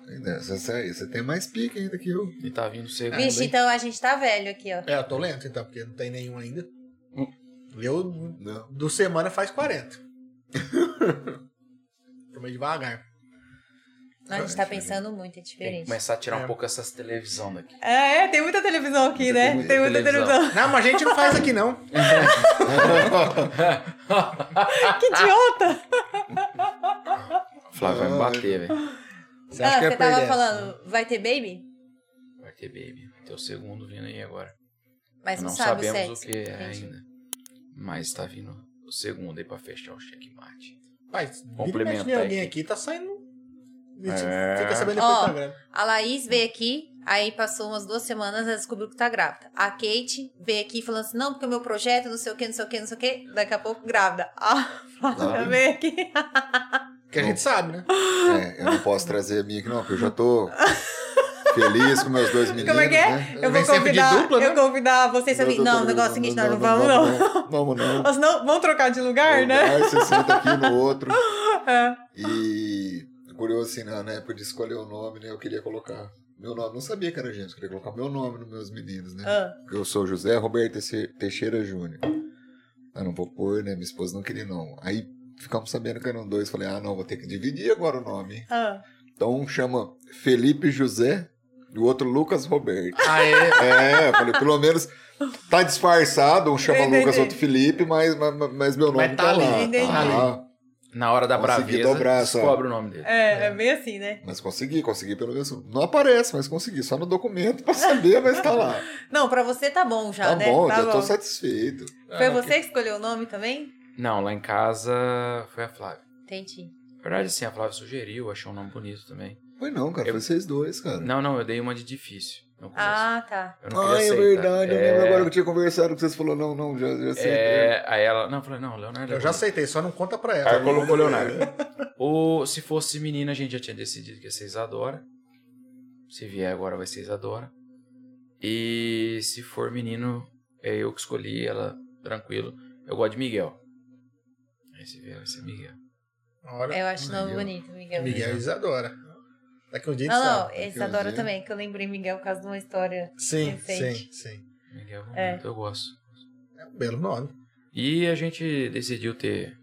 Speaker 3: Ainda- Você, você- você tem mais pique ainda que eu.
Speaker 4: E tá vindo seco.
Speaker 1: Vixe, então a gente tá velho aqui, ó.
Speaker 2: É, eu tô lento então, porque não tem nenhum ainda.
Speaker 4: Hum.
Speaker 2: Eu,
Speaker 3: Não.
Speaker 2: do semana, faz 40. Tomei devagar.
Speaker 1: A gente tá pensando muito, é
Speaker 4: Tem que
Speaker 1: diferente.
Speaker 4: começar a tirar
Speaker 2: É.
Speaker 4: um pouco essas televisão daqui.
Speaker 1: É, é, tem muita televisão aqui,
Speaker 3: Tem
Speaker 1: né?
Speaker 3: muita
Speaker 1: Tem muita televisão.
Speaker 4: televisão.
Speaker 2: Não, mas a gente não faz aqui não.
Speaker 1: que idiota!
Speaker 4: Flávio vai me bater, velho.
Speaker 2: Você acha
Speaker 1: Ah,
Speaker 2: que eu
Speaker 1: você
Speaker 2: ia
Speaker 1: tava
Speaker 2: perder essa?
Speaker 1: falando, vai ter baby?
Speaker 4: Vai ter baby. Vai ter o segundo vindo aí agora.
Speaker 1: Mas não,
Speaker 4: não
Speaker 1: sabe o
Speaker 4: sabemos
Speaker 1: sexo.
Speaker 4: o que é
Speaker 1: Entendi.
Speaker 4: ainda. Mas tá vindo o segundo aí pra fechar o checkmate.
Speaker 2: Pai, vira e
Speaker 4: Complementa
Speaker 2: mexe, vem alguém
Speaker 4: aí.
Speaker 2: aqui, tá saindo...
Speaker 4: É.
Speaker 2: Fica sabendo depois do
Speaker 1: Ó.
Speaker 2: Instagram.
Speaker 1: A Laís veio aqui, aí passou umas duas semanas, ela descobriu que tá grávida. A Kate veio aqui falando assim, não, porque o meu projeto, não sei o que, não sei o que, não sei o que. Daqui a pouco, grávida. A Flávia
Speaker 3: Sabe?
Speaker 1: veio aqui.
Speaker 2: Que a gente sabe, né?
Speaker 3: É, eu não posso trazer a minha aqui, não, porque eu já tô feliz com meus dois meninos.
Speaker 1: Como é que é?
Speaker 3: Né?
Speaker 1: Eu
Speaker 2: Vem
Speaker 1: vou
Speaker 2: sempre de
Speaker 1: convidar,
Speaker 2: dupla, né?
Speaker 1: eu convidar vocês.
Speaker 3: Eu
Speaker 1: Não,
Speaker 3: tô
Speaker 1: não, o
Speaker 3: tranquilo,
Speaker 1: negócio é o seguinte, nós não vamos, não.
Speaker 3: Vamos, não. Um
Speaker 1: Nós não vamos trocar de lugar, né?
Speaker 3: Vai, Você senta aqui no outro.
Speaker 1: É.
Speaker 3: E curioso assim, na na época de escolher o nome, né? Eu queria colocar meu nome. Não sabia que era gente, eu queria colocar meu nome nos meus meninos, né?
Speaker 1: Ah,
Speaker 3: Eu sou José Roberto Teixe- Teixeira Júnior. Eu não vou pôr, né? Minha esposa não queria, não. Aí ficamos sabendo que eram dois. Falei, ah, não, vou ter que dividir agora o nome. hein?
Speaker 1: ah.
Speaker 3: Então um chama Felipe José e o outro Lucas Roberto.
Speaker 2: Ah, é?
Speaker 3: É, eu falei, pelo menos tá disfarçado, um chama
Speaker 1: Entendi.
Speaker 3: Lucas, outro Felipe, mas, mas, mas meu nome
Speaker 2: Mas tá
Speaker 3: tá,
Speaker 2: ali,
Speaker 3: lá.
Speaker 1: entendi.
Speaker 3: tá lá.
Speaker 4: Na hora da
Speaker 3: Consegui
Speaker 4: braveza,
Speaker 3: dobrar essa-
Speaker 4: descobre o nome dele.
Speaker 1: É, é bem assim, né?
Speaker 3: Mas consegui, consegui pelo menos. Não aparece, mas consegui, só no documento pra saber, mas tá lá.
Speaker 1: Não, pra você tá bom já,
Speaker 3: tá
Speaker 1: né?
Speaker 3: bom,
Speaker 1: tá
Speaker 3: já tô satisfeito.
Speaker 1: Foi
Speaker 2: Ah,
Speaker 1: você que escolheu o nome também?
Speaker 4: Não, lá em casa foi a Flávia.
Speaker 1: Entendi.
Speaker 4: Na verdade, sim, a Flávia sugeriu, achou um nome bonito também.
Speaker 3: Foi não, cara,
Speaker 4: Eu-
Speaker 3: foi vocês dois, cara.
Speaker 4: Não, não, eu dei uma de difícil. no começo.
Speaker 1: Ah, tá.
Speaker 4: Eu não
Speaker 3: Ah,
Speaker 4: queria
Speaker 3: é
Speaker 4: aceitar.
Speaker 3: verdade. Eu
Speaker 4: É,
Speaker 3: lembro agora que eu tinha conversado que vocês falaram, não, não, já, já sei.
Speaker 4: é, aí ela, não, eu falei, não, Leonardo. é
Speaker 2: Eu já
Speaker 4: bonito.
Speaker 2: aceitei, só não conta pra
Speaker 4: Aí
Speaker 2: ela.
Speaker 4: colocou Leonardo. Ou se fosse menina, a gente já tinha decidido que ia ser Isadora. Se vier agora, vai ser Isadora. E se for menino, é eu que escolhi, ela, tranquilo. Eu gosto de Miguel. Aí se vier, vai ser Miguel.
Speaker 2: Olha,
Speaker 1: Eu acho É o nome
Speaker 3: Miguel.
Speaker 1: bonito, Miguel. Ah, é
Speaker 2: Miguel e Isadora. Daqui um dia a gente
Speaker 1: Não, não,
Speaker 2: sabe.
Speaker 1: esse adora também, que eu lembrei Miguel por causa de uma história.
Speaker 2: Sim, sim,
Speaker 1: Vicente.
Speaker 2: sim.
Speaker 4: Miguel,
Speaker 1: É.
Speaker 4: muito eu gosto.
Speaker 2: É um belo nome.
Speaker 4: E a gente decidiu ter.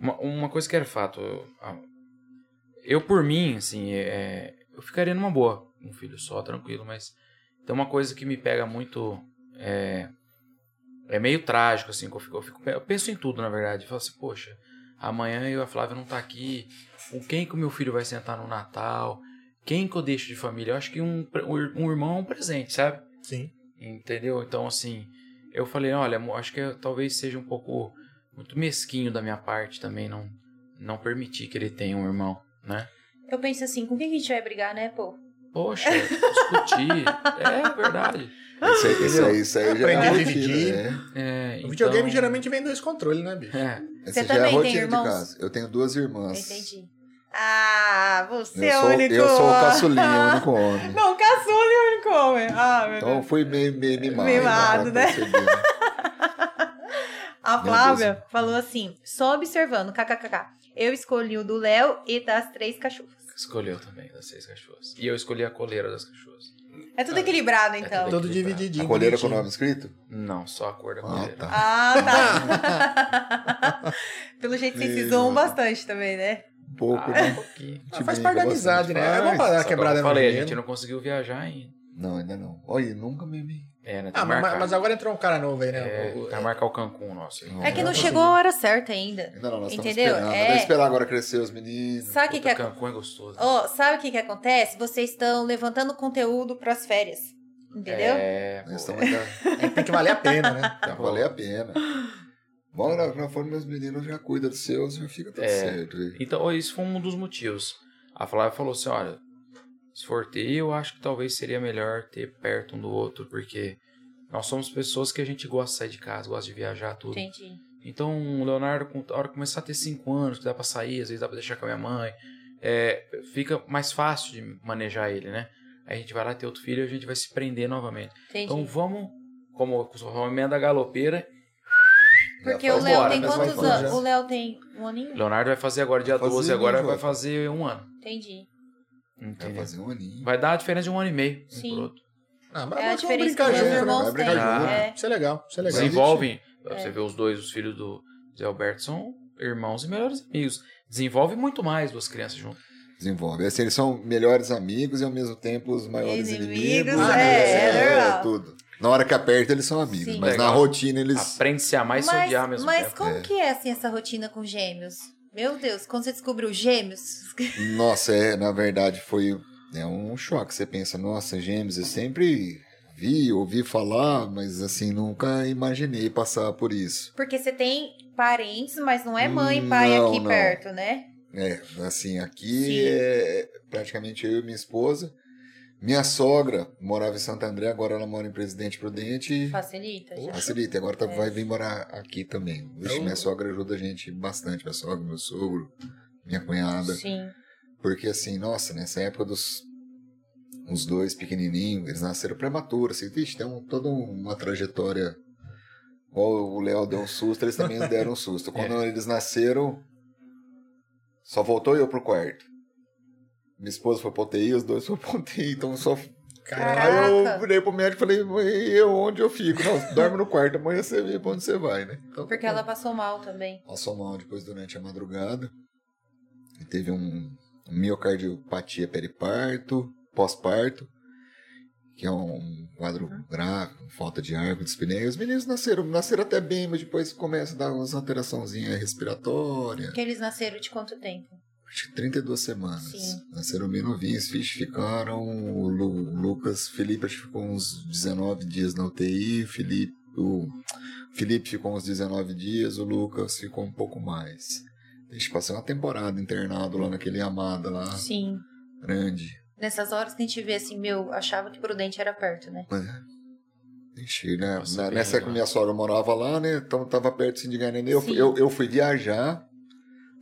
Speaker 4: Uma, uma coisa que era fato. Eu, a- eu, por mim, assim, é, eu ficaria numa boa. Um filho só, tranquilo, mas. Tem uma coisa que me pega muito. É, é meio trágico, assim, que eu fico, eu fico- eu penso em tudo, na verdade. Eu falo assim, poxa, amanhã eu e a Flávia não tá aqui. Com quem que o meu filho vai sentar no Natal? Quem que eu deixo de família? Eu acho que um, pre- um ir- um irmão é um presente, sabe?
Speaker 2: Sim.
Speaker 4: Entendeu? Então, assim, eu falei, olha, mo- acho que eu- talvez seja um pouco muito mesquinho da minha parte também não não permitir que ele tenha um irmão, né?
Speaker 1: Eu penso assim, com quem que a gente vai brigar, né, pô?
Speaker 4: Poxa, discutir. é verdade.
Speaker 3: Isso aí, isso aí, isso aí já
Speaker 2: Aprender
Speaker 3: é
Speaker 2: a
Speaker 3: rotina,
Speaker 2: dividir.
Speaker 3: né?
Speaker 4: É,
Speaker 2: O
Speaker 4: então-
Speaker 2: videogame geralmente vem dois controles, né, bicho?
Speaker 4: É.
Speaker 1: Você
Speaker 3: Essa já é a
Speaker 1: também tem
Speaker 3: rotina de
Speaker 1: irmãos?
Speaker 3: casa. Eu tenho duas irmãs.
Speaker 1: Entendi. Ah, você
Speaker 3: Eu
Speaker 1: é o
Speaker 3: sou,
Speaker 1: único.
Speaker 3: eu sou o caçulinha, o único homem.
Speaker 1: Não, o caçula e o único homem. Ah, meu
Speaker 3: Então eu
Speaker 1: Deus.
Speaker 3: fui meio, meio mimado.
Speaker 1: Mimado,
Speaker 3: dá pra
Speaker 1: né?
Speaker 3: perceber.
Speaker 1: A
Speaker 3: Meu
Speaker 1: Flávia falou assim: só observando, kkkk. Eu escolhi o do Léo e das três cachorras.
Speaker 4: Escolheu também das seis cachorras. E eu escolhi a coleira das cachorras.
Speaker 1: É tudo equilibrado, então.
Speaker 4: tudo
Speaker 2: Todo divididinho.
Speaker 3: A colheira com o
Speaker 2: bonitinho.
Speaker 3: nome escrito?
Speaker 4: Não, só a cor da
Speaker 3: Ah,
Speaker 4: coleira.
Speaker 3: tá.
Speaker 1: Ah, tá. Pelo jeito vocês se zoam bastante também, né?
Speaker 3: Um pouco,
Speaker 4: Ah, um
Speaker 3: né?
Speaker 4: pouquinho.
Speaker 2: Ah, faz parte
Speaker 3: Te
Speaker 2: da
Speaker 3: brinca
Speaker 2: amizade,
Speaker 3: bastante.
Speaker 2: né? É bom
Speaker 3: Faz.
Speaker 2: pra dar
Speaker 4: Só que
Speaker 2: quebrada
Speaker 4: eu
Speaker 2: no
Speaker 4: falei, a
Speaker 2: gelo.
Speaker 4: gente não conseguiu viajar ainda.
Speaker 3: Não, ainda não. Olha, nunca mimei.
Speaker 4: É, né? Tem
Speaker 2: Ah,
Speaker 4: que
Speaker 2: mas,
Speaker 4: marcar.
Speaker 2: mas agora entrou um cara novo aí, né?
Speaker 4: É,
Speaker 2: O- o-
Speaker 4: tem que marcar o Cancún nosso. aí.
Speaker 3: Não,
Speaker 1: É que não
Speaker 2: consegui.
Speaker 1: chegou a hora certa ainda.
Speaker 3: Ainda não, nós
Speaker 1: Entendeu?
Speaker 3: estamos esperando.
Speaker 1: É.
Speaker 3: Deve esperar agora crescer os meninos.
Speaker 1: Sabe o que,
Speaker 4: Puta,
Speaker 1: que é?
Speaker 4: Cancún é gostoso.
Speaker 1: Ó, sabe o que, que acontece? Vocês estão levantando conteúdo pras férias. Entendeu?
Speaker 4: É, pô.
Speaker 3: Nós estamos ainda...
Speaker 2: Tem que valer a pena, né?
Speaker 3: Tá, valeu a pena. Bom, na, na forma meus meninos já cuida dos seus, já fica tudo
Speaker 4: É.
Speaker 3: certo.
Speaker 4: Então, ó, isso foi um dos motivos. A Flávia falou assim, olha, se for ter, eu acho que talvez seria melhor ter perto um do outro, porque nós somos pessoas que a gente gosta de sair de casa, gosta de viajar, tudo.
Speaker 1: Entendi.
Speaker 4: Então, o Leonardo, com a hora que começar a ter 5 anos, que dá pra sair, às vezes dá pra deixar com a minha mãe, é, fica mais fácil de manejar ele, né? Aí a gente vai lá ter outro filho e a gente vai se prender novamente.
Speaker 1: Entendi.
Speaker 4: Então vamos, como com a emenda galopeira,
Speaker 1: Porque
Speaker 3: Já
Speaker 1: o
Speaker 3: faz
Speaker 1: Léo
Speaker 4: embora,
Speaker 1: tem
Speaker 3: mas vai
Speaker 1: quantos
Speaker 3: embora.
Speaker 1: anos? O Léo tem um aninho?
Speaker 4: Leonardo vai fazer agora dia
Speaker 3: Vai fazer
Speaker 4: 12, agora
Speaker 3: mesmo,
Speaker 4: vai
Speaker 3: vai.
Speaker 4: fazer um ano.
Speaker 1: Entendi.
Speaker 3: Vai
Speaker 4: Entendeu?
Speaker 3: fazer um aninho.
Speaker 4: Vai dar a diferença de um ano e meio. um
Speaker 1: Sim.
Speaker 4: pro outro.
Speaker 2: Ah, mas
Speaker 1: É a
Speaker 2: vamos
Speaker 1: diferença que
Speaker 2: brincar
Speaker 1: os
Speaker 2: junto, né?
Speaker 1: irmãos
Speaker 3: Vai
Speaker 1: têm.
Speaker 3: brincar junto.
Speaker 1: É.
Speaker 2: Isso é legal, isso é legal.
Speaker 4: Desenvolvem. pra
Speaker 1: É.
Speaker 4: Você vê os dois, os filhos do Zé Alberto são irmãos e melhores amigos. Desenvolve muito mais duas crianças juntas.
Speaker 3: Desenvolve. Assim, eles são melhores amigos e ao mesmo tempo os maiores
Speaker 1: Inimigos,
Speaker 3: inimigos.
Speaker 1: é,
Speaker 2: é
Speaker 1: normal.
Speaker 3: tudo. Na hora que aperta, eles são amigos,
Speaker 1: Sim.
Speaker 3: mas na
Speaker 4: Legal.
Speaker 3: rotina eles.
Speaker 4: Aprende-se a amar e se odiar ao mesmo
Speaker 1: mas
Speaker 4: tempo.
Speaker 1: como
Speaker 3: É.
Speaker 1: que é assim essa rotina com gêmeos? Meu Deus, quando você descobriu gêmeos?
Speaker 3: Nossa, é, na verdade foi é um choque. Você pensa, nossa, gêmeos, eu sempre vi, ouvi falar, mas assim, nunca imaginei passar por isso.
Speaker 1: Porque você tem parentes, mas não é mãe e pai
Speaker 3: Hum, Não,
Speaker 1: aqui
Speaker 3: não.
Speaker 1: perto, né?
Speaker 3: É, assim, aqui
Speaker 1: Sim.
Speaker 3: é praticamente eu e minha esposa. Minha sogra morava em Santo André, agora ela mora em Presidente Prudente.
Speaker 1: Facilita. já.
Speaker 3: Facilita, agora tá-
Speaker 1: É. Então
Speaker 3: vai vir morar aqui também. Vixe,
Speaker 2: Eu-
Speaker 3: minha sogra ajuda a gente bastante, minha sogra, meu sogro, minha cunhada.
Speaker 1: Sim.
Speaker 3: Porque assim, nossa, nessa época dos os dois pequenininhos, eles nasceram prematuros, assim, vixe, tem um- toda uma trajetória. Igual o Léo deu um susto, eles também deram um susto. Quando eles nasceram, só voltou eu pro quarto. Minha esposa foi pra UTI, os dois foram pra UTI, então só...
Speaker 2: Caralho.
Speaker 3: Aí
Speaker 1: Caraca.
Speaker 3: eu virei pro médico e falei, "Mãe, eu onde eu fico? Não, dorme no quarto, amanhã você vê pra onde você vai, né? Então,
Speaker 1: Porque ela passou mal também.
Speaker 3: passou mal depois durante a madrugada. E teve um miocardiopatia periparto, pós-parto, que é um quadro grave, com falta de ar, com dispneia. Os meninos nasceram, nasceram até bem, mas depois começa a dar umas alteraçãozinhas respiratórias.
Speaker 1: Porque eles nasceram de quanto tempo?
Speaker 3: Acho que 32 semanas.
Speaker 1: Sim.
Speaker 3: Nasceram bem novinhos, fixe, ficaram. O Lu- Lucas Felipe acho que ficou uns 19 dias na UTI, Felipe, o Felipe ficou uns 19 dias, o Lucas ficou um pouco mais. A gente passou uma temporada internado lá naquele Amada lá,
Speaker 1: Sim.
Speaker 3: grande.
Speaker 1: Nessas horas que a gente vê assim, meu, achava que Prudente era perto, né?
Speaker 3: Mas, Ixi, né?
Speaker 4: Nossa,
Speaker 3: na,
Speaker 4: bem
Speaker 3: nessa época
Speaker 4: legal.
Speaker 3: minha sogra morava lá, né? Então tava perto assim, de Ganenê. Eu, fui-
Speaker 1: Sim.
Speaker 3: eu, eu fui viajar,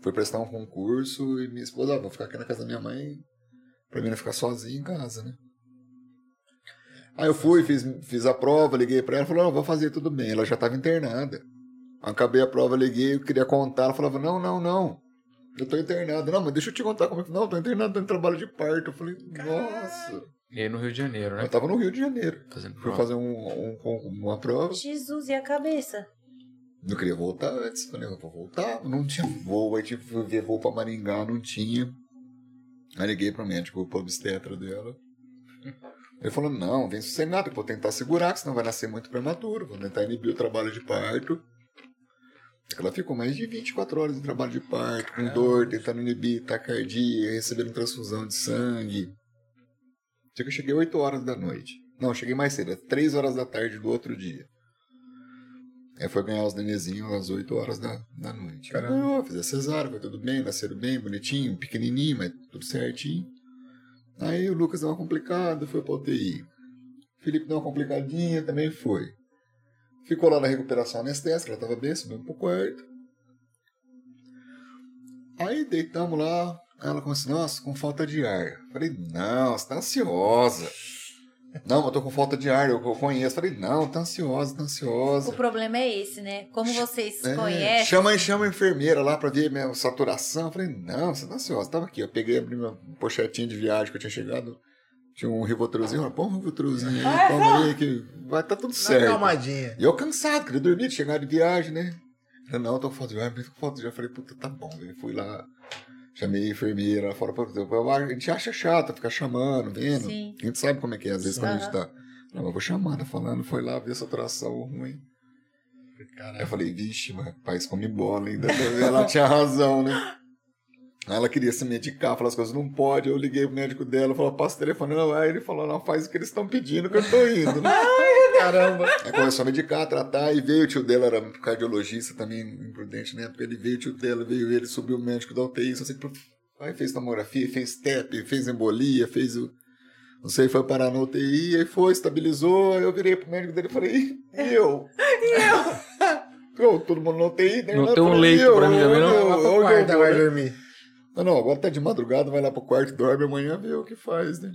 Speaker 3: fui prestar um concurso e minha esposa, ah, vou ficar aqui na casa da minha mãe pra mim não ficar sozinho em casa, né? Aí eu fui, fiz, fiz a prova, liguei pra ela, falou, não, vou fazer tudo bem. Ela já tava internada. Acabei a prova, liguei, eu queria contar, ela falava, não, não, não. Eu tô internada. Não, mas deixa eu te contar como é que. Não, eu tô internada, tô em trabalho de parto. Eu falei, nossa.
Speaker 4: E aí no Rio de Janeiro,
Speaker 3: Eu
Speaker 4: né?
Speaker 3: tava no Rio de Janeiro.
Speaker 4: Fazendo
Speaker 3: Fui
Speaker 4: prova.
Speaker 3: fazer um, um- um- uma prova.
Speaker 1: Jesus e a cabeça.
Speaker 3: Não queria voltar antes. Falei, eu vou voltar. Não tinha voo. Aí tive que ver voo pra Maringá, não tinha. Aí liguei pro médico, pro obstetra dela. Ele falou, não, vem sossegado, que eu vou tentar segurar, que senão vai nascer muito prematuro. Vou tentar inibir o trabalho de parto. Ela ficou mais de 24 horas no trabalho de parto, com dor, tentando inibir taquicardia, recebendo transfusão de sangue. Só que eu cheguei 8 horas da noite. Não, eu cheguei mais cedo, às 3 horas da tarde do outro dia. Aí foi ganhar os nenezinhos às 8 horas da, da noite.
Speaker 2: Caramba.
Speaker 3: Não, fiz a cesárea, foi tudo bem, nasceram bem, bonitinho, pequenininho, mas tudo certinho. Aí o Lucas deu uma complicada, foi pra UTI. Felipe deu uma complicadinha, também foi. Ficou lá na recuperação anestésica, ela tava bem, subiu pro quarto. Aí deitamos lá, aí ela começou, nossa, com falta de ar. Falei, não, você tá ansiosa. Não, mas eu tô com falta de ar, eu, eu conheço. Falei, não, tá ansiosa, tá ansiosa.
Speaker 1: O problema é esse, né? Como vocês
Speaker 3: É,
Speaker 1: conhecem.
Speaker 3: Chama, chama a enfermeira lá pra ver minha saturação. Eu falei, não, você tá ansiosa. Tava aqui, eu peguei, abri minha pochetinha de viagem que eu tinha chegado. Tinha um rivotruzinho, ó, põe um rivotruzinho aí, toma aí, que vai tá tudo
Speaker 2: Dá uma
Speaker 3: certo.
Speaker 2: calmadinha.
Speaker 3: E eu cansado, queria dormir, chegar de viagem, né? Falei, não, tô com falta de ar, tô com falta de ar. Falei, puta, tá bom. Eu fui lá, chamei a enfermeira, fora, pô, eu- a gente acha chato ficar chamando, vendo.
Speaker 1: Sim.
Speaker 3: A gente sabe como é que é, às vezes, quando a gente
Speaker 1: Aham.
Speaker 3: tá. Não, eu vou chamar, tá falando, foi lá, ver essa atração ruim. Aí eu falei, vixe, mas o país come bola ainda. Ela tinha razão, né? Aí ela queria se medicar, falar as coisas, não pode. Eu liguei pro médico dela, falou, passa o telefone. Não, aí ele falou, não, faz o que eles estão pedindo que eu tô indo, né?
Speaker 2: Caramba.
Speaker 3: Aí É, começou a medicar, tratar, e veio o tio dela, era cardiologista também, imprudente na época, ele veio o tio dela, veio ele, subiu o médico da UTI, só sei que... Aí fez tomografia, fez TEP, fez embolia, fez o... Não sei, foi parar na UTI, aí foi, estabilizou, aí eu virei pro médico dele e falei, e eu? E eu? todo mundo na UTI, né?
Speaker 4: Não
Speaker 3: Eu
Speaker 4: tem um
Speaker 3: falei,
Speaker 4: leito
Speaker 3: "E eu?
Speaker 4: pra mim também, não?"
Speaker 3: Onde eu-
Speaker 2: Vai pro
Speaker 3: onde eu
Speaker 2: quarto,
Speaker 3: vou,
Speaker 2: então, vai
Speaker 3: né?
Speaker 2: dormir.
Speaker 3: Não, não, agora tá de madrugada, vai lá pro quarto, dorme, amanhã vê o que faz, né?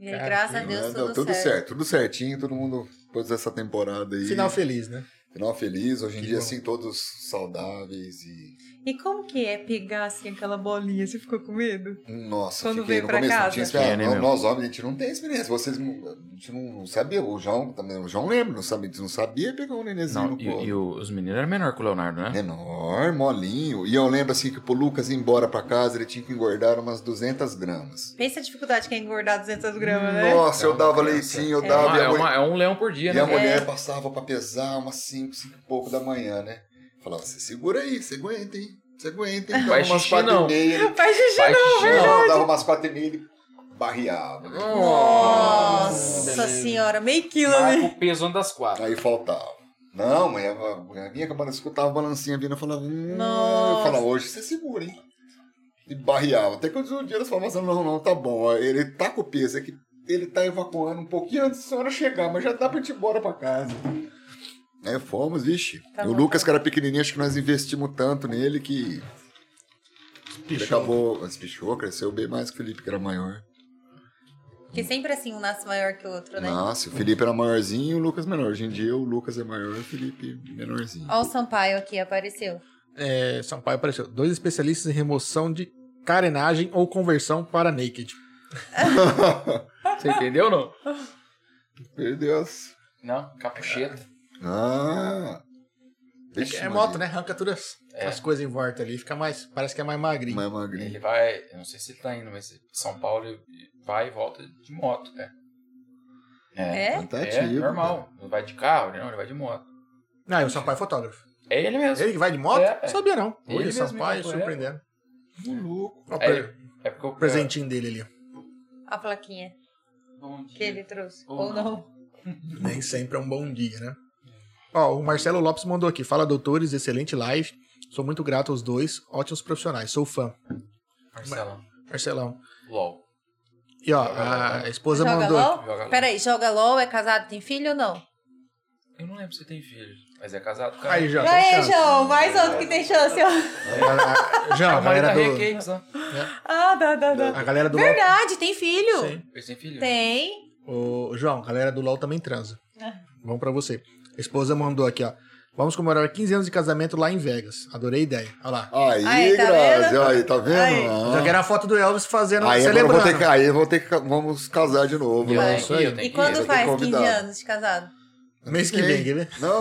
Speaker 1: E aí, graças a
Speaker 2: Cara,
Speaker 1: Deus,
Speaker 3: Não,
Speaker 1: tudo,
Speaker 3: não, tudo
Speaker 1: certo.
Speaker 3: tudo certinho, todo mundo depois dessa temporada aí.
Speaker 2: Final feliz, né?
Speaker 3: Final feliz, hoje em
Speaker 2: Que
Speaker 3: dia,
Speaker 2: bom.
Speaker 3: assim, todos saudáveis e.
Speaker 5: E como que é pegar assim aquela bolinha? Você ficou com medo?
Speaker 3: Nossa,
Speaker 5: Quando
Speaker 3: fiquei
Speaker 5: veio
Speaker 3: no
Speaker 5: pra
Speaker 3: começo, não
Speaker 5: casa?
Speaker 3: tinha experiência.
Speaker 4: É, né,
Speaker 3: Não,
Speaker 4: meu?
Speaker 3: nós, homens, a gente não tem experiência. Vocês não, a gente não sabia. O João também, o João lembra, não sabia, a gente não sabia pegar um nenenzinho
Speaker 4: Não,
Speaker 3: no colo.
Speaker 4: e, e o- os meninos eram menor que o Leonardo, né?
Speaker 3: Menor, molinho. E eu lembro assim que pro Lucas ir embora pra casa, ele tinha que engordar umas 200 gramas.
Speaker 5: Pensa a dificuldade que é engordar 200 gramas, né?
Speaker 3: Nossa, eu
Speaker 2: Não,
Speaker 3: dava
Speaker 2: criança.
Speaker 3: leitinho, eu
Speaker 5: É
Speaker 4: É
Speaker 3: dava.
Speaker 4: uma-
Speaker 3: e a
Speaker 4: é
Speaker 3: mulher-
Speaker 4: uma- é um leão por dia,
Speaker 3: E a
Speaker 4: né?
Speaker 3: mulher passava pra pesar umas 5, 5 e pouco da manhã, né? Falava, você segura aí, você aguenta, hein? Você aguenta, hein?
Speaker 4: Faz
Speaker 3: Dava umas
Speaker 4: xixi,
Speaker 3: 4
Speaker 4: não.
Speaker 3: e meia, ele
Speaker 5: Faz xixi.
Speaker 4: Vai que chama.
Speaker 3: Não, dava umas quatro e meia ele barreava. né?
Speaker 5: Nossa
Speaker 1: Hum.
Speaker 2: Beleza.
Speaker 5: senhora, meio quilo, né?
Speaker 4: Marca o peso antes das
Speaker 5: Ah.
Speaker 4: quatro.
Speaker 3: Aí faltava. Não, mas a, a minha cabana escutava a balancinha vindo e falava. Hum, eu
Speaker 5: Nossa.
Speaker 3: falava, hoje você segura, hein? E barreava. Até que um dia eles falavam assim, não, não, tá bom. Ele tá com o peso, é que ele tá evacuando um pouquinho antes da senhora chegar, mas já dá pra gente ir embora pra casa. Aí fomos, vixe.
Speaker 5: Tá
Speaker 3: o
Speaker 5: bom.
Speaker 3: Lucas, que era pequenininho, acho que nós investimos tanto nele que ele acabou. Espichou, cresceu bem mais que o Felipe, que era maior.
Speaker 5: Porque sempre assim, um nasce maior que o outro, né?
Speaker 3: Nossa, o Felipe era maiorzinho e o Lucas menor. Hoje em dia o Lucas é maior e o Felipe menorzinho.
Speaker 5: Olha o Sampaio aqui, apareceu.
Speaker 2: É, Sampaio apareceu. Dois especialistas em remoção de carenagem ou conversão para naked.
Speaker 4: Você entendeu ou não?
Speaker 3: Meu Deus.
Speaker 4: Não, capucheta.
Speaker 3: Ah.
Speaker 2: É,
Speaker 3: Vixe,
Speaker 2: que é moto,
Speaker 3: Maria.
Speaker 2: né? Arranca todas
Speaker 4: É.
Speaker 2: as coisas em volta ali. Fica mais. Parece que é mais magrinho.
Speaker 3: Mais magrinho.
Speaker 4: Ele vai, eu não sei se ele tá indo, mas São Paulo ele vai e volta de moto, né? É,
Speaker 5: É?
Speaker 4: é
Speaker 3: Tentativo,
Speaker 4: normal. Não vai de carro, ele não, ele vai de moto.
Speaker 2: Não, e o Sampaio é fotógrafo.
Speaker 4: É ele mesmo.
Speaker 2: Ele que vai de moto?
Speaker 4: É, é.
Speaker 2: Sabia não. Olha,
Speaker 4: Ele
Speaker 2: o
Speaker 4: mesmo
Speaker 2: Sampaio
Speaker 4: me contou,
Speaker 2: surpreendendo.
Speaker 3: Maluco.
Speaker 2: Olha o
Speaker 4: É,
Speaker 2: pre-
Speaker 4: É porque eu
Speaker 2: presentinho dele ali.
Speaker 5: A plaquinha
Speaker 4: Bom dia.
Speaker 5: que ele trouxe.
Speaker 4: Ou
Speaker 5: Ou não.
Speaker 2: Nem sempre é um bom dia, né? Ó, o Marcelo Lopes mandou aqui. Fala, doutores, excelente live. Sou muito grato aos dois. Ótimos profissionais. Sou fã.
Speaker 4: Marcelão.
Speaker 2: Marcelão.
Speaker 4: LOL.
Speaker 2: E ó,
Speaker 4: Joga lá,
Speaker 2: a esposa
Speaker 5: Joga
Speaker 2: mandou.
Speaker 5: LOL?
Speaker 4: Joga lá.
Speaker 5: Peraí, joga LOL, é casado, tem filho ou não?
Speaker 4: Eu não lembro se tem filho, mas é casado, cara.
Speaker 2: Aí, João.
Speaker 5: Já
Speaker 2: tem
Speaker 5: é,
Speaker 2: chance.
Speaker 5: João, mais outro que tem chance. ó.
Speaker 2: É, A- a- João, a
Speaker 4: a mãe
Speaker 2: galera
Speaker 4: da
Speaker 2: do.
Speaker 4: Rei Games, né?
Speaker 5: Ah, dá, dá, dá.
Speaker 2: A galera do LOL.
Speaker 5: Verdade, tem filho.
Speaker 2: Sim.
Speaker 4: Eles têm filho?
Speaker 5: Tem.
Speaker 2: Ô, João, a galera do LOL também transa.
Speaker 5: Ah.
Speaker 2: Bom pra você. A esposa mandou aqui, ó. Vamos comemorar 15 anos de casamento lá em Vegas. Adorei a ideia. Olha lá.
Speaker 3: Aí,
Speaker 5: Aí, tá
Speaker 3: Grazi,
Speaker 5: vendo?
Speaker 3: aí, tá
Speaker 5: Aí.
Speaker 3: vendo? Ah.
Speaker 2: Já quero a foto do Elvis fazendo,
Speaker 3: Aí agora eu
Speaker 2: celebrando.
Speaker 3: vou ter que. Aí eu vou ter que. Vamos casar de novo.
Speaker 4: Eu
Speaker 3: né?
Speaker 4: tenho que ir, eu tenho
Speaker 5: E
Speaker 4: que
Speaker 5: quando
Speaker 4: ir.
Speaker 3: vai?
Speaker 5: faz
Speaker 3: convidado.
Speaker 5: 15 anos de casado?
Speaker 2: Mês que vem, quer ver?
Speaker 3: Não,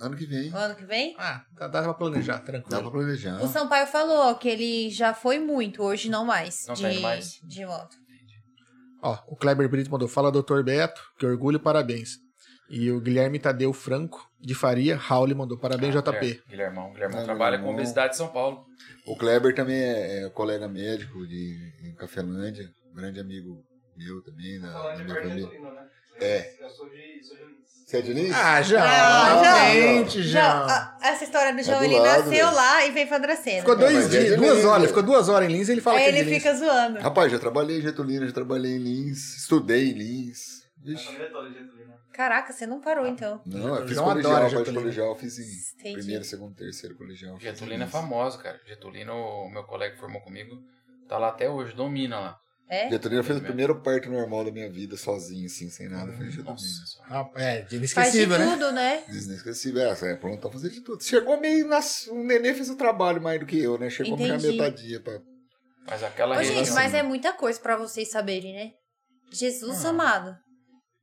Speaker 3: ano que vem.
Speaker 5: O ano que vem?
Speaker 2: Ah, dá, dá pra planejar,
Speaker 3: Dá pra
Speaker 2: tranquilo.
Speaker 3: planejar.
Speaker 5: O Sampaio falou que ele já foi muito, hoje não mais.
Speaker 4: Não
Speaker 5: de,
Speaker 4: tá indo mais.
Speaker 5: De moto.
Speaker 2: Ó, o Kleber Brito mandou. Fala, doutor Beto. Que orgulho, parabéns. E o Guilherme Tadeu Franco de Faria Raul mandou. Parabéns, JP.
Speaker 4: Guilher- Guilhermão. Guilhermão
Speaker 3: Ah,
Speaker 4: trabalha com
Speaker 3: Guilhermão.
Speaker 4: obesidade em São Paulo.
Speaker 3: O Kleber também é, é colega médico de em Cafelândia, grande amigo meu também, da, da minha família. É.
Speaker 7: Eu sou de, sou de Lins.
Speaker 3: Você é de Lins?
Speaker 2: Ah, já.
Speaker 1: Ah, já.
Speaker 2: Gente,
Speaker 1: João,
Speaker 2: já.
Speaker 1: a- essa história do João,
Speaker 3: do
Speaker 1: ele
Speaker 3: lado,
Speaker 1: nasceu
Speaker 3: velho.
Speaker 1: lá e veio pra Dracena.
Speaker 2: Ficou dois
Speaker 3: mas é de
Speaker 2: dias, duas
Speaker 3: Lins,
Speaker 2: horas.
Speaker 3: velho.
Speaker 2: Ficou duas horas em Lins e ele fala
Speaker 1: Aí
Speaker 2: que é de
Speaker 1: ele
Speaker 2: Lins.
Speaker 1: fica zoando.
Speaker 3: Rapaz, já trabalhei em Getulina, já trabalhei em Lins, estudei em Lins.
Speaker 7: A
Speaker 3: Ixi.
Speaker 7: família toda é de Getulina.
Speaker 1: Caraca, você não parou então.
Speaker 3: Não, eu fiz
Speaker 2: João
Speaker 3: colegial,
Speaker 2: adora
Speaker 3: parte
Speaker 2: Getulina.
Speaker 3: colegial, eu fiz em
Speaker 1: Entendi.
Speaker 3: primeiro, segundo, terceiro colegial. fiz em
Speaker 4: Getulino é
Speaker 3: Lins.
Speaker 4: famoso, cara. Getulino, o meu colega que formou comigo, tá lá até hoje, domina lá.
Speaker 1: É?
Speaker 3: Getulina fez o primeiro parto normal da minha vida, sozinho, assim, sem nada. Foi em Getulina.
Speaker 4: Nossa,
Speaker 2: Ah, é, de
Speaker 1: Faz de
Speaker 2: inesquecível, né?
Speaker 1: tudo, né?
Speaker 3: Desnesquecível, é, você é pronto pra fazer de tudo. Chegou meio nas... O nenê fez o trabalho mais do que eu, né? Chegou meio a
Speaker 1: Entendi.
Speaker 3: metadinha pra...
Speaker 4: mas aquela
Speaker 1: Ô,
Speaker 4: região.
Speaker 1: gente, mas é muita coisa pra vocês saberem, né? Jesus
Speaker 4: Ah.
Speaker 1: amado.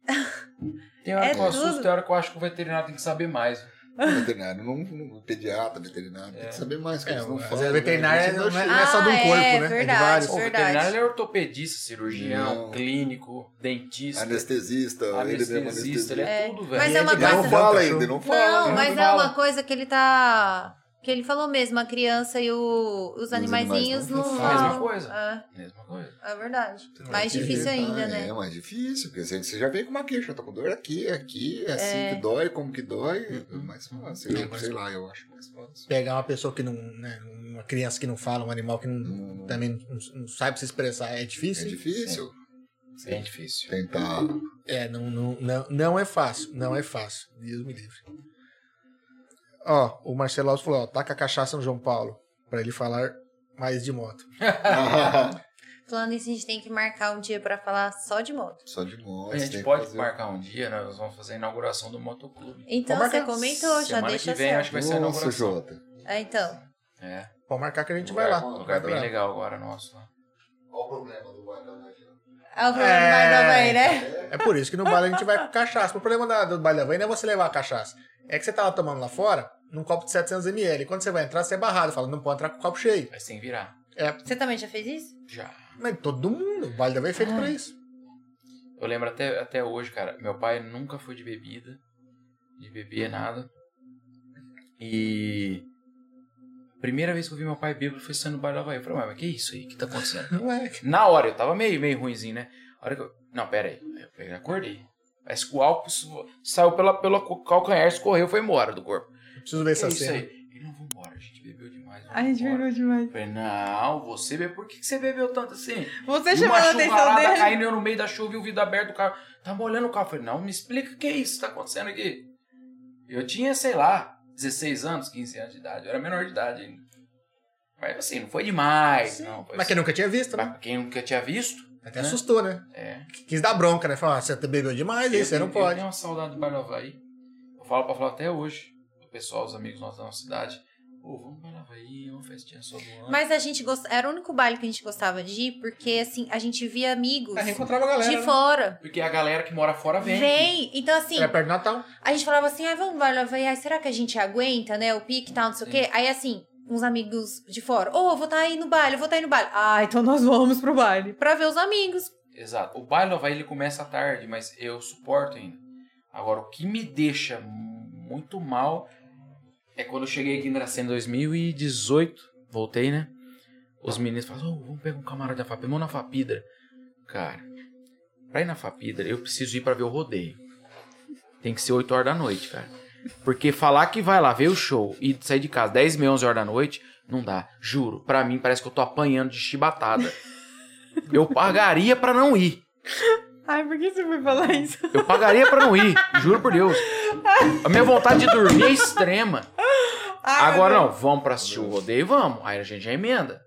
Speaker 4: assim, Tem hora
Speaker 1: é
Speaker 4: que eu assusto,
Speaker 1: tudo.
Speaker 4: tem hora que eu acho que o veterinário tem que saber mais.
Speaker 3: veterinário, não, não pediatra, veterinário, tem que saber mais que
Speaker 2: É,
Speaker 3: eles não
Speaker 2: mas
Speaker 3: falam.
Speaker 2: é
Speaker 3: né?
Speaker 2: veterinário,
Speaker 3: A gente
Speaker 2: não é-
Speaker 3: chega-
Speaker 2: é só de um
Speaker 1: Ah, é
Speaker 2: corpo, né? É de
Speaker 1: verdade,
Speaker 2: vários.
Speaker 4: O
Speaker 1: verdade.
Speaker 4: veterinário ele é ortopedista, cirurgião,
Speaker 3: Não.
Speaker 4: clínico, dentista,
Speaker 3: Anestesista, ele mesmo
Speaker 4: é anestesista,
Speaker 3: anestesista.
Speaker 4: ele é tudo, velho.
Speaker 1: Mas é uma
Speaker 2: Ele
Speaker 1: coisa-
Speaker 2: um
Speaker 3: Não fala
Speaker 2: cachorro.
Speaker 3: ainda, não fala.
Speaker 1: Não,
Speaker 4: né?
Speaker 1: mas
Speaker 4: Não
Speaker 1: é
Speaker 4: fala.
Speaker 1: uma coisa que ele tá. Que ele falou mesmo, a criança e o- os
Speaker 3: Os animais
Speaker 1: animaizinhos
Speaker 3: não
Speaker 1: não.
Speaker 4: falam. Mesma coisa.
Speaker 1: É,
Speaker 4: Mesma coisa.
Speaker 1: é verdade.
Speaker 2: Não,
Speaker 1: Mais
Speaker 2: entendi.
Speaker 1: difícil ainda,
Speaker 3: Ah,
Speaker 1: né?
Speaker 3: É mais difícil, porque você você já vem com uma queixa, eu tô com dor aqui, aqui, é assim que dói, como que dói, é mais fácil. Eu, sei lá, eu acho mais fácil.
Speaker 2: Pegar uma pessoa que não. Né, uma criança que não fala, um animal que não, também não, não sabe se expressar é
Speaker 3: É
Speaker 2: difícil.
Speaker 3: Hum, difícil
Speaker 4: Bem difícil.
Speaker 3: tentar.
Speaker 2: É, não, não, não, não é fácil. Não é fácil. Deus me livre. Ó, o Marcelo Alves falou: ó, taca a cachaça no João Paulo. Pra ele falar mais de moto.
Speaker 1: Falando isso, a gente tem que marcar um dia pra falar só de moto.
Speaker 3: Só de moto.
Speaker 4: A
Speaker 3: tem
Speaker 4: gente
Speaker 3: que
Speaker 4: pode
Speaker 3: fazer-
Speaker 4: marcar um dia, né? Nós vamos fazer a inauguração do motoclube.
Speaker 1: Então
Speaker 2: Vamos
Speaker 1: você
Speaker 2: marcar.
Speaker 1: comentou, já
Speaker 4: Semana
Speaker 1: deixa
Speaker 4: que vem,
Speaker 1: certo.
Speaker 4: acho que vai ser a
Speaker 3: Nossa,
Speaker 4: inauguração.
Speaker 3: Jota.
Speaker 1: É, então.
Speaker 4: É.
Speaker 2: Pode marcar que a gente vai lá.
Speaker 4: Um lugar bem legal agora, nosso. né? lá.
Speaker 3: Qual o problema do né? bailão aqui?
Speaker 1: É o problema do Bar da Havaí, né?
Speaker 2: É por isso que no baile a gente vai com cachaça. O problema da, do baile da van não é você levar a cachaça. É que você tá lá tomando lá fora, num copo de 700ml. Quando você vai entrar, você é barrado. Fala, não pode entrar com o copo cheio.
Speaker 4: Mas tem que virar.
Speaker 1: Você também já fez isso?
Speaker 4: Já.
Speaker 2: Mas todo mundo. O baile da van é feito pra isso.
Speaker 4: Eu lembro até, até hoje, cara. Meu pai nunca foi de bebida. De beber nada. E. a Primeira vez que eu vi meu pai bêbado foi sendo no bar da Havaí. Eu falei, "Ué, mas que isso aí? O que tá acontecendo?
Speaker 2: Ué,
Speaker 4: Na hora, eu tava meio, meio ruimzinho, né? A hora que eu... Não, pera aí. Eu peguei, acordei. Parece que o álcool su- saiu pela, pelo co- calcanhar, escorreu, foi embora do corpo.
Speaker 2: preciso ver
Speaker 4: Que
Speaker 2: essa
Speaker 4: É isso
Speaker 2: cena.
Speaker 4: aí? Ele, não, vambora, a gente bebeu demais. bebeu.
Speaker 1: demais.
Speaker 4: Eu falei, não, você bebeu, por que que você bebeu tanto assim?
Speaker 1: Você
Speaker 4: E uma
Speaker 1: chamando a atenção
Speaker 4: chuvarada
Speaker 1: dele.
Speaker 4: caindo eu no meio da chuva e o vidro aberto do carro. Tá molhando o carro. Eu falei, não, me explica o que é isso que tá acontecendo aqui. Eu tinha, sei lá, 16 anos, 15 anos de idade. Eu era menor de idade ainda. Mas assim, não foi demais, não. Foi
Speaker 2: Mas quem
Speaker 4: assim,
Speaker 2: nunca tinha visto, né?
Speaker 4: mas quem nunca tinha visto,
Speaker 2: Até
Speaker 4: né?
Speaker 2: assustou, né?
Speaker 4: é.
Speaker 2: Quis dar bronca, né? Falar, ah, você bebeu demais, aí você não
Speaker 4: Eu
Speaker 2: pode.
Speaker 4: tenho uma saudade do Bar do Havaí. Eu falo pra falar até hoje. O pessoal, os amigos nossos da nossa cidade. Pô, vamos para Havaí, uma festinha só do ano.
Speaker 1: Mas a gente gostava. Era o único baile que a gente gostava de ir, porque assim, a gente via
Speaker 4: um
Speaker 1: amigos
Speaker 2: Aí reencontrava a galera.
Speaker 1: de
Speaker 2: né?
Speaker 1: fora.
Speaker 4: Porque a galera que mora fora vem.
Speaker 1: Vem. Então, assim,
Speaker 2: É perto do Natal.
Speaker 1: a gente falava assim, ah, vamos embora, vai, ai, será que a gente aguenta, né? O pique e tal, não sei o quê. Aí, assim, uns amigos de fora, ô, vou tá aí no baile, eu vou tá aí no baile. Ah, então nós vamos pro baile. Pra ver os amigos.
Speaker 4: Exato. O baile do Havaí ele começa à tarde, mas eu suporto ainda. Agora, o que me deixa muito mal é quando eu cheguei aqui em Dracena em 2018, voltei, né? Os meninos falam, "Ô, vamos pegar um camarada da Fapidra, vamos na Fapidra. Cara, pra ir na Fapidra, eu preciso ir pra ver o rodeio. Tem que ser 8 horas da noite, cara. Porque falar que vai lá ver o show e sair de casa 10, meia, 11 horas da noite, não dá. Juro, pra mim parece que eu tô apanhando de chibatada. Eu pagaria pra não ir.
Speaker 1: Ai, por que você foi falar isso?
Speaker 4: Eu pagaria pra não ir, juro por Deus. A minha vontade de dormir é extrema.
Speaker 1: Ah, né?
Speaker 4: Agora não, vamos pra assistir o rodeio, vamos. Aí a gente já emenda.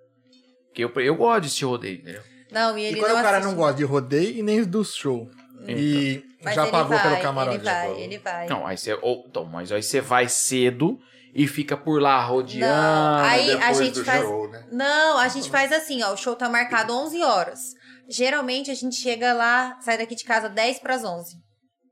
Speaker 4: Porque eu, eu gosto de assistir rodeio, entendeu?
Speaker 1: Não, e ele
Speaker 2: e quando
Speaker 1: não
Speaker 2: o cara
Speaker 1: assiste.
Speaker 2: não gosta de rodeio e nem do show. E
Speaker 1: Mas
Speaker 2: já
Speaker 1: ele
Speaker 2: pagou
Speaker 1: vai,
Speaker 2: pelo camarote.
Speaker 1: Ele vai, ele vai.
Speaker 4: Não, aí você. Ou, então, mas aí você vai cedo e fica por lá rodeando.
Speaker 1: Não, aí- a
Speaker 3: Depois
Speaker 1: gente
Speaker 3: do
Speaker 1: faz-
Speaker 3: show, né?
Speaker 1: Não, a gente faz assim, ó. O show tá marcado 11 horas. Geralmente a gente chega lá, sai daqui de casa 10 pras 11.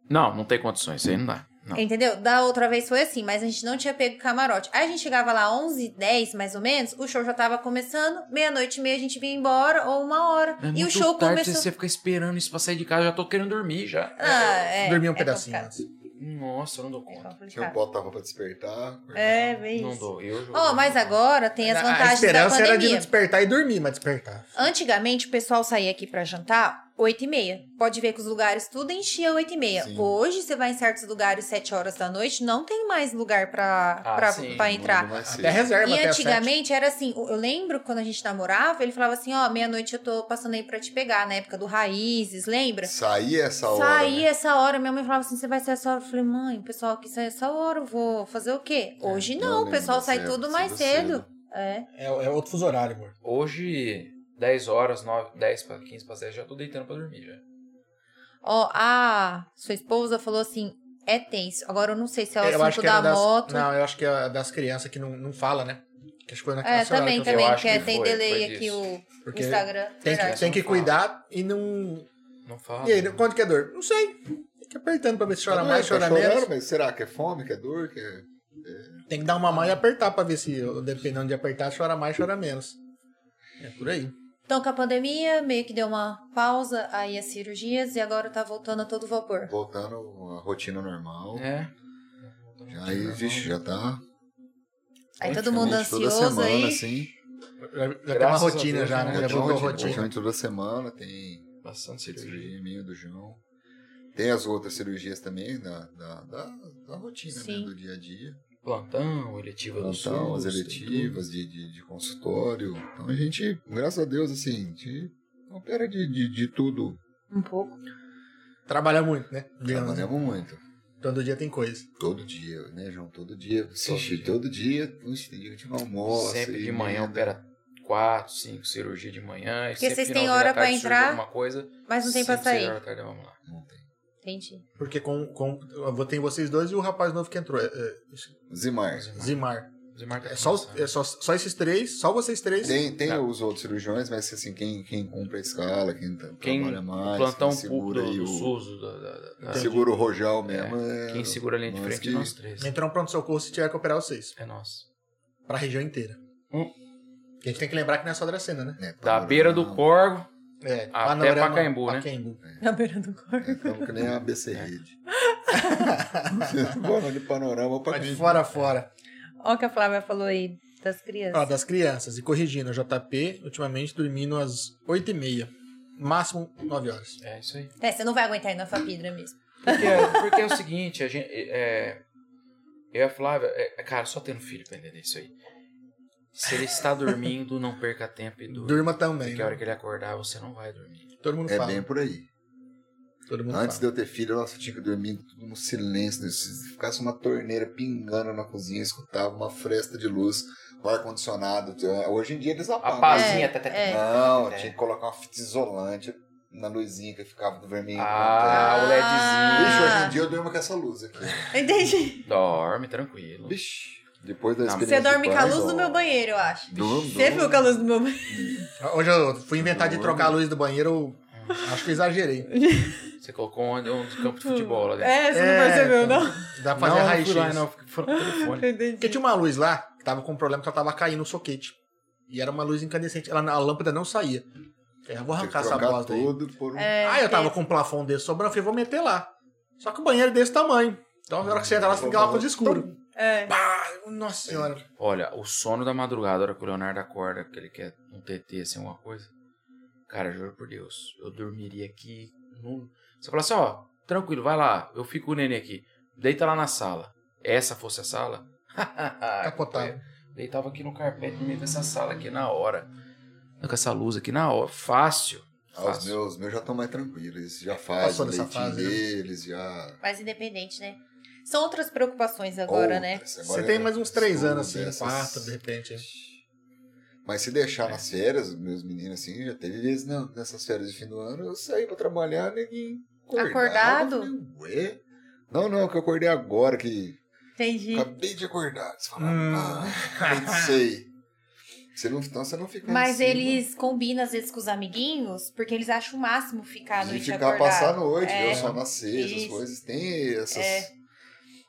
Speaker 4: Não, não tem condições, isso aí não dá. Não.
Speaker 1: Entendeu? Da outra vez foi assim, mas a gente não tinha pego camarote. Aí a gente chegava lá 11, 10 mais ou menos, o show já tava começando, meia-noite e meia a gente vinha embora, ou uma hora.
Speaker 4: É
Speaker 1: e o
Speaker 4: muito
Speaker 1: show
Speaker 4: tarde
Speaker 1: começou.
Speaker 4: você fica esperando isso pra sair de casa, já tô querendo dormir já.
Speaker 1: Ah, é,
Speaker 2: Dormir um
Speaker 1: é
Speaker 2: pedacinho.
Speaker 1: complicado.
Speaker 2: antes.
Speaker 4: Nossa, eu não dou
Speaker 1: É
Speaker 4: conta.
Speaker 3: Deixa eu
Speaker 1: complicado.
Speaker 3: botar a roupa pra despertar.
Speaker 1: É, bem
Speaker 4: Não
Speaker 1: isso.
Speaker 4: dou. Eu,
Speaker 1: Ó, mas agora tem as
Speaker 2: A
Speaker 1: vantagens da
Speaker 2: esperança
Speaker 1: pandemia.
Speaker 2: era de não despertar e dormir, mas despertar.
Speaker 1: Antigamente o pessoal saía aqui pra jantar 8 e meia. Pode ver que os lugares tudo enchia 8 e meia.
Speaker 3: Sim.
Speaker 1: Hoje, você vai em certos lugares 7 horas da noite, não tem mais lugar pra,
Speaker 4: Ah,
Speaker 1: pra,
Speaker 4: sim.
Speaker 1: pra entrar.
Speaker 3: Não vai ser.
Speaker 2: Até reserva,
Speaker 1: E
Speaker 2: até às sete.
Speaker 1: antigamente era assim, eu lembro quando a gente namorava, ele falava assim, ó, meia-noite eu tô passando aí pra te pegar, na época do Raízes, lembra?
Speaker 3: Sair essa hora.
Speaker 1: Saí
Speaker 3: né?
Speaker 1: essa hora, minha mãe falava assim, você vai sair essa hora? Eu falei, mãe, o pessoal que sai essa hora, eu vou fazer o quê? Hoje
Speaker 3: É, eu
Speaker 1: não, o
Speaker 3: lembro
Speaker 1: pessoal
Speaker 3: dessa
Speaker 1: sai
Speaker 3: época,
Speaker 1: tudo mais
Speaker 3: cedo,
Speaker 1: cedo.
Speaker 3: cedo.
Speaker 1: É.
Speaker 2: É, é outro fuso horário, amor.
Speaker 4: Hoje, 10 horas, 9, 10 para 15 para 10, já tô deitando pra dormir já.
Speaker 1: Ó, a sua esposa falou assim, é tenso. Agora eu não sei se é o
Speaker 2: eu acho
Speaker 1: assunto
Speaker 2: que era
Speaker 1: da
Speaker 2: das,
Speaker 1: moto.
Speaker 2: Não, eu acho que é das crianças que não, não fala, né? Que acho que foi naquela
Speaker 1: É,
Speaker 2: senhora
Speaker 1: também,
Speaker 2: que eu-
Speaker 1: também,
Speaker 4: acho
Speaker 1: porque
Speaker 4: que
Speaker 1: tem
Speaker 4: foi,
Speaker 1: delay
Speaker 4: foi
Speaker 1: aqui
Speaker 4: disso.
Speaker 1: o
Speaker 2: Porque
Speaker 1: Instagram.
Speaker 2: tem que,
Speaker 1: verdade.
Speaker 2: tem que
Speaker 4: Não fala.
Speaker 2: cuidar e não.
Speaker 4: Não fala.
Speaker 2: E aí, quanto que é dor? Não sei. Tem que ir apertando pra ver se
Speaker 3: Tá
Speaker 2: chora
Speaker 3: doendo,
Speaker 2: mais,
Speaker 3: tá
Speaker 2: chora
Speaker 3: chorando,
Speaker 2: menos.
Speaker 3: mas será que é fome, que é dor, que é...
Speaker 2: Tem que dar uma mão e apertar pra ver se, dependendo de apertar, chora mais, chora menos. É por aí.
Speaker 1: Então, com a pandemia, meio que deu uma pausa aí as cirurgias e agora tá voltando a todo vapor.
Speaker 3: Voltando à rotina normal.
Speaker 4: É.
Speaker 3: Já aí, vixe, já tá...
Speaker 1: Aí todo
Speaker 3: praticamente
Speaker 1: mundo
Speaker 3: toda
Speaker 1: ansioso
Speaker 3: semana,
Speaker 1: aí.
Speaker 3: Assim,
Speaker 2: Já, já tem uma
Speaker 4: Graças a
Speaker 2: rotina
Speaker 4: Deus,
Speaker 2: já,
Speaker 4: né?
Speaker 2: né?
Speaker 4: Já
Speaker 2: Já
Speaker 4: tem
Speaker 2: voltou a
Speaker 4: rotina,
Speaker 2: rotina.
Speaker 3: praticamente toda semana tem
Speaker 4: Bastante cirurgia.
Speaker 3: cirurgia minha do João. Tem as outras cirurgias também da, da, da, da rotina, né?
Speaker 1: Sim.
Speaker 3: Do dia a dia.
Speaker 4: Plantão, eletiva do SUS.
Speaker 3: Então, as
Speaker 4: tem
Speaker 3: eletivas de, de, de consultório. Então a gente, graças a Deus, assim, a gente opera de, de, de tudo.
Speaker 1: Um pouco.
Speaker 2: Trabalha muito, né? Digamos, né?
Speaker 3: Trabalhamos muito.
Speaker 2: Todo dia tem coisa.
Speaker 3: Todo dia, né, João? Todo dia. Assistir todo dia. Ixi, tem dia que tinha almoço.
Speaker 4: Sempre de
Speaker 3: e
Speaker 4: manhã
Speaker 3: merda.
Speaker 4: opera 4, 5 cirurgia de manhã. E
Speaker 1: Porque
Speaker 4: sempre
Speaker 1: vocês têm
Speaker 4: finalzinho da
Speaker 1: hora
Speaker 4: tarde
Speaker 1: pra
Speaker 4: surge
Speaker 1: entrar,
Speaker 4: alguma coisa,
Speaker 1: Mas não tem pra
Speaker 4: sempre seis
Speaker 1: sair.
Speaker 4: horas da tarde, vamos lá.
Speaker 3: Não tem.
Speaker 1: Entendi.
Speaker 2: Porque com, com, eu vou- tem vocês dois e o rapaz novo que entrou. É, é,
Speaker 3: Zimar.
Speaker 2: Zimar.
Speaker 4: Zimar tá
Speaker 2: É só, os-
Speaker 4: começando.
Speaker 2: é só, só esses três, só vocês três.
Speaker 3: Tem, tem
Speaker 4: Tá.
Speaker 3: os outros cirurgiões, mas assim, quem, quem cumpre a escala, quem, tra-
Speaker 4: Quem-
Speaker 3: trabalha mais,
Speaker 4: o plantão
Speaker 3: quem segura
Speaker 4: público do,
Speaker 3: aí
Speaker 4: do
Speaker 3: o,
Speaker 4: SUS, da- da- da-
Speaker 3: segura o rojal mesmo. é-
Speaker 4: quem segura a linha de
Speaker 3: nós
Speaker 4: frente
Speaker 3: que- né?
Speaker 4: é nós três.
Speaker 2: Entrar um pronto-socorro se tiver que operar os seis.
Speaker 4: É nós.
Speaker 2: Pra região inteira.
Speaker 4: Hum.
Speaker 2: E a gente tem que lembrar que não é só Dracena, né?
Speaker 3: é,
Speaker 4: Da beira do
Speaker 3: panorama,
Speaker 4: corvo,
Speaker 2: É,
Speaker 4: Pacaembu, né?
Speaker 2: Pacaembu.
Speaker 1: Na beira do corpo.
Speaker 3: É campo que nem a ABC Rede. Bora de panorama pra
Speaker 2: Vai de fora a fora.
Speaker 1: Olha o que a Flávia falou aí das crianças.
Speaker 2: Ó, das crianças. E corrigindo, o JP ultimamente dormindo às 8h30. Máximo 9 horas.
Speaker 4: é isso aí.
Speaker 1: É, você não vai aguentar ir na Fapidra mesmo.
Speaker 4: Porque é, porque é o seguinte, a gente. É, eu e a Flávia, é, cara, só tendo filho pra entender isso aí. Se ele está dormindo, não perca tempo e durma.
Speaker 2: Durma também.
Speaker 4: Porque a hora
Speaker 2: Né?
Speaker 4: que ele acordar, você não vai dormir.
Speaker 2: Todo mundo
Speaker 3: É
Speaker 2: fala.
Speaker 3: bem por aí.
Speaker 2: Todo mundo
Speaker 3: Antes de
Speaker 2: fala.
Speaker 3: eu ter filho, nossa, eu tinha que dormir tudo no silêncio. né? Se ficasse uma torneira pingando na cozinha, escutava uma fresta de luz, o ar-condicionado. Hoje em dia eles
Speaker 4: A
Speaker 3: apagam.
Speaker 4: pazinha.
Speaker 1: É,
Speaker 4: tá- tá-
Speaker 1: é.
Speaker 3: Não,
Speaker 4: É.
Speaker 3: tinha que colocar uma fita isolante na luzinha que ficava do vermelho.
Speaker 4: Ah, o
Speaker 3: Bicho,
Speaker 4: LEDzinho.
Speaker 3: hoje em dia eu durmo com essa luz aqui.
Speaker 1: Entendi.
Speaker 4: Dorme tranquilo.
Speaker 3: Bicho, depois da
Speaker 4: Não,
Speaker 1: Você
Speaker 3: experiência.
Speaker 1: dorme
Speaker 3: de
Speaker 1: com a
Speaker 3: pais,
Speaker 1: luz
Speaker 3: ó,
Speaker 1: do meu banheiro, eu acho.
Speaker 3: Durmo,
Speaker 1: Você
Speaker 3: durmo.
Speaker 1: viu com a luz do meu banheiro?
Speaker 2: Hoje eu fui inventar de
Speaker 3: Durma.
Speaker 2: trocar a luz do banheiro. eu Acho que eu exagerei.
Speaker 4: Você colocou onde? Um dos campos de futebol lá dentro.
Speaker 1: É, você
Speaker 2: É,
Speaker 1: não percebeu,
Speaker 2: então,
Speaker 1: não?
Speaker 2: Dá pra
Speaker 4: Não,
Speaker 2: fazer
Speaker 4: não
Speaker 2: raio-x.
Speaker 4: fui lá, não. Fui fui lá no telefone.
Speaker 2: Porque
Speaker 1: Entendi.
Speaker 3: tipo,
Speaker 2: tinha uma luz lá que tava com um problema que ela tava caindo no soquete. E era uma luz incandescente. Ela, a lâmpada não saía. Eu vou
Speaker 3: Tem que
Speaker 2: arrancar essa
Speaker 3: trocar
Speaker 2: bosta aí.
Speaker 3: tudo por um-
Speaker 1: É,
Speaker 2: Aí eu tava com um plafond desse sobrando, eu falei, vou meter lá. Só que o banheiro é desse tamanho. Então, na hora que você entra lá, você fica lá com os escuro.
Speaker 1: É.
Speaker 2: Pá! Nossa senhora.
Speaker 4: Olha, o sono da madrugada, a hora que o Leonardo acorda, que ele quer um TT, assim, alguma coisa. Cara, juro por Deus, eu dormiria aqui. No... Você fala assim, ó, tranquilo, vai lá, eu fico com o neném aqui. Deita lá na sala. Essa fosse a sala?
Speaker 2: Capotava.
Speaker 4: Deitava aqui no carpete, no meio dessa sala aqui na hora. Com essa luz aqui na hora. Fácil.
Speaker 3: Ah, os
Speaker 4: fácil.
Speaker 3: meus, os meus já estão mais tranquilos, eles já fazem
Speaker 2: Passou
Speaker 3: o
Speaker 2: dessa
Speaker 3: leitinho
Speaker 2: fase, né?
Speaker 3: deles, já...
Speaker 1: Mais independente, né? São outras preocupações agora, né?
Speaker 3: Outras, agora
Speaker 2: Você tem
Speaker 3: é
Speaker 2: mais uns três
Speaker 3: estudo,
Speaker 2: anos, assim,
Speaker 3: essas-
Speaker 2: quatro, de repente.
Speaker 4: é.
Speaker 3: Mas se deixar nas férias, os meus meninos, assim, já teve vezes não, nessas férias de fim do ano, eu saí pra trabalhar, ninguém acordava,
Speaker 1: Acordado?
Speaker 3: eu falei, Ué? Não, não, que eu acordei agora, que
Speaker 1: Entendi.
Speaker 3: acabei de acordar. Você fala,
Speaker 2: Hum.
Speaker 3: ah, não sei. Você não, então você não fica
Speaker 1: Mas
Speaker 3: assim,
Speaker 1: eles combinam às vezes com os amiguinhos, porque eles acham o máximo ficar a
Speaker 3: de
Speaker 1: noite
Speaker 3: ficar
Speaker 1: acordado.
Speaker 3: passar a noite,
Speaker 1: É.
Speaker 3: ver o sol nascer, essas
Speaker 1: Isso.
Speaker 3: coisas. Tem essas.
Speaker 1: É.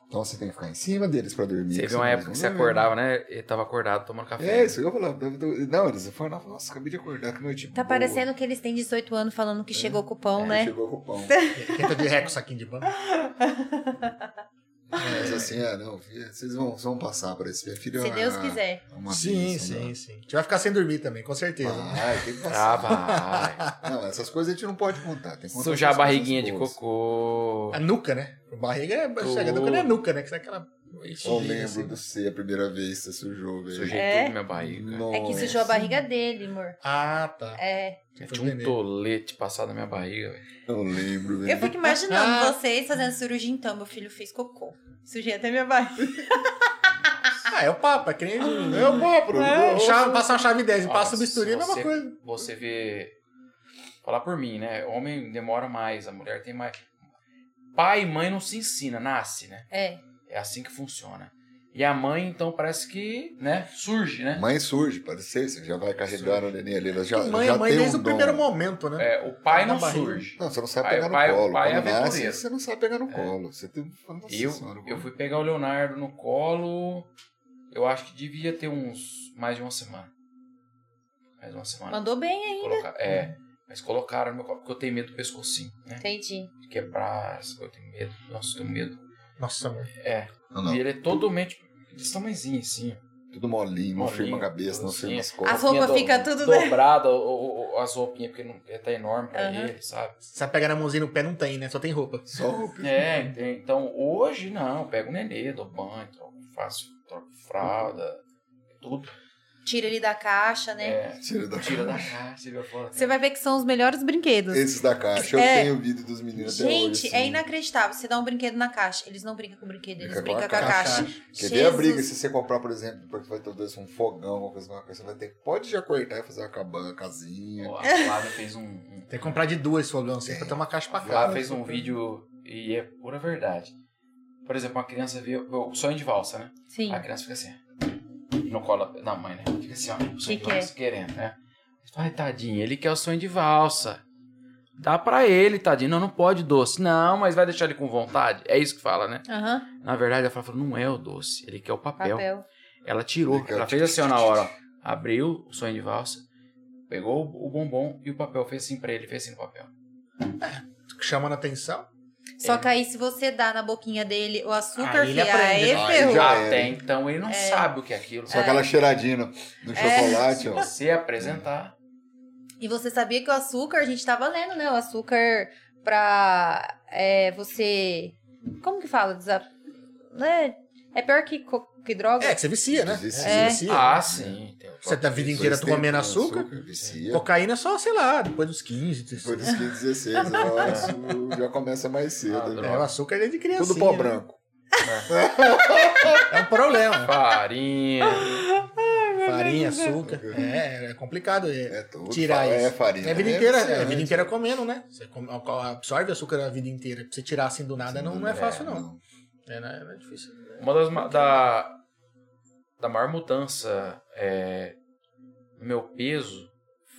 Speaker 3: Então você tem que ficar em cima deles pra dormir.
Speaker 4: Teve uma
Speaker 3: senão
Speaker 4: época que
Speaker 3: eles
Speaker 4: você
Speaker 3: não
Speaker 4: acordava, né? Ele tava acordado tomando
Speaker 3: dormem.
Speaker 4: café.
Speaker 3: É, isso que eu falava. eu tô- Não, eles foram lá e nossa, acabei de acordar, que noite.
Speaker 1: Tá
Speaker 3: boa. É.
Speaker 1: parecendo que eles têm 18 anos falando que chegou com o pão,
Speaker 3: Aí
Speaker 1: né?
Speaker 3: Chegou com o pão.
Speaker 2: Quem tá de ré com o saquinho de pano.
Speaker 3: Mas assim, é, não, filho, vocês vão, vão passar por esse filho. é
Speaker 1: Se
Speaker 3: uma-
Speaker 1: Deus quiser.
Speaker 3: é uma
Speaker 2: sim,
Speaker 3: bênção, né?
Speaker 2: sim, sim. A gente vai ficar sem dormir também, com certeza. né?
Speaker 3: Vai, tem que
Speaker 4: Ah,
Speaker 3: passar.
Speaker 4: vai.
Speaker 3: Não, essas coisas a gente não pode contar. Tem que contar
Speaker 4: Ah, Sujar a
Speaker 3: só as coisas
Speaker 4: barriguinha de
Speaker 3: boas.
Speaker 4: cocô.
Speaker 2: A nuca, né? A barriga é.
Speaker 4: Tudo.
Speaker 2: A nuca não é nuca, né? Que é aquela.
Speaker 3: Eu lembro do C a primeira vez que você sujou, velho.
Speaker 4: Sujei
Speaker 1: É?
Speaker 4: tudo na minha barriga.
Speaker 3: Nossa.
Speaker 1: É que sujou a barriga dele, amor.
Speaker 2: Ah, tá.
Speaker 1: É.
Speaker 2: Tem que
Speaker 4: Tinha um
Speaker 2: entender.
Speaker 4: tolete passado na minha barriga, velho.
Speaker 3: Eu lembro,
Speaker 1: Eu
Speaker 3: velho.
Speaker 1: fico imaginando vocês fazendo cirurgia então, meu filho fez cocô. Sujei até minha barriga.
Speaker 2: Ah, é o papo, é que nem.
Speaker 3: É o papo.
Speaker 2: É, chave- Passa uma chave 10 e
Speaker 4: Ah. Nossa,
Speaker 2: passa o bisturi, é a mesma
Speaker 4: você-
Speaker 2: coisa.
Speaker 4: Você vê. Falar por mim, né? Homem demora mais, a mulher tem mais. Pai e mãe não se ensina, nasce, né?
Speaker 1: É.
Speaker 4: É assim que funciona. E a mãe, então, parece que, né? Surge, né?
Speaker 3: Mãe surge, pode ser. Você já vai carregar o neném ali. Ela já,
Speaker 2: Mãe
Speaker 3: já
Speaker 2: é mãe
Speaker 3: tem
Speaker 2: desde
Speaker 3: um
Speaker 2: o
Speaker 3: dom.
Speaker 2: primeiro momento, né?
Speaker 4: É, o pai
Speaker 2: Na
Speaker 4: não
Speaker 2: barriga.
Speaker 4: surge.
Speaker 3: Não, você não sabe
Speaker 4: Pai-
Speaker 3: pegar no
Speaker 4: pai-
Speaker 3: colo.
Speaker 4: pai é
Speaker 3: Quando nasce,
Speaker 4: aventureiro.
Speaker 3: você não sabe pegar no colo. Você tem... Nossa
Speaker 4: eu,
Speaker 3: Senhora,
Speaker 4: eu
Speaker 3: como-
Speaker 4: fui pegar o Leonardo no colo. Eu acho que devia ter uns. Mais de uma semana. Mais de uma semana.
Speaker 1: Mandou bem, hein?
Speaker 4: Colocar- é. Mas colocaram no meu colo, porque eu tenho medo do pescocinho, né?
Speaker 1: Entendi.
Speaker 4: De quebrar, essas coisas, eu tenho medo. Nossa, eu tenho medo.
Speaker 2: Nossa, amor.
Speaker 3: Não,
Speaker 4: E
Speaker 3: não.
Speaker 4: ele é totalmente desse tamanhozinho, assim.
Speaker 3: Tudo molinho, não
Speaker 4: Molinho,
Speaker 3: firma a cabeça, não
Speaker 4: assim.
Speaker 3: firma as
Speaker 1: As
Speaker 3: costas.
Speaker 1: roupas
Speaker 4: Roupinha
Speaker 1: ficam
Speaker 4: do-
Speaker 1: tudo, né?
Speaker 4: Dobrada, o- o- o- as roupinhas, porque não, tá enorme pra
Speaker 1: Aham.
Speaker 4: ele, sabe?
Speaker 2: Se você pegar na mãozinha no pé, não tem, né? Só tem roupa.
Speaker 3: Só roupa.
Speaker 4: É, ent- então hoje não, eu pego o nenê, dou banho, troco, faço, troco fralda, tudo.
Speaker 1: Tira ele da caixa, né?
Speaker 4: É,
Speaker 3: Tira da
Speaker 4: tira da caixa, vira fora.
Speaker 1: Você vai ver que são os melhores brinquedos.
Speaker 3: Esses da caixa. Eu
Speaker 1: É.
Speaker 3: tenho vídeo dos meninos até hoje.
Speaker 1: Gente, é
Speaker 3: assim.
Speaker 1: inacreditável. Você dá um brinquedo na caixa. Eles não brincam com o brinquedo, eles
Speaker 3: Brinca com a
Speaker 1: brincam com a
Speaker 2: caixa.
Speaker 1: caixa.
Speaker 3: Quer ver a
Speaker 1: Jesus.
Speaker 3: briga se você comprar, por exemplo, porque vai ter dois um fogão, uma coisa, uma coisa, você vai ter pode já cortar e fazer uma cabana, casinha.
Speaker 4: Ó, a Flávia fez um, um-
Speaker 2: Tem que comprar de duas fogão, assim, pra ter uma caixa
Speaker 4: a
Speaker 2: pra cá.
Speaker 4: Flávia fez um vídeo e é pura verdade. Por exemplo, uma criança vê o o sonho de valsa, né?
Speaker 1: Sim.
Speaker 4: A criança fica assim. ó. No colo da mãe, né? Fica assim, ó. O sonho
Speaker 1: Que
Speaker 4: de
Speaker 1: que
Speaker 4: valsa, querendo, né? Ai, tadinho, ele quer o sonho de valsa. Dá pra ele, tadinho. Não, não pode doce. Não, mas vai deixar ele com vontade. É isso que fala, né?
Speaker 1: Aham.
Speaker 4: Na verdade, ela fala, fala, não é o doce. Ele quer o papel.
Speaker 1: Papel.
Speaker 2: É.
Speaker 4: Ela tirou.
Speaker 3: Ele quer
Speaker 4: Ela
Speaker 3: o
Speaker 4: fez assim, ó, na hora. ó. Abriu o sonho de valsa. Pegou o o bombom e o papel. Fez assim pra ele. Fez assim no papel.
Speaker 2: Chamando a atenção.
Speaker 1: Só que aí, se você dá na boquinha dele o açúcar,
Speaker 2: Aí ele
Speaker 1: fi,
Speaker 2: aprende,
Speaker 1: aí é
Speaker 2: né?
Speaker 3: Aí
Speaker 1: ferrou.
Speaker 3: já é.
Speaker 4: Até
Speaker 3: era.
Speaker 4: então, ele não sabe o que é aquilo.
Speaker 3: Só aquela cheiradinha no, no chocolate,
Speaker 4: Se
Speaker 3: ó.
Speaker 4: você apresentar...
Speaker 1: E você sabia que o açúcar, a gente tava lendo, né? O açúcar pra é, você. Como que fala? Desa... né? É pior que, co- que droga?
Speaker 2: É, que você vicia, né?
Speaker 3: Vicia.
Speaker 2: É,
Speaker 1: É.
Speaker 2: Você vicia.
Speaker 4: Ah, sim. tem o
Speaker 2: Você tá a vida inteira tu
Speaker 3: Dois
Speaker 2: comendo
Speaker 3: tempos,
Speaker 2: açúcar.
Speaker 3: Vicia.
Speaker 2: Cocaína é só, sei lá, depois dos 15,
Speaker 3: Depois
Speaker 2: 16.
Speaker 3: dos 15, 16, ó, isso já começa mais cedo.
Speaker 4: Ah,
Speaker 3: né?
Speaker 4: droga.
Speaker 2: É, o açúcar é desde criança.
Speaker 3: Tudo pó branco.
Speaker 2: É um problema.
Speaker 4: Farinha. É
Speaker 2: Farinha, açúcar. É, é complicado. É,
Speaker 3: É tudo.
Speaker 2: Tirar
Speaker 3: fa- É
Speaker 2: isso.
Speaker 3: farinha.
Speaker 2: é a vida inteira, é a
Speaker 3: viciante.
Speaker 2: vida inteira comendo, né? Você come- absorve açúcar a vida inteira. Pra você tirar assim do nada, não, não é fácil, não. É, não é- é difícil.
Speaker 4: Uma das ma- da, da maior mudança é, no meu peso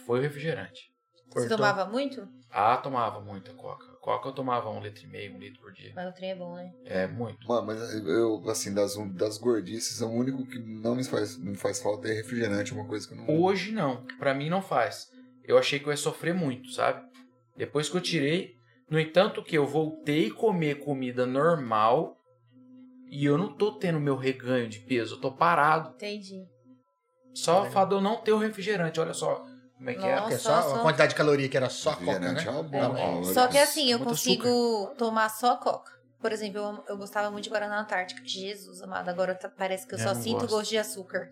Speaker 4: foi o refrigerante.
Speaker 1: Você
Speaker 2: Cortou.
Speaker 1: tomava muito?
Speaker 4: Ah, tomava muita coca. Coca eu tomava um litro e meio, um litro por dia.
Speaker 1: Mas o trem é bom, né?
Speaker 4: É muito.
Speaker 3: Mano, mas eu, assim, das, das gordices, o único que não me faz, me faz falta é refrigerante, uma coisa que eu não.
Speaker 4: Hoje não, Pra mim não faz. Eu achei que eu ia sofrer muito, sabe? Depois que eu tirei, no entanto que eu voltei a comer comida normal e eu não tô tendo meu reganho de peso, eu tô parado.
Speaker 1: Entendi.
Speaker 4: Só o fato de eu não ter o refrigerante, olha só como é que é.
Speaker 1: Nossa.
Speaker 2: Porque é só, a quantidade de caloria que era só a coca,
Speaker 3: refrigerante
Speaker 2: né?
Speaker 3: é uma bomba.
Speaker 4: É,
Speaker 3: calórica.
Speaker 1: Só que assim, eu
Speaker 4: muito
Speaker 1: consigo tomar só coca. Por exemplo, eu, amo- eu gostava muito de Guaraná Antártica. Jesus amado, agora tá- parece que eu
Speaker 4: Eu
Speaker 1: só
Speaker 4: não
Speaker 1: sinto
Speaker 4: gosto.
Speaker 1: gosto de açúcar.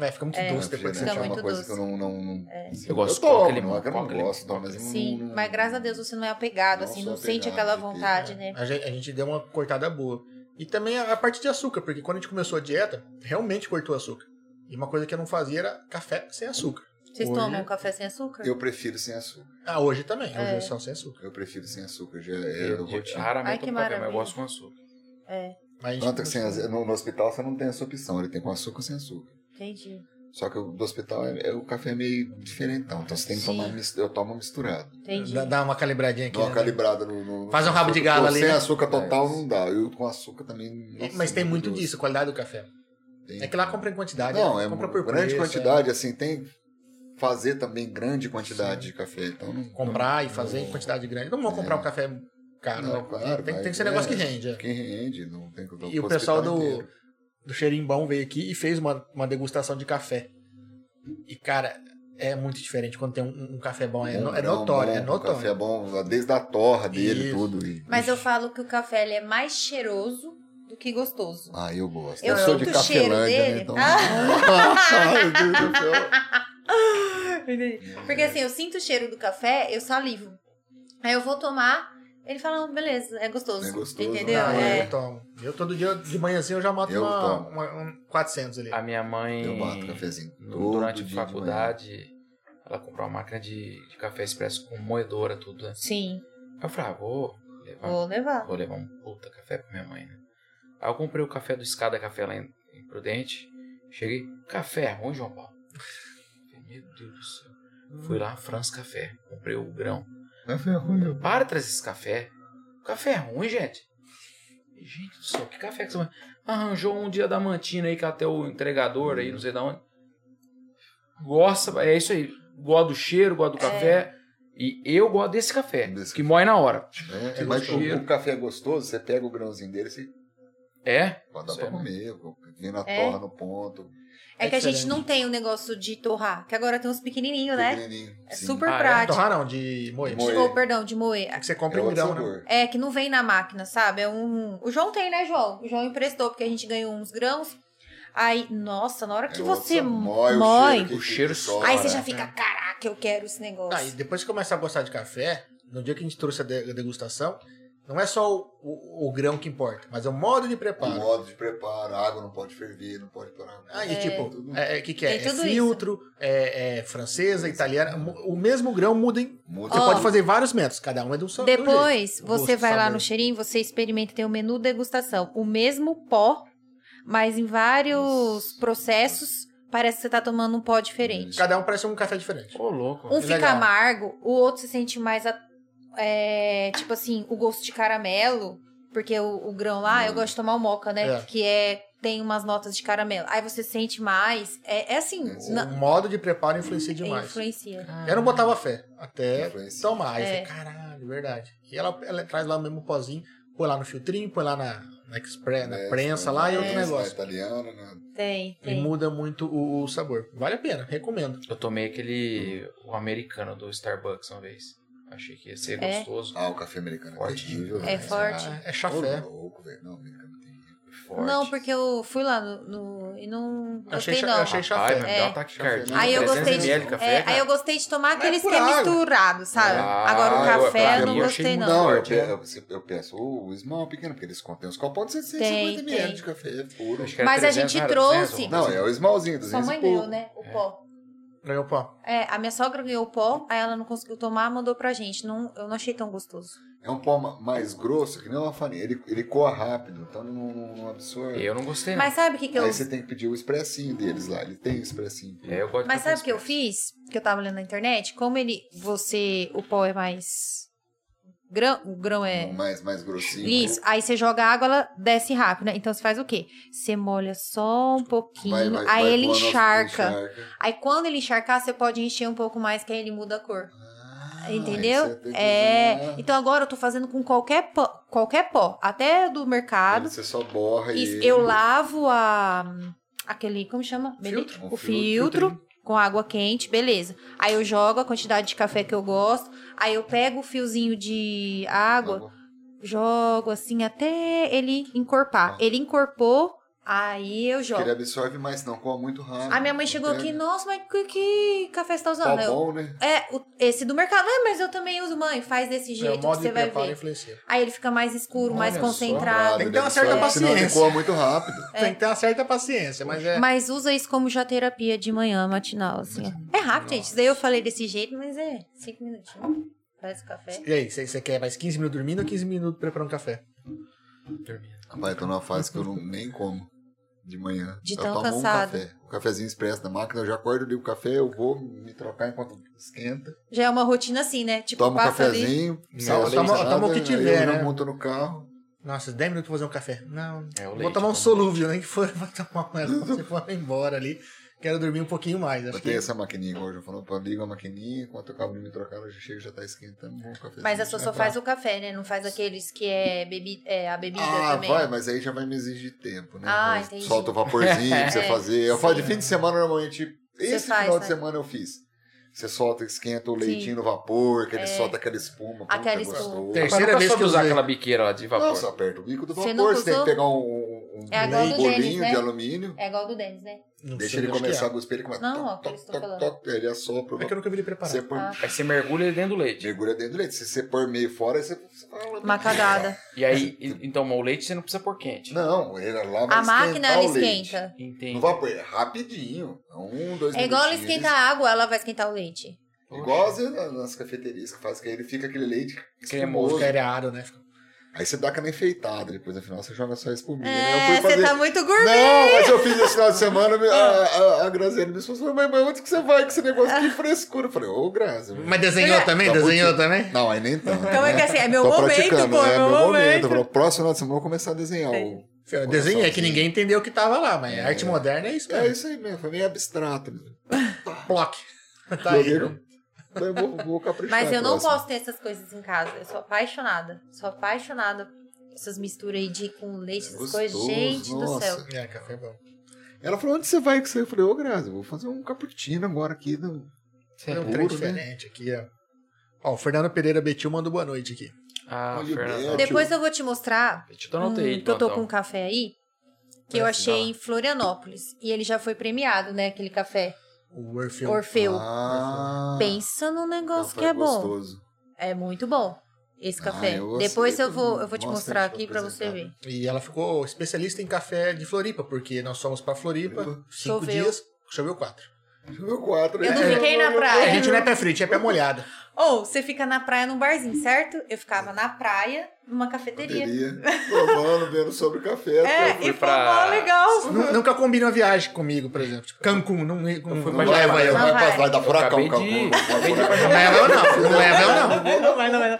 Speaker 2: É, fica muito
Speaker 1: É.
Speaker 2: doce depois que você
Speaker 1: Fica
Speaker 3: Refrigerante é
Speaker 2: toma.
Speaker 1: muito
Speaker 3: uma coisa
Speaker 1: doce. É.
Speaker 3: que eu não. não, não- assim,
Speaker 4: Eu gosto de
Speaker 3: tomo,
Speaker 4: coca,
Speaker 3: não,
Speaker 4: limão,
Speaker 3: é que eu não
Speaker 4: coca, limão,
Speaker 3: gosto, não,
Speaker 4: coca,
Speaker 3: mas não-
Speaker 1: Sim,
Speaker 3: não-
Speaker 1: mas graças a Deus você não é apegado,
Speaker 3: Não
Speaker 1: assim,
Speaker 3: sou
Speaker 1: não sente
Speaker 3: apegado,
Speaker 1: aquela
Speaker 3: fiquei-
Speaker 1: vontade, né?
Speaker 2: A gente, a gente deu uma cortada boa. E também a, a parte de açúcar, porque quando a gente começou a dieta, realmente cortou o açúcar. E uma coisa que eu não fazia era café sem açúcar.
Speaker 1: Vocês
Speaker 2: Hoje-
Speaker 1: tomam café sem açúcar?
Speaker 3: Eu prefiro sem açúcar.
Speaker 2: Ah, hoje também. Hoje
Speaker 1: É.
Speaker 2: é só sem açúcar.
Speaker 3: Eu prefiro sem açúcar. Já,
Speaker 4: Eu,
Speaker 3: é, eu
Speaker 4: eu
Speaker 3: vou te.
Speaker 4: raramente
Speaker 1: Ai, que
Speaker 4: tomo café, mas eu
Speaker 1: maravilha.
Speaker 4: gosto com açúcar.
Speaker 2: Mas a gente
Speaker 3: Tanto que sem,
Speaker 2: começou-
Speaker 3: no, no hospital você não tem essa opção, ele tem com açúcar ou sem açúcar.
Speaker 1: Entendi.
Speaker 3: Só que o do hospital é, é- o café é meio diferentão, então você tem que
Speaker 1: Sim.
Speaker 3: tomar. mis- Eu tomo misturado.
Speaker 1: Entendi.
Speaker 2: Dá, dá uma calibradinha aqui.
Speaker 3: Dá uma
Speaker 2: né?
Speaker 3: calibrada no. no-
Speaker 2: Faz um rabo de
Speaker 3: açúcar,
Speaker 2: galo
Speaker 3: pô,
Speaker 2: ali,
Speaker 3: Sem
Speaker 2: né? É,
Speaker 3: açúcar total
Speaker 4: Mas-
Speaker 3: não dá. Eu com açúcar também. nossa, é
Speaker 2: Mas tem muito
Speaker 3: doce.
Speaker 2: disso, qualidade do café.
Speaker 3: Tem.
Speaker 2: É que lá compra em quantidade.
Speaker 3: Não,
Speaker 2: né?
Speaker 3: é
Speaker 2: compra
Speaker 3: uma grande
Speaker 2: preço,
Speaker 3: quantidade, assim, tem fazer também grande quantidade de café. Então, não-
Speaker 2: é. Comprar e fazer em quantidade grande. Não vou comprar o café Cara,
Speaker 3: Não, claro,
Speaker 2: tem,
Speaker 3: vai-
Speaker 2: tem que ser negócio que
Speaker 3: é.
Speaker 2: rende. é.
Speaker 3: Quem rende, não tem que
Speaker 2: E o pessoal do, do Xerimbão veio aqui e fez uma, uma degustação de café. E, cara, é muito diferente quando tem um, um café bom. É, no- é notório, é
Speaker 3: O café é
Speaker 2: notório.
Speaker 3: bom desde a torra dele
Speaker 2: Isso.
Speaker 3: tudo. E,
Speaker 1: Mas eu falo que o café ele é mais cheiroso do que gostoso.
Speaker 3: Ah, eu gosto.
Speaker 1: Eu
Speaker 3: sou de
Speaker 1: sinto o cheiro
Speaker 3: Cafelândia,
Speaker 1: dele.
Speaker 3: né? Então... Meu Deus do céu. É,
Speaker 1: Porque assim, eu sinto o cheiro do café, eu salivo. Aí eu vou tomar, ele fala, "Ah, beleza, é gostoso.
Speaker 3: É gostoso,
Speaker 1: Entendeu?
Speaker 2: Não,
Speaker 1: É.
Speaker 2: eu tomo. Eu todo dia, de manhãzinho, eu já mato
Speaker 3: Eu
Speaker 2: uma,
Speaker 3: tomo.
Speaker 2: uma- um 400
Speaker 1: Ah,
Speaker 2: ali.
Speaker 4: A minha mãe,
Speaker 3: Eu bato cafezinho.
Speaker 4: no- durante
Speaker 3: todo
Speaker 4: a
Speaker 3: dia de
Speaker 4: faculdade, ela comprou uma máquina de, de café expresso com moedora, tudo, né?
Speaker 1: Sim,
Speaker 4: Aí eu falei, ah, vou levar,
Speaker 1: vou levar.
Speaker 4: vou levar um puta café pra minha mãe, né? Aí eu comprei o café do Escada Café lá em, em Prudente. Cheguei, café é ruim, João Paulo? Falei, Meu Deus do céu. Fui lá, França Café, comprei o grão.
Speaker 3: manhã. Café é ruim, meu.
Speaker 4: Para de trazer esse café. O café é ruim, gente. Gente do céu, que café que você vai- Arranjou um dia da mantina aí que até o entregador aí, não sei da onde. Gosta, é isso aí. Gosta do cheiro, gosta do
Speaker 1: É.
Speaker 4: café. E eu gosto desse café,
Speaker 3: Desse
Speaker 4: que moe na hora.
Speaker 3: É,
Speaker 4: Que
Speaker 3: mas o,
Speaker 4: cheiro.
Speaker 3: o café é gostoso, você pega o grãozinho dele, você
Speaker 4: É?
Speaker 3: Pô, dá
Speaker 4: Isso
Speaker 3: pra
Speaker 4: é, né?
Speaker 3: comer, pô. vem na
Speaker 1: É.
Speaker 3: torra, no ponto.
Speaker 1: É,
Speaker 2: É
Speaker 1: que a gente
Speaker 2: diferente.
Speaker 1: não tem o negócio de torrar, que agora tem uns pequenininhos, né?
Speaker 3: pequenininho,
Speaker 1: É
Speaker 3: sim.
Speaker 1: super
Speaker 4: Ah, é?
Speaker 1: prático.
Speaker 2: Torrar não, de moer.
Speaker 3: Moer.
Speaker 1: Ou, perdão, de moer.
Speaker 2: É que você
Speaker 3: É
Speaker 2: compra em
Speaker 3: outro
Speaker 2: grão, né?
Speaker 3: sabor.
Speaker 1: É, que não vem na máquina, sabe? É um. O João tem, né, João? O João emprestou, porque a gente ganhou uns grãos. Aí, nossa, na hora que
Speaker 3: É outro
Speaker 1: você
Speaker 3: sabor.
Speaker 1: moe.
Speaker 3: Mói,
Speaker 4: O cheiro
Speaker 3: sobe.
Speaker 1: aí você
Speaker 4: Ora,
Speaker 1: já fica, caraca, eu quero esse negócio.
Speaker 2: Ah, e depois que começar a gostar de café, no dia que a gente trouxe a de- a degustação, não é só o, o- o grão que importa, mas é o modo de
Speaker 3: O
Speaker 2: preparo.
Speaker 3: modo de preparo, a água não pode ferver, não pode parar.
Speaker 2: Aí, tipo, o é, é, que, que é?
Speaker 1: Tem
Speaker 2: É
Speaker 1: tudo
Speaker 2: filtro, é, é francesa, italiana. mu- O mesmo grão muda em.
Speaker 3: Muito
Speaker 2: Você
Speaker 1: Ó.
Speaker 2: pode fazer vários métodos, cada um é de um só. de um jeito.
Speaker 1: Depois,
Speaker 2: O
Speaker 1: você
Speaker 2: gosto,
Speaker 1: vai lá
Speaker 2: sabor.
Speaker 1: no cheirinho, você experimenta, tem o menu degustação. O mesmo pó, mas em vários
Speaker 3: Nossa.
Speaker 1: processos, parece que você tá tomando um pó diferente.
Speaker 2: Cada um parece um café diferente.
Speaker 4: Ô, louco.
Speaker 1: Um
Speaker 2: É
Speaker 1: fica
Speaker 2: legal.
Speaker 1: amargo, o outro se sente mais, a- é, tipo assim, o gosto de caramelo. Porque o, o grão lá, eu
Speaker 3: Hum.
Speaker 1: gosto de tomar o moca, né?
Speaker 2: É.
Speaker 1: Que é, tem umas notas de caramelo. Aí você sente mais. É, é assim,
Speaker 3: É,
Speaker 1: na-
Speaker 2: O modo de preparo influencia Hum,
Speaker 1: Hum,
Speaker 2: demais.
Speaker 1: influencia.
Speaker 2: Eu não botava fé, até
Speaker 3: Influencia.
Speaker 2: tomar. Aí eu
Speaker 1: É.
Speaker 2: falei, caralho, verdade. E ela, ela traz lá o mesmo pozinho, põe lá no filtrinho, põe lá na, na, express, na né? prensa lá e outro
Speaker 1: É.
Speaker 2: negócio.
Speaker 3: É, italiano, né?
Speaker 1: Tem,
Speaker 2: E
Speaker 1: tem.
Speaker 2: muda muito o, o sabor. Vale a pena, recomendo.
Speaker 4: Eu tomei aquele. O americano do Starbucks uma vez. Achei que ia ser
Speaker 1: É?
Speaker 4: gostoso. né?
Speaker 3: Ah, o café americano é
Speaker 4: Forte.
Speaker 3: terrível.
Speaker 1: É
Speaker 3: velho.
Speaker 1: forte.
Speaker 2: É
Speaker 3: Ah, ô,
Speaker 2: chafé.
Speaker 3: louco, velho. Não, americano é terrível.
Speaker 4: Forte.
Speaker 1: Não, porque eu fui lá no, no- e não
Speaker 2: Achei,
Speaker 1: gostei,
Speaker 2: cha-
Speaker 1: não.
Speaker 2: achei
Speaker 4: Ai, mas
Speaker 2: chafé.
Speaker 4: me dá
Speaker 1: É.
Speaker 4: um taquicardia.
Speaker 1: Aí eu
Speaker 4: 300
Speaker 1: gostei de-
Speaker 4: ml café,
Speaker 1: É, aí eu gostei de tomar
Speaker 2: Mas
Speaker 1: aqueles
Speaker 2: por
Speaker 1: que é
Speaker 2: água.
Speaker 1: misturado, sabe?
Speaker 4: Ah,
Speaker 1: Agora o
Speaker 4: eu-
Speaker 1: café
Speaker 4: pra
Speaker 1: eu não
Speaker 4: mim, eu achei
Speaker 1: gostei,
Speaker 4: muito
Speaker 1: não.
Speaker 4: da
Speaker 3: Não,
Speaker 4: hora,
Speaker 3: eu, pe-
Speaker 2: é.
Speaker 4: né?
Speaker 3: eu, eu peço o small pequeno, porque eles contêm uns copões de
Speaker 1: Tem,
Speaker 3: 150 ml
Speaker 1: tem.
Speaker 3: de café é puro.
Speaker 4: Acho que era
Speaker 1: Mas a
Speaker 4: 300,
Speaker 1: gente
Speaker 4: não era 200,
Speaker 1: trouxe-
Speaker 4: alguma
Speaker 3: Não,
Speaker 4: coisa
Speaker 3: é o smallzinho,
Speaker 1: Sua
Speaker 3: 200
Speaker 1: mãe
Speaker 3: e pouco.
Speaker 1: deu, né? O
Speaker 4: É.
Speaker 1: pó.
Speaker 2: Ganhou pó.
Speaker 1: É, a minha sogra ganhou o pó, aí ela não conseguiu tomar, mandou pra gente. Não, eu não achei tão gostoso.
Speaker 3: É um pó ma- mais grosso, que nem uma farinha. Ele, ele coa rápido, então não, não- não absorve.
Speaker 4: Eu não gostei, não.
Speaker 1: Mas sabe o que, que eu.
Speaker 3: Aí você tem que pedir o expressinho deles lá. Ele tem expressinho.
Speaker 4: É, eu gosto de
Speaker 1: Mas
Speaker 4: café
Speaker 1: sabe o que eu
Speaker 4: expresso.
Speaker 1: fiz? Que eu tava olhando na internet? Como ele. Você. O pó é mais. Grão, o grão é.
Speaker 3: um Mais, mais grossinho.
Speaker 1: Isso, aí você joga a água, ela desce rápido, né? Então você faz o quê? Você molha só um pouquinho,
Speaker 3: Vai- vai-
Speaker 1: aí
Speaker 3: vai
Speaker 1: ele
Speaker 3: coando aos-
Speaker 1: encharca. Aí quando ele encharcar, você pode encher um pouco mais, que aí ele muda a cor.
Speaker 3: Ah, aí você
Speaker 1: entendeu?
Speaker 3: tem que
Speaker 1: É.
Speaker 3: usar- né?
Speaker 1: Então agora eu tô fazendo com qualquer pó, qualquer pó até do
Speaker 3: Aí
Speaker 1: mercado.
Speaker 3: Você só borra
Speaker 1: Isso,
Speaker 3: ele.
Speaker 1: eu lavo a. Aquele. Como chama? Bele-
Speaker 3: Filtro. um
Speaker 1: O filtro. Com água quente, beleza. Aí eu jogo a quantidade de café que eu gosto. Aí eu pego o fiozinho de água, jogo assim até ele encorpar.
Speaker 3: Ah.
Speaker 1: Ele encorpou, aí eu
Speaker 3: Porque ele
Speaker 1: jogo.
Speaker 3: absorve mais, não, coa muito rápido.
Speaker 1: A minha mãe chegou aqui,
Speaker 3: não.
Speaker 1: nossa, mas que, que café você tá usando?
Speaker 3: Tá
Speaker 1: Eu,
Speaker 3: bom, né?
Speaker 1: é, o- esse do mercado. É, mas eu também uso, mãe. Faz desse
Speaker 2: É, o
Speaker 1: jeito que
Speaker 2: modo
Speaker 1: você
Speaker 2: de
Speaker 1: vai
Speaker 2: preparo
Speaker 1: ver.
Speaker 2: influencia.
Speaker 1: Aí ele fica mais escuro, mais
Speaker 4: Olha só,
Speaker 1: concentrado.
Speaker 2: Tem que ter uma
Speaker 3: Ele
Speaker 2: certa
Speaker 3: absorve, senão
Speaker 2: paciência.
Speaker 3: Ele coa muito rápido.
Speaker 1: É.
Speaker 2: Tem que ter uma certa paciência, mas é.
Speaker 1: Mas usa isso como já terapia de manhã, matinal, assim. ó. É rápido, gente. Isso daí eu falei desse jeito, mas é cinco minutinhos. Faz o café.
Speaker 2: E aí, você você quer mais 15 minutos dormindo ou 15 minutos preparando um café?
Speaker 4: Dormindo.
Speaker 3: Rapaz, eu tô numa fase que eu não, nem como de manhã.
Speaker 1: De
Speaker 3: eu
Speaker 1: tão
Speaker 3: tomo
Speaker 1: cansado.
Speaker 3: um café. Um cafezinho expresso da máquina, eu já acordo, ligo o café, eu vou me trocar enquanto esquenta.
Speaker 1: Já é uma rotina assim, né? Tipo,
Speaker 3: Tomo um
Speaker 1: passa ali.
Speaker 3: cafezinho,
Speaker 2: Não,
Speaker 3: saio
Speaker 2: eu tomo- eu
Speaker 3: alisada,
Speaker 2: tomo o que
Speaker 3: aí
Speaker 2: tiver,
Speaker 3: eu já
Speaker 2: né?
Speaker 3: monto no carro.
Speaker 2: Nossa, 10 minutos pra fazer um café. Não.
Speaker 4: É, o
Speaker 2: Vou
Speaker 4: leite
Speaker 2: tomar um
Speaker 4: também.
Speaker 2: solúvel, nem que for. Vou tomar um. Você for embora ali. Quero dormir um pouquinho mais. Acho
Speaker 3: Eu
Speaker 2: que...
Speaker 3: tenho essa maquininha igual eu já falou, pô, liga a maquininha, enquanto eu acabo de me trocar, ela já chega, já tá esquentando bom o café.
Speaker 1: Mas a sua só
Speaker 3: pra-
Speaker 1: faz o café, né? Não faz aqueles que é, bebi é a bebida
Speaker 3: Ah,
Speaker 1: também.
Speaker 3: vai, mas aí já vai me exigir tempo, né?
Speaker 1: Ah,
Speaker 3: Eu
Speaker 1: entendi.
Speaker 3: Solta o vaporzinho pra você
Speaker 1: É,
Speaker 3: fazer. Eu faço de fim de semana normalmente. Esse
Speaker 1: faz,
Speaker 3: final de
Speaker 1: né?
Speaker 3: semana eu fiz. Você solta, esquenta o leitinho no vapor, que ele solta aquela espuma. puta,
Speaker 1: É. Aquela
Speaker 3: gostoso.
Speaker 1: espuma.
Speaker 2: Tem.
Speaker 4: Mas
Speaker 2: Terceira
Speaker 4: nunca
Speaker 2: vez
Speaker 4: soube
Speaker 2: que eu
Speaker 4: usar
Speaker 2: usei.
Speaker 4: aquela biqueira lá de vapor.
Speaker 3: Nossa, aperta o bico do
Speaker 1: Você
Speaker 3: vapor,
Speaker 1: nunca
Speaker 3: você tem que
Speaker 1: usou?
Speaker 3: pegar um, um
Speaker 1: É igual
Speaker 2: do
Speaker 3: bolinho
Speaker 1: Denis, né?
Speaker 3: de alumínio.
Speaker 1: É igual do Denis, né?
Speaker 2: Não
Speaker 3: Deixa
Speaker 2: sei,
Speaker 3: ele
Speaker 2: acho que
Speaker 3: começar a cuspir, ele começa.
Speaker 1: Não, ó,
Speaker 3: toc,
Speaker 1: que
Speaker 3: toc,
Speaker 1: eles tão
Speaker 3: toc,
Speaker 1: falando.
Speaker 3: toc, ele assopra. o
Speaker 2: É. é que eu nunca vi ele preparar.
Speaker 3: Você põe,
Speaker 1: Ah.
Speaker 4: Aí você mergulha ele dentro do leite.
Speaker 3: mergulha dentro do leite. Se você pôr meio fora, aí você. você fala,
Speaker 1: Uma cagada.
Speaker 4: E aí, e- então, mas o leite você não precisa pôr quente.
Speaker 3: Não, ele lá vai
Speaker 1: A máquina,
Speaker 3: esquentar
Speaker 1: ela
Speaker 3: o leite.
Speaker 1: esquenta.
Speaker 4: Entendi.
Speaker 3: No vapor, é rapidinho. É Um, dois
Speaker 1: É igual ela
Speaker 3: minutinhos.
Speaker 1: esquenta a água, ela vai esquentar o leite.
Speaker 4: Poxa.
Speaker 3: Igual às vezes na- nas cafeterias que faz, que aí ele fica aquele leite espumoso.
Speaker 4: Cremoso.
Speaker 2: Fica areado, né?
Speaker 3: Aí você dá aquela enfeitada, depois no final você joga só a espuminha, né?
Speaker 1: É, você tá muito gourmet.
Speaker 3: Não, mas eu fiz esse final de semana, me- a, a, a Graziane me falou, mãe, mas onde que você vai com esse negócio que frescura? Eu falei, ô Grazi. mãe."
Speaker 2: Mas desenhou também?
Speaker 3: Tá
Speaker 2: desenhou
Speaker 3: bonitinho.
Speaker 2: também?
Speaker 3: Não, aí nem tanto.
Speaker 1: Então é que
Speaker 3: né?
Speaker 1: assim, é meu
Speaker 3: Tô
Speaker 1: momento,
Speaker 3: praticando,
Speaker 1: pô,
Speaker 3: né?
Speaker 1: é meu momento.
Speaker 3: Pro próximo final de semana eu vou começar a desenhar. O...
Speaker 2: Fio, eu desenhei, é que
Speaker 3: Coraçãozinho.
Speaker 2: ninguém entendeu o que tava lá, mas arte moderna é isso
Speaker 3: assim. É
Speaker 2: mesmo.
Speaker 3: isso aí mesmo, foi meio abstrato. mesmo.
Speaker 2: Block. Tá aí.
Speaker 3: Joguei com- Então eu vou, vou caprichar.
Speaker 1: Mas eu
Speaker 3: a
Speaker 1: não
Speaker 3: próxima.
Speaker 1: posso ter essas coisas em casa. Eu sou apaixonada. Sou apaixonada. por Essas misturas aí de com leite, essas coisas.
Speaker 3: assim, Gostoso,
Speaker 1: Gente do
Speaker 3: nossa.
Speaker 1: céu.
Speaker 2: É, café é bom.
Speaker 3: Ela falou, onde você vai com isso? aí?" Eu falei, ô Grazi, vou fazer um cappuccino agora aqui. No...
Speaker 2: Tem um
Speaker 3: Puro,
Speaker 2: trem
Speaker 3: né?
Speaker 2: diferente aqui, ó. Ó, o Fernando Pereira Betil manda boa noite aqui.
Speaker 4: Ah,
Speaker 3: Olha o
Speaker 4: Fernando.
Speaker 3: dedo.
Speaker 1: Depois eu vou te mostrar
Speaker 4: Eu te anotei,
Speaker 1: um que eu tô
Speaker 4: então.
Speaker 1: com um café aí, que eu
Speaker 4: Parece
Speaker 1: achei
Speaker 4: bala.
Speaker 1: em Florianópolis. E ele já foi premiado, né? Aquele café
Speaker 2: O Orfeu.
Speaker 1: Orfeu.
Speaker 3: Ah,
Speaker 1: Pensa num
Speaker 3: não,
Speaker 1: negócio
Speaker 3: foi
Speaker 1: que é bom.
Speaker 3: gostoso.
Speaker 1: É muito bom esse
Speaker 3: Ah,
Speaker 1: café.
Speaker 3: eu gostei
Speaker 1: Depois eu
Speaker 3: também.
Speaker 1: vou, eu vou te
Speaker 3: Mostra
Speaker 1: mostrar
Speaker 3: aí pra
Speaker 1: aqui pra você ver.
Speaker 3: apresentar.
Speaker 2: E ela ficou especialista em café de Floripa, porque nós fomos pra Floripa,
Speaker 3: Floripa.
Speaker 2: cinco
Speaker 1: Choveu.
Speaker 2: dias, choveu quatro.
Speaker 3: Meu quatro,
Speaker 1: Eu
Speaker 3: né?
Speaker 1: não fiquei na
Speaker 2: A
Speaker 1: praia.
Speaker 2: gente não é pé frio, a gente é pé molhado.
Speaker 1: Ou você fica na praia num barzinho, certo? Eu ficava na praia, numa cafeteria.
Speaker 3: Poderia. Tomando, vendo sobre café.
Speaker 1: É,
Speaker 3: até-
Speaker 1: e
Speaker 4: fui
Speaker 1: foi
Speaker 4: pra-
Speaker 1: mó legal.
Speaker 2: Nu- Nunca combina viagem comigo, por exemplo. Tipo, Cancún, não, não,
Speaker 4: fui
Speaker 2: não
Speaker 4: pra
Speaker 2: leva
Speaker 4: Jamaica.
Speaker 2: eu.
Speaker 1: Não
Speaker 3: vai,
Speaker 1: vai.
Speaker 3: vai, vai dar furacão,
Speaker 4: Acabei de- acabei de ir pra
Speaker 3: calcão.
Speaker 2: Não leva eu não, não leva eu não.
Speaker 1: Não vai, não vai, não.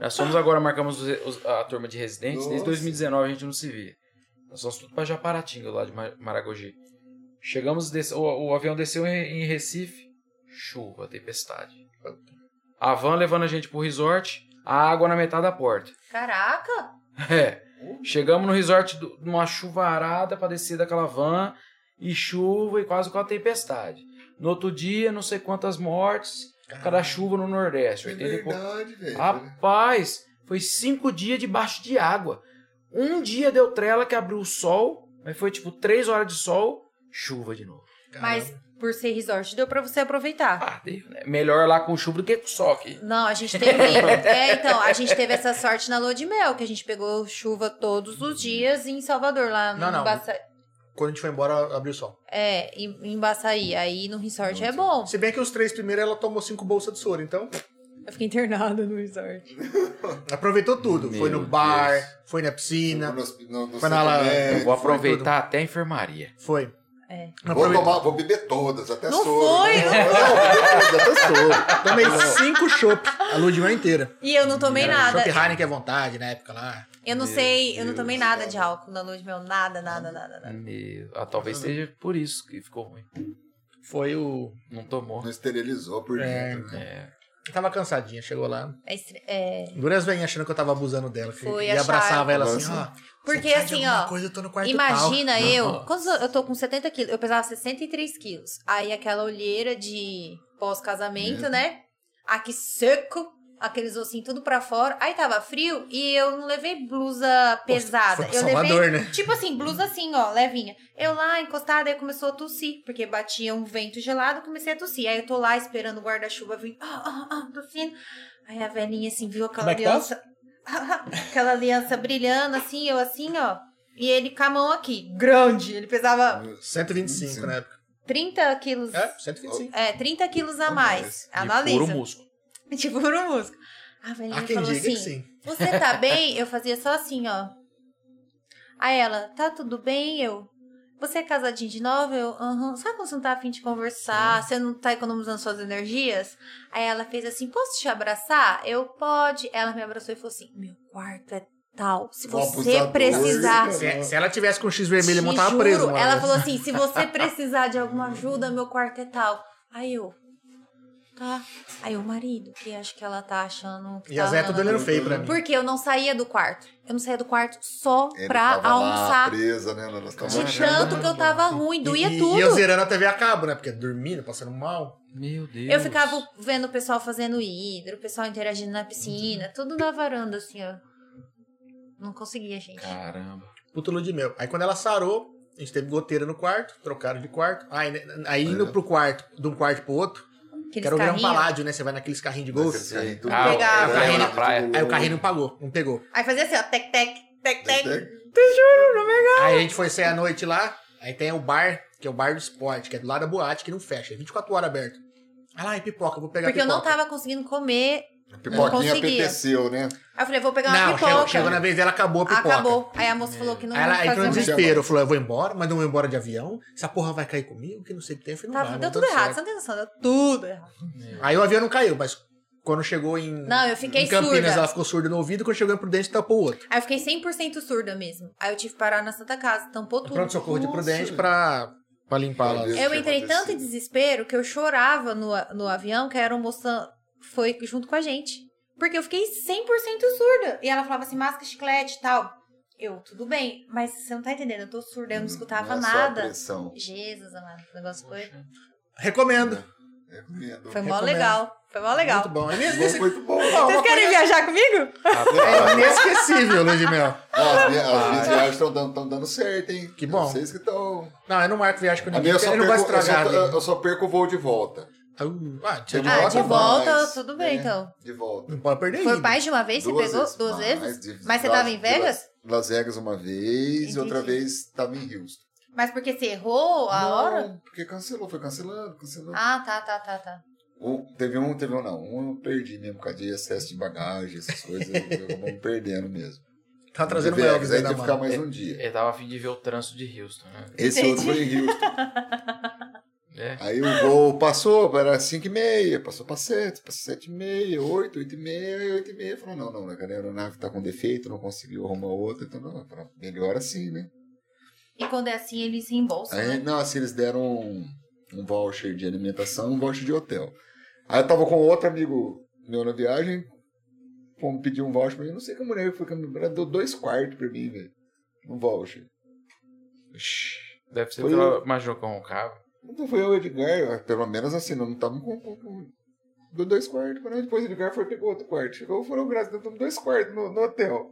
Speaker 4: Nós somos agora, marcamos os- os- a turma de residentes. Desde
Speaker 3: Nossa.
Speaker 4: 2019 a gente não se via. Nós somos tudo pra Japaratinga, lá de Ma- Maragogi. Chegamos, des- o, o avião desceu em, em Recife. Chuva, tempestade. A van levando a gente pro resort, a água na metade da porta.
Speaker 1: Caraca!
Speaker 4: É. Chegamos no resort do- numa chuvarada pra descer daquela van e chuva e quase com a tempestade. No outro dia, não sei quantas mortes, por causa da chuva no Nordeste.
Speaker 3: É
Speaker 4: 80 e pouco.
Speaker 3: verdade, velho.
Speaker 4: Ah, Rapaz, foi cinco dias debaixo de água. Um dia deu trela que abriu o sol, mas foi tipo três horas de sol, chuva de novo.
Speaker 1: Mas por ser resort, deu pra você aproveitar.
Speaker 4: Ah, deu, né? Melhor lá com chuva do que com sol aqui.
Speaker 1: Não, a gente teve. é, então, a gente teve essa sorte na lua de mel, que a gente pegou chuva todos os dias em Salvador, lá no
Speaker 2: Não, não.
Speaker 1: Baça-
Speaker 2: Quando a gente foi embora, abriu o sol.
Speaker 1: É, em, em Baçaí. Aí no resort é
Speaker 3: Muito.
Speaker 1: bom.
Speaker 2: Se bem que os três primeiros ela tomou cinco bolsas de soro, então
Speaker 1: Eu fiquei internada no resort.
Speaker 2: aproveitou tudo.
Speaker 4: Meu
Speaker 2: foi no bar,
Speaker 4: Deus.
Speaker 2: foi na piscina, Foi
Speaker 3: Foi
Speaker 2: na la-
Speaker 4: Eu vou
Speaker 2: Foi
Speaker 4: aproveitar até a enfermaria.
Speaker 2: foi.
Speaker 1: É.
Speaker 3: Vou,
Speaker 2: Aproveitou.
Speaker 3: tomar, vou beber todas, até
Speaker 1: Não
Speaker 3: soro.
Speaker 1: foi,
Speaker 3: né?
Speaker 1: não
Speaker 3: Não, beber todas, até soro.
Speaker 2: Tomei cinco chopp, a lua de mel inteira.
Speaker 1: E eu não tomei nada.
Speaker 2: Chopp Heineken à vontade na época lá.
Speaker 1: Eu não sei, eu não tomei
Speaker 3: Deus,
Speaker 1: nada
Speaker 3: cara.
Speaker 1: de álcool na lua de mel. Nada, nada, nada, nada.
Speaker 4: Meu, ah, talvez seja por isso que ficou ruim.
Speaker 2: Foi o.
Speaker 4: Não tomou. né?
Speaker 3: Não esterilizou por
Speaker 2: É.
Speaker 3: dentro. né?
Speaker 4: É.
Speaker 2: Eu tava cansadinha, chegou lá.
Speaker 1: É estre- é,
Speaker 2: Duras vem achando que eu tava abusando dela. que-
Speaker 1: Foi,
Speaker 2: e
Speaker 1: acharam.
Speaker 2: abraçava ela assim, ó.
Speaker 1: Porque
Speaker 2: "Você precisa de
Speaker 1: assim,
Speaker 2: alguma
Speaker 1: ó,
Speaker 2: Coisa, eu tô no quarto tal.
Speaker 1: Imagina eu.
Speaker 4: Nossa.
Speaker 1: Quantos anos- eu tô com 70 quilos? Eu pesava 63 quilos. Aí aquela olheira de pós-casamento,
Speaker 2: É.
Speaker 3: Uhum.
Speaker 1: né? Aqui seco, aqueles ossinhos tudo pra fora. Aí tava frio e eu não levei blusa pesada.
Speaker 2: foi pra
Speaker 1: eu
Speaker 2: Salvador,
Speaker 1: levei.
Speaker 2: né?
Speaker 1: Tipo assim, blusa assim, ó, levinha. Eu lá encostada, aí começou a tossir, porque batia um vento gelado, comecei a tossir. Aí eu tô lá esperando o guarda-chuva vir, ah, ah, ah, tossindo. Aí a velhinha assim viu aquela
Speaker 2: Como é que tá?
Speaker 1: aliança. aquela aliança brilhando assim, eu assim, ó. E ele com a mão aqui, grande. Ele pesava
Speaker 2: 125 na época.
Speaker 1: 30 quilos.
Speaker 2: É, 125.
Speaker 1: É, 30 quilos a
Speaker 3: Ou
Speaker 1: mais.
Speaker 4: De puro
Speaker 1: Analisa.
Speaker 4: músculo.
Speaker 1: De puro músculo. A velhinha
Speaker 2: Há Ah, quem
Speaker 1: falou
Speaker 2: diga
Speaker 1: assim:
Speaker 2: que sim.
Speaker 1: Você tá bem? Eu fazia só assim, ó. Aí ela, tá tudo bem? Eu. Você é casadinho de novo? Eu, aham. Sabe quando você não tá afim de conversar? Você não tá economizando suas energias? Aí ela fez assim, posso te abraçar? Eu, pode. Ela me abraçou e falou assim, meu quarto é
Speaker 5: tal. Se
Speaker 3: Vou
Speaker 5: você
Speaker 3: abusar do
Speaker 5: precisar.
Speaker 3: olho.
Speaker 2: Se, se ela tivesse com o X vermelho,
Speaker 5: Te
Speaker 2: ele montava
Speaker 5: juro,
Speaker 2: preso. né? uma
Speaker 5: Ela
Speaker 2: vez.
Speaker 5: falou assim: se você precisar de alguma ajuda, meu quarto é tal. Aí eu. Tá. Aí o marido, que acho que ela tá achando. Que
Speaker 2: E
Speaker 5: tá
Speaker 2: a Zé é tudo
Speaker 5: rolando
Speaker 2: olhando feio pra mim.
Speaker 5: Porque eu não saía do quarto. Eu não saía do quarto só
Speaker 3: Ele
Speaker 5: pra
Speaker 3: tava lá,
Speaker 5: almoçar.
Speaker 3: presa, né? Ela tava
Speaker 5: de
Speaker 4: Caramba.
Speaker 5: tanto que eu tava ruim, doía
Speaker 2: e, e-
Speaker 5: tudo.
Speaker 2: E eu
Speaker 5: eu,
Speaker 2: zerando a TV a cabo, né? Porque dormindo, passando mal.
Speaker 4: Meu Deus.
Speaker 5: ficava vendo o pessoal fazendo hidro, o pessoal interagindo na piscina, tudo na varanda, assim, ó. Não conseguia, gente.
Speaker 4: Caramba.
Speaker 2: Puta lua de mel. Aí quando ela sarou, a gente teve goteira no quarto, trocaram de quarto. Aí, né, aí indo pro quarto, de um quarto pro outro,
Speaker 5: Aqueles
Speaker 2: quero ver um
Speaker 5: carrinhos.
Speaker 2: paládio, né? Você vai naqueles carrinhos de golfe.
Speaker 3: Esse carrinho tudo-
Speaker 4: Ah,
Speaker 3: é,
Speaker 1: pegar
Speaker 4: o
Speaker 3: é,
Speaker 4: carrinho
Speaker 3: é,
Speaker 4: na praia.
Speaker 2: Aí o carrinho não pagou, não pegou.
Speaker 1: Aí fazia assim, ó, tec, tec, tec, tec.
Speaker 2: Aí a gente foi sair à noite lá, aí tem o bar, que é o bar do esporte, que é do lado da boate, que não fecha, é 24 horas aberto. Aí lá, é pipoca, eu vou pegar
Speaker 5: Porque eu
Speaker 2: pipoca.
Speaker 5: não tava conseguindo comer.
Speaker 3: Pipoquinha
Speaker 5: Não conseguia.
Speaker 3: apeteceu, né?
Speaker 1: Aí eu falei, vou pegar uma
Speaker 2: Não,
Speaker 1: pipoca.
Speaker 2: chegou, chegou na vez dela, acabou a pipoca.
Speaker 1: Acabou. Aí a moça falou que não
Speaker 2: Aí ela
Speaker 1: ia
Speaker 2: entrou
Speaker 1: fazer
Speaker 5: um
Speaker 2: no
Speaker 1: mais.
Speaker 2: desespero, falou, eu vou embora, mas não vou embora de avião, essa porra vai cair comigo, que não sei o que tem, eu falei, Ah, não
Speaker 1: Tava-
Speaker 2: vai,
Speaker 1: deu
Speaker 2: mas
Speaker 1: tudo
Speaker 2: certo.
Speaker 1: errado, você não tem noção, deu tudo errado.
Speaker 2: Aí o avião não caiu, mas quando chegou em,
Speaker 1: Não, eu fiquei
Speaker 2: em Campinas,
Speaker 1: surda.
Speaker 2: ela ficou surda no ouvido, quando chegou em Prudente, tapou o outro.
Speaker 1: Aí eu fiquei 100% surda mesmo. Aí eu tive que parar na Santa Casa, tampou tudo.
Speaker 2: Pronto-socorro É de
Speaker 3: Nossa.
Speaker 2: Prudente pra, pra limpar lá.
Speaker 3: Meu Deus.
Speaker 1: Eu
Speaker 3: tinha
Speaker 1: entrei tanto em
Speaker 3: acontecido.
Speaker 1: desespero que eu chorava no, a- no avião que a aeromoça foi junto com a gente. Porque eu fiquei 100% surda. E ela falava assim, masca, chiclete e tal. Eu, tudo bem, mas você não tá entendendo, eu tô surda, eu não escutava
Speaker 3: é só a
Speaker 1: nada.
Speaker 3: pressão.
Speaker 1: Jesus, amado, o negócio foi...
Speaker 2: Recomendo.
Speaker 3: Recomendo.
Speaker 1: Foi mó
Speaker 2: Recomendo.
Speaker 1: legal, foi mó legal.
Speaker 2: Muito bom. É
Speaker 3: Ficou
Speaker 2: inesquecível.
Speaker 3: É Muito bom.
Speaker 2: Bom,
Speaker 1: Vocês
Speaker 2: uma
Speaker 1: querem viajar comigo?
Speaker 3: Rapaz.
Speaker 2: É inesquecível, Luiz de Mel.
Speaker 3: Ó, As minhas, as
Speaker 1: Ah.
Speaker 3: minhas viagens estão dando, tão dando certo, hein?
Speaker 2: Que bom.
Speaker 3: Vocês que estão.
Speaker 2: Não, eu não marco viagem com
Speaker 3: A
Speaker 2: ninguém.
Speaker 3: minha eu
Speaker 2: porque
Speaker 3: só,
Speaker 2: Ele
Speaker 3: perco,
Speaker 2: não vai
Speaker 3: eu,
Speaker 2: estragar.
Speaker 3: só,
Speaker 2: a vida.
Speaker 3: eu só perco o voo de volta.
Speaker 2: Uh, Ah,
Speaker 3: De
Speaker 1: Ah,
Speaker 2: tchau.
Speaker 1: de
Speaker 3: volta,
Speaker 1: volta,
Speaker 3: mas-
Speaker 1: tudo bem,
Speaker 3: é.
Speaker 1: então.
Speaker 3: De volta.
Speaker 2: Não pode perder
Speaker 1: Foi
Speaker 2: ainda.
Speaker 1: mais de uma vez? Você pegou
Speaker 3: Ah,
Speaker 1: duas vezes?
Speaker 3: de-
Speaker 1: Mas você
Speaker 3: Las-
Speaker 1: tava em
Speaker 3: de
Speaker 1: Vegas?
Speaker 3: La- Las Vegas uma vez e outra
Speaker 1: Entendi.
Speaker 3: vez tava em Houston.
Speaker 1: Mas porque você errou a hora?
Speaker 3: Não, Porque cancelou, foi cancelando, cancelando.
Speaker 1: Ah, tá, tá, tá, tá.
Speaker 3: Um- teve um, teve um não. Um eu perdi mesmo por causa de excesso de bagagem, essas coisas. eu acabou perdendo mesmo.
Speaker 2: Tá trazendo o
Speaker 3: De
Speaker 2: Elvis aí
Speaker 3: aí
Speaker 2: na
Speaker 3: de ficar
Speaker 2: mão.
Speaker 3: mais um dia.
Speaker 4: Ele tava afim de ver o trânsito de Houston, né?
Speaker 1: É.
Speaker 3: Esse outro foi em Houston.
Speaker 4: É.
Speaker 3: Aí o voo passou, era 5 e meia, passou para 7, para 7 e meia, 8, 8 e meia, 8 e meia. Falou, não, não, né, cara, a aeronave tá com defeito, não conseguiu arrumar outra, então não, pra- melhor assim, né?
Speaker 1: E quando é assim, eles reembolsam,
Speaker 3: Aí,
Speaker 1: né?
Speaker 3: não, assim, eles deram um, um voucher de alimentação, um voucher de hotel. Aí eu tava com outro amigo meu na viagem, fomos pedir um voucher pra mim, não sei que a mulher foi, que a mulher deu dois quartos pra mim, velho, um voucher.
Speaker 4: Deve ser
Speaker 3: Foi
Speaker 4: pela Major com o carro.
Speaker 3: Não Então foi eu, o Edgar. Pelo menos assim, não tava com. com, com deu dois quartos. Quando depois o Edgar foi pegou outro quarto. Chegou, foram graças, nós damos dois quartos no, no hotel.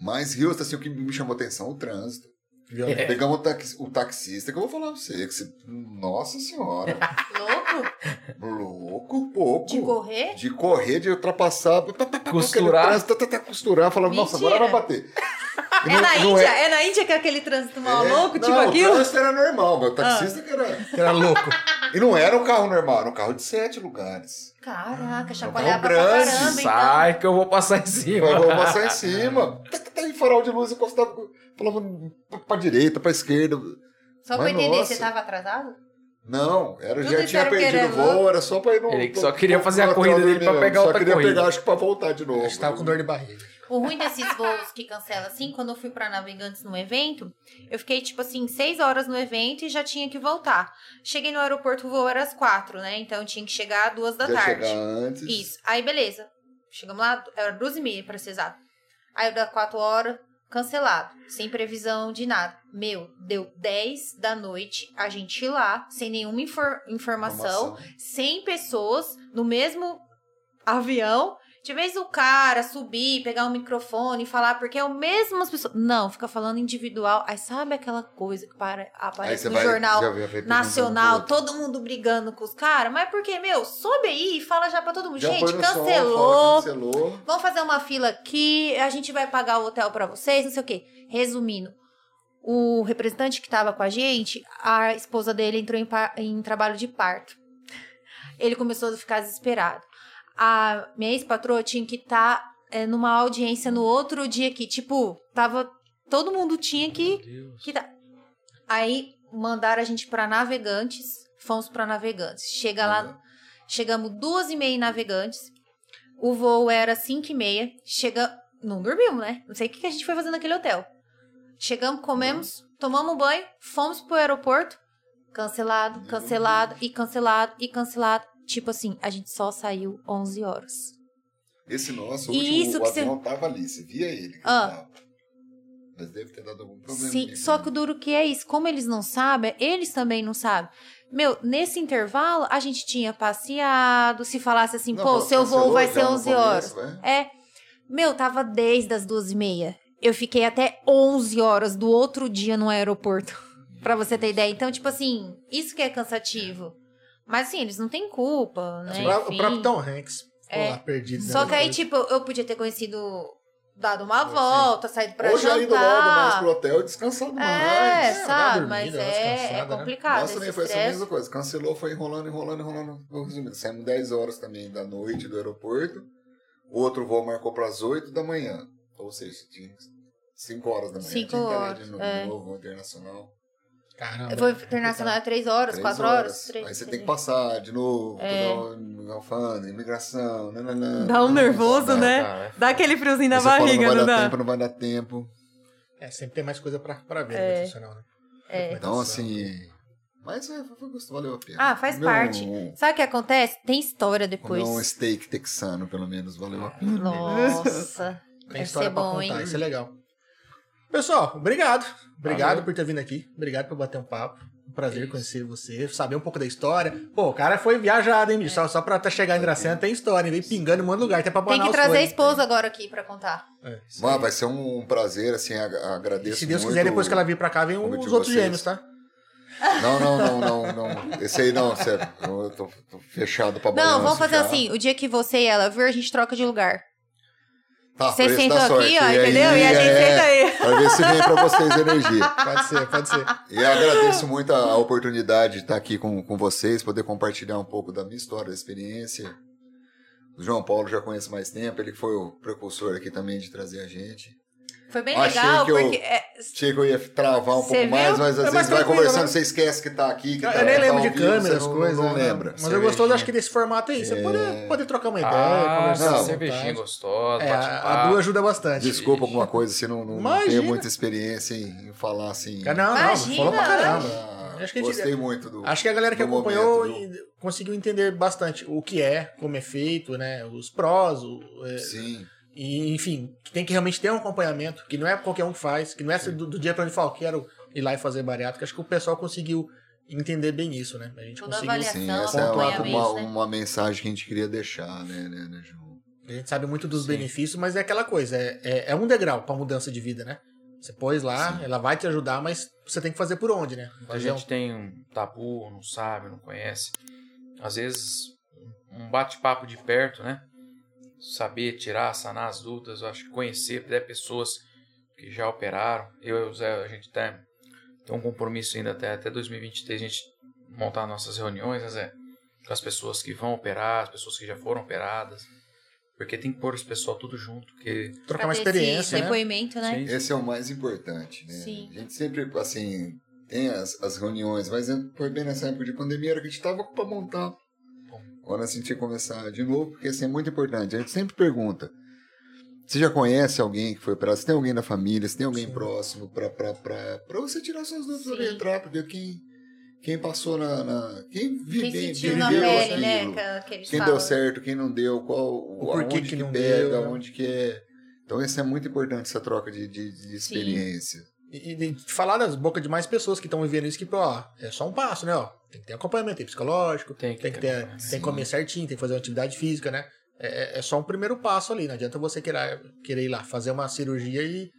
Speaker 3: Mas Houston, assim, o que me chamou atenção, o trânsito.
Speaker 1: É.
Speaker 2: Violento.
Speaker 3: Pegamos o, taxi- o taxista, que eu vou falar pra você. Que você nossa senhora,
Speaker 1: Louco?
Speaker 3: louco pouco.
Speaker 1: De correr?
Speaker 3: De correr, de ultrapassar. tá, tá, tá, tá,
Speaker 4: Costurar.
Speaker 3: aquele trânsito, tá, tá, tá, Costurar, falava, nossa, agora vai
Speaker 1: Mentira.
Speaker 3: bater.
Speaker 1: É na
Speaker 3: Não
Speaker 1: Índia? É... na Índia que é aquele trânsito mal louco, tipo
Speaker 3: É, não,
Speaker 1: aquilo? Ah.
Speaker 3: o trânsito era normal, meu taxista que era...
Speaker 2: Era louco.
Speaker 3: E não era um carro normal, era um carro de sete lugares.
Speaker 1: Caraca,
Speaker 3: um
Speaker 1: chacoalhava pra
Speaker 3: grande,
Speaker 1: caramba, então.
Speaker 4: Sai que eu vou passar em
Speaker 3: Eu
Speaker 4: cima.
Speaker 3: vou passar em cima. Tem farol de luz encostava. Falava pra- pra direita, pra esquerda.
Speaker 1: Só pra
Speaker 3: Mas
Speaker 1: entender,
Speaker 3: nossa.
Speaker 1: você tava atrasado?
Speaker 3: Não, era,
Speaker 1: Tudo
Speaker 3: já
Speaker 1: isso
Speaker 3: tinha
Speaker 1: era
Speaker 3: perdido o
Speaker 1: querendo.
Speaker 3: voo, era só pra ir no.
Speaker 4: Ele
Speaker 3: no-
Speaker 4: só queria
Speaker 3: no-
Speaker 4: fazer a
Speaker 3: no hotel
Speaker 4: corrida dele
Speaker 3: dormir
Speaker 4: pra
Speaker 3: mesmo,
Speaker 4: pegar outra
Speaker 3: Só queria
Speaker 4: corrida.
Speaker 3: pegar, acho que pra voltar de novo. né?
Speaker 2: Acho que tava com dor de barriga.
Speaker 1: O ruim desses voos que cancela assim, quando eu fui pra Navegantes num evento, eu fiquei, tipo assim, seis horas no evento e já tinha que voltar. Cheguei no aeroporto, o voo era às quatro, né? Então eu tinha que chegar às duas da
Speaker 3: Já
Speaker 1: tarde.
Speaker 3: chegar antes.
Speaker 1: Isso. Aí, beleza. Chegamos lá, era duas e meia, pra ser exato. Aí, da quatro horas, cancelado. Sem previsão de nada. Meu, deu 10 da noite, a gente ir lá, sem nenhuma infor- informação,
Speaker 3: Informação.
Speaker 1: 100 pessoas no mesmo avião. De vez o cara subir, pegar um microfone e falar, porque é o mesmo as pessoas. Não, fica falando individual. Aí sabe aquela coisa que para,
Speaker 3: Aí
Speaker 1: aparece
Speaker 3: você um
Speaker 1: no
Speaker 3: vai-
Speaker 1: jornal
Speaker 3: já vai perguntando
Speaker 1: nacional,
Speaker 3: pro outro.
Speaker 1: todo mundo brigando com os caras, mas porque, meu, sobe aí e fala já pra todo mundo.
Speaker 3: Já
Speaker 1: gente,
Speaker 3: põe no som, fala que
Speaker 1: cancelou.
Speaker 3: cancelou.
Speaker 1: Vamos fazer uma fila aqui, a gente vai pagar o hotel pra vocês, não sei o quê. Resumindo, o representante que tava com a gente, a esposa dele entrou em, pa- em trabalho de parto. Ele começou a ficar desesperado. A minha ex-patroa tinha que estar numa audiência no outro dia aqui. Tipo, tava. Todo mundo tinha que.
Speaker 4: Meu Deus.
Speaker 1: Que tá. Aí mandaram a gente pra Navegantes, fomos pra Navegantes. Chega lá, chegamos duas e meia em Navegantes. O voo era cinco e meia. Chega, não dormimos, né? Não sei o que que a gente foi fazer naquele hotel. Chegamos, comemos, tomamos um banho, fomos pro aeroporto. Cancelado, cancelado e cancelado e cancelado. Tipo assim, a gente só saiu 11 horas.
Speaker 3: Esse nosso, o
Speaker 1: E
Speaker 3: último,
Speaker 1: isso
Speaker 3: o
Speaker 1: que você-
Speaker 3: avião tava ali, você via ele. que
Speaker 1: Ah.
Speaker 3: tava. Mas deve ter dado algum problema. né?
Speaker 1: Sim, só que o duro que é isso. Como eles não sabem, eles também não sabem. Meu, nesse intervalo, a gente tinha passeado. Se falasse assim, pô, seu voo vai ser 11 horas.
Speaker 3: né?
Speaker 1: É. Meu, tava desde as duas e meia. Eu fiquei até 11 horas do outro dia no aeroporto. pra você ter ideia. Então, tipo assim, isso que é cansativo. Mas assim, eles não têm culpa, né?
Speaker 2: O pró- o
Speaker 1: Enfim.
Speaker 2: próprio Tom Hanks ficou
Speaker 1: É.
Speaker 2: lá perdido.
Speaker 1: Só
Speaker 2: né?
Speaker 1: que aí, tipo, eu podia ter conhecido, dado uma
Speaker 3: Sim.
Speaker 1: volta, saído pra
Speaker 3: Hoje eu indo logo mais
Speaker 1: jantar.
Speaker 3: pro hotel e descansado mais.
Speaker 1: é,
Speaker 2: dá uma
Speaker 1: sabe?
Speaker 2: dormida,
Speaker 1: Mas
Speaker 2: dá uma
Speaker 1: é, é
Speaker 2: descansada, né?
Speaker 1: complicado.
Speaker 3: Nossa, também
Speaker 1: esse
Speaker 3: foi essa
Speaker 1: estresse.
Speaker 3: mesma coisa. Cancelou, foi enrolando, enrolando, enrolando. Vou resumir. Saímos 10 horas também da noite do aeroporto. Outro voo marcou para as 8 da manhã. Ou seja, tinha 5 horas da manhã.
Speaker 1: Cinco
Speaker 3: tinha internet
Speaker 1: horas,
Speaker 3: de novo,
Speaker 1: é.
Speaker 3: novo voo internacional.
Speaker 2: Caramba.
Speaker 1: Eu vou internacional é três horas,
Speaker 3: Três
Speaker 1: quatro horas. três,
Speaker 3: Aí você
Speaker 1: três
Speaker 3: tem que passar de novo.
Speaker 1: É.
Speaker 3: Toda hora, no alfândega, imigração. Nananã,
Speaker 5: Dá um nervoso,
Speaker 3: Dá.
Speaker 5: né?
Speaker 4: Cara,
Speaker 5: Dá aquele friozinho
Speaker 3: Aí
Speaker 5: na
Speaker 3: você fala,
Speaker 5: barriga,
Speaker 3: não
Speaker 5: não
Speaker 3: vai dar
Speaker 5: dá?
Speaker 3: tempo, não vai dar tempo.
Speaker 2: É, sempre tem mais coisa pra, pra ver
Speaker 1: É.
Speaker 2: no profissional, né?
Speaker 1: É.
Speaker 3: Então, assim. Mas é, foi gostoso, valeu a pena.
Speaker 1: Ah, faz
Speaker 3: Comer
Speaker 1: parte.
Speaker 3: Um,
Speaker 1: Sabe o que acontece? Tem história
Speaker 3: comer
Speaker 1: depois.
Speaker 3: um steak texano, pelo menos, valeu a pena.
Speaker 1: Nossa.
Speaker 2: Tem
Speaker 1: Deve
Speaker 2: história
Speaker 1: ser
Speaker 2: pra
Speaker 1: bom,
Speaker 2: contar,
Speaker 1: hein?
Speaker 2: isso é legal. Pessoal, obrigado. Obrigado
Speaker 4: Valeu.
Speaker 2: por ter vindo aqui. Obrigado por bater um papo. Um prazer conhecer você, saber um pouco da história. Pô, o cara foi viajado, hein, bicho? Só, só pra até chegar em Dracena tem história, hein? Vem pingando em um monte de lugar, até pra
Speaker 1: Tem que
Speaker 2: Manaus
Speaker 1: trazer a
Speaker 2: foi.
Speaker 1: esposa agora aqui pra
Speaker 3: Tá
Speaker 1: contar.
Speaker 2: É, isso
Speaker 3: Vá,
Speaker 2: aí.
Speaker 3: vai ser um prazer, assim, ag-
Speaker 2: E
Speaker 3: agradeço
Speaker 2: se Deus
Speaker 3: muito.
Speaker 2: quiser, depois que ela vir pra cá, vem os
Speaker 3: convite de
Speaker 2: outros
Speaker 3: vocês.
Speaker 2: gêmeos, tá?
Speaker 3: Não, não, não, não, não. Esse aí não, sério. Eu tô, tô fechado pra balanço
Speaker 1: Não, vamos fazer
Speaker 3: já.
Speaker 1: assim. O dia que você e ela vir, a gente troca de lugar.
Speaker 3: Tá,
Speaker 1: Você
Speaker 3: preço da
Speaker 1: sentou aqui,
Speaker 3: sorte.
Speaker 1: ó,
Speaker 3: E aí,
Speaker 1: entendeu?
Speaker 5: E a gente
Speaker 3: é,
Speaker 5: senta aí.
Speaker 3: Pra ver se vem pra vocês a energia.
Speaker 2: Pode ser, pode ser.
Speaker 3: E eu agradeço muito a oportunidade de estar aqui com, com vocês, poder compartilhar um pouco da minha história, da experiência. O João Paulo já conheço mais tempo, ele que foi o precursor aqui também de trazer a gente.
Speaker 1: Foi bem
Speaker 3: Achei
Speaker 1: legal,
Speaker 3: que eu-
Speaker 1: porque. é,
Speaker 3: Achei que eu ia travar um
Speaker 1: Cê
Speaker 3: pouco
Speaker 1: viu?
Speaker 3: mais, mas às
Speaker 2: É mais
Speaker 3: vezes vai
Speaker 2: tranquilo,
Speaker 3: conversando,
Speaker 2: né?
Speaker 3: você esquece que tá aqui. Que
Speaker 2: Eu
Speaker 3: tá-
Speaker 2: nem
Speaker 3: tá
Speaker 2: lembro
Speaker 3: ao
Speaker 2: de
Speaker 3: vivo, você
Speaker 2: câmeras,
Speaker 3: não-
Speaker 2: coisas.
Speaker 3: Não,
Speaker 2: né?
Speaker 3: lembra.
Speaker 2: Mas eu gostoso,
Speaker 4: Cervejinha.
Speaker 2: acho que desse formato aí. Você pode, pode trocar uma ideia,
Speaker 4: Ah,
Speaker 2: conversar. à
Speaker 4: essa
Speaker 3: não,
Speaker 4: cervejinha
Speaker 2: vontade.
Speaker 4: gostosa,
Speaker 2: É,
Speaker 4: bate
Speaker 2: a, a Duda ajuda bastante.
Speaker 3: Desculpa alguma coisa se não, não não
Speaker 2: Imagina.
Speaker 3: tenho muita experiência em, em falar assim.
Speaker 2: Não, não,
Speaker 1: Imagina.
Speaker 2: falou pra caramba.
Speaker 3: Ah,
Speaker 2: Acho que a gente-
Speaker 3: gostei muito do.
Speaker 2: Acho que a galera que
Speaker 3: do
Speaker 2: acompanhou
Speaker 3: Tipo, momento, viu?
Speaker 2: e- conseguiu entender bastante o que é, como é feito, né? Os prós, o- é,
Speaker 3: Sim.
Speaker 2: e enfim, que tem que realmente ter um acompanhamento, que não é qualquer um que faz, que não é do, do dia pra ele falar, "Ó, quero ir lá e fazer bariátrica. Acho que o pessoal conseguiu entender bem isso, né? A gente
Speaker 1: Toda
Speaker 2: conseguiu.
Speaker 1: avaliação.
Speaker 3: Sim,
Speaker 1: Criação,
Speaker 3: essa é uma,
Speaker 1: acompanhamento,
Speaker 3: uma,
Speaker 1: né?
Speaker 3: uma mensagem que a gente queria deixar, né, né, né João?
Speaker 2: A gente sabe muito dos benefícios, mas é aquela coisa, é, é, é um degrau pra mudança de vida, né? Você pôs lá,
Speaker 3: Sim.
Speaker 2: ela vai te ajudar, mas você tem que fazer por onde, né?
Speaker 4: A
Speaker 2: Fazer um-
Speaker 4: gente tem um tabu, não sabe, não conhece. Às vezes, um bate-papo de perto, né? Saber tirar, sanar as dúvidas, eu acho que conhecer até pessoas que já operaram. Eu e o Zé, a gente tem, tem um compromisso ainda até, até 2023, a gente montar nossas reuniões, né, Zé? Com as pessoas que vão operar, as pessoas que já foram operadas. Porque tem que pôr esse pessoal tudo junto, porque...
Speaker 2: trocar uma
Speaker 1: pra ter esse
Speaker 2: experiência, né?
Speaker 1: depoimento, né?
Speaker 4: Sim,
Speaker 3: Esse é o mais importante, né?
Speaker 1: Sim.
Speaker 3: A gente sempre, assim, tem as, as reuniões, mas foi bem nessa época de pandemia, era que a gente tava pra montar. Agora assim, a gente ia começar de novo, porque assim, é muito importante. A gente sempre pergunta, você já conhece alguém que foi operado? Se tem alguém na família, se tem alguém
Speaker 2: Sim.
Speaker 3: próximo, pra, pra, pra, pra você tirar suas dúvidas,
Speaker 1: Sim.
Speaker 3: orientar, porque quem, quem passou na... na- quem vive,
Speaker 1: Quem sentiu
Speaker 3: viveu
Speaker 1: na pele,
Speaker 3: aquilo,
Speaker 1: né? que- Que eles
Speaker 3: quem
Speaker 1: falam.
Speaker 3: deu certo, quem não deu, qual o
Speaker 2: porquê
Speaker 3: aonde
Speaker 2: que
Speaker 3: que,
Speaker 2: não
Speaker 3: pega,
Speaker 2: deu, né?
Speaker 3: onde que é. Então isso é muito importante essa troca de, de- de experiência.
Speaker 2: E, e de falar das bocas de mais pessoas que estão vivendo isso, que, pô, ó, é só um passo, né? Ó, tem que ter acompanhamento, tem psicológico,
Speaker 4: Tem que
Speaker 2: tem que,
Speaker 4: ter né?
Speaker 2: ter,
Speaker 4: acompanhamento.
Speaker 2: tem que comer certinho, tem que fazer uma atividade física, né? É, é- é só um primeiro passo ali, não adianta você querer, querer ir lá fazer uma cirurgia e.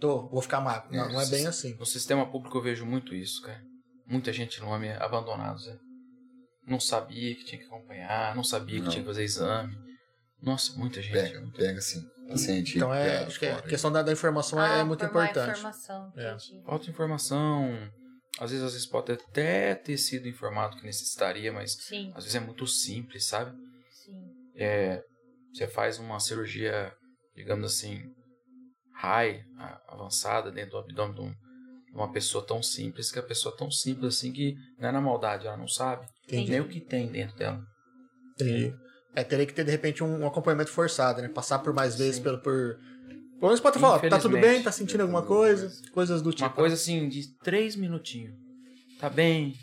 Speaker 2: Tô, vou ficar magro. Não, não é bem assim.
Speaker 4: No sistema público eu vejo muito isso, cara. Muita gente no homem é abandonado, Zé. Não sabia que tinha que acompanhar, não sabia
Speaker 3: Não.
Speaker 4: que tinha que fazer exame. Nossa, muita gente.
Speaker 3: Pega, pega assim. Paciente.
Speaker 2: Então é,
Speaker 3: pegado
Speaker 2: acho que é- a
Speaker 3: fora.
Speaker 2: questão da, da informação é-
Speaker 1: Ah,
Speaker 2: é muito
Speaker 1: formar
Speaker 2: importante.
Speaker 1: Informação,
Speaker 2: É.
Speaker 1: entendi.
Speaker 4: Falta informação. Às vezes, às vezes pode até ter sido informado que necessitaria, mas
Speaker 1: Sim,
Speaker 4: às vezes é muito simples, sabe?
Speaker 1: sim.
Speaker 4: É, você faz uma cirurgia, digamos assim, high, a- avançada, dentro do abdômen de um- de uma pessoa tão simples, que a pessoa é tão simples assim que não é na maldade, ela não sabe.
Speaker 2: Entendi.
Speaker 4: nem o que tem dentro dela.
Speaker 2: Entendi. É, teria que ter, de repente, um, um acompanhamento forçado, né? Passar por mais vezes
Speaker 4: Sim.
Speaker 2: pelo, por. Pelo menos pra tu falar, tá tudo
Speaker 4: Infelizmente.
Speaker 2: bem, tá sentindo alguma coisa, coisas do tipo.
Speaker 4: Uma coisa assim de três minutinhos. Tá bem?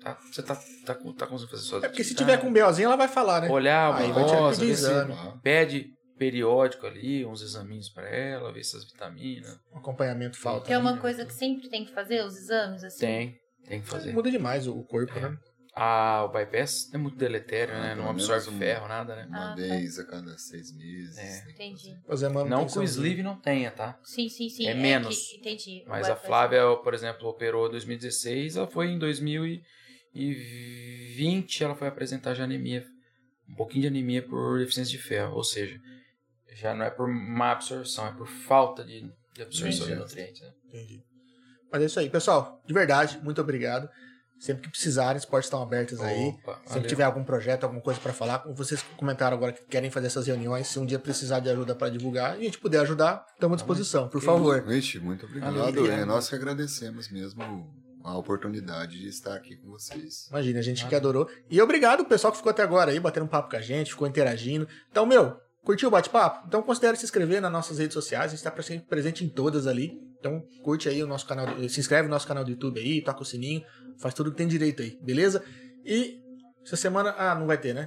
Speaker 4: Tá- você tá, tá, com- tá conseguindo fazer suas
Speaker 2: É porque se tiver com um BOzinho, ela vai falar, né?
Speaker 4: Olhar
Speaker 2: Aí
Speaker 4: uma
Speaker 2: vai tirar
Speaker 4: rosa,
Speaker 2: pedir
Speaker 4: ver se
Speaker 2: exame.
Speaker 3: Ah,
Speaker 4: pede periódico ali, uns examinhos pra ela, ver se as vitaminas.
Speaker 2: Um acompanhamento falta.
Speaker 1: Que é uma coisa que sempre tem que fazer, os exames, assim.
Speaker 4: Tem, tem que fazer.
Speaker 2: Muda demais o o corpo,
Speaker 4: É.
Speaker 2: né?
Speaker 4: Ah, o bypass é muito deletério,
Speaker 3: Ah,
Speaker 4: né? Não
Speaker 3: pelo menos
Speaker 4: absorve
Speaker 3: um-
Speaker 4: ferro, nada, né?
Speaker 3: uma
Speaker 1: Ah, tá.
Speaker 3: vez a cada seis meses.
Speaker 4: É.
Speaker 3: tem que
Speaker 1: Entendi.
Speaker 2: Fazer uma
Speaker 4: Não que o
Speaker 2: manutençãozinha.
Speaker 4: sleeve não tenha, tá?
Speaker 1: Sim, sim, sim.
Speaker 4: É menos.
Speaker 1: que- entendi.
Speaker 4: Mas
Speaker 1: Vai
Speaker 4: a
Speaker 1: fazer.
Speaker 4: Flávia, por exemplo, operou em 2016, ela foi em 2020, ela foi apresentar já anemia, um pouquinho de anemia por deficiência de ferro, ou seja, já não é por má absorção, é por falta de, de absorção de
Speaker 3: Entendi.
Speaker 4: nutrientes. né?
Speaker 2: Entendi. Mas é isso aí, pessoal. De verdade, muito obrigado. Sempre que precisarem, as portas estão abertas aí.
Speaker 4: Opa,
Speaker 2: Se
Speaker 4: valeu.
Speaker 2: tiver algum projeto, alguma coisa pra falar, como vocês comentaram agora que querem fazer essas reuniões, se um dia precisar de ajuda pra divulgar e a gente puder ajudar, estamos à disposição, por favor.
Speaker 3: Vixe, muito obrigado.
Speaker 4: Valeu, obrigado.
Speaker 2: né?
Speaker 3: É, nós que agradecemos mesmo a oportunidade de estar aqui com vocês.
Speaker 2: Imagina, a gente que adorou. E obrigado o pessoal que ficou até agora aí, batendo papo com a gente, ficou interagindo. Então, meu, curtiu o bate-papo? Então considere se inscrever nas nossas redes sociais, a gente está sempre presente em todas ali. Então curte aí o nosso canal, se inscreve no nosso canal do YouTube aí, toca o sininho, faz tudo que tem direito aí, beleza? E essa semana, ah, não vai ter, né?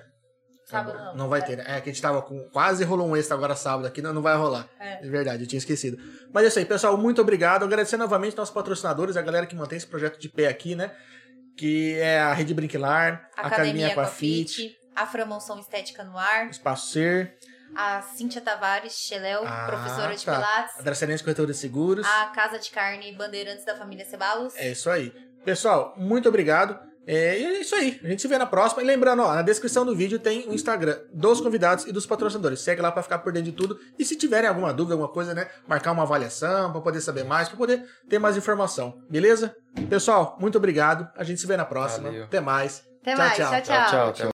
Speaker 1: Sábado assim, não.
Speaker 2: vai ter, né? É que a gente tava com. Quase rolou um extra agora sábado aqui, não, não vai rolar. É.
Speaker 1: É.
Speaker 2: verdade, eu tinha esquecido. Mas é isso aí, pessoal. Muito obrigado. Agradecer novamente nossos patrocinadores, a galera que mantém esse projeto de pé aqui, né? Que é a Rede Brinquilar, a Academia com a Fit,
Speaker 1: a Framonção Estética no Ar,
Speaker 2: Espaço Ser,
Speaker 1: a Cíntia Tavares Cheléu,
Speaker 2: Ah,
Speaker 1: professora de
Speaker 2: tá. a
Speaker 1: Pilates,
Speaker 2: Dracelense Corretora de Seguros.
Speaker 1: a Casa de Carne Bandeirantes da Família Cebalos.
Speaker 2: É isso aí. Pessoal, muito obrigado. É, e é isso aí. A gente se vê na próxima. E lembrando, ó, na descrição do vídeo tem o Instagram dos convidados e dos patrocinadores. Segue lá pra ficar por dentro de tudo. E se tiverem alguma dúvida, alguma coisa, né? Marcar uma avaliação pra poder saber mais, pra poder ter mais informação. Beleza? Pessoal, muito obrigado. A gente se vê na próxima.
Speaker 4: Valeu.
Speaker 2: Até mais.
Speaker 1: Até
Speaker 2: Tchau,
Speaker 1: mais.
Speaker 2: tchau.
Speaker 1: Tchau, tchau.
Speaker 4: Tchau, tchau. até